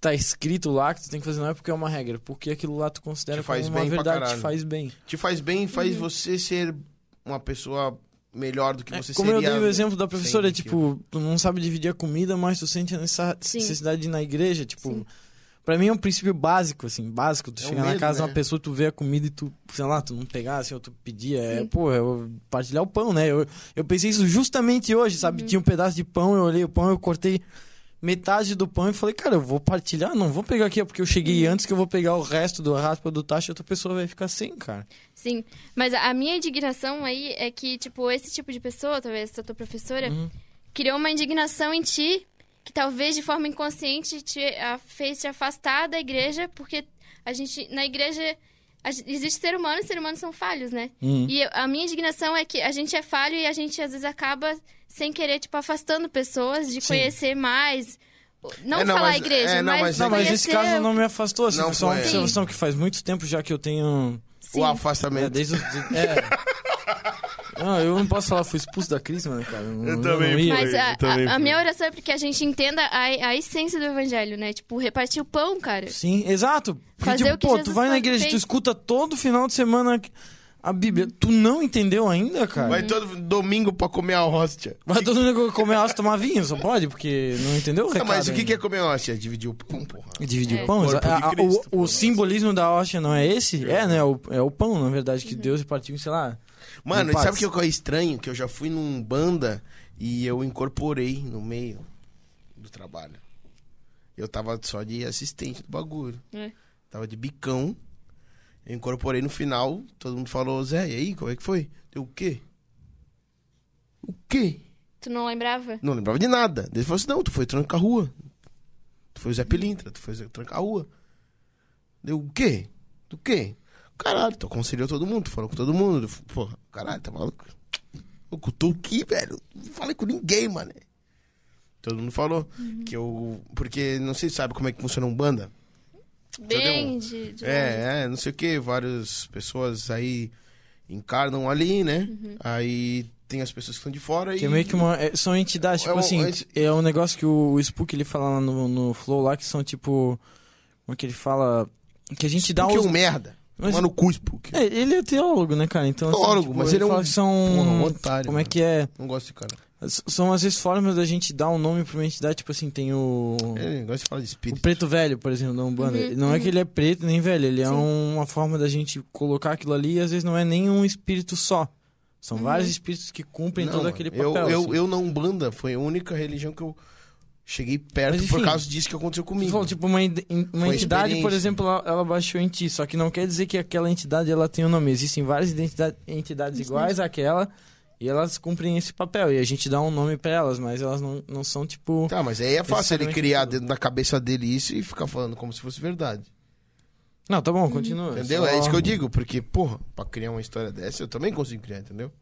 S2: tá escrito lá que tu tem que fazer, não é porque é uma regra, porque aquilo lá tu considera
S1: Te faz
S2: como uma
S1: bem pra
S2: verdade, te
S1: caralho.
S2: faz bem.
S1: Te faz bem e
S2: Uhum.
S1: faz você ser uma pessoa melhor do que
S2: É,
S1: você
S2: como
S1: seria.
S2: eu dei o exemplo da professora,
S1: sem
S2: tipo, tu não sabe dividir a comida, mas tu sente a necessa-
S3: Sim.
S2: necessidade de ir na igreja,
S3: Sim.
S2: tipo, pra mim é um princípio básico, assim, básico, tu
S1: É um
S2: chegar na
S1: medo,
S2: casa de
S1: né?
S2: uma pessoa, tu vê a comida e tu, sei lá, tu não pegar, assim, ou tu pedir, é,
S3: Sim.
S2: pô, eu partilhar o pão, né, eu, eu pensei isso justamente hoje, sabe,
S3: Uhum.
S2: tinha um pedaço de pão, eu olhei o pão, eu cortei metade do pão e falei, cara, eu vou partilhar, não vou pegar aqui, é porque eu cheguei
S3: Uhum.
S2: antes que eu vou pegar o resto do raspa do tacho e outra pessoa vai ficar sem, cara.
S3: Sim, mas a a minha indignação aí é que, tipo, esse tipo de pessoa, talvez essa tua professora, criou uma indignação em ti que talvez de forma inconsciente te a- fez te afastar da igreja, porque a gente, na igreja, a gen- existe ser humano e ser humanos são falhos, né?
S2: Hum.
S3: E eu- a minha indignação é que a gente é falho e a gente às vezes acaba sem querer, tipo, afastando pessoas de
S2: Sim.
S3: conhecer mais. Não,
S1: É, não,
S3: falar
S1: mas-
S3: igreja,
S1: é, não,
S3: mas,
S1: mas-
S2: Não, mas
S3: conhecer
S2: esse caso não me afastou, assim,
S1: Não
S2: foi só uma
S1: foi.
S2: observação que faz muito tempo já que eu tenho.
S1: O afastamento.
S2: É, desde os. de- é. Não, eu não posso falar, fui expulso da crisma, né, cara? Eu, não-
S1: também
S2: não ia.
S3: Mas
S1: Eu
S3: a,
S1: também
S3: a- a
S1: fui.
S3: minha oração é porque a gente entenda a, a essência do evangelho, né? Tipo, repartir o pão, cara.
S2: Sim, exato. Porque,
S3: Fazer
S2: tipo,
S3: o que
S2: pô, tu
S3: Jesus
S2: vai na
S3: faz-
S2: igreja, tu
S3: fez.
S2: escuta todo final de semana a Bíblia. Tu não entendeu ainda, cara?
S1: Vai todo domingo pra comer a hóstia.
S2: Vai todo mundo comer alça e tomar vinho, só pode, porque não entendeu o
S1: Não,
S2: recado.
S1: mas o que,
S2: ainda.
S1: que é comer a hóstia? Dividir o pão, porra.
S2: E Dividir
S3: É.
S2: o pão?
S1: O corpo
S2: exa-
S1: de
S2: a- a-
S1: Cristo,
S2: o, o
S1: pô.
S2: simbolismo da hóstia não é esse? É, né? O, é o pão, na verdade, que
S3: Uhum.
S2: Deus partiu, sei lá.
S1: Mano,
S2: Em
S1: e
S2: paz.
S1: sabe o que eu- é estranho? Que eu já fui num banda e eu incorporei no meio do trabalho. Eu tava só de assistente do bagulho.
S3: É.
S1: Tava de bicão. Eu incorporei no final, todo mundo falou, Zé, e aí, como é que foi? Deu o quê? O quê?
S3: Tu não lembrava?
S1: Não lembrava de nada. Ele falou assim, não, tu foi tranca a rua. Tu foi o Zé Pilintra, tu foi o Zé tranca a rua. Deu o quê? Do quê? Caralho, tu aconselhou todo mundo, tu falou com todo mundo. Porra, caralho, tá maluco? Eu tô aqui, velho. Não falei com ninguém, mano. Todo mundo falou que eu... Porque não sei se sabe como é que funciona um banda.
S3: Bem de, de longe.
S1: um. É, é, não sei o que, várias pessoas aí encarnam ali, né? Aí tem as pessoas que estão de fora e...
S2: Que é meio que uma. é- são entidades,
S1: É
S2: tipo
S1: um-
S2: assim.
S1: é esse-
S2: É um negócio que o, o Spook ele fala lá no, no Flow lá, que são tipo. Como é que ele fala? Que a gente dá
S1: Porque é
S2: os.
S1: um merda.
S2: Mas-
S1: Mano, cuspo. que-
S2: É, ele é teólogo, né, cara? Então, assim,
S1: Teólogo,
S2: tipo,
S1: mas ele é um-
S2: fala que são.
S1: Porra, um otário,
S2: como é
S1: mano.
S2: que é?
S1: Não gosto de cara.
S2: S- São às vezes formas da gente dar um nome pra uma entidade, tipo assim, tem o.
S1: É, gosto de falar de
S2: O
S1: espírito.
S2: preto velho, por exemplo, da Umbanda.
S3: Uhum,
S2: não é que ele é preto nem velho, ele é uma forma da gente colocar aquilo ali e às vezes não é nem um espírito só.
S3: Uhum.
S2: São vários espíritos que cumprem
S1: Não,
S2: todo
S1: mano,
S2: aquele
S1: eu,
S2: papel. assim.
S1: eu, eu na Umbanda foi a única religião que eu cheguei perto
S2: Mas,
S1: por
S2: enfim,
S1: causa disso que aconteceu
S2: Tu
S1: comigo.
S2: falou, tipo, uma, en- en- uma
S1: Foi
S2: entidade, por
S1: experiência.
S2: exemplo, ela, ela baixou em ti. Só que não quer dizer que aquela entidade ela tem um nome. Existem várias identida- entidades iguais àquela e elas cumprem esse papel. E a gente dá um nome pra elas, mas elas não, não são, tipo.
S1: Tá, mas aí é fácil ele
S2: Exatamente
S1: criar
S2: tudo.
S1: dentro da cabeça dele isso e ficar falando como se fosse verdade.
S2: Não, tá bom, continua.
S1: Entendeu?
S2: Só- um-
S1: É isso que eu digo, porque, porra, pra criar uma história dessa eu também consigo criar, entendeu?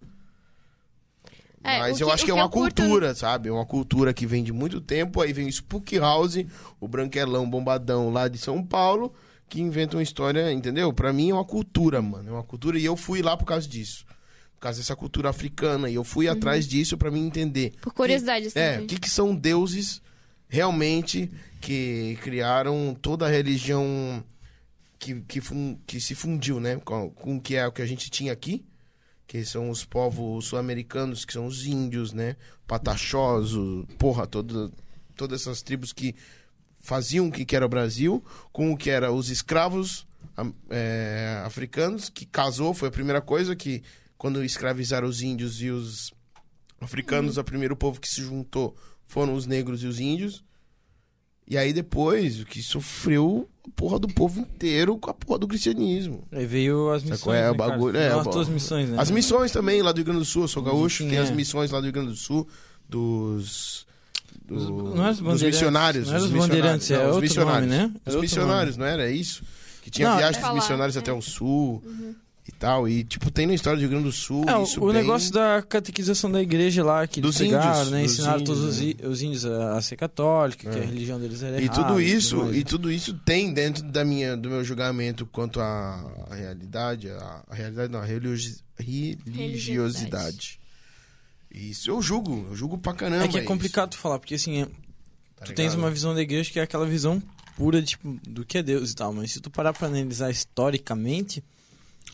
S3: É,
S1: Mas
S3: o
S1: eu
S3: que-
S1: acho
S3: o
S1: que é
S3: que
S1: uma
S3: eu curto-
S1: cultura, sabe? É uma cultura que vem de muito tempo. Aí vem o Spook House, o Branquelão Bombadão lá de São Paulo, que inventam história, entendeu? Pra mim é uma cultura, mano. É uma cultura e eu fui lá por causa disso. Por causa dessa cultura africana. E eu
S3: Uhum.
S1: fui atrás disso pra mim entender.
S3: Por curiosidade, assim.
S1: É, o
S3: né?
S1: que, que são deuses realmente que criaram toda a religião que, que, fun- que se fundiu, né? Com, com o que é o que a gente tinha aqui, que são os povos sul-americanos, que são os índios, né? Pataxós, o- porra, todo, todas essas tribos que faziam o que que era o Brasil, com o que era os escravos am- é, africanos, que casou, foi a primeira coisa que, quando escravizaram os índios e os
S2: Uhum.
S1: africanos, o primeiro povo que se juntou foram os negros e os índios. E aí depois, o que sofreu a porra do povo inteiro com a porra do cristianismo.
S2: Aí veio as missões.
S1: qual é?
S2: né,
S1: O
S2: cara?
S1: bagulho- é,
S2: Não,
S1: o
S2: as
S1: ba-
S2: tuas missões, né?
S1: As missões também lá do Rio Grande do Sul, eu sou gaúcho,
S2: Sim,
S1: tem
S2: é.
S1: as missões lá do Rio Grande do Sul, dos. do-
S2: Os- não era os
S1: dos
S2: bandeirantes,
S1: missionários.
S2: não era
S1: os
S2: os bandeirantes,
S1: missionários,
S2: é
S1: os
S2: outro
S1: missionários.
S2: nome, né? É
S1: Os
S2: outro
S1: missionários, não era isso? Que tinha
S2: Não,
S1: viagem dos
S3: Falar, Uhum.
S1: missionários
S3: é.
S1: até o sul e tal. E, tipo, tem na história do Rio Grande do Sul
S2: É, o-
S1: isso
S2: o
S1: bem-
S2: negócio da catequização da igreja lá, que
S1: Dos
S2: eles pegaram,
S1: índios,
S2: né?
S1: dos
S2: Ensinaram
S1: índios, né? É.
S2: todos os, i- os índios a, a ser católica, que a religião deles era
S1: E
S2: errada
S1: tudo isso,
S2: mais. É
S1: e tudo isso tem dentro da minha, do meu julgamento quanto à à realidade, à à realidade não, à religiosi- religiosidade.
S3: Religiosidade.
S1: Isso eu julgo, eu julgo pra caramba.
S2: É que é
S1: isso,
S2: complicado tu falar, porque assim, é-
S1: tá
S2: tu tens
S1: ligado?
S2: uma visão da igreja que é aquela visão pura tipo, do que é Deus e tal, mas se tu parar pra analisar historicamente,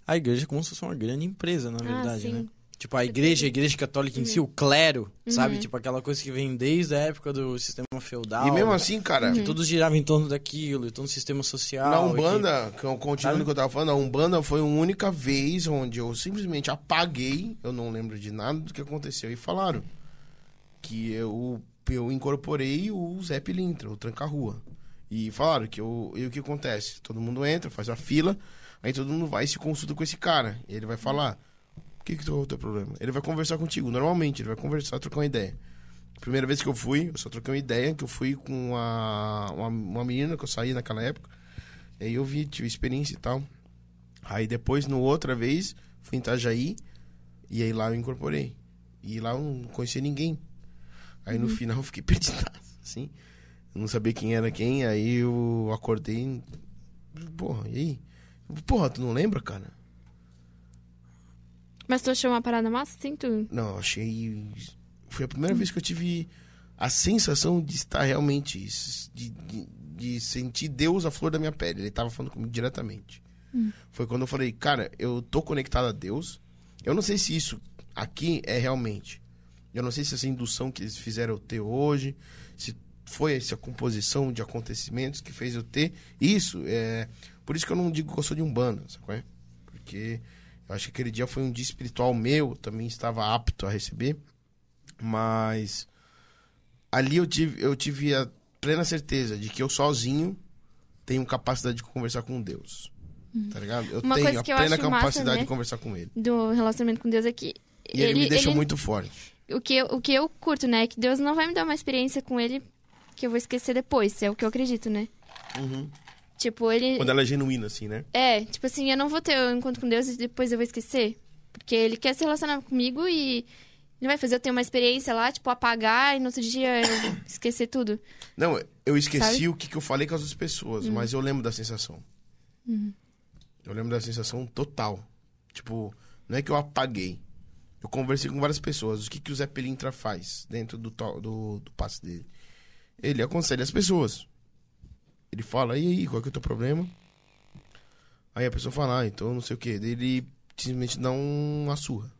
S2: a igreja é como se fosse uma grande empresa, na verdade,
S3: sim.
S2: né? Tipo, a igreja, a igreja católica em si, o clero, sabe? Tipo, aquela coisa que vem desde a época do sistema feudal.
S1: E mesmo assim, cara,
S2: que tudo girava em torno daquilo, em torno do sistema social.
S1: na
S2: e que-
S1: Umbanda, que eu continuo
S2: Sabe?
S1: no que eu tava falando, a Umbanda foi a única vez onde eu simplesmente apaguei, eu não lembro de nada do que aconteceu, e falaram que eu, eu incorporei o Zé Pilintra, o Tranca-Rua. E falaram que eu, e o que acontece? Todo mundo entra, faz a fila, aí todo mundo vai e se consulta com esse cara. E ele vai falar, o que que tu- é o teu problema? Ele vai conversar contigo, normalmente, ele vai conversar, trocar uma ideia. Primeira vez que eu fui, eu só troquei uma ideia, que eu fui com a, uma, uma menina que eu saí naquela época. E aí eu vi, tive experiência e tal. Aí depois, no outra vez, fui em Itajaí. E aí lá eu incorporei. E lá eu não conhecia ninguém. Aí no final eu fiquei perdidaço, assim. Eu não sabia quem era quem. Aí eu acordei. Porra, e aí? Porra, tu não lembra, cara?
S3: Mas tu achou uma parada massa? Sim, tu.
S1: Não, eu achei. Foi a primeira vez que eu tive a sensação de estar realmente. s- De, de, de sentir Deus à flor da minha pele. Ele tava falando comigo diretamente. Foi quando eu falei, cara, eu tô conectado a Deus. Eu não sei se isso aqui é realmente. Eu não sei se essa indução que eles fizeram eu ter hoje, se foi essa composição de acontecimentos que fez eu ter isso. É por isso que eu não digo que eu sou de umbanda, sacou? é? Porque eu acho que aquele dia foi um dia espiritual meu, também estava apto a receber, mas ali eu tive, eu tive a plena certeza de que eu sozinho tenho capacidade de conversar com Deus. Tá ligado? Eu
S3: Uma
S1: tenho
S3: coisa
S1: a
S3: que eu
S1: plena
S3: acho massa,
S1: capacidade
S3: né?
S1: de conversar com ele.
S3: Do relacionamento com Deus é que.
S1: E ele, me deixou muito forte.
S3: o, que eu, o que eu curto, né? É que Deus não vai me dar uma experiência com ele que eu vou esquecer depois. É o que eu acredito, né? Tipo, ele.
S1: Uhum. Quando ela é genuína, assim, né?
S3: É, tipo assim, eu não vou ter um encontro com Deus e depois eu vou esquecer. Porque ele quer se relacionar comigo e ele vai fazer eu ter uma experiência lá, tipo, apagar e no outro dia eu esquecer tudo.
S1: Não, eu esqueci
S3: Sabe?
S1: o que, que eu falei com as outras pessoas, mas eu lembro da sensação. Eu lembro da sensação total. Tipo, não é que eu apaguei. Eu conversei com várias pessoas. O que, que o Zé Pelintra faz dentro do, to- do, do passo dele? Ele aconselha as pessoas. Ele fala, e aí, qual que é o teu problema? Aí a pessoa fala, ah, então não sei o quê. Daí Ele simplesmente dá um, uma surra.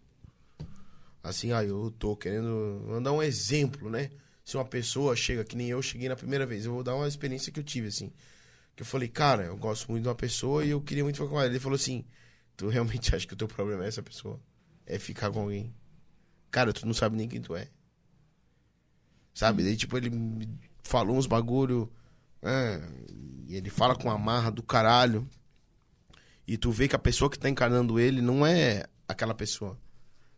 S1: Assim, ah, eu tô querendo eu vou dar um exemplo, né? Se uma pessoa chega, que nem eu cheguei na primeira vez, eu vou dar uma experiência que eu tive, assim. Que eu falei, cara, eu gosto muito de uma pessoa e eu queria muito falar com ela. Ele falou assim: Tu realmente acha que o teu problema é essa pessoa? É ficar com alguém. Cara, tu não sabe nem quem tu é. Sabe? Daí, tipo, ele me falou uns bagulho. ah, e ele fala com uma marra do caralho. E tu vê que a pessoa que tá encarnando ele não é aquela pessoa.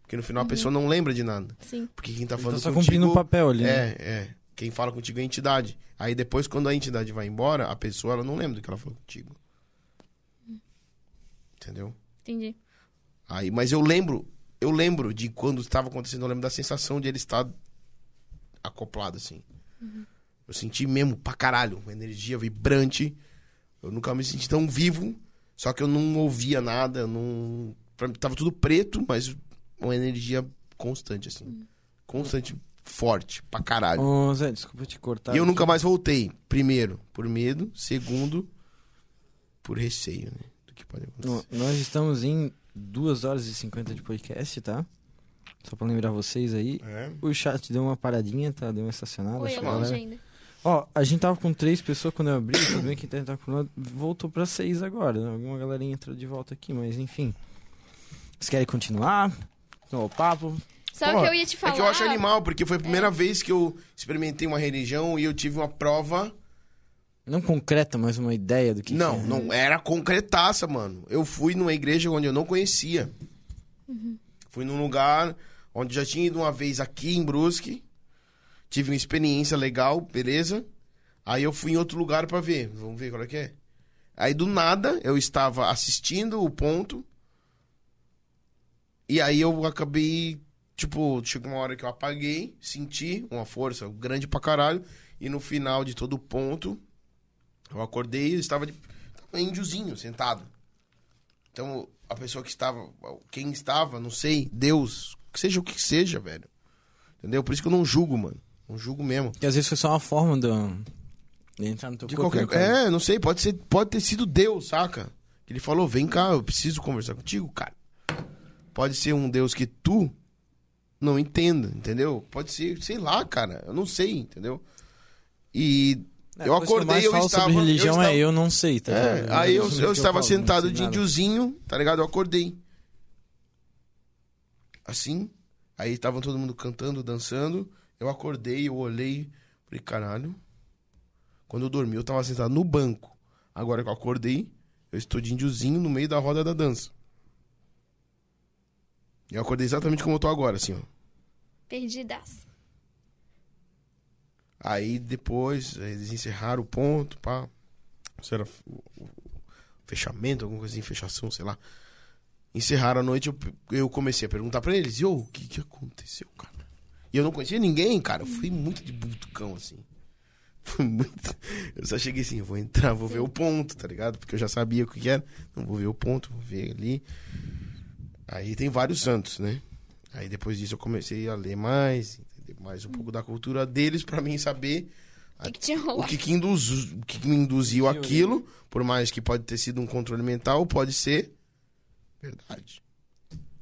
S1: Porque no final a pessoa não lembra de nada.
S3: Sim.
S1: Porque quem tá
S2: Uhum. Tá
S1: falando
S2: só
S1: contigo-
S2: cumprindo o papel ali. né?
S1: é, é. Quem fala contigo é a entidade. Aí depois, quando a entidade vai embora, a pessoa ela não lembra do que ela falou contigo. Entendeu?
S3: Entendi.
S1: Aí, mas eu lembro, eu lembro de quando estava acontecendo, eu lembro da sensação de ele estar acoplado, assim. Eu senti mesmo pra caralho, uma energia vibrante. Eu nunca me senti tão vivo, só que eu não ouvia nada, eu não. Pra mim, tava tudo preto, mas uma energia constante, assim. Constante, forte, pra caralho.
S2: Ô, Zé, desculpa te cortar.
S1: É. E eu nunca mais voltei. Primeiro, por medo. Segundo, por receio, né? Do que pode acontecer.
S2: No- Nós estamos em 2 horas e 50 de podcast, tá? Só pra lembrar vocês aí.
S1: É.
S2: O chat deu uma paradinha, tá? Deu uma estacionada.
S3: Oi,
S2: acho
S3: eu
S2: que a
S1: né?
S3: longe
S2: galera-
S3: ainda.
S2: Ó, a gente tava com três pessoas quando eu abri, tudo bem que a internet tá com... Voltou pra seis agora. né? Alguma galerinha entrou de volta aqui, mas enfim. Vocês querem continuar? Continuar o papo?
S3: Só
S1: Pô,
S3: que eu ia te falar.
S1: É que eu acho animal, porque foi a primeira vez que eu experimentei uma religião e eu tive uma prova.
S2: Não concreta, mas uma ideia do que
S1: não,
S2: que é.
S1: não era concretaça, mano. Eu fui numa igreja onde eu não conhecia. Fui num lugar onde já tinha ido uma vez aqui em Brusque. Tive uma experiência legal, beleza? Aí eu fui em outro lugar pra ver. Vamos ver qual é que é. Aí do nada eu estava assistindo o ponto. E aí eu acabei, tipo, chegou uma hora que eu apaguei, senti uma força grande pra caralho. E no final de todo o ponto, eu acordei e eu estava de estava índiozinho, sentado. Então, a pessoa que estava, quem estava, não sei, Deus, que seja o que seja, velho. Entendeu? Por isso que eu não julgo, mano. Não julgo mesmo.
S2: Porque às vezes foi só uma forma do... de entrar no teu
S1: De
S2: corpo.
S1: qualquer
S2: né, cara?
S1: É, não sei, pode, ser, pode ter sido Deus, saca? Que ele falou: vem cá, eu preciso conversar contigo, cara. Pode ser um Deus que tu não entenda, entendeu? Pode ser, sei lá, cara. Eu não sei, entendeu? E
S2: É,
S1: eu
S2: a coisa que
S1: acordei,
S2: mais
S1: eu
S2: falo
S1: estava.
S2: sobre
S1: eu
S2: religião
S1: estava,
S2: é eu não sei, tá
S1: é,
S2: ligado?
S1: aí
S2: Não
S1: eu,
S2: sei
S1: eu
S2: o que
S1: estava
S2: falo, não
S1: sentado
S2: sei
S1: de
S2: assim, nada.
S1: índiozinho, tá ligado? Eu acordei. Assim. Aí tava todo mundo cantando, dançando. Eu acordei, eu olhei. Falei, caralho. Quando eu dormi, eu tava sentado no banco. Agora que eu acordei, eu estou de índiozinho no meio da roda da dança. Eu acordei exatamente como eu tô agora, assim, ó.
S3: Perdidas.
S1: Aí depois eles encerraram o ponto, pá. Isso era f- o- o- fechamento, alguma coisa assim, fechação, sei lá. Encerraram a noite, eu, pe- eu comecei a perguntar pra eles, e o que que aconteceu, cara? E eu não conhecia ninguém, cara. Eu fui muito de butucão, assim. Fui muito. Eu só cheguei assim, eu vou entrar, vou ver o ponto, tá ligado? Porque eu já sabia o que que era. Não, vou ver o ponto, vou ver ali. Aí tem vários santos, né? Aí depois disso eu comecei a ler mais, entender mais um pouco da cultura deles pra mim saber
S3: O que, que tinha
S1: o
S3: rolado?
S1: que, que, induz- o que que me induziu aquilo, por mais que pode ter sido um controle mental, pode ser verdade,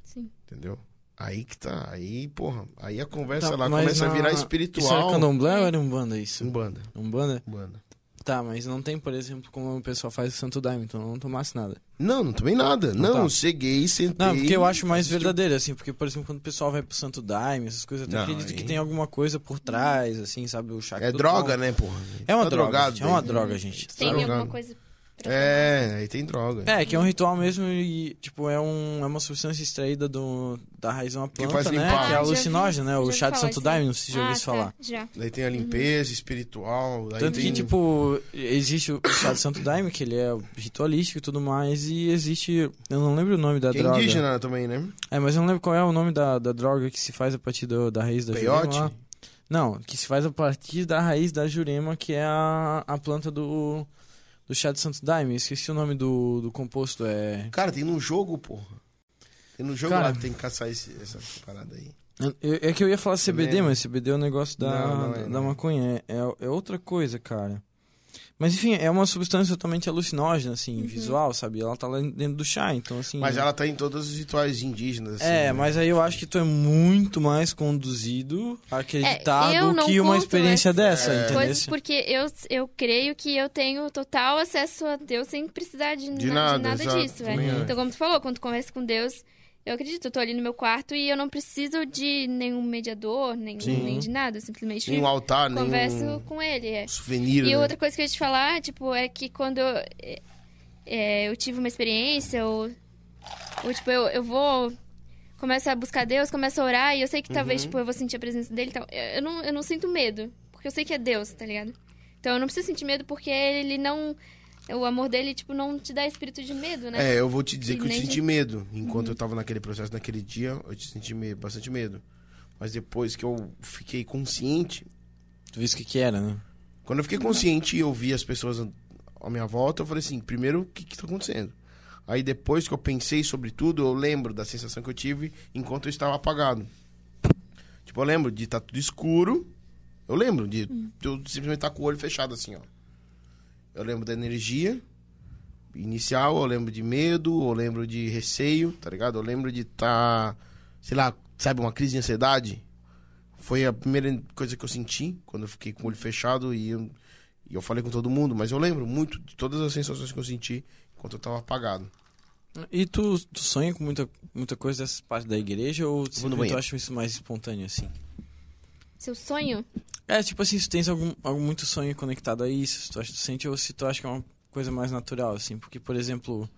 S3: Sim.
S1: entendeu? Aí que tá, aí, porra, aí a conversa
S2: Tá,
S1: lá
S2: mas
S1: começa a
S2: na-
S1: virar
S2: Isso era
S1: espiritual.
S2: candomblé ou era umbanda isso?
S1: Umbanda,
S2: Umbanda?
S1: Umbanda.
S2: Tá, mas não tem, por exemplo, como o pessoal faz o Santo Daime, então eu não tomasse nada.
S1: Não, não tomei nada. Não,
S2: tá.
S1: cheguei, sentei.
S2: Não, porque eu acho mais
S1: tipo
S2: verdadeiro, assim, porque, por exemplo, quando o pessoal vai pro Santo Daime, essas coisas, eu até
S1: Não,
S2: acredito
S1: aí-
S2: que tem alguma coisa por trás, assim, sabe? O chá
S1: É droga, né, porra?
S2: É uma
S1: Tá
S2: droga,
S1: drogado,
S2: gente, é uma
S1: né?
S2: droga, gente.
S3: Tem
S1: Tá
S3: alguma
S1: jogando.
S3: coisa. pra-
S1: É, aí tem droga.
S2: É, que é um ritual mesmo e, tipo, é, um, é uma substância extraída do, da raiz de uma planta,
S1: faz
S2: né?
S1: limpar.
S2: Que é
S3: Ah, já
S2: alucinógena,
S3: vi-
S2: né? O
S3: já vi
S2: chá de
S3: falar
S2: Santo
S3: isso aí.
S2: Daime, não sei se já ouviu
S3: ah,
S2: isso
S3: tá,
S2: falar.
S3: Já.
S1: Daí tem a limpeza espiritual. Daí
S2: Tanto que,
S1: tem...
S2: tipo, existe o chá de Santo Daime, que ele é ritualístico e tudo mais, e existe... Eu não lembro o nome da
S1: que é
S2: droga.
S1: indígena também, né?
S2: É, mas eu não lembro qual é o nome da, da droga que se faz a partir do- da raiz da
S1: Peiote?
S2: jurema. lá. Não, que se faz a partir da raiz da jurema, que é a, a planta do, do chá de Santo Daime. Esqueci o nome do, do composto, é...
S1: Cara, tem no jogo, porra. Tem no jogo
S2: Cara.
S1: lá que tem que caçar esse- essa parada aí.
S2: Eu- É que eu ia falar CBD,
S1: Lembra?
S2: mas CBD é o negócio da,
S1: Não, não é,
S2: da,
S1: não é.
S2: maconha. É, é- é outra coisa, cara. Mas enfim, é uma substância totalmente alucinógena, assim, visual, sabe? Ela tá lá dentro do chá, então assim.
S1: Mas ela tá em todos os rituais indígenas, assim.
S2: É,
S1: né?
S2: mas aí eu acho que tu é muito mais conduzido a acreditar
S3: É, eu
S2: do
S3: não
S2: que uma
S3: curto
S2: experiência dessa,
S1: essas
S2: entendeu?
S3: Coisas porque eu, eu creio que eu tenho total acesso a Deus sem precisar de,
S1: De
S3: na-
S1: nada,
S3: de
S1: exato,
S3: disso, velho.
S1: também é.
S3: Então, como tu falou, quando tu conversa com Deus, eu acredito, eu tô ali no meu quarto e eu não preciso de nenhum mediador, nem,
S1: Sim.
S3: nem de nada, eu simplesmente
S1: Nenhum um altar, nenhum
S3: converso com ele. é.
S1: souvenir,
S3: E
S1: né?
S3: outra coisa que eu ia te falar, tipo, é que quando eu, é, é, eu tive uma experiência, ou, ou, tipo, eu, eu vou. Começo a buscar Deus, começo a orar, e eu sei que talvez, tipo, eu vou sentir a presença dele e tal. Eu eu não, eu não sinto medo, porque eu sei que é Deus, tá ligado? Então eu não preciso sentir medo porque ele não. O amor dele, tipo, não te dá espírito de medo, né?
S1: É, eu vou te dizer que eu
S3: Nem- Uhum.
S1: senti medo. Enquanto eu tava naquele processo, naquele dia, eu te senti me- bastante medo. Mas depois que eu fiquei consciente,
S2: Tu viu o que, que era, né?
S1: Quando eu fiquei consciente e eu vi as pessoas an- à minha volta, eu falei assim, primeiro, o que que tá acontecendo? Aí depois que eu pensei sobre tudo, eu lembro da sensação que eu tive enquanto eu estava apagado. Tipo, eu lembro de estar tudo escuro. Eu lembro de eu simplesmente estar com o olho fechado assim, ó. Eu lembro da energia inicial, eu lembro de medo, eu lembro de tá, receio, tá ligado? Eu lembro de estar, sei lá, sabe, uma crise de ansiedade. Foi a primeira coisa que eu senti quando eu fiquei com o olho fechado e eu, e eu falei com todo mundo, mas eu lembro muito de todas as sensações que eu senti enquanto eu tava apagado.
S2: E tu, tu sonha com muita, muita coisa dessas partes da igreja ou
S1: no
S2: sempre tu
S1: banheiro.
S2: acha isso mais espontâneo assim?
S3: Seu sonho?
S2: É, tipo assim, se tu tens algum, algum muito sonho conectado a isso, se tu, acha, tu sente ou se tu acha que é uma coisa mais natural, assim. Porque, por exemplo,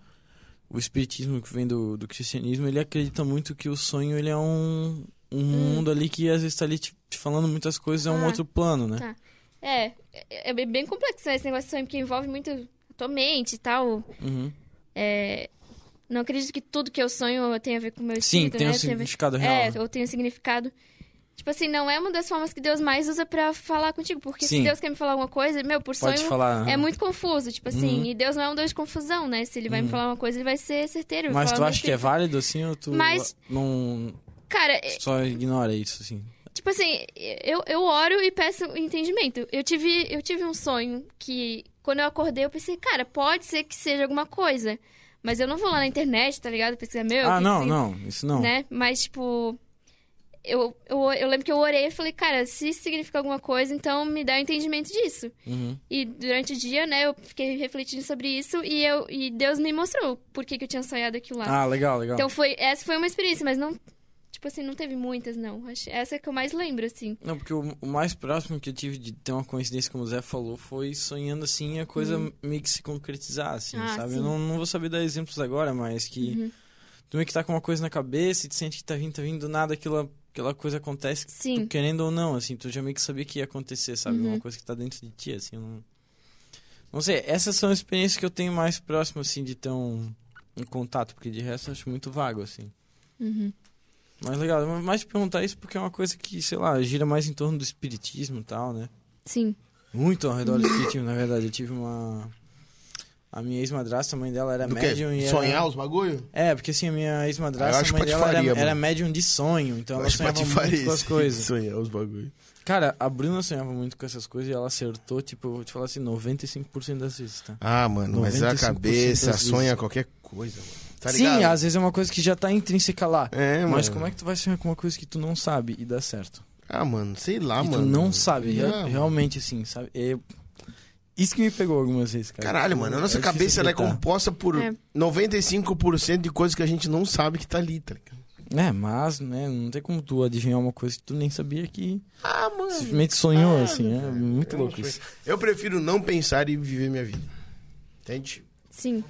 S2: o espiritismo que vem do, do cristianismo, ele acredita muito que o sonho, ele é um, um
S3: Hum.
S2: mundo ali que às vezes tá ali te, te falando muitas coisas, é um
S3: Ah.
S2: outro plano, né?
S3: Tá. É, é é bem complexo né, esse negócio de sonho, porque envolve muito a tua mente e tal.
S2: Uhum.
S3: É, não acredito que tudo que eu sonho tenha a ver com o meu
S2: Sim,
S3: espírito,
S2: tem
S3: né?
S2: um
S3: a ver-
S2: significado real. né?
S3: É, ou tem um significado. Tipo assim, não é uma das formas que Deus mais usa pra falar contigo. Porque
S2: Sim.
S3: se Deus quer me falar alguma coisa, meu, por
S2: Pode
S3: sonho
S2: falar.
S3: é
S2: né?
S3: muito confuso. Tipo assim,
S2: Uhum.
S3: e Deus não é um Deus de confusão, né? Se ele vai me falar uma coisa, ele vai ser certeiro. vai
S2: Mas
S3: falar
S2: tu
S3: uma
S2: acha que é
S3: coisa
S2: válido, assim, ou tu
S3: Mas-
S2: não
S3: Cara, é-
S2: só ignora isso, assim?
S3: tipo assim, eu, eu oro e peço entendimento. Eu tive, eu tive um sonho que, quando eu acordei, eu pensei, cara, pode ser que seja alguma coisa. Mas eu não vou lá na internet, tá ligado? Pesquisar meu.
S2: ah,
S3: que
S2: não,
S3: significa
S2: não, isso não.
S3: né? Mas, tipo, eu, eu, eu lembro que eu orei e falei, cara, se isso significa alguma coisa, então me dá um entendimento disso.
S2: Uhum.
S3: E durante o dia, né, eu fiquei refletindo sobre isso e, eu, e Deus me mostrou por que, que eu tinha sonhado aquilo lá.
S2: Ah, legal, legal.
S3: Então foi, essa foi uma experiência, mas não, tipo assim, não teve muitas, não. Acho- Essa é que eu mais lembro, assim.
S2: Não, porque o, o mais próximo que eu tive de ter uma coincidência, como o Zé falou, foi sonhando assim a coisa meio que se concretizar, assim,
S3: Uhum. Ah,
S2: sabe?
S3: sim. Uhum.
S2: Eu não, não vou saber dar exemplos agora, mas que tu meio que tá com uma coisa na cabeça e tu sente que tá vindo, tá vindo do nada, aquela, aquela coisa acontece, tu
S3: Sim.
S2: querendo ou não, assim, tu já meio que sabia que ia acontecer, sabe? Uma coisa que tá dentro de ti, assim, eu não. Não sei, essas são as experiências que eu tenho mais próximo, assim, de ter um, um contato, porque de resto eu acho muito vago, assim. Mas legal, eu vou mais te perguntar isso porque é uma coisa que, sei lá, gira mais em torno do espiritismo e tal, né?
S3: Sim.
S2: Muito ao redor do espiritismo, na verdade. Eu tive uma. A minha ex-madrasta, a mãe dela era
S1: Do quê?
S2: É médium e.
S1: Sonhar
S2: Era...
S1: os bagulho?
S2: É, porque assim, a minha
S1: Ah, eu
S2: ex-madrasta, a
S1: acho
S2: mãe dela era,
S1: patifaria,
S2: era
S1: mano.
S2: médium de sonho, então ela
S1: Acho
S2: sonhava muito
S1: patifaria
S2: com as
S1: isso.
S2: coisas.
S1: Sonhar os bagulho.
S2: Cara, a Bruna sonhava muito com essas coisas e ela acertou, tipo, eu vou te falar assim, 95% das vezes, tá?
S1: Ah, mano, mas a
S2: 95%
S1: cabeça
S2: das
S1: sonha
S2: vezes.
S1: qualquer coisa, mano. Tá ligado?
S2: Sim, às vezes é uma coisa que já tá intrínseca lá.
S1: É, mano.
S2: Mas como é que tu vai sonhar com uma coisa que tu não sabe e dá certo?
S1: Ah, mano, sei lá,
S2: e tu
S1: mano.
S2: não sabe,
S1: Ah,
S2: re-
S1: mano.
S2: realmente assim, sabe? É- Isso que me pegou algumas vezes, cara.
S1: Caralho, mano, a nossa
S2: É difícil
S1: cabeça ela é
S2: acreditar.
S1: composta por
S3: É.
S1: 95% de coisas que a gente não sabe que tá ali, tá ligado?
S2: É, mas, né, não tem como tu adivinhar uma coisa que tu nem sabia que
S1: Ah, mano.
S2: simplesmente sonhou,
S1: Ah,
S2: assim, é muito louco isso.
S1: Eu prefiro não pensar e viver minha vida. Entende?
S3: Sim.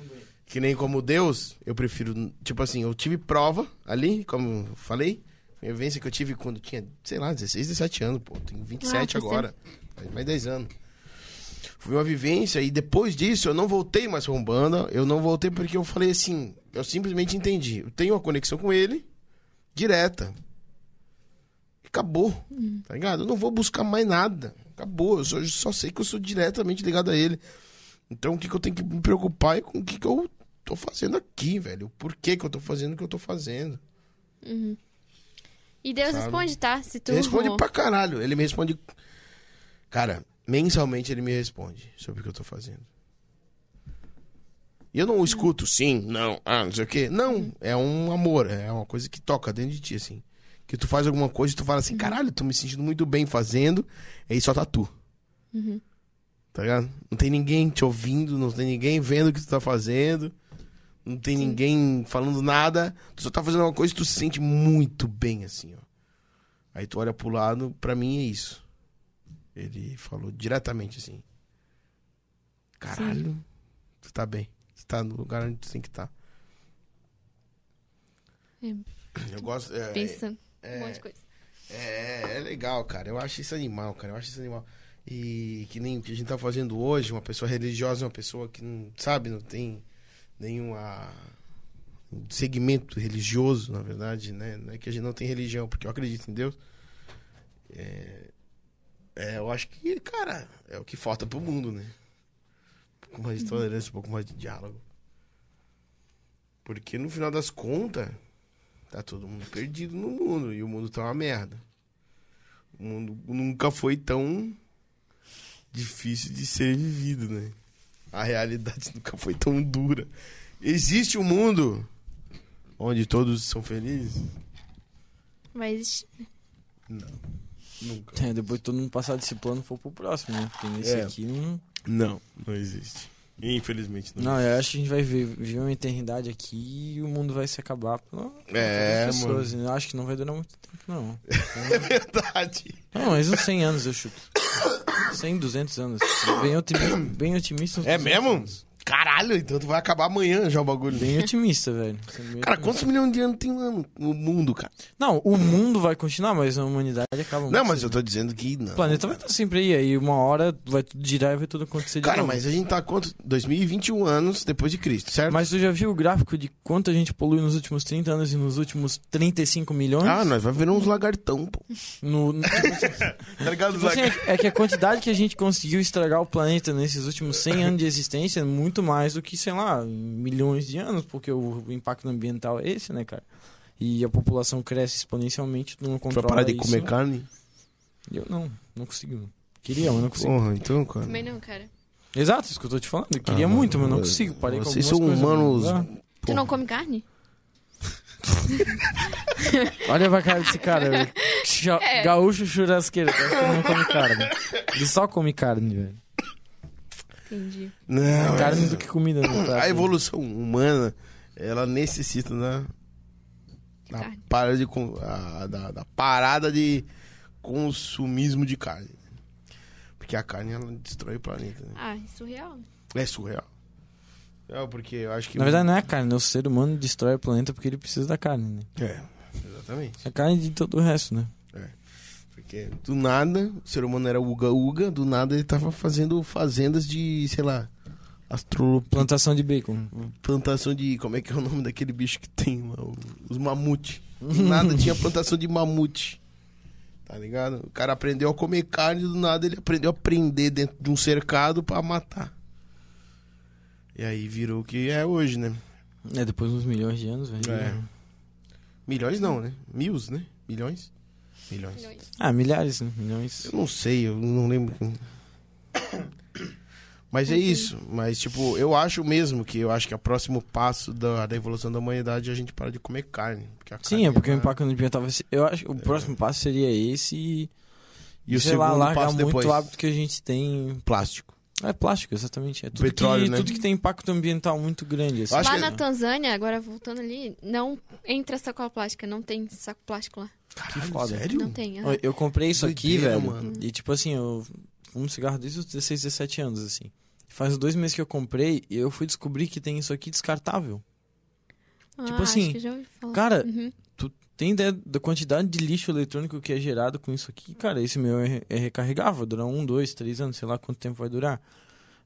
S1: Que nem como Deus, eu prefiro. Tipo assim, eu tive prova ali, como eu falei. Uma vivência que eu tive quando tinha, sei lá, 16, 17 anos, pô. Tenho 27
S3: Ah, faz
S1: agora. Faz mais 10 anos. Foi uma vivência e depois disso eu não voltei mais pra Umbanda. Eu não voltei porque eu falei assim. Eu simplesmente entendi. Eu tenho uma conexão com ele direta. Acabou. Tá ligado? Eu não vou buscar mais nada. Acabou. Eu só, eu só sei que eu sou diretamente ligado a ele. Então o que, que eu tenho que me preocupar é com o que, que eu tô fazendo aqui, velho. Por que, que eu tô fazendo o que eu tô fazendo.
S3: E Deus
S1: Sabe?
S3: responde, tá? Se tu...
S1: Ele responde pra caralho. Ele me responde. Cara, mensalmente ele me responde sobre o que eu tô fazendo. E eu não escuto sim, não, ah, não sei o quê. Não, é um amor, é uma coisa que toca dentro de ti, assim. Que tu faz alguma coisa e tu fala assim, caralho, tô me sentindo muito bem fazendo, e aí só tá tu. Tá ligado? Não tem ninguém te ouvindo, não tem ninguém vendo o que tu tá fazendo, não tem ninguém falando nada. Tu só tá fazendo uma coisa e tu se sente muito bem, assim, ó. Aí tu olha pro lado, pra mim é isso. Ele falou diretamente assim. Caralho, tu tá bem. Tu tá no lugar onde tu tem que estar.
S3: É.
S1: Eu gosto. É,
S3: Pensa um monte de coisa.
S1: é, é legal, cara. Eu acho isso animal, cara. Eu acho isso animal. E que nem o que a gente tá fazendo hoje, uma pessoa religiosa, é uma pessoa que não sabe, não tem nenhuma um segmento religioso, na verdade, né? Não é que a gente não tem religião, porque eu acredito em Deus. É, é, eu acho que, cara, é o que falta pro mundo, né? Um pouco mais de tolerância, um pouco mais de diálogo. Porque no final das contas, Tá todo mundo perdido no mundo. E o mundo tá uma merda. O mundo nunca foi tão difícil de ser vivido, né? A realidade nunca foi tão dura. Existe um mundo onde todos são felizes?
S3: Mas...
S1: Nunca.
S2: É, depois todo mundo passar desse plano for pro próximo, né? Porque nesse
S1: É.
S2: aqui não.
S1: Não, não existe. Infelizmente não.
S2: Não, eu acho que a gente vai vi- viver uma eternidade aqui e o mundo vai se acabar. Não,
S1: É, mano.
S2: pessoas. Eu acho que não vai durar muito tempo, não.
S1: É verdade.
S2: Não, mas uns 100 anos eu chuto. 100, 200 anos. Bem, otimi- bem otimista. uns
S1: É
S2: 200
S1: mesmo?
S2: anos.
S1: Caralho, então tu vai acabar amanhã já o bagulho.
S2: Bem otimista, velho. Sendo bem
S1: Cara,
S2: otimista.
S1: quantos milhões de anos tem um ano no mundo, cara?
S2: Não, o mundo vai continuar, mas a humanidade acaba.
S1: Não,
S2: muito
S1: mas eu
S2: cedo.
S1: tô dizendo que não.
S2: O planeta vai estar sempre aí, aí uma hora vai tudo girar e vai tudo acontecer de
S1: Cara,
S2: novo.
S1: mas a gente tá quanto? 2021 anos depois de Cristo, certo?
S2: Mas tu já viu o gráfico de quanto a gente polui nos últimos 30 anos e nos últimos 35 milhões?
S1: Ah, nós vai virar uns lagartão, pô.
S2: No, no-
S1: Tá ligado?
S2: tipo assim, é, é que a quantidade que a gente conseguiu estragar o planeta nesses últimos 100 anos de existência é muito mais do que, sei lá, milhões de anos, porque o impacto ambiental é esse, né, cara? E a população cresce exponencialmente, tu
S1: Pra
S2: não controla
S1: parar de
S2: isso.
S1: comer carne?
S2: Eu não, não consigo. Queria, mas não consigo.
S1: Porra, então, cara.
S3: Também não, cara.
S2: Exato, isso que eu tô te falando. Eu queria
S1: Ah,
S2: muito, mas não
S1: eu-
S2: consigo. Parei com
S1: vocês
S2: algumas
S1: são
S2: coisas, né? Ah.
S1: humanos-
S2: não dá.
S3: Tu não come carne?
S2: ah. Olha a cara desse cara. velho. Cha- Gaúcho churrasqueiro. parece que ele não come carne. Ele só come carne, velho.
S3: Entendi.
S1: Não,
S2: É,
S1: é
S2: Carne do que comida. Né,
S1: a evolução humana, ela necessita da, da
S3: Carne.
S1: parada de con- a- da, da parada de consumismo de carne. Porque a carne, ela destrói o planeta. né?
S3: Ah, isso é surreal. né?
S1: É surreal. É, porque eu acho que...
S2: Na verdade, não é a carne. né? O ser humano destrói o planeta porque ele precisa da carne, né?
S1: É, exatamente.
S2: A carne de todo o resto, né?
S1: Porque do nada, o ser humano era uga-uga, do nada ele tava fazendo fazendas de, sei lá, astro...
S2: Plantação de bacon.
S1: plantação de... Como é que é o nome daquele bicho que tem lá? o- Os mamute. Do nada tinha plantação de mamute. Tá ligado? O cara aprendeu a comer carne, do nada ele aprendeu a prender dentro de um cercado pra matar. E aí virou o que é hoje, né?
S2: É, depois de uns milhões de anos, velho.
S1: É. Milhões não, né? Mils, né? Milhões? Milhões.
S3: Milhões.
S2: Ah, milhares, né? Milhões.
S1: Eu não sei, eu não lembro. Mas é isso. Mas, tipo, eu acho mesmo que eu acho que é o próximo passo da, da evolução da humanidade é a gente parar de comer carne. Porque a
S2: Sim,
S1: carne,
S2: é porque o
S1: ela-
S2: impacto ambiental vai ser... Eu acho que o próximo passo seria esse e...
S1: É. E o
S2: sei lá,
S1: segundo
S2: largar
S1: passo
S2: muito
S1: depois.
S2: o hábito que a gente tem
S1: Plástico.
S2: É plástico, exatamente. É tudo,
S1: Petróleo,
S2: que,
S1: né?
S2: tudo que tem impacto ambiental muito grande. Assim.
S1: Acho
S3: lá
S1: que- é.
S3: na Tanzânia, agora voltando ali, não entra sacola plástica, não tem saco plástico lá.
S1: Caralho,
S2: foda.
S1: Sério?
S3: Não tem. é. aham.
S2: Eu- Eu comprei isso aqui,
S1: Doideira,
S2: velho.
S1: mano.
S2: E tipo assim, eu fumo cigarro desde os 16, 17 anos, assim. Faz dois meses que eu comprei e eu fui descobrir que tem isso aqui descartável.
S3: Ah,
S2: tipo
S3: acho
S2: assim,
S3: que já ouvi falar.
S2: Cara,
S3: Uhum.
S2: tu tem ideia da quantidade de lixo eletrônico que é gerado com isso aqui? Cara, esse meu é, é recarregável, dura um, dois, três anos, sei lá quanto tempo vai durar.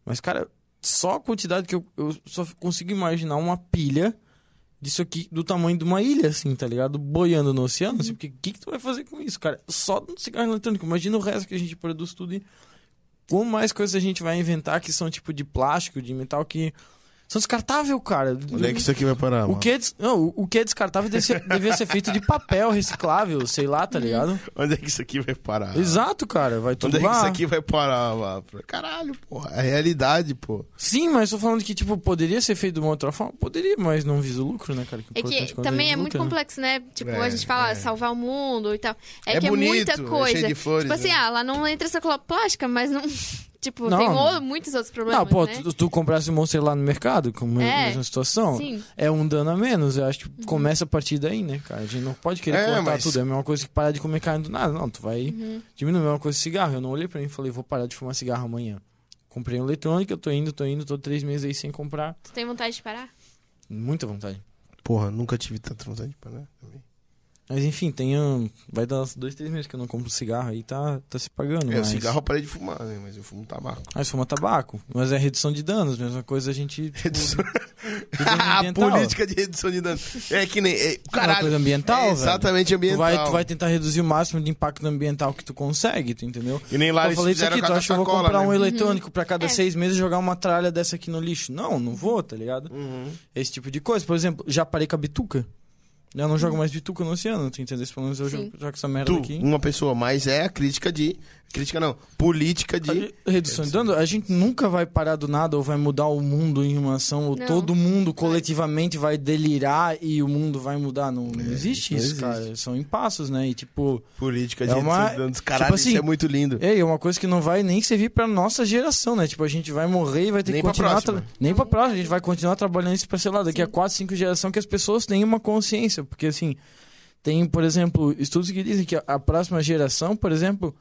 S2: Mas, cara, só a quantidade que eu, eu só consigo imaginar uma pilha disso aqui do tamanho de uma ilha, assim, tá ligado? Boiando no oceano, assim, porque o que, que tu vai fazer com isso, cara? Só no cigarro eletrônico. Imagina o resto que a gente produz tudo e com mais coisas a gente vai inventar que são tipo de plástico, de metal que. São descartável, cara.
S1: Onde é que isso aqui vai parar?
S2: O
S1: mano?
S2: que, é des- não, o- o que é descartável deve ser- devia ser feito de papel reciclável, sei lá, tá ligado?
S1: Onde é que isso aqui vai parar?
S2: Exato, cara, vai
S1: Onde
S2: tudo
S1: é que
S2: lá.
S1: isso aqui vai parar? mano? Caralho, porra. É a realidade, pô.
S2: Sim, mas tô falando que, tipo, poderia ser feito de uma outra forma? Poderia, mas não visa o lucro, né, cara?
S3: É
S2: importante
S3: que
S2: quando
S3: também
S2: visa
S3: é muito
S2: lucro, né?
S3: complexo, né? Tipo,
S1: É,
S3: a gente fala
S1: é.
S3: salvar o mundo e tal. É,
S1: É
S3: que
S1: bonito,
S3: é muita
S1: é
S3: coisa.
S1: cheio de flores,
S3: tipo assim,
S1: né?
S3: ah, lá não entra sacola plástica, mas não. Tipo,
S2: Não.
S3: tem o- muitos outros problemas.
S2: Não, pô,
S3: né?
S2: tu, tu comprasse um monstro lá no mercado, com a
S3: É,
S2: mesma situação,
S3: Sim. Uhum.
S2: é um dano a menos. Eu acho que começa a partir daí, né, cara? A gente não pode querer
S1: É,
S2: cortar
S1: mas-
S2: tudo. É a mesma coisa que parar de comer carne do nada. Não, tu vai
S3: Uhum.
S2: diminuir é a mesma coisa de cigarro. Eu não olhei pra mim e falei, vou parar de fumar cigarro amanhã. Comprei um eletrônico, eu tô indo, tô indo, tô três meses aí sem comprar.
S3: Tu tem vontade de parar?
S2: Muita vontade.
S1: Porra, nunca tive tanta vontade de parar. também.
S2: Mas enfim, tem um... vai dar uns dois, três meses que eu não compro cigarro aí, tá, tá se pagando.
S1: É, o
S2: mas...
S1: cigarro eu parei de fumar, né? Mas eu fumo tabaco.
S2: Ah, isso fuma tabaco. Mas é redução de danos, mesma coisa a gente. tipo,
S1: Redução-
S2: redução
S1: a
S2: ambiental.
S1: política de redução de danos. É que nem. É,
S2: uma
S1: caralho.
S2: coisa ambiental,
S1: é
S2: velho.
S1: exatamente
S2: Tu
S1: ambiental.
S2: vai, tu vai tentar reduzir o máximo de impacto ambiental que tu consegue, tu entendeu?
S1: E nem lá
S2: eu
S1: eles
S2: falei isso
S1: fizeram
S2: aqui,
S1: com
S2: tu
S1: a
S2: acha que eu vou
S1: sacola,
S2: comprar
S1: né?
S2: um eletrônico pra cada
S3: É.
S2: seis meses e jogar uma tralha dessa aqui no lixo? Não, não vou, tá ligado?
S1: Uhum.
S2: Esse tipo de coisa. Por exemplo, já parei com a bituca. Eu não jogo mais bituca no oceano, tu entendeu? Pelo menos eu
S3: Uhum. Sim.
S2: jogo, jogo essa merda
S1: Tu,
S2: aqui.
S1: uma pessoa, mas é a crítica de. Crítica não, política
S2: A
S1: de.
S2: gente- Redução de dano, a gente nunca vai parar do nada ou vai mudar o mundo em uma ação, ou
S3: Não.
S2: todo mundo coletivamente vai delirar e o mundo vai mudar. Não, não existe
S1: É, não
S2: isso,
S1: existe.
S2: cara. São impassos, né? E tipo,
S1: Política
S2: É
S1: de.
S2: uma-
S1: redução de danos. Caralho,
S2: tipo assim,
S1: isso é muito lindo.
S2: é é uma coisa que não vai nem servir pra nossa geração, né? Tipo, a gente vai morrer e vai ter
S1: Nem
S2: que
S1: pra
S2: continuar.
S1: próxima.
S2: tra- Nem pra próxima, a gente vai continuar trabalhando isso pra, sei lá, daqui a 4, 5 gerações que as pessoas tenham uma consciência. Porque assim, tem, por exemplo, estudos que dizem que a- a próxima geração, por exemplo,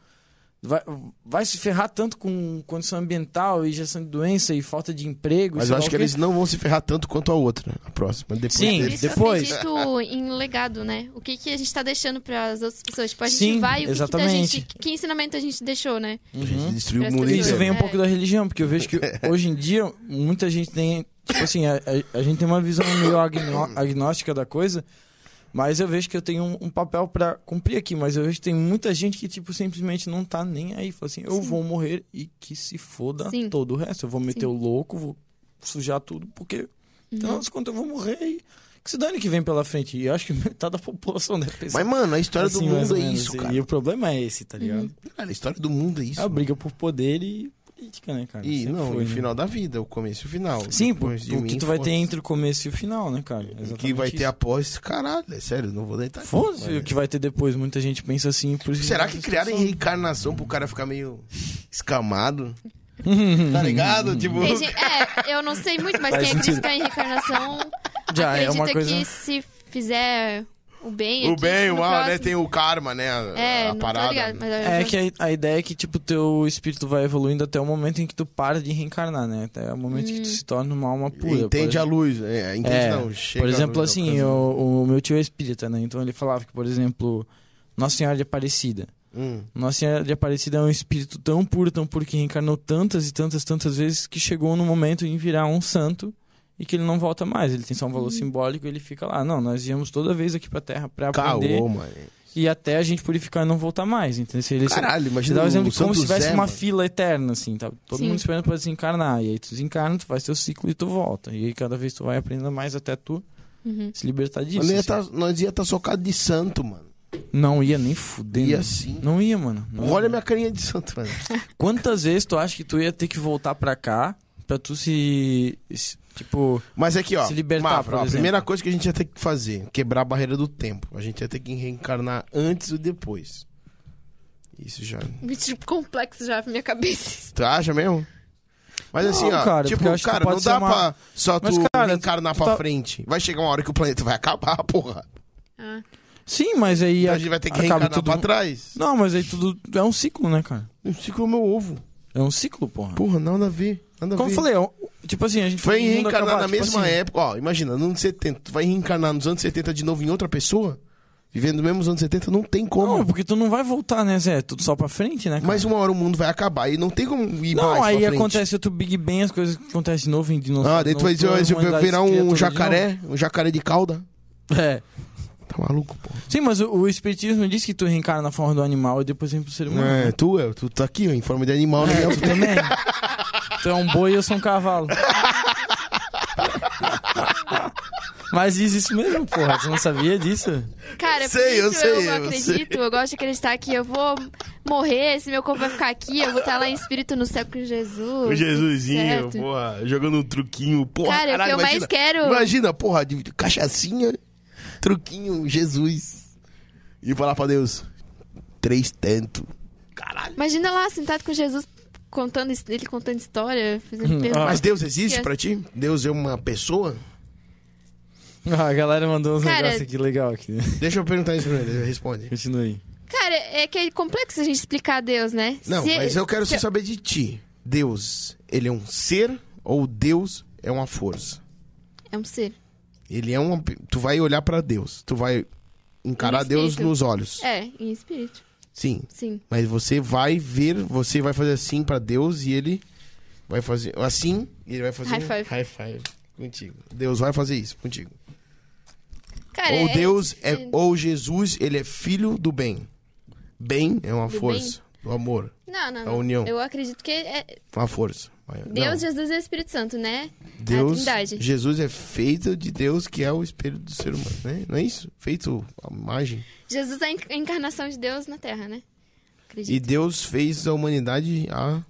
S2: vai, vai se ferrar tanto com condição ambiental e geração de doença e falta de emprego. e
S1: Mas
S2: sei
S1: eu
S2: lá
S1: acho
S2: o
S1: que
S2: quê.
S1: eles não vão se ferrar tanto quanto a outra, a próxima. Depois
S2: Sim,
S3: Por
S1: deles.
S3: isso que
S2: depois.
S3: eu acredito em legado, né? O que, que a gente tá deixando pras outras pessoas? Tipo, a gente
S2: Sim,
S3: vai e o que que, da gente,
S2: exatamente.
S3: que ensinamento a gente deixou, né?
S2: Uhum.
S1: Destruiu
S3: Pra
S1: o mundo
S3: essas
S2: Isso
S1: inteiro.
S2: vem um
S3: É.
S2: pouco da religião, porque eu vejo que hoje em dia muita gente tem. Tipo assim, a, a- a gente tem uma visão meio agnó- agnóstica da coisa, mas eu vejo que eu tenho um, um papel pra cumprir aqui. Mas eu vejo que tem muita gente que, tipo, simplesmente não tá nem aí. Fala assim, eu vou morrer e que se foda
S3: Sim. Uhum.
S2: todo o resto. Eu vou meter o louco, vou sujar tudo, porque afinal de contas eu vou morrer e. Que se dane que vem pela frente. E eu acho que metade da população deve pensar.
S1: Mas, mano, a história
S2: assim,
S1: do
S2: mais
S1: mundo
S2: ou
S1: é
S2: menos.
S1: isso,
S2: E-
S1: cara.
S2: E o problema é esse, tá ligado?
S1: Cara, a história do mundo é
S2: É
S1: isso.
S2: a briga por poder e política, né, cara?
S1: E
S2: Sempre
S1: não,
S2: foi,
S1: no
S2: né?
S1: final da vida, o começo e o final.
S2: Sim, por,
S1: Depois de
S2: o
S1: mim,
S2: que tu vai
S1: foda-se.
S2: ter entre o começo e o final, né, cara?
S1: O que vai ter
S2: a.
S1: após, caralho, é sério, não vou deitar.
S2: Foda-se o que vai ter depois. Muita gente pensa assim. Por isso
S1: Será que criaram reencarnação pro cara ficar meio escamado? Tá ligado? Tipo,
S3: Tem gente- é, eu não sei muito, mas
S2: Faz
S3: quem é
S2: sentido.
S3: acredita em reencarnação
S2: Já é
S3: acredita
S2: uma coisa.
S3: que se fizer o bem.
S1: o
S3: aqui,
S1: bem,
S3: no
S1: o mal, né?
S3: próximo-
S1: Tem o karma, né? A,
S3: É,
S1: a
S3: não
S1: parada.
S3: tô ligado, mas eu-
S2: É que a, a ideia é que, tipo, teu espírito vai evoluindo até o momento em que tu para de reencarnar, né? Até o momento
S3: Hum.
S2: que tu se torna uma alma pura.
S1: Entende
S2: por-
S1: a luz, é, entende
S2: É,
S1: não, chega
S2: Por
S1: a
S2: exemplo,
S1: luz,
S2: assim,
S1: alcança.
S2: o, o meu tio é espírita, né? Então ele falava que, por exemplo, Nossa Senhora de Aparecida.
S1: Hum.
S2: Nossa Senhora de Aparecida é um espírito tão puro, tão puro, que reencarnou tantas e tantas, tantas vezes que chegou no momento em virar um santo e que ele não volta mais. Ele tem só um
S3: Uhum.
S2: valor simbólico e ele fica lá. Não, nós viemos toda vez aqui pra Terra pra aprender
S1: Caô, mano.
S2: e até a gente purificar e não voltar mais, entendeu? Se ele
S1: Caralho,
S2: te
S1: imagina
S2: dá um
S1: o
S2: exemplo de como
S1: Santo
S2: se tivesse
S1: Zé,
S2: uma
S1: mano.
S2: fila eterna, assim, tá? Todo
S3: Sim.
S2: mundo esperando pra desencarnar. E aí tu desencarna, tu faz teu ciclo e tu volta. E aí cada vez tu vai aprendendo mais até tu
S3: Uhum.
S2: se libertar disso.
S1: Nós ia
S2: assim.
S1: tá, nós ia estar socado de santo, mano.
S2: Não ia nem fudendo.
S1: Ia sim.
S2: Não ia, mano. Não
S1: Olha minha carinha de santo, mano.
S2: Quantas vezes tu acha que tu ia ter que voltar pra cá pra tu se. se- tipo.
S1: Mas aqui, ó.
S2: Se libertar,
S1: Mafra,
S2: por
S1: ó, a
S2: exemplo.
S1: primeira coisa que a gente ia ter que fazer, quebrar a barreira do tempo. A gente ia ter que reencarnar antes ou depois. Isso já.
S3: Muito tipo, complexo já pra minha cabeça.
S1: Tu acha mesmo? Mas
S2: Não,
S1: assim, ó,
S2: cara,
S1: tipo,
S2: porque eu acho que
S1: cara,
S2: pode
S1: não
S2: ser
S1: dá
S2: uma-
S1: pra só
S2: Mas,
S1: tu
S2: cara,
S1: reencarnar
S2: tu
S1: pra
S2: tá-
S1: frente. Vai chegar uma hora que o planeta vai acabar, porra.
S3: Ah,
S2: Sim, mas aí.
S1: Então a gente vai ter que
S2: acaba
S1: reencarnar
S2: tudo-
S1: pra trás.
S2: Não, mas aí tudo. É um ciclo, né, cara?
S1: Não fica o meu ovo.
S2: É um ciclo, porra.
S1: Porra, nada a ver. Nada a
S2: Como eu
S1: ver.
S2: falei, é um- tipo assim, a gente
S1: Foi
S2: fala do mundo
S1: reencarnar
S2: acabar,
S1: na
S2: tipo
S1: mesma
S2: assim,
S1: época. Ó, imagina, nos anos 70. Tu vai reencarnar nos anos 70 de novo em outra pessoa? Vivendo mesmo os anos 70? Não tem como.
S2: Não, porque tu não vai voltar, né, Zé? Tudo só pra frente, né? Cara?
S1: Mas uma hora o mundo vai acabar e não tem como ir mais
S2: Não,
S1: pra
S2: aí
S1: frente.
S2: acontece outro Big Bang, as coisas acontecem de novo em dinossauro.
S1: Ah, daí tu vai,
S2: novo,
S1: vai- vai
S2: humanidade
S1: virar
S2: se cria
S1: um
S2: toda de
S1: jacaré, um jacaré de cauda.
S2: novo. É.
S1: Tá maluco, pô.
S2: Sim, mas o, o Espiritismo diz que tu reencarna na forma do animal e depois vem pro ser humano.
S1: É, tu, é, tu tá aqui, ó, em forma de animal, né?
S2: Tu também. tu é um boi e eu sou um cavalo. Mas diz isso mesmo, porra. Tu não sabia disso?
S3: Cara, por
S1: Sei, eu
S3: isso
S1: sei,
S3: eu não
S1: eu
S3: acredito. Eu, gosto de acreditar que eu vou morrer, esse meu corpo vai ficar aqui, eu vou estar lá em espírito no céu com Jesus.
S1: O Jesusinho,
S3: certo.
S1: porra, jogando um truquinho, porra.
S3: Cara,
S1: caralho,
S3: o que eu
S1: imagina,
S3: mais quero.
S1: Imagina, porra, de de cachaçinha, truquinho, Jesus. E falar pra Deus, três tanto. Caralho.
S3: Imagina lá sentado com Jesus contando his- ele contando história, fazendo perguntas.
S1: Mas Deus existe
S3: Yes.
S1: pra ti? Deus é uma pessoa?
S2: Ah, a galera mandou uns
S3: Cara-
S2: negócios aqui legal aqui.
S1: Deixa eu perguntar isso pra ele, responde.
S2: Continua aí.
S3: Cara, é que é complexo a gente explicar a Deus, né?
S1: Não,
S3: Se-
S1: mas eu quero
S3: se-
S1: saber de ti. Deus, ele é um ser ou Deus é uma força?
S3: É um ser.
S1: Ele é uma. pe- Tu vai olhar pra Deus, tu vai encarar
S3: Um
S1: Deus
S3: espírito.
S1: nos olhos.
S3: É, em espírito.
S1: Sim.
S3: Sim.
S1: Mas você vai ver, você vai fazer assim pra Deus e ele vai fazer assim e ele vai fazer
S3: High
S1: um
S3: five.
S1: high five contigo. Deus vai fazer isso contigo.
S3: Cara,
S1: ou
S3: é-
S1: Deus é,
S3: é-
S1: ou Jesus, ele é filho do bem. Bem é uma
S3: Do
S1: força, do amor,
S3: Não, não,
S1: a
S3: não.
S1: união.
S3: Eu acredito que é-
S1: uma força. Maior-
S4: Deus,
S1: não.
S4: Jesus e Espírito Santo, né? a
S1: Deus,
S4: Trindade.
S1: Jesus é feito de Deus, que é o espelho do ser humano, né? Não é isso? Feito a imagem.
S4: Jesus é a enc- a encarnação de Deus na Terra, né?
S1: E
S4: Acredito.
S1: Deus fez a humanidade a,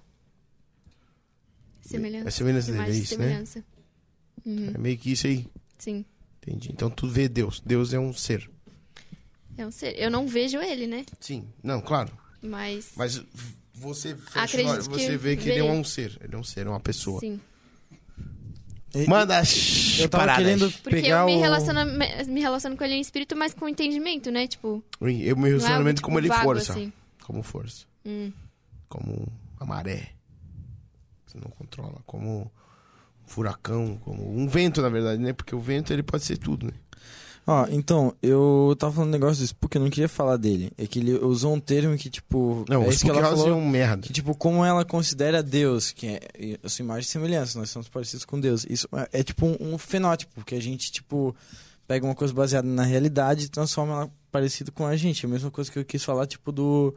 S4: Semelhança.
S1: a semelhança dele, é
S4: Imagem de
S1: isso, né?
S4: semelhança. Uhum.
S1: É meio que isso aí.
S4: Sim.
S1: Entendi. Então tu vê Deus. Deus é um ser.
S4: É um ser. Eu não vejo ele, né?
S1: Sim. Não, claro.
S4: Mas.
S1: Mas v- você fecha
S4: Acredito
S1: o olho, você
S4: que
S1: vê que ele é
S4: veio.
S1: um ser. Ele é um ser, é uma pessoa.
S4: Sim.
S1: Manda
S2: Eu tava querendo
S4: Porque
S2: pegar
S4: eu me
S2: o...
S4: relaciono, me- me relaciono com ele em espírito, mas com entendimento, né? Tipo,
S1: Eu meu
S4: não é algo,
S1: relacionamento
S4: tipo,
S1: como ele
S4: vago,
S1: força.
S4: assim.
S1: Como força.
S4: Hum.
S1: Como a maré. Você não controla. Como um furacão, como um vento, na verdade, né? Porque o vento ele pode ser tudo, né?
S2: Ó, então, eu tava falando um negócio do Spook, eu não queria falar dele. É que ele usou um termo que, tipo...
S1: Não,
S2: é
S1: os
S2: isso que ela
S1: Spookhouse
S2: falou.
S1: é um merda.
S2: Que, tipo, como ela considera Deus, que é e a sua imagem e semelhança, nós somos parecidos com Deus. Isso é, é tipo um, um fenótipo, que a gente, tipo, pega uma coisa baseada na realidade e transforma ela parecido com a gente. É a mesma coisa que eu quis falar, tipo, do,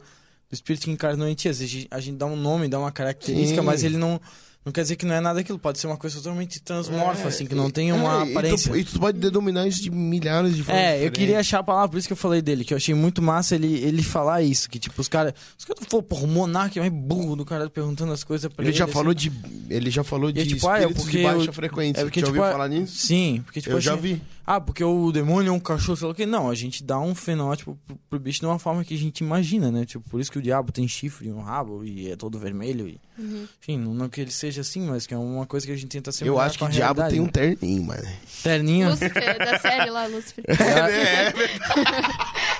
S2: do espírito que encarnou em ti. Às vezes a gente dá um nome, dá uma característica,
S1: Sim.
S2: mas ele não. Não quer dizer que não é nada aquilo, pode ser uma coisa totalmente transmorfa,
S1: É,
S2: assim, que não tem
S1: é,
S2: uma
S1: e tu-
S2: aparência.
S1: E tu, pode denominar isso de milhares de formas
S2: É, eu
S1: diferentes.
S2: queria achar a palavra, por isso que eu falei dele, que eu achei muito massa ele, ele falar isso, que tipo, os caras. Os caras falaram, pô, o Monark é mais burro do cara perguntando as coisas pra
S1: Ele
S2: ele.
S1: já
S2: assim.
S1: falou de. Ele já falou de
S2: tipo, ah, é
S1: espíritos
S2: porque
S1: de baixa
S2: eu-
S1: frequência.
S2: é porque,
S1: já
S2: tipo,
S1: ouviu
S2: a-
S1: falar nisso?
S2: Sim, porque tipo
S1: eu já
S2: assim,
S1: vi.
S2: Ah, porque o demônio é um cachorro, sei lá o quê. Não, a gente dá um fenótipo pro, pro bicho de uma forma que a gente imagina, né? Tipo, por isso que o diabo tem chifre e um rabo e é todo vermelho. E... Enfim, não, não que ele seja assim, mas que é uma coisa que a gente tenta ser
S1: Eu acho que o diabo tem um terninho, mano. É,
S2: terninho.
S3: Lúcifer, da série lá, Lúcifer.
S2: É,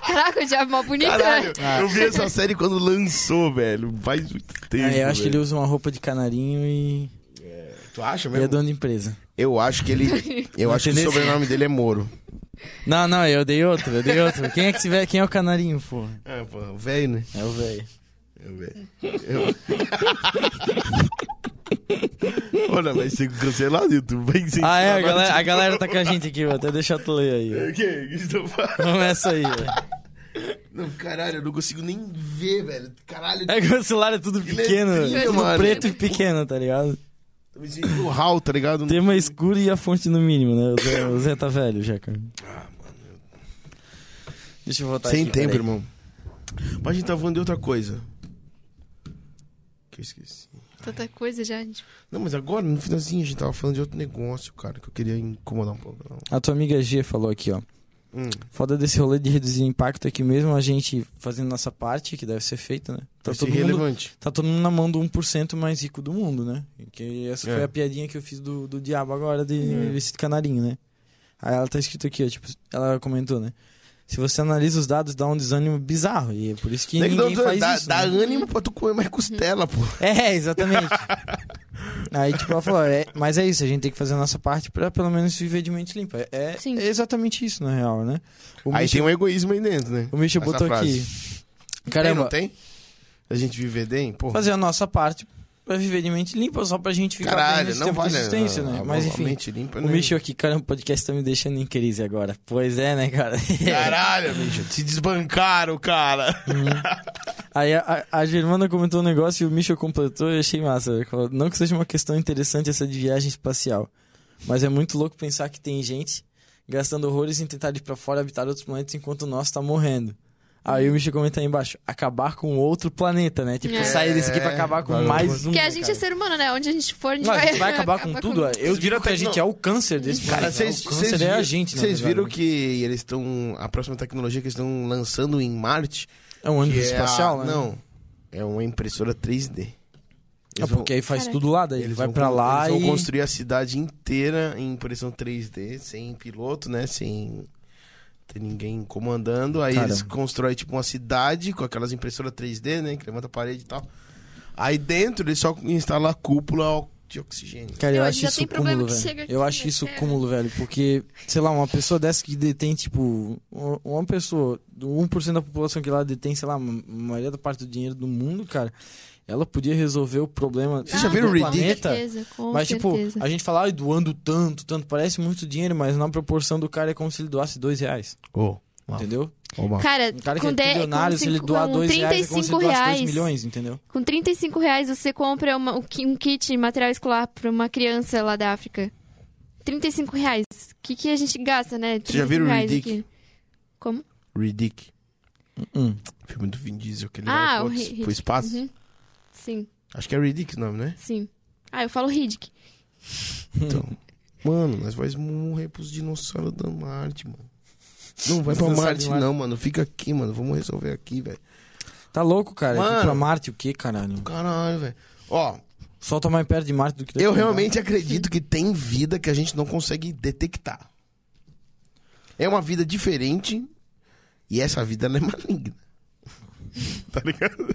S4: caraca, o diabo mal bonito,
S1: Caralho,
S4: né?
S1: eu vi essa série quando lançou, velho. Faz muito tempo.
S2: É. É, eu acho que ele
S1: velho.
S2: usa uma roupa de canarinho e,
S1: Tu acha
S2: e é
S1: mesmo?
S2: dono de empresa.
S1: Eu acho que ele. Eu acho que o
S2: Entendeu?
S1: sobrenome dele é Moro.
S2: Não, não, eu dei outro, eu dei outro. Quem é que tiver, quem é o canarinho, pô?
S1: É, pô, o velho, né?
S2: É o velho.
S1: É o velho. Eu- Olha, vai ser cancelado, YouTube. Vai ser
S2: Ah, é, a
S1: cancelado.
S2: galera, a galera tá com a gente aqui, vou até deixar tu ler aí.
S1: O quê? O É, que estão falando?
S2: ó. Começa aí, velho.
S1: Não, caralho, eu não consigo nem ver, velho. Caralho,
S2: É que o celular é tudo pequeno,
S1: letrinha,
S2: tudo
S1: mano.
S2: preto e pequeno, tá ligado?
S1: tô me sentindo hall, tá ligado?
S2: O tema é escuro e a fonte no mínimo, né? O Zé, o Zé tá velho já, cara. Deixa eu voltar
S1: Ah, Sem
S2: aqui,
S1: tempo,
S2: peraí.
S1: irmão. Mas a gente tá falando de outra coisa. Que eu esqueci.
S4: né?
S3: Tanta coisa já, gente.
S1: Não, mas agora, no finalzinho, a gente tava falando de outro negócio, cara, que eu queria incomodar um pouco. Não.
S2: A tua amiga G falou aqui, ó.
S1: Hum.
S2: Foda desse rolê de reduzir impacto é que mesmo a gente fazendo nossa parte, que deve ser feita, né? Tá
S1: vai ser
S2: todo mundo
S1: relevante.
S2: Tá todo mundo na mão do 1% mais rico do mundo, né? Que essa
S1: É.
S2: foi a piadinha que eu fiz do, do diabo agora, de, desse canarinho, né? Aí ela tá escrito aqui, ó, tipo, ela comentou, né? Se você analisa os dados, dá um desânimo bizarro. E é por isso que
S1: Tem que dar- um
S2: ninguém faz
S1: dá,
S2: isso.
S1: dá um-
S2: né?
S1: ânimo pra tu comer mais costela, pô.
S2: É, exatamente. Aí, tipo, ela falou, é, mas é isso, a gente tem que fazer a nossa parte pra pelo menos viver de mente limpa. É,
S4: Sim.
S2: é exatamente isso, na real, né? O
S1: Aí
S2: Misha,
S1: tem um egoísmo aí dentro, né?
S2: o Misha
S1: essa
S2: botou
S1: frase.
S2: aqui. Caramba,
S1: Tem, não tem? A gente viver bem, pô.
S2: fazer a nossa parte pra viver de mente limpa, só pra gente ficar bem
S1: Caralho,
S2: nesse
S1: não
S2: tempo
S1: vale.
S2: de existência, né?
S1: a-
S2: Mas
S1: a
S2: enfim,
S1: mente limpa,
S2: o
S1: né?
S2: Michel aqui, cara, o podcast tá me deixando em crise agora. Pois é, né, cara?
S1: Caralho, bicho. Se desbancaram, cara.
S2: Aí a, a, a Germana comentou um negócio e o Michel completou e eu achei massa. Ela falou, Não que seja uma questão interessante essa de viagem espacial, mas é muito louco pensar que tem gente gastando horrores em tentar ir pra fora habitar outros planetas enquanto o nosso tá morrendo. Aí o Michel comenta aí embaixo, acabar com outro planeta, né? Tipo,
S4: É.
S2: sair desse aqui pra acabar com
S1: Vai,
S2: mais um.
S4: Porque a
S2: né,
S4: gente
S2: cara?
S4: é ser humano, né? Onde a gente for, a gente
S2: Não, a
S4: vai...
S2: gente vai acabar com tudo. é. Eu
S1: Vocês viram
S2: digo que
S1: até
S2: a
S1: que
S2: gente
S1: não.
S2: é o câncer desse
S1: Cara,
S2: planeta.
S1: vocês
S2: o câncer é a gente, né?
S1: Vocês viram que eles estão. A próxima tecnologia que eles estão lançando em Marte.
S2: É um ônibus
S1: que é a-
S2: espacial, né?
S1: Não. É uma impressora 3D.
S2: É porque aí faz
S4: Cara,
S2: tudo lá, daí
S1: eles
S2: vai
S1: vão
S2: pra
S1: con-
S2: lá
S1: eles
S2: e...
S1: vão construir a cidade inteira em impressão 3D, sem piloto, né? Sem ter ninguém comandando. Aí
S2: Cara.
S1: eles constroem, tipo, uma cidade com aquelas impressoras 3D, né? Que levanta a parede e tal. Aí dentro eles só instalam a cúpula de oxigênio.
S2: Cara, eu
S4: Hoje
S2: acho
S4: já
S2: isso
S4: tem problema
S2: cúmulo,
S4: que
S2: velho.
S4: chega aqui
S2: Eu acho
S4: na
S2: isso
S4: Terra.
S2: cúmulo, velho, porque, sei lá, uma pessoa dessa que detém, tipo, um- uma pessoa, do 1% da população que lá detém, sei lá, a maioria da parte do dinheiro do mundo, cara, ela podia resolver o problema
S1: Vocês já
S2: do
S1: viram o
S4: Ah, Com
S2: planeta.
S4: certeza, com
S2: Mas, tipo,
S4: certeza.
S2: a gente fala, ai, doando tanto, tanto, parece muito dinheiro, mas na proporção do cara é como se ele doasse dois reais.
S1: Ô,
S2: Entendeu?
S5: Oba.
S4: Cara,
S2: Um cara que
S4: com,
S2: é
S4: de,
S2: bilionário,
S4: com,
S2: se ele
S4: cinco-
S2: doar
S4: com
S2: 2 reais, é como se ele
S4: 35
S2: doasse 2
S4: reais,
S2: milhões, entendeu?
S4: com 35 reais você compra uma- um ki- um kit material escolar pra uma criança lá da África. 35 reais. O que, que a gente gasta, né?
S1: Você já
S4: 35
S1: viram o
S4: reais
S1: Ridic?
S4: aqui. Como?
S1: Ridic.
S2: Hum.
S1: Filme do Vin Diesel, que ele
S4: Ah, o
S1: vai pro, outro-
S4: Ri-
S1: pro
S4: Riddick.
S1: espaço.
S4: Uhum. Sim,
S1: Acho que é Ridic o nome, né?
S4: sim. Ah, eu falo Ridic.
S1: Então. mano, nós vamos morrer pros dinossauros da Marte, mano. Não vai pra
S2: Dinossauro
S1: Marte,
S2: de Marte.
S1: não, mano. Fica aqui, mano. Vamos resolver aqui, velho.
S2: Tá louco, cara. Aqui
S1: Mano.
S2: pra Marte, o que, caralho?
S1: Caralho, velho. Ó,
S2: Sol tá mais perto de Marte do que...
S1: eu realmente acredito que tem vida que a gente não consegue detectar. É uma vida diferente e essa vida ela é maligna. tá ligado?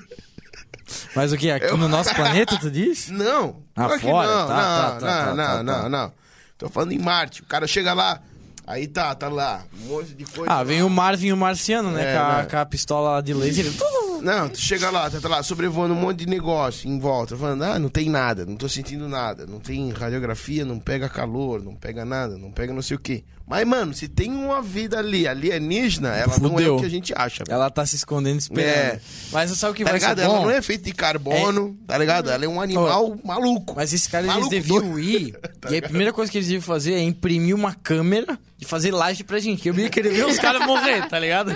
S2: Mas o que? Aqui no nosso planeta, tu diz?
S1: Não.
S2: Ah,
S1: claro que
S2: fora?
S1: Não,
S2: Tá,
S1: não,
S2: tá, tá,
S1: não,
S2: tá,
S1: não,
S2: tá,
S1: não,
S2: tá.
S1: não. Tô falando em Marte. O cara chega lá, aí tá, tá lá, um monte de coisa.
S2: Ah, vem o Marvin e o Marciano,
S1: É,
S2: né? com, a,
S1: né?
S2: com a pistola de laser. Ele...
S1: Não, tu chega lá, tá, tá lá, sobrevoando um monte de negócio em volta, falando, ah, não tem nada, não tô sentindo nada, não tem radiografia, não pega calor, não pega nada, não pega não sei o quê. Mas, mano, se tem uma vida ali, alienígena, ela não é
S2: Fudeu.
S1: o que a gente acha.
S2: Ela tá se escondendo esperando.
S1: É.
S2: Mas sabe o que
S1: Tá
S2: vai
S1: ligado?
S2: ser bom?
S1: Ela não é feita de carbono, tá ligado? Ela é um animal maluco.
S2: Mas esses caras,
S1: Maluco
S2: eles
S1: Tá
S2: deviam ir. e aí, a primeira coisa que eles deviam fazer é imprimir uma câmera e fazer live pra gente. que Eu ia querer ver os caras morrer, tá ligado?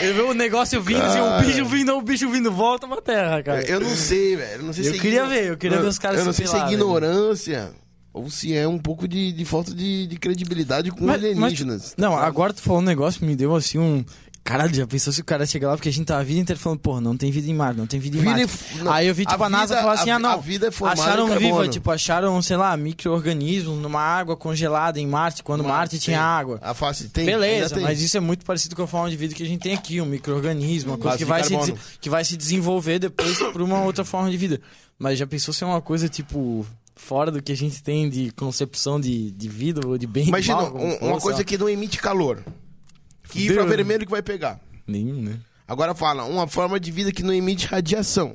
S2: Eu ver o negócio vindo, assim, o bicho vindo, o bicho vindo, volta pra terra, cara.
S1: Eu não sei, velho. Eu não sei
S2: é. Eu
S1: se é
S2: queria
S1: igno-
S2: ver, eu queria ver os caras
S1: Eu não
S2: se
S1: sei se é
S2: pelar, velho.
S1: ignorância ou se é um pouco de, de falta de, de credibilidade com
S2: Mas-
S1: alienígenas.
S2: Não, agora tu falou um negócio que me deu assim um. Caralho, já pensou se o cara chega lá? Porque a gente tava a vida inteira falando, pô, não tem vida em Marte, não tem vida em
S1: Vida
S2: Marte.
S1: é f- não,
S2: Aí eu vi, tipo, a,
S1: a
S2: NASA
S1: vida-
S2: falar assim,
S1: a
S2: ah,
S1: vi-
S2: não,
S1: a vida é formada
S2: acharam
S1: em carbono.
S2: viva, tipo, acharam, sei lá, micro-organismos numa água congelada em Marte, quando Marte, tinha
S1: tem.
S2: água.
S1: A face tem. ainda
S2: Beleza,
S1: tem.
S2: mas isso é muito parecido com a forma de vida que a gente tem aqui, um micro-organismo, uma
S1: Base
S2: coisa que
S1: de
S2: vai, se,
S1: carbono.
S2: des- que vai se desenvolver depois para uma outra forma de vida. Mas já pensou se é uma coisa, tipo, fora do que a gente tem de concepção de, de vida ou de bem e
S1: Imagina,
S2: mal, como
S1: um-
S2: falou,
S1: uma coisa
S2: sei lá.
S1: que não emite calor. Que
S2: Fudeu, né?
S1: infravermelho que vai pegar.
S2: Nenhum, né?
S1: Agora fala, uma forma de vida que não emite radiação.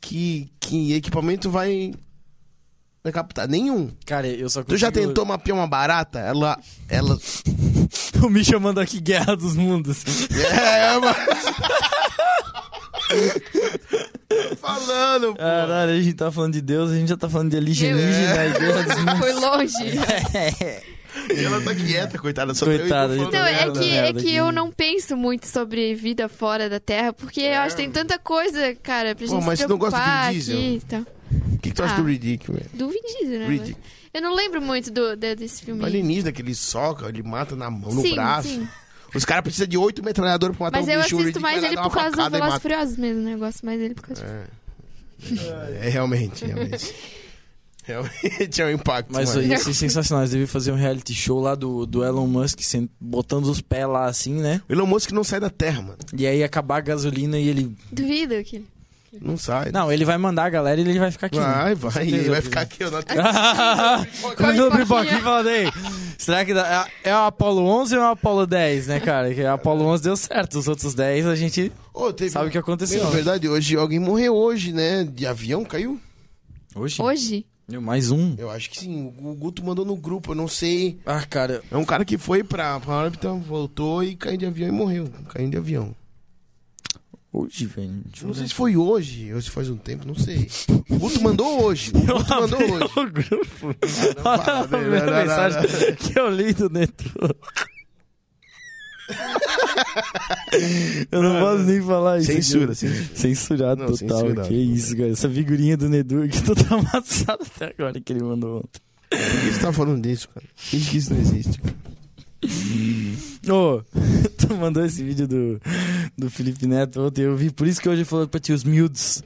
S1: Que, que equipamento vai decapitar? Nenhum.
S2: Cara, eu só
S1: Tu já
S2: consigo-
S1: tentou mapear uma barata? Ela. Ela.
S2: Eu me chamando aqui Guerra dos Mundos.
S1: É, mas. Falando, pô.
S2: Caralho, a gente tá falando de Deus, a gente já tá falando de alienígena e Guerra dos Mundos.
S4: Foi longe.
S1: Ela tá quieta, coitada. Só
S2: Coitada,
S1: tem eu e tu
S4: Então,
S1: falando.
S4: é
S2: merda,
S4: que, é
S2: merda
S4: que
S2: aqui.
S4: eu não penso muito sobre vida fora da Terra, porque eu acho que tem tanta coisa, cara, pra
S1: Pô,
S4: gente
S1: mas
S4: se
S1: tu não gosta do
S4: preocupar
S1: Vin Diesel?
S4: aqui e tal.
S1: O que, que tu acha
S4: Ah.
S1: do Riddick, velho?
S4: Do Vin Diesel, né?
S1: Riddick.
S4: Eu não lembro muito do, de- desse filme.
S1: O alienígena que ele soca, ele mata na mão, no
S4: sim,
S1: braço.
S4: sim.
S1: Os caras precisam de oito metralhadoras pra matar
S4: Mas
S1: um
S4: eu
S1: bicho. o
S4: assisto
S1: Riddick
S4: mais
S1: vai
S4: ele
S1: lá dar
S4: por
S1: uma
S4: causa do
S1: facada e
S4: Velozes e
S1: mata.
S4: Furiosos mesmo, né? Eu gosto mais dele por causa disso.
S1: É, realmente, realmente. realmente é um impacto,
S2: Mas
S1: mano.
S2: ia ser sensacional. Eles deviam fazer um reality show lá do, do Elon Musk sen- botando os pés lá assim, né?
S1: O Elon Musk não sai da Terra, mano.
S2: E aí acabar a gasolina e ele.
S1: É.
S4: Duvido que ele.
S1: Não sai.
S2: Não, ele vai mandar a galera e ele vai ficar aqui.
S1: vai,
S2: né? Com
S1: vai.
S2: certeza.
S1: Ele vai ficar aqui, eu não tenho...
S2: Comendo
S4: Pipoquinha.
S2: pipoquinha e falando aí. Será que dá- é é o Apollo 11 ou é o Apollo 10, né, cara? Que o Apollo 11 deu certo. Os outros 10 a gente
S1: Ô, teve-
S2: sabe o que aconteceu.
S1: Meu, Na verdade, hoje alguém morreu hoje, né? De avião, caiu?
S2: Hoje?
S4: Hoje?
S2: Meu, mais um.
S1: Eu acho que sim. O Guto mandou no grupo, eu não sei.
S2: Ah, cara.
S1: É um cara que foi pra, pra órbita, voltou e caiu de avião e morreu. Caiu de avião.
S2: Hoje, velho. Deixa eu
S1: Não
S2: ver.
S1: sei se foi hoje ou se faz um tempo, não sei. O Guto mandou hoje. O Guto mandou
S2: abri
S1: hoje.
S2: o grupo.
S1: para,
S2: Olha a
S1: velho,
S2: primeira
S1: não, não,
S2: mensagem que eu li do Netrô. Eu não posso nem falar isso.
S1: Censura,
S2: aqui.
S1: censura.
S2: Censurado
S1: Não,
S2: total.
S1: censurado.
S2: Que isso, cara. Essa figurinha do Nedu aqui tô traumatizado até agora que ele mandou ontem.
S1: Por que você tá falando disso, cara? Finge que isso não existe.
S2: Ô, tu mandou esse vídeo do, do Felipe Neto ontem. Eu vi, por isso que hoje eu falei pra ti, os miúdos.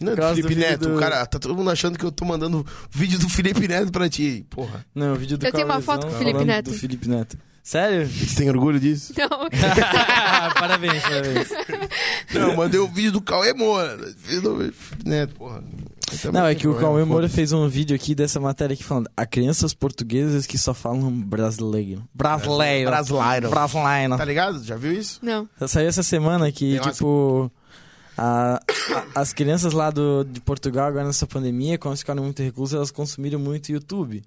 S1: Não,
S2: causa
S1: do Felipe
S2: do vídeo
S1: Neto,
S2: do-
S1: cara, tá todo mundo achando que eu tô mandando vídeo do Felipe Neto pra ti. Porra.
S2: Não, o vídeo do
S4: Eu tenho uma foto
S2: Caolezão
S4: com o Felipe
S2: falando
S4: Neto.
S2: Do Felipe Neto. Sério?
S1: Você tem orgulho disso?
S4: Não.
S2: parabéns, parabéns.
S1: Não, eu mandei o vídeo do Cauê Moura. Vídeo do Felipe Neto, porra. tá Eu também
S2: Não, é
S1: tenho
S2: que o
S1: problema,
S2: Cauê Moura
S1: foda-se.
S2: fez um vídeo aqui dessa matéria aqui falando a crianças portuguesas que só falam brasileiro. Brasileiro.
S1: Brasileiro.
S2: Brasileiro.
S1: Tá ligado? Já viu isso?
S4: Não.
S2: Tá, Saiu essa semana que,
S1: Tem umas-
S2: tipo, a- a- as crianças lá do, de Portugal, agora nessa pandemia, como elas ficaram muito reclusas, elas consumiram muito YouTube.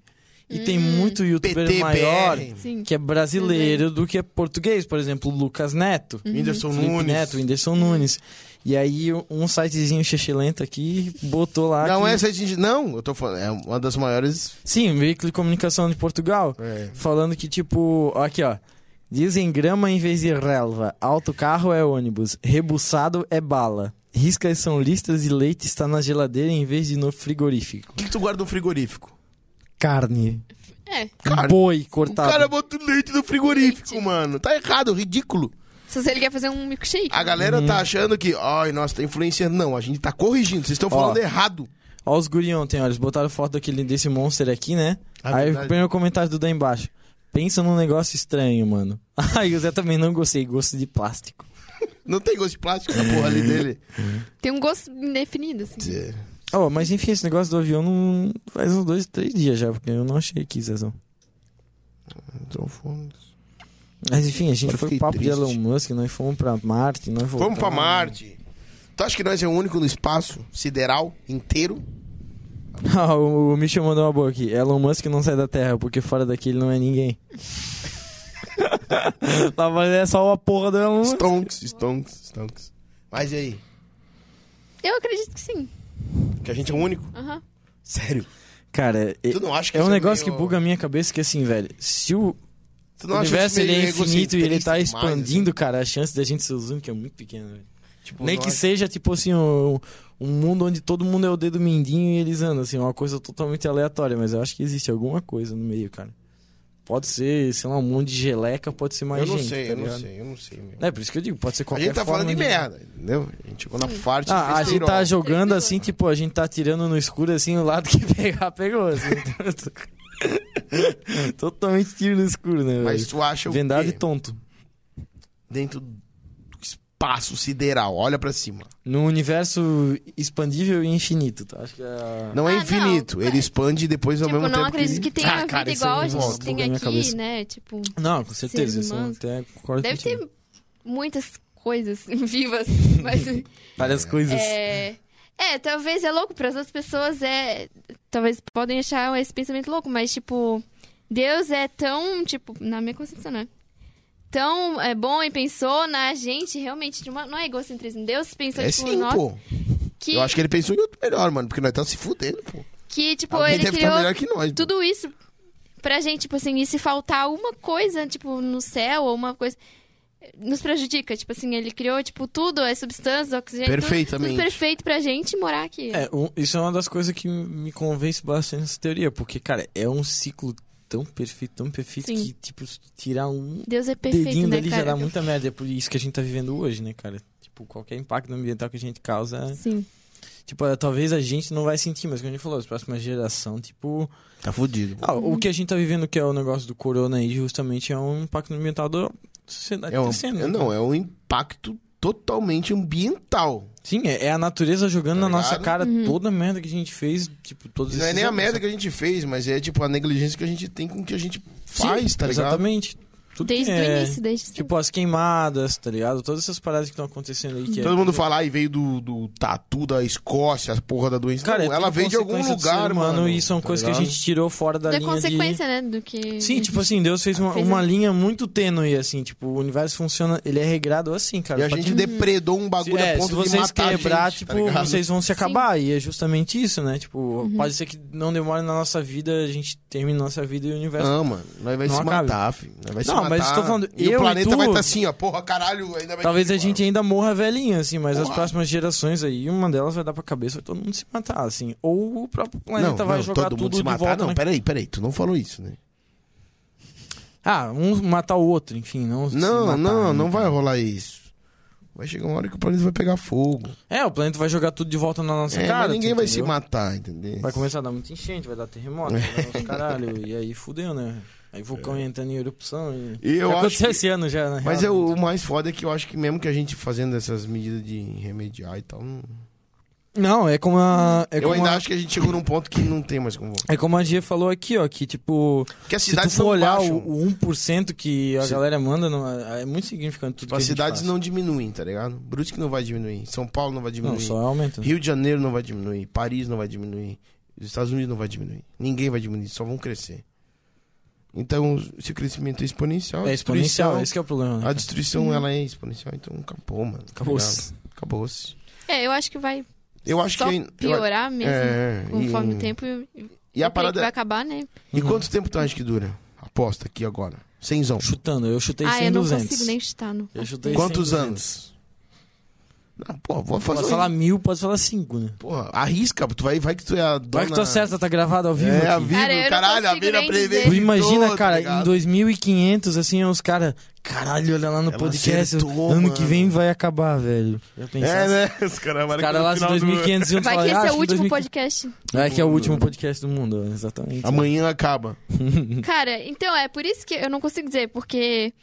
S2: E tem
S4: Hum.
S2: muito youtuber maior
S4: Sim.
S2: que é brasileiro do que é português. Por exemplo, o Lucas Neto.
S1: Whindersson
S2: Uhum. Felipe
S1: Nunes.
S2: Neto, Whindersson Nunes. E aí um sitezinho xexelento aqui botou lá.
S1: Não
S2: que-
S1: é essa gente. Não, eu tô falando. É uma das maiores.
S2: Sim, um veículo de comunicação de Portugal.
S1: É.
S2: Falando que, tipo, ó, aqui ó. Dizem grama em vez de relva. Autocarro é ônibus. Rebuçado é bala. Riscas são listras e leite está na geladeira em vez de no frigorífico.
S1: O que, que tu guarda no frigorífico?
S2: Carne.
S4: É.
S2: Boi
S1: O
S2: cortado.
S1: cara bota o leite no frigorífico,
S4: Leite.
S1: mano. Tá errado, ridículo.
S4: Só se ele quer fazer um milkshake.
S1: A galera tá
S2: Uhum.
S1: achando que, ai, nossa, tá influenciando. Não, a gente tá corrigindo. Vocês estão
S2: Ó.
S1: falando errado.
S2: Ó, os guri ontem, ó, eles botaram foto daquele, desse monster aqui, né?
S1: Ah,
S2: Aí
S1: verdade.
S2: o primeiro comentário do da embaixo. Pensa num negócio estranho, mano. Aí o Zé também não gostei, gosto de plástico.
S1: Não tem gosto de plástico na porra
S2: É.
S1: ali dele.
S4: Tem um gosto indefinido, assim.
S2: Ó, mas enfim, esse negócio do avião não faz uns dois, três dias já, porque eu não achei aqui, Zezão.
S1: Então, fomos.
S2: Mas enfim, a gente
S1: Eu
S2: foi
S1: fiquei
S2: pro papo
S1: triste.
S2: de Elon Musk, nós fomos pra Marte, nós voltamos.
S1: Vamos pra Marte. Tu acha que nós é o único no espaço sideral inteiro?
S2: Ah, o, o Michel mandou uma boa aqui. Elon Musk não sai da Terra, porque fora daqui ele não é ninguém. Lá vai é só a porra do Elon Musk.
S1: Stonks, Stonks, Stonks. Mas e aí?
S4: Eu acredito que sim.
S1: Que a gente é o único?
S4: Aham.
S1: Sério?
S2: Cara, é,
S1: Tu não acha que
S2: é um
S1: isso
S2: negócio
S1: meio-
S2: que buga a minha cabeça que assim, velho, se o
S1: Tu
S2: o
S1: não acha isso
S2: universo ele é
S1: meio
S2: infinito e ele
S1: egocentrista
S2: tá
S1: demais,
S2: expandindo, cara, a chance da gente ser os únicos é muito pequena, velho.
S1: assim? Tipo,
S2: Nem
S1: não
S2: que
S1: acha-
S2: seja, tipo assim, um, um mundo onde todo mundo é o dedo mindinho e eles andam, assim, uma coisa totalmente aleatória, mas eu acho que existe alguma coisa no meio, cara. Pode ser, sei lá, um monte de geleca, pode ser mais
S1: Eu não
S2: gente,
S1: sei,
S2: tá
S1: eu não
S2: ligado?
S1: sei, eu não sei, meu.
S2: É, por isso que eu digo, pode ser
S1: A
S2: qualquer
S1: gente tá
S2: forma
S1: falando de
S2: de-
S1: merda, entendeu? A gente chegou na parte
S2: Ah, a gente
S1: besteirol.
S2: tá jogando assim, tipo, a gente tá tirando no escuro, assim, o lado que pegar, pegou, assim. Totalmente tiro no escuro, né, velho?
S1: Mas tu acha o
S2: Vendado e
S1: quê?
S2: tonto.
S1: Dentro do espaço sideral, olha pra cima.
S2: No universo expandível e infinito, tá? Acho que é...
S1: Não é
S4: Ah, não,
S1: infinito, ele expande e depois ao
S4: Tipo,
S1: mesmo
S4: não
S1: tempo...
S4: acredito que tenha
S1: Ah, cara,
S4: vida
S1: isso
S4: igual
S1: aí
S4: a gente
S1: volta,
S4: tem
S2: buga minha
S4: aqui,
S2: cabeça.
S4: né? Tipo,
S2: Não, com certeza.
S4: Seres
S2: Isso eu
S4: humanos.
S2: até concordo
S4: deve
S2: contigo.
S4: ter muitas coisas vivas, mas
S2: várias coisas.
S4: é... É, talvez é louco para as outras pessoas, é... Talvez podem achar esse pensamento louco, mas, tipo, Deus é tão, tipo, na minha concepção, né? Tão é, bom e pensou na gente, realmente, de uma- não é egocentrismo. Deus pensou,
S1: É
S4: tipo,
S1: sim,
S4: nós,
S1: pô.
S4: que,
S1: Eu acho que ele pensou em outro melhor, mano, porque nós tá se fudendo, pô.
S4: que, tipo,
S1: Alguém
S4: ele
S1: deve tá estar
S4: criou
S1: melhor que nós. pô.
S4: tudo isso pra gente, tipo assim, e se faltar uma coisa, tipo, no céu ou uma coisa, nos prejudica. Tipo assim, ele criou, tipo, tudo, as substâncias, oxigênio, tudo-
S1: Perfeitamente.
S4: tudo perfeito pra gente morar aqui.
S2: É, um- isso é uma das coisas que me convence bastante nessa teoria, porque, cara, é um ciclo tão perfeito, tão perfeito,
S4: Sim.
S2: que, tipo, se tirar um
S4: Deus é perfeito,
S2: dedinho
S4: né,
S2: dali
S4: cara?
S2: já dá muita merda. É por isso que a gente tá vivendo hoje, né, cara? Tipo, qualquer impacto ambiental que a gente causa.
S4: Sim.
S2: Tipo, eh, talvez a gente não vai sentir, mas como a gente falou, as próximas gerações, tipo.
S1: Tá fudido.
S2: Ah,
S4: Uhum.
S2: o que a gente tá vivendo, que é o negócio do corona aí, justamente é um impacto ambiental da sociedade
S1: É um,
S2: crescendo.
S1: é-
S2: né,
S1: não, é um impacto totalmente ambiental.
S2: Sim, é é a natureza jogando
S1: Tá
S2: na nossa
S1: ligado?
S2: cara
S4: Uhum.
S2: toda a merda que a gente fez, tipo, todos
S1: Não é
S2: esses
S1: nem a
S2: anos.
S1: merda que a gente fez, mas é tipo a negligência que a gente tem com o que a gente
S2: Sim,
S1: faz, tá ligado?
S2: Exatamente. Tudo
S4: Desde
S2: que
S4: o
S2: é,
S4: início, desde sempre.
S2: Tipo, as queimadas, tá ligado? Todas essas paradas que estão acontecendo aí. Que é-
S1: Todo mundo fala, aí veio do, do tatu da Escócia, a porra da doença.
S2: Cara,
S1: não,
S2: é
S1: ela
S2: tudo
S1: veio de algum
S2: consequência do ser
S1: lugar,
S2: humano,
S1: mano.
S2: E são
S1: tá
S2: coisas que a
S1: ligado?
S2: gente tirou fora da,
S4: da
S2: linha
S4: consequência, né, do que...
S2: de... Sim, tipo assim, Deus fez uma,
S4: Fez
S2: uma
S4: a-
S2: linha muito tênue, assim. Tipo, o universo funciona... Ele é regrado assim, cara.
S1: E a
S2: Pra
S1: gente
S2: que-
S1: depredou um bagulho
S2: é,
S1: a
S2: se
S1: ponto de
S2: vocês
S1: matar a
S2: quebrar,
S1: gente, tá
S2: tipo,
S1: ligado?
S2: vocês vão se acabar. E é justamente isso, né? Tipo,
S4: Uhum.
S2: pode ser que não demore na nossa vida, a gente termine nossa vida e o universo...
S1: Não, mano, nós vai
S2: Não
S1: se
S2: acaba.
S1: matar, filho. Nós vai se
S2: Não,
S1: matar.
S2: mas eu tô falando,
S1: e
S2: eu e
S1: o planeta
S2: tu-
S1: vai estar assim, ó. Porra, caralho, ainda vai
S2: Talvez
S1: ter
S2: a
S1: que-
S2: gente ainda morra velhinho, assim, mas as
S1: Porra.
S2: próximas gerações aí, uma delas vai dar pra cabeça, vai todo mundo se matar, assim. Ou o próprio planeta vai jogar
S1: todo
S2: tudo
S1: mundo se
S2: de
S1: matar.
S2: volta. né?
S1: não,
S2: na-
S1: peraí, peraí, tu não falou isso, né?
S2: Ah, um matar o outro, enfim, não. se
S1: Não,
S2: matar,
S1: não,
S2: né,
S1: não vai
S2: cara?
S1: rolar isso. Vai chegar uma hora que o planeta vai pegar fogo.
S2: É, o planeta vai jogar tudo de volta na nossa
S1: É,
S2: cara.
S1: mas ninguém
S2: tu
S1: vai se
S2: entendeu?
S1: matar, É. entendeu?
S2: Vai começar a dar muito enchente, vai dar terremoto, vai dar uns caralho. E aí fudeu, né? Aí vulcão entrando em erupção e.
S1: É. E eu
S2: já
S1: acho
S2: aconteceu
S1: que-
S2: esse ano já, né?
S1: Mas é o, o mais foda é que eu acho que mesmo que a gente fazendo essas medidas de remediar e tal, não-
S2: Não, é como a. É
S1: eu
S2: como
S1: ainda
S2: a...
S1: acho que a gente chegou num ponto que não tem mais como voltar.
S2: É como a Gia falou aqui, ó, que tipo.
S1: Porque as
S2: Se tu
S1: cidades
S2: for
S1: não
S2: olhar
S1: baixam.
S2: o, o 1% que a
S1: Se-
S2: galera manda, não, é é muito significante tudo que
S1: Tipo, as
S2: a gente
S1: cidades
S2: faz.
S1: não diminuem, tá ligado? Brusque não vai diminuir, São Paulo não vai diminuir,
S2: Não, só aumenta.
S1: Rio de Janeiro não vai diminuir, Paris não vai diminuir, os Estados Unidos não vai diminuir. Ninguém vai diminuir, só vão crescer. Então, se o crescimento é exponencial,
S2: É
S1: a
S2: exponencial,
S1: destruição-
S2: esse que é o problema. né?
S1: a destruição
S3: Uhum.
S1: ela é exponencial, então acabou, mano. tá
S2: Acabou.
S1: ligado? Acabou-se.
S3: É, eu acho que vai
S1: Eu acho
S3: Só
S1: que. eu-
S3: piorar mesmo.
S1: é,
S3: Conforme
S1: e-
S3: o tempo e, e
S1: E a
S3: vai
S1: parada. é
S3: acabar, né?
S1: E quanto tempo tu acha que dura? Aposta aqui agora. Sem zão.
S2: Chutando, eu chutei
S3: Ah,
S2: 100,
S3: eu não
S2: 200.
S3: consigo nem chutar. Não.
S2: Eu chutei
S1: Quantos
S2: 100,
S1: anos? Não, pô, vou fazer. um-
S2: Pode falar mil, pode falar cinco, né?
S1: Porra, arrisca, tu vai, vai que tu é a dona...
S2: Vai que tu acerta, tá gravado ao vivo.
S1: É, a
S2: aqui.
S1: vivo,
S3: Cara, eu não
S1: caralho, a
S3: consigo
S1: vira
S3: nem
S1: prevê.
S3: dizer.
S2: Tu imagina,
S1: tá
S2: cara, em
S1: ligado?
S2: 2500, assim, os caras. Caralho, olha lá no
S1: Ela
S2: podcast.
S1: acertou,
S2: ano
S1: mano.
S2: que vem vai acabar, velho. Eu pensava.
S1: É, né? Os caras
S2: Os caras lá de 2500 iam
S3: Vai
S2: falar,
S3: que
S2: "Ah,
S3: esse é
S2: acho
S3: o último
S2: 2015
S3: podcast.
S2: Vai que é o último podcast do mundo, é, exatamente.
S1: Amanhã acaba.
S3: Cara, então é por isso que eu não consigo dizer, porque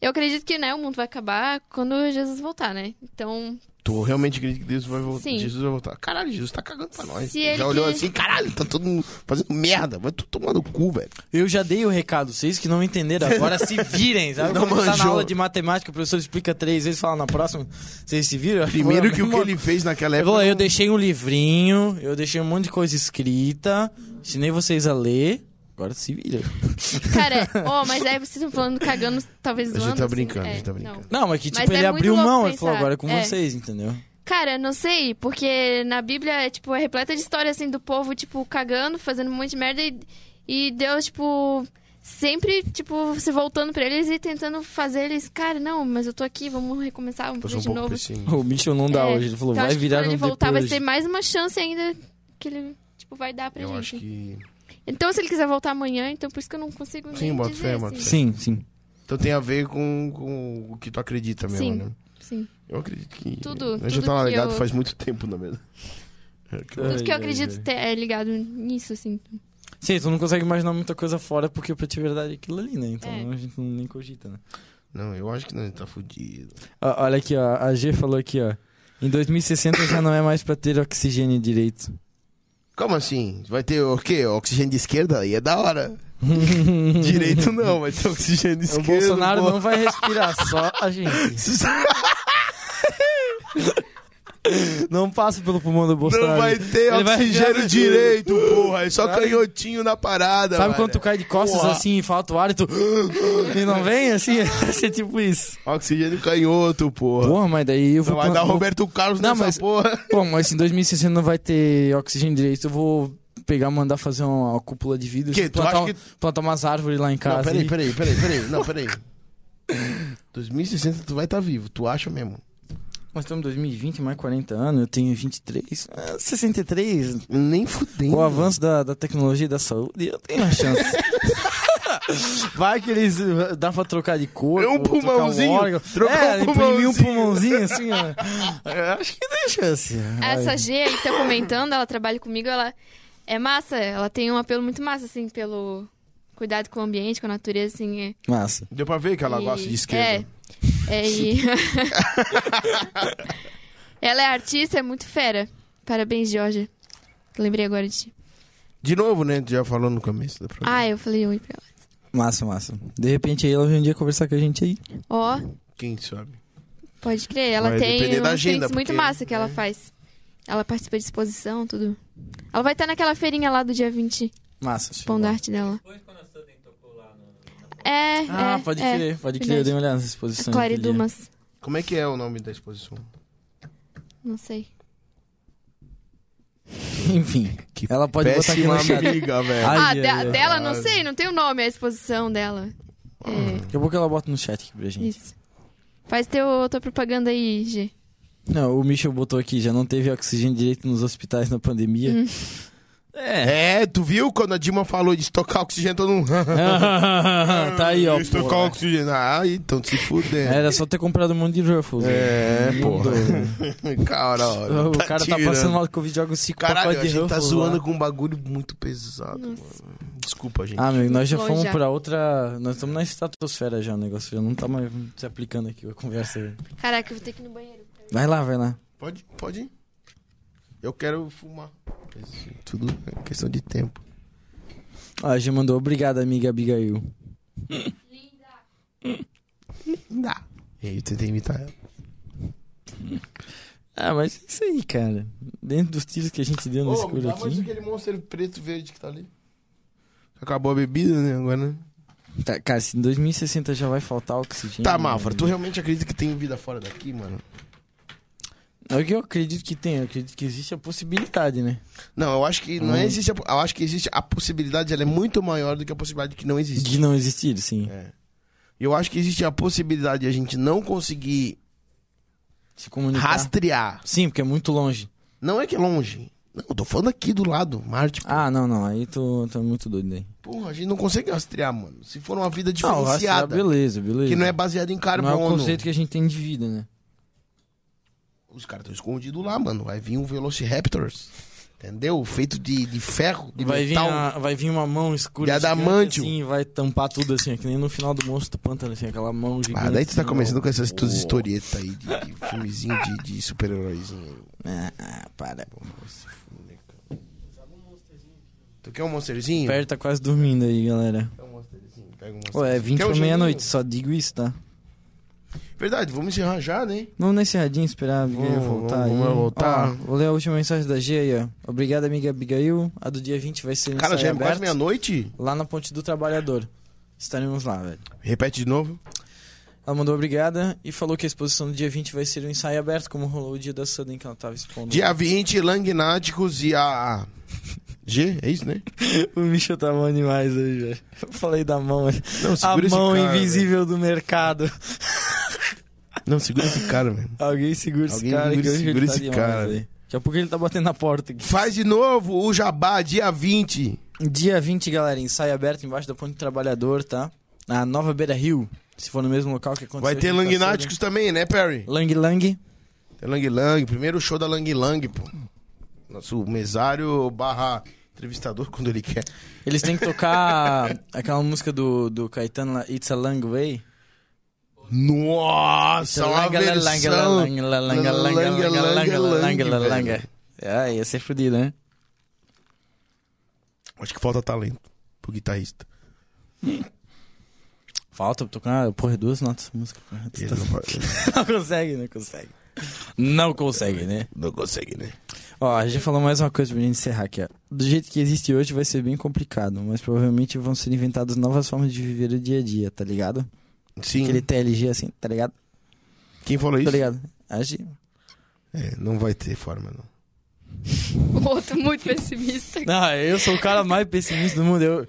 S3: eu acredito que né, o mundo vai acabar quando Jesus voltar, né? Então,
S1: Tu realmente acredita que Deus vai voltar.
S3: Sim.
S1: Jesus vai voltar. Caralho, Jesus tá cagando pra nós.
S3: Se
S1: Já
S3: ele
S1: olhou
S3: quer-
S1: assim, caralho, tá todo mundo fazendo merda. Vai tu tomando cu, velho.
S2: Eu já dei o recado, vocês que não entenderam agora se virem, sabe?
S1: Não
S2: Quando tá na
S1: manjou.
S2: aula de matemática, o professor explica três vezes, fala na próxima, vocês se viram?
S1: Primeiro que o que
S2: Mano,
S1: ele fez naquela
S3: É
S2: Eu,
S1: época...
S2: vou lá, eu deixei um livrinho, eu deixei um monte de coisa escrita, ensinei vocês a ler, agora se viram.
S3: cara, ó, mas aí vocês estão falando cagando, talvez
S1: A gente
S3: zoando.
S1: tá
S3: assim,
S1: brincando, a gente
S3: é,
S1: tá
S3: não.
S1: brincando.
S2: Não, mas que
S3: Mas
S2: tipo,
S3: é
S2: ele
S3: muito
S2: abriu
S3: louco
S2: mão, ele
S3: pensar.
S2: falou agora é com
S3: É.
S2: vocês, entendeu?
S3: Cara, não sei, porque na Bíblia, tipo, é repleta de história, assim, do povo, tipo, cagando, fazendo um monte de merda e, e Deus, tipo, sempre, tipo, se voltando pra eles e tentando fazer eles, cara, não, mas eu tô aqui, vamos recomeçar, vamos
S1: Eu sou
S3: fazer
S1: um
S3: de
S1: pouco
S3: novo.
S1: pessimista.
S2: O Mitchell não dá
S3: É,
S2: hoje, ele falou,
S3: então,
S2: vai
S3: acho que
S2: virar
S3: quando
S2: no
S3: ele voltar, vai
S2: depois.
S3: ser mais uma chance ainda que ele, tipo, vai dar pra
S1: Eu
S3: gente.
S1: acho que...
S3: Então, se ele quiser voltar amanhã, então por isso que eu não consigo
S1: Sim,
S3: nem
S1: boto
S3: dizer,
S1: fé,
S3: assim.
S1: boto fé.
S2: Sim, sim.
S1: Então tem a ver com, com o que tu acredita mesmo,
S3: Sim.
S1: né?
S3: Sim.
S1: Eu acredito que...
S3: Tudo-
S1: Eu já
S3: tudo
S1: tava
S3: que
S1: ligado
S3: eu-
S1: faz muito tempo, na verdade. É que eu-
S3: Tudo que eu
S2: Ai, ai,
S3: acredito
S2: ai.
S3: ter- é ligado nisso, assim.
S2: Sim, tu não consegue imaginar muita coisa fora porque pra ti verdade é aquilo ali, né? Então
S3: É.
S2: a gente não, nem cogita, né?
S1: Não, eu acho que não, ele tá fudido.
S2: Ó, olha aqui, ó. A G falou aqui, ó. Em 2060 já não é mais pra ter oxigênio direito.
S1: Como assim? Vai ter o quê? Oxigênio de esquerda? Aí é da hora. Direito não, vai ter oxigênio de
S2: O
S1: esquerda.
S2: Bolsonaro
S1: pô.
S2: não vai respirar, só a gente. Não passa pelo pulmão do Bolsonaro.
S1: Não vai ter
S2: Ele vai
S1: oxigênio
S2: respirar-
S1: direito, porra. É só canhotinho na parada.
S2: Sabe
S1: velho.
S2: quando tu cai de costas
S1: Porra.
S2: assim e falta o ar e tu. E não vem assim? Vai ser tipo isso.
S1: Oxigênio canhoto, porra.
S2: Porra, mas daí eu vou.
S1: não vai dar
S2: vou-
S1: Roberto Carlos
S2: Não,
S1: nessa
S2: mas-
S1: porra.
S2: Bom, mas se em 2060 não vai ter oxigênio direito, eu vou pegar, mandar fazer uma, uma cúpula de vidro.
S1: Que? Tu
S2: plantar,
S1: acha
S2: um- plantar umas árvores lá em casa.
S1: Não, peraí,
S2: e-
S1: peraí, peraí, peraí. Não, peraí. 2060 tu vai estar vivo, tu acha mesmo?
S2: Nós estamos em 2020, mais 40 anos, eu tenho 23, ah, 63.
S1: Nem fudendo.
S2: Com o avanço da, da tecnologia e da saúde, eu tenho uma chance. Vai que eles eh, dá pra trocar de cor,
S1: É um
S2: ou trocar
S1: pulmãozinho,
S2: Um órgão.
S1: trocar um
S2: é, imprimir um
S1: pulmãozinho.
S2: pulmãozinho assim, ó. Eu assim, acho que tem chance.
S3: Essa G aí tá comentando, ela trabalha comigo, ela é massa, ela tem um apelo muito massa, assim, pelo cuidado com o ambiente, com a natureza, assim. É.
S2: Massa.
S1: Deu pra ver que ela
S3: E-
S1: gosta de esquerda.
S3: É. É, e... ela é artista, é muito fera. Parabéns, Georgia. Lembrei agora de ti.
S1: De novo, né? Tu já falou no começo do programa.
S3: Ah, eu falei oi pra ela.
S2: Massa, massa. De repente aí ela vem um dia conversar com a gente aí.
S3: Ó,
S1: Quem sabe?
S3: pode crer, ela
S1: Vai
S3: tem
S1: depender da
S3: umas
S1: agenda,
S3: frentes muito
S1: porque,
S3: massa que
S2: é.
S3: ela faz. Ela participa de exposição, tudo. Ela vai estar naquela feirinha lá do dia 20,
S2: Massa.
S3: pão da arte dela. É,
S2: Ah,
S3: é,
S2: pode
S3: é.
S2: crer, pode crer.
S3: verdade.
S2: Eu dei uma olhada nessa exposição.
S3: Clary
S2: naquele dia.
S3: Dumas,
S1: Como é que é o nome da exposição?
S3: não sei.
S2: Enfim, ela pode botar aqui no chat.
S1: amiga, velho.
S2: Ai,
S3: ah,
S2: ai,
S3: de-
S2: ai.
S3: dela, não sei, não tem o nome, a exposição dela. É,
S2: Daqui a pouco ela bota no chat aqui pra gente.
S3: isso. Faz teu, tua propaganda aí, G.
S2: Não, o Michel botou aqui, já não teve oxigênio direito nos hospitais na pandemia.
S3: Hum.
S2: É.
S1: É, tu viu quando a Dilma falou de estocar oxigênio, todo mundo...
S2: tá aí, ó.
S1: Estocar
S2: porra.
S1: oxigênio. Ah, então se fuder.
S2: Era só ter comprado um monte de Ruffles.
S1: É,
S2: velho.
S1: porra.
S2: Mudou.
S1: Cara, olha,
S2: O cara tá
S1: tirando.
S2: passando mal com o joga uns cinco
S1: Caralho,
S2: pacotes
S1: a
S2: de
S1: gente tá
S2: Ruffles
S1: zoando
S2: lá.
S1: com um bagulho muito pesado, mano. Desculpa, gente.
S2: Ah, meu, nós já
S3: Longe
S2: fomos
S3: já.
S2: pra outra. Nós estamos na estratosfera já, o negócio já não tá mais se aplicando aqui a conversa. aí.
S3: Caraca, eu vou ter que ir no banheiro.
S2: Vai lá, vai lá.
S1: Pode, pode ir. Eu quero fumar. Mas Tudo é questão de tempo.
S2: Ó, a G mandou, obrigado, amiga Abigail.
S1: Dá. E aí, eu tentei imitar ela.
S2: Ah, mas é isso aí, cara. Dentro dos tiros que a gente deu no
S1: Ô, me
S2: escuro
S1: dá mais um
S2: aqui.
S1: aquele monstro preto verde que tá ali. Acabou a bebida, né? Agora, né?
S2: Tá, cara, se em 2060 já vai faltar oxigênio. né?
S1: Tá, Mafra, tu realmente acredita que tem vida fora daqui, mano?
S2: É o que eu acredito que tem, eu acredito que existe a possibilidade, né?
S1: Não, eu acho que não existe. A, eu acho que existe a possibilidade, ela é muito maior do que a possibilidade de que não existe. É.
S2: De não existir, sim.
S1: Eu acho que existe a possibilidade de a gente não conseguir
S2: Se comunicar.
S1: rastrear.
S2: Sim, porque é muito longe.
S1: Não é que é longe. Não, eu tô falando aqui do lado, Marte. pô.
S2: Ah, não, não. Aí tu tu é muito doido aí.
S1: Porra, a gente não consegue rastrear, mano. Se for uma vida
S2: Não, rastrear,
S1: diferenciada,
S2: beleza, beleza.
S1: que é não é baseada em
S2: Não é
S1: carbono.
S2: o conceito que a gente tem de vida, né?
S1: Os caras estão escondidos lá, mano. Vai vir um Velociraptors. Entendeu? Feito de, de ferro, de
S2: Vai vir,
S1: metal.
S2: a- vai vir uma mão escura
S1: De
S2: gigante,
S1: adamantio.
S2: assim, e vai tampar tudo assim, é que nem no final do Monstro do Pântano, assim, aquela mão gigante.
S1: Ah, daí tu tá
S2: assim,
S1: começando
S2: ó.
S1: com essas tuas
S2: Ó.
S1: historietas aí de, de filmezinho de, de super-heróizinho.
S2: Ah, ah, para.
S1: Tu quer um monsterzinho?
S2: Perto tá quase dormindo aí, galera.
S1: Quer um monsterzinho? Pega um monsterzinho.
S2: Ué, é 20
S1: Quer um
S2: pra meia-noite,
S1: gelinho?
S2: só digo isso, tá?
S1: Verdade, vamos encerrar já, né?
S2: Vamos nesse radinho esperar a Abigail
S1: Vamos,
S2: voltar
S1: vamos,
S2: aí.
S1: vamos voltar.
S2: Ó, vou ler a última mensagem da G aí, ó. Obrigado, amiga Abigail. A do dia 20 vai ser no
S1: Cara, já é
S2: ensaio
S1: quase
S2: aberto,
S1: meia-noite.
S2: lá na Ponte do Trabalhador. Estaremos lá, velho.
S1: Repete de novo.
S2: Ela mandou obrigada e falou que a exposição do dia 20 vai ser um ensaio aberto, como rolou o dia da Sudden que ela tava expondo.
S1: Dia 20, Langnáticos e a... a- G, é isso, né?
S2: O bicho tá bom demais hoje, velho. Eu falei da mão, mas-
S1: Não,
S2: a
S1: segura esse
S2: mão
S1: cara,
S2: invisível do mercado.
S1: velho. Não, segura esse cara, velho.
S2: Alguém segura esse
S1: Alguém
S2: cara
S1: segura-
S2: que hoje
S1: segura
S2: ele tá
S1: esse
S2: demais,
S1: cara.
S2: velho. Daqui a pouco ele tá batendo na porta aqui.
S1: Faz de novo o Jabá, dia 20.
S2: Dia 20, galera, ensaio aberto embaixo da Ponte do Trabalhador, tá? Na Nova Beira Rio, se for no mesmo local que tá aconteceu.
S1: Vai ter
S2: hoje na
S1: Langnáticos também, né, Perry?
S2: Sudden. Lang Lang.
S1: Tem Lang Lang, primeiro show da Lang Lang, pô. Nosso mesário barra entrevistador quando ele quer.
S2: Eles têm que tocar aquela música do, do Caetano lá, It's a Lang Way.
S1: Nossa, uma
S2: Langa, langa,
S1: versão.
S2: langa, langa, langa, langa,
S1: Langa,
S2: langa,
S1: langa,
S2: langa,
S1: velho.
S2: langa. Ah, ia ser fodido, né?
S1: Acho que falta talento pro guitarrista.
S2: Falta pra tocar, porra, duas notas de música. porra.
S1: Ele não, pode- ele
S2: Não consegue, não consegue. Não consegue, né?
S1: não consegue, né?
S2: Ó, a gente falou mais uma coisa pra gente encerrar aqui, ó. Do jeito que existe hoje vai ser bem complicado, mas provavelmente vão ser inventadas novas formas de viver o dia a dia, tá ligado?
S1: Sim.
S2: Aquele TLG assim, tá ligado?
S1: Quem falou
S2: Tá
S1: isso?
S2: ligado? Acho...
S1: É, não vai ter forma, não.
S4: O outro muito pessimista.
S2: Não, eu sou o cara mais pessimista do mundo. Eu,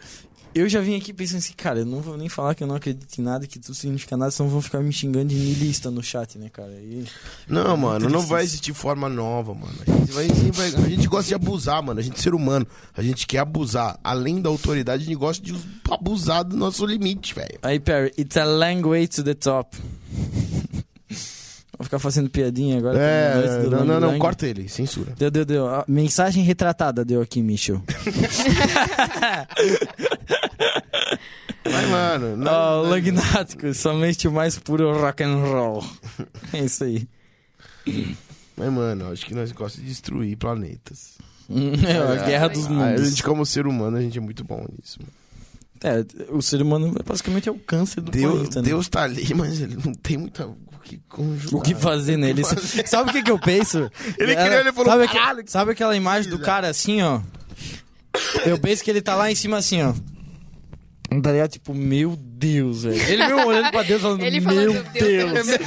S2: eu já vim aqui pensando assim, cara, eu não vou nem falar que eu não acredito em nada, que tudo significa nada, senão vão ficar me xingando de niilista no chat, né, cara? E...
S1: Não, mano, não
S2: triste
S1: vai
S2: isso.
S1: existir forma nova, mano. A gente, vai- a gente vai- a gente gosta de abusar, mano. A gente é ser humano. A gente quer abusar. Além da autoridade, a gente gosta de abusar do nosso limite, velho.
S2: Aí, Perry, it's a long way to the top. Vou ficar fazendo piadinha agora. tá na noite
S1: É,
S2: do
S1: não, não, não,
S2: Lang
S1: corta ele, censura.
S2: Deu, deu, deu. Ah, Mensagem retratada deu aqui, Michel.
S1: Vai, mano. Não,
S2: Ó, Lagnático, somente o mais puro rock and roll. É isso aí.
S1: Mas, mano, acho que nós gostamos de destruir planetas.
S2: É, a guerra dos
S1: Ah, A
S2: mundos.
S1: gente, como ser humano, a gente é muito bom nisso. mano.
S2: É, o ser humano basicamente é o câncer do
S1: Deus,
S2: planeta, né?
S1: Deus tá ali, mas ele não tem muita o que conjugar.
S2: O que fazer nele? Sabe o que, que eu penso? É,
S1: Ele queria, ele falou,
S2: sabe, aque-
S1: "Caralho, que
S2: sabe aquela imagem do cara assim, ó? Eu penso que ele tá lá em cima assim, ó. Tá ligado? Tipo, meu Deus, velho. Ele mesmo olhando pra Deus falando,
S4: Ele falando,
S2: meu
S4: "Deus,
S2: Deus.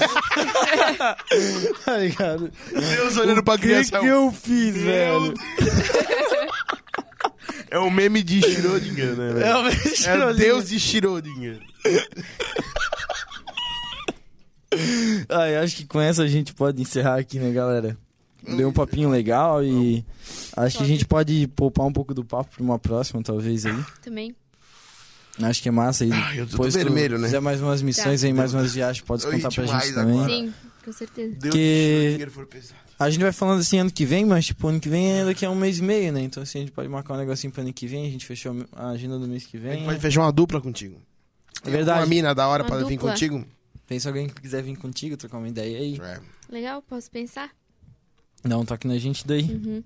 S2: tá ligado?
S1: Deus olhando pra
S2: O que, que
S1: criação.
S2: eu fiz, velho?
S1: É o meme de Schrödinger, né? velho?
S2: o
S1: É
S2: Schrödinger.
S1: Deus de Schrödinger.
S2: Ai, acho que com essa a gente pode encerrar aqui, né, galera? Deu um papinho legal e acho que a gente pode poupar um pouco do papo pra uma próxima, talvez aí.
S4: Também.
S2: Acho que é massa aí.
S1: eu tô
S2: Depois
S1: todo
S2: tu
S1: vermelho, né?
S2: fizer mais umas missões aí, mais umas viagens, pode
S1: Oi,
S2: contar pra
S1: demais
S2: gente também.
S1: agora.
S4: Sim,
S2: Ah.
S4: com certeza.
S1: Deus
S2: Que-
S1: de Schrödinger foi pesado.
S2: A gente vai falando assim ano que vem, mas tipo, ano que vem é daqui a um mês e meio, né? Então assim, a gente pode marcar um negocinho pra ano que vem, a gente fechou a agenda do mês que
S1: A gente
S2: vem.
S1: pode fechar uma dupla contigo.
S2: É
S1: Uma
S2: verdade.
S1: mina da hora
S4: Uma
S1: pra vir
S4: dupla.
S1: contigo.
S2: Tem se alguém que quiser vir contigo, trocar uma ideia aí.
S1: É.
S4: Legal, posso pensar?
S2: Dá um toque na gente daí.
S4: Uhum.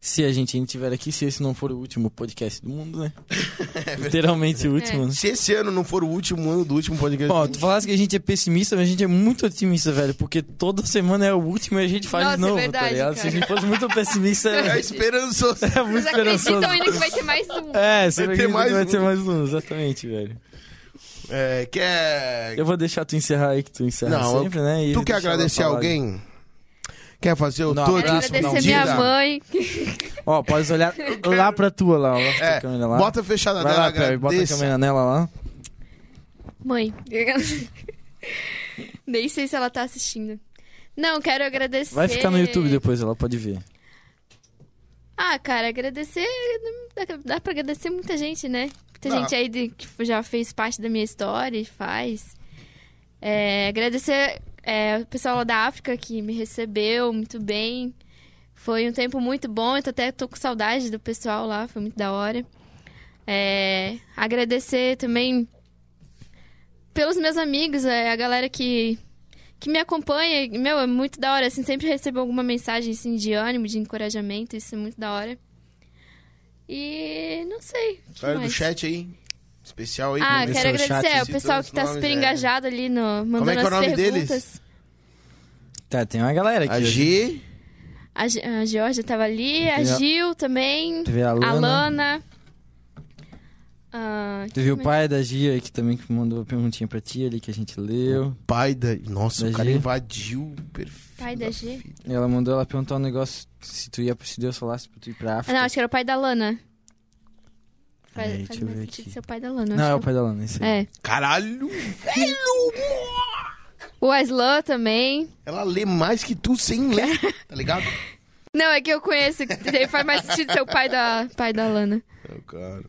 S2: Se a gente ainda estiver aqui, se esse não for o último podcast do mundo, né?
S1: É verdade.
S2: Literalmente o último, né?
S1: Se esse ano não for o último ano do último podcast...
S2: Bom, tu falasse que a gente é pessimista, mas a gente é muito otimista, velho. Porque toda semana é o último e a gente faz
S4: Nossa,
S2: de
S4: é
S2: novo, tá
S4: verdade,
S2: ligado? Se a
S4: cara.
S2: gente fosse muito pessimista,
S1: É
S2: é,
S1: esperançoso.
S2: é muito
S4: Vocês acreditam
S2: esperançoso.
S4: ainda que vai ter mais um?
S2: É, você
S1: Vai ter
S2: vai ter
S1: mais
S2: vai
S1: um.
S2: ter mais um, exatamente, velho.
S1: É, quer.
S2: Eu vou deixar tu encerrar aí, que tu encerra
S1: Não, eu-
S2: sempre, né? e
S1: Tu quer
S2: deixa ela
S1: agradecer
S2: falar.
S1: alguém? Quer fazer o
S2: Não,
S1: todo?
S2: abraço,
S3: Agradecer
S2: não.
S3: minha
S1: Diga.
S3: mãe.
S2: Ó, pode olhar lá pra tua lá, ó. Lá pra tua
S1: É,
S2: câmera lá.
S1: bota fechada
S2: Vai
S1: dela,
S2: lá, Cléo, bota a
S1: agradeça.
S2: câmera nela lá.
S3: Mãe. Nem sei se ela tá assistindo. Não, quero agradecer.
S2: Vai ficar no YouTube depois, ela pode ver.
S3: Ah, cara, agradecer. Dá, dá pra agradecer muita gente, né? Muita
S1: Dá.
S3: gente aí de- que já fez parte da minha história e faz. É, agradecer é, o pessoal lá da África que me recebeu muito bem. Foi um tempo muito bom. Eu tô até tô com saudade do pessoal lá, foi muito da hora. É, agradecer também pelos meus amigos, é, a galera que, que me acompanha. E, Meu, é muito da hora. Assim, sempre recebo alguma mensagem assim, de ânimo, de encorajamento. Isso é muito da hora. E não sei. o que
S1: Galera do
S3: mais.
S1: chat aí. Especial aí.
S3: Ah,
S2: Esse
S3: quero
S2: é o chat,
S3: agradecer é, o
S1: esses
S3: pessoal
S1: todos
S3: que tá
S1: os
S3: super
S1: nomes, é.
S3: engajado ali, no, mandando
S1: que é o
S3: as
S1: nome deles?
S3: perguntas.
S2: Tá, tem uma galera aqui.
S1: A G.
S3: A, Ge- a Georgia tava ali, a
S2: Tem a-
S3: Gil também,
S2: Teve a Lana.
S3: a Lana. Ah,
S2: Teve
S4: é
S2: o pai da Gia aqui também que mandou uma perguntinha pra ti ali que a gente leu.
S1: Pai da. Nossa,
S2: Da
S1: o cara
S2: G.
S1: invadiu o perfil.
S3: Pai da G?
S1: filha.
S2: E Ela mandou, ela perguntou um negócio se tu ia se Deus falasse pra tu ir pra
S3: ah,
S2: África.
S3: não, acho que era o pai da Lana. Faz,
S2: Peraí,
S3: faz
S2: deixa eu
S3: mais
S2: ver
S3: sentido
S2: aqui.
S3: ser o pai da Lana.
S2: Não, é o
S3: acho
S2: pai da Lana, isso
S3: que-
S2: aí.
S3: é.
S1: Caralho!
S3: O Aslan também.
S1: Ela lê mais que tu sem ler, tá ligado?
S3: Não, é que eu conheço, que daí faz mais sentido ser o pai da, pai da Lana.
S1: Meu É, cara.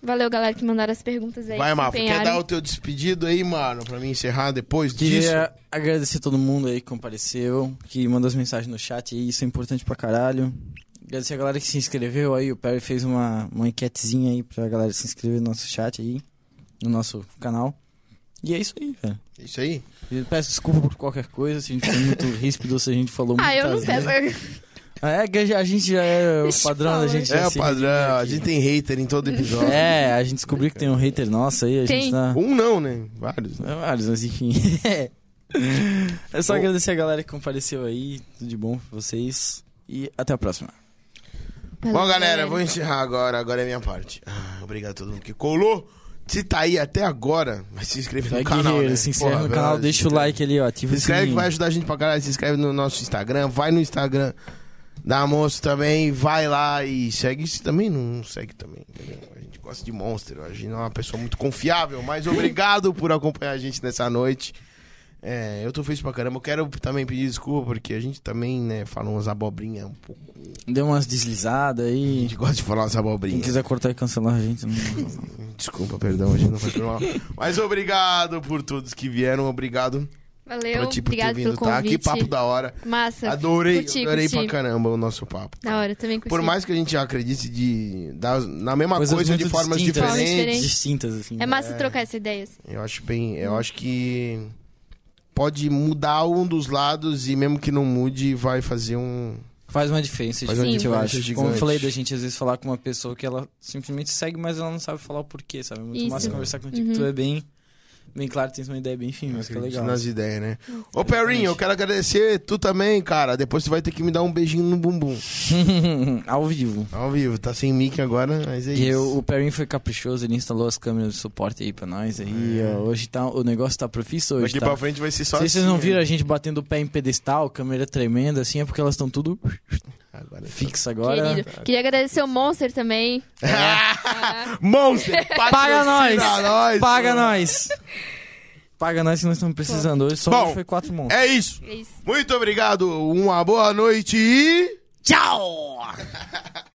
S3: Valeu, galera, que mandaram as perguntas aí.
S1: Vai,
S3: se
S1: Mafa, quer
S3: empenharam.
S1: dar o teu despedido aí, mano, pra mim encerrar depois disso?
S2: Queria agradecer todo mundo aí que compareceu, que mandou as mensagens no chat aí, isso é importante pra caralho. Agradecer a galera que se inscreveu aí, o Perry fez uma, uma enquetezinha aí pra galera se inscrever no nosso chat aí, no nosso canal. E é isso aí, velho.
S1: Isso aí.
S2: Eu Peço desculpa por qualquer coisa, se a gente foi muito ríspido, se a gente falou muito.
S3: Ah, eu não peço.
S2: É que a gente já é o
S3: Deixa eu
S2: padrão da
S3: falar.
S2: gente. já
S1: É o
S2: se
S1: padrão,
S2: reuniu
S1: a
S2: aqui.
S1: gente tem hater em todo episódio.
S2: É, a gente descobriu que tem um hater nosso aí, a
S3: Tem.
S2: gente tá.
S1: Um não, né? Vários, né?
S2: É vários, mas enfim. é só agradecer a galera que compareceu aí. Tudo de bom pra vocês. E até a próxima.
S1: Bom, galera, vou encerrar agora. Agora é minha parte. Ah, obrigado a todo mundo que colou. Se tá aí até agora, vai se inscrever
S2: Vai,
S1: no canal,
S2: guerreiro,
S1: né?
S2: se inscreve
S1: Porra,
S2: no canal,
S1: velho,
S2: deixa o like ali, ó. Ativa
S1: Se
S2: o
S1: inscreve que
S2: sininho.
S1: vai ajudar a gente pra caralho. Se inscreve no nosso Instagram. Vai no Instagram da Monstro também. Vai lá e segue se também. Não segue também. entendeu? A gente gosta de Monstro. A gente não é uma pessoa muito confiável. Mas obrigado por acompanhar a gente nessa noite. É, eu tô feliz pra caramba. Eu quero também pedir desculpa porque a gente também, né, fala umas abobrinhas um pouco.
S2: Deu umas deslizadas
S1: A
S2: aí.
S1: gente gosta de falar umas
S2: Quem
S1: abobrinhas.
S2: quiser cortar e cancelar a gente. Não...
S1: Desculpa, perdão, a gente não faz por mal. Mas obrigado por todos que vieram. Obrigado
S3: Valeu,
S1: pra ti por ter
S3: obrigado
S1: vindo,
S3: pelo
S1: tá?
S3: convite.
S1: Que papo da hora.
S3: Massa.
S1: Adorei,
S3: curti,
S1: adorei
S3: curti.
S1: pra caramba o nosso papo.
S3: Da hora, também curti.
S1: Por mais que a gente acredite de, da- na mesma coisa de
S2: muito
S1: formas
S2: distintas,
S3: Formas
S1: diferentes,
S3: diferentes.
S2: Distintas, assim.
S3: É massa trocar essa ideia. assim.
S1: eu acho bem, eu acho que pode mudar um dos lados e mesmo que não mude, vai fazer um
S2: Faz uma diferença,
S1: Faz
S2: Faz
S1: uma
S2: eu
S1: diferença
S2: acho.
S1: gigante.
S2: Como eu falei da gente às vezes falar com uma pessoa que ela simplesmente segue, mas ela não sabe falar o porquê, sabe? É muito
S3: Isso. Uhum.
S2: massa conversar contigo, tu é bem, bem claro, tens uma ideia bem firme, mas que é legal.
S1: nas ideias, né?
S3: Hum.
S1: Ô Perrinho, eu quero agradecer tu também, cara. Depois tu vai ter que me dar um beijinho no bumbum.
S2: Ao vivo.
S1: Ao vivo, tá sem mic agora, mas é
S2: E
S1: isso.
S2: eu- o Perrin foi caprichoso, ele instalou as câmeras de suporte aí pra nós. Aí, ó, hoje tá, o negócio tá profício hoje.
S1: É. Daqui
S2: tá-
S1: pra frente vai ser só
S2: Se vocês
S1: assim,
S2: não
S1: né?
S2: viram a gente batendo o pé em pedestal, câmera tremenda, assim, é porque elas estão tudo
S1: Agora é só-
S2: fixa agora.
S3: Querido. Queria agradecer o Monster também.
S1: Monster,
S2: Paga nós!
S1: é. patrocina nós! né?
S2: Paga nós! Paga nós que nós estamos precisando hoje. Só
S1: Bom,
S2: hoje foi quatro monstros.
S1: É isso.
S3: É isso.
S1: Muito obrigado, uma boa noite e. Tchau!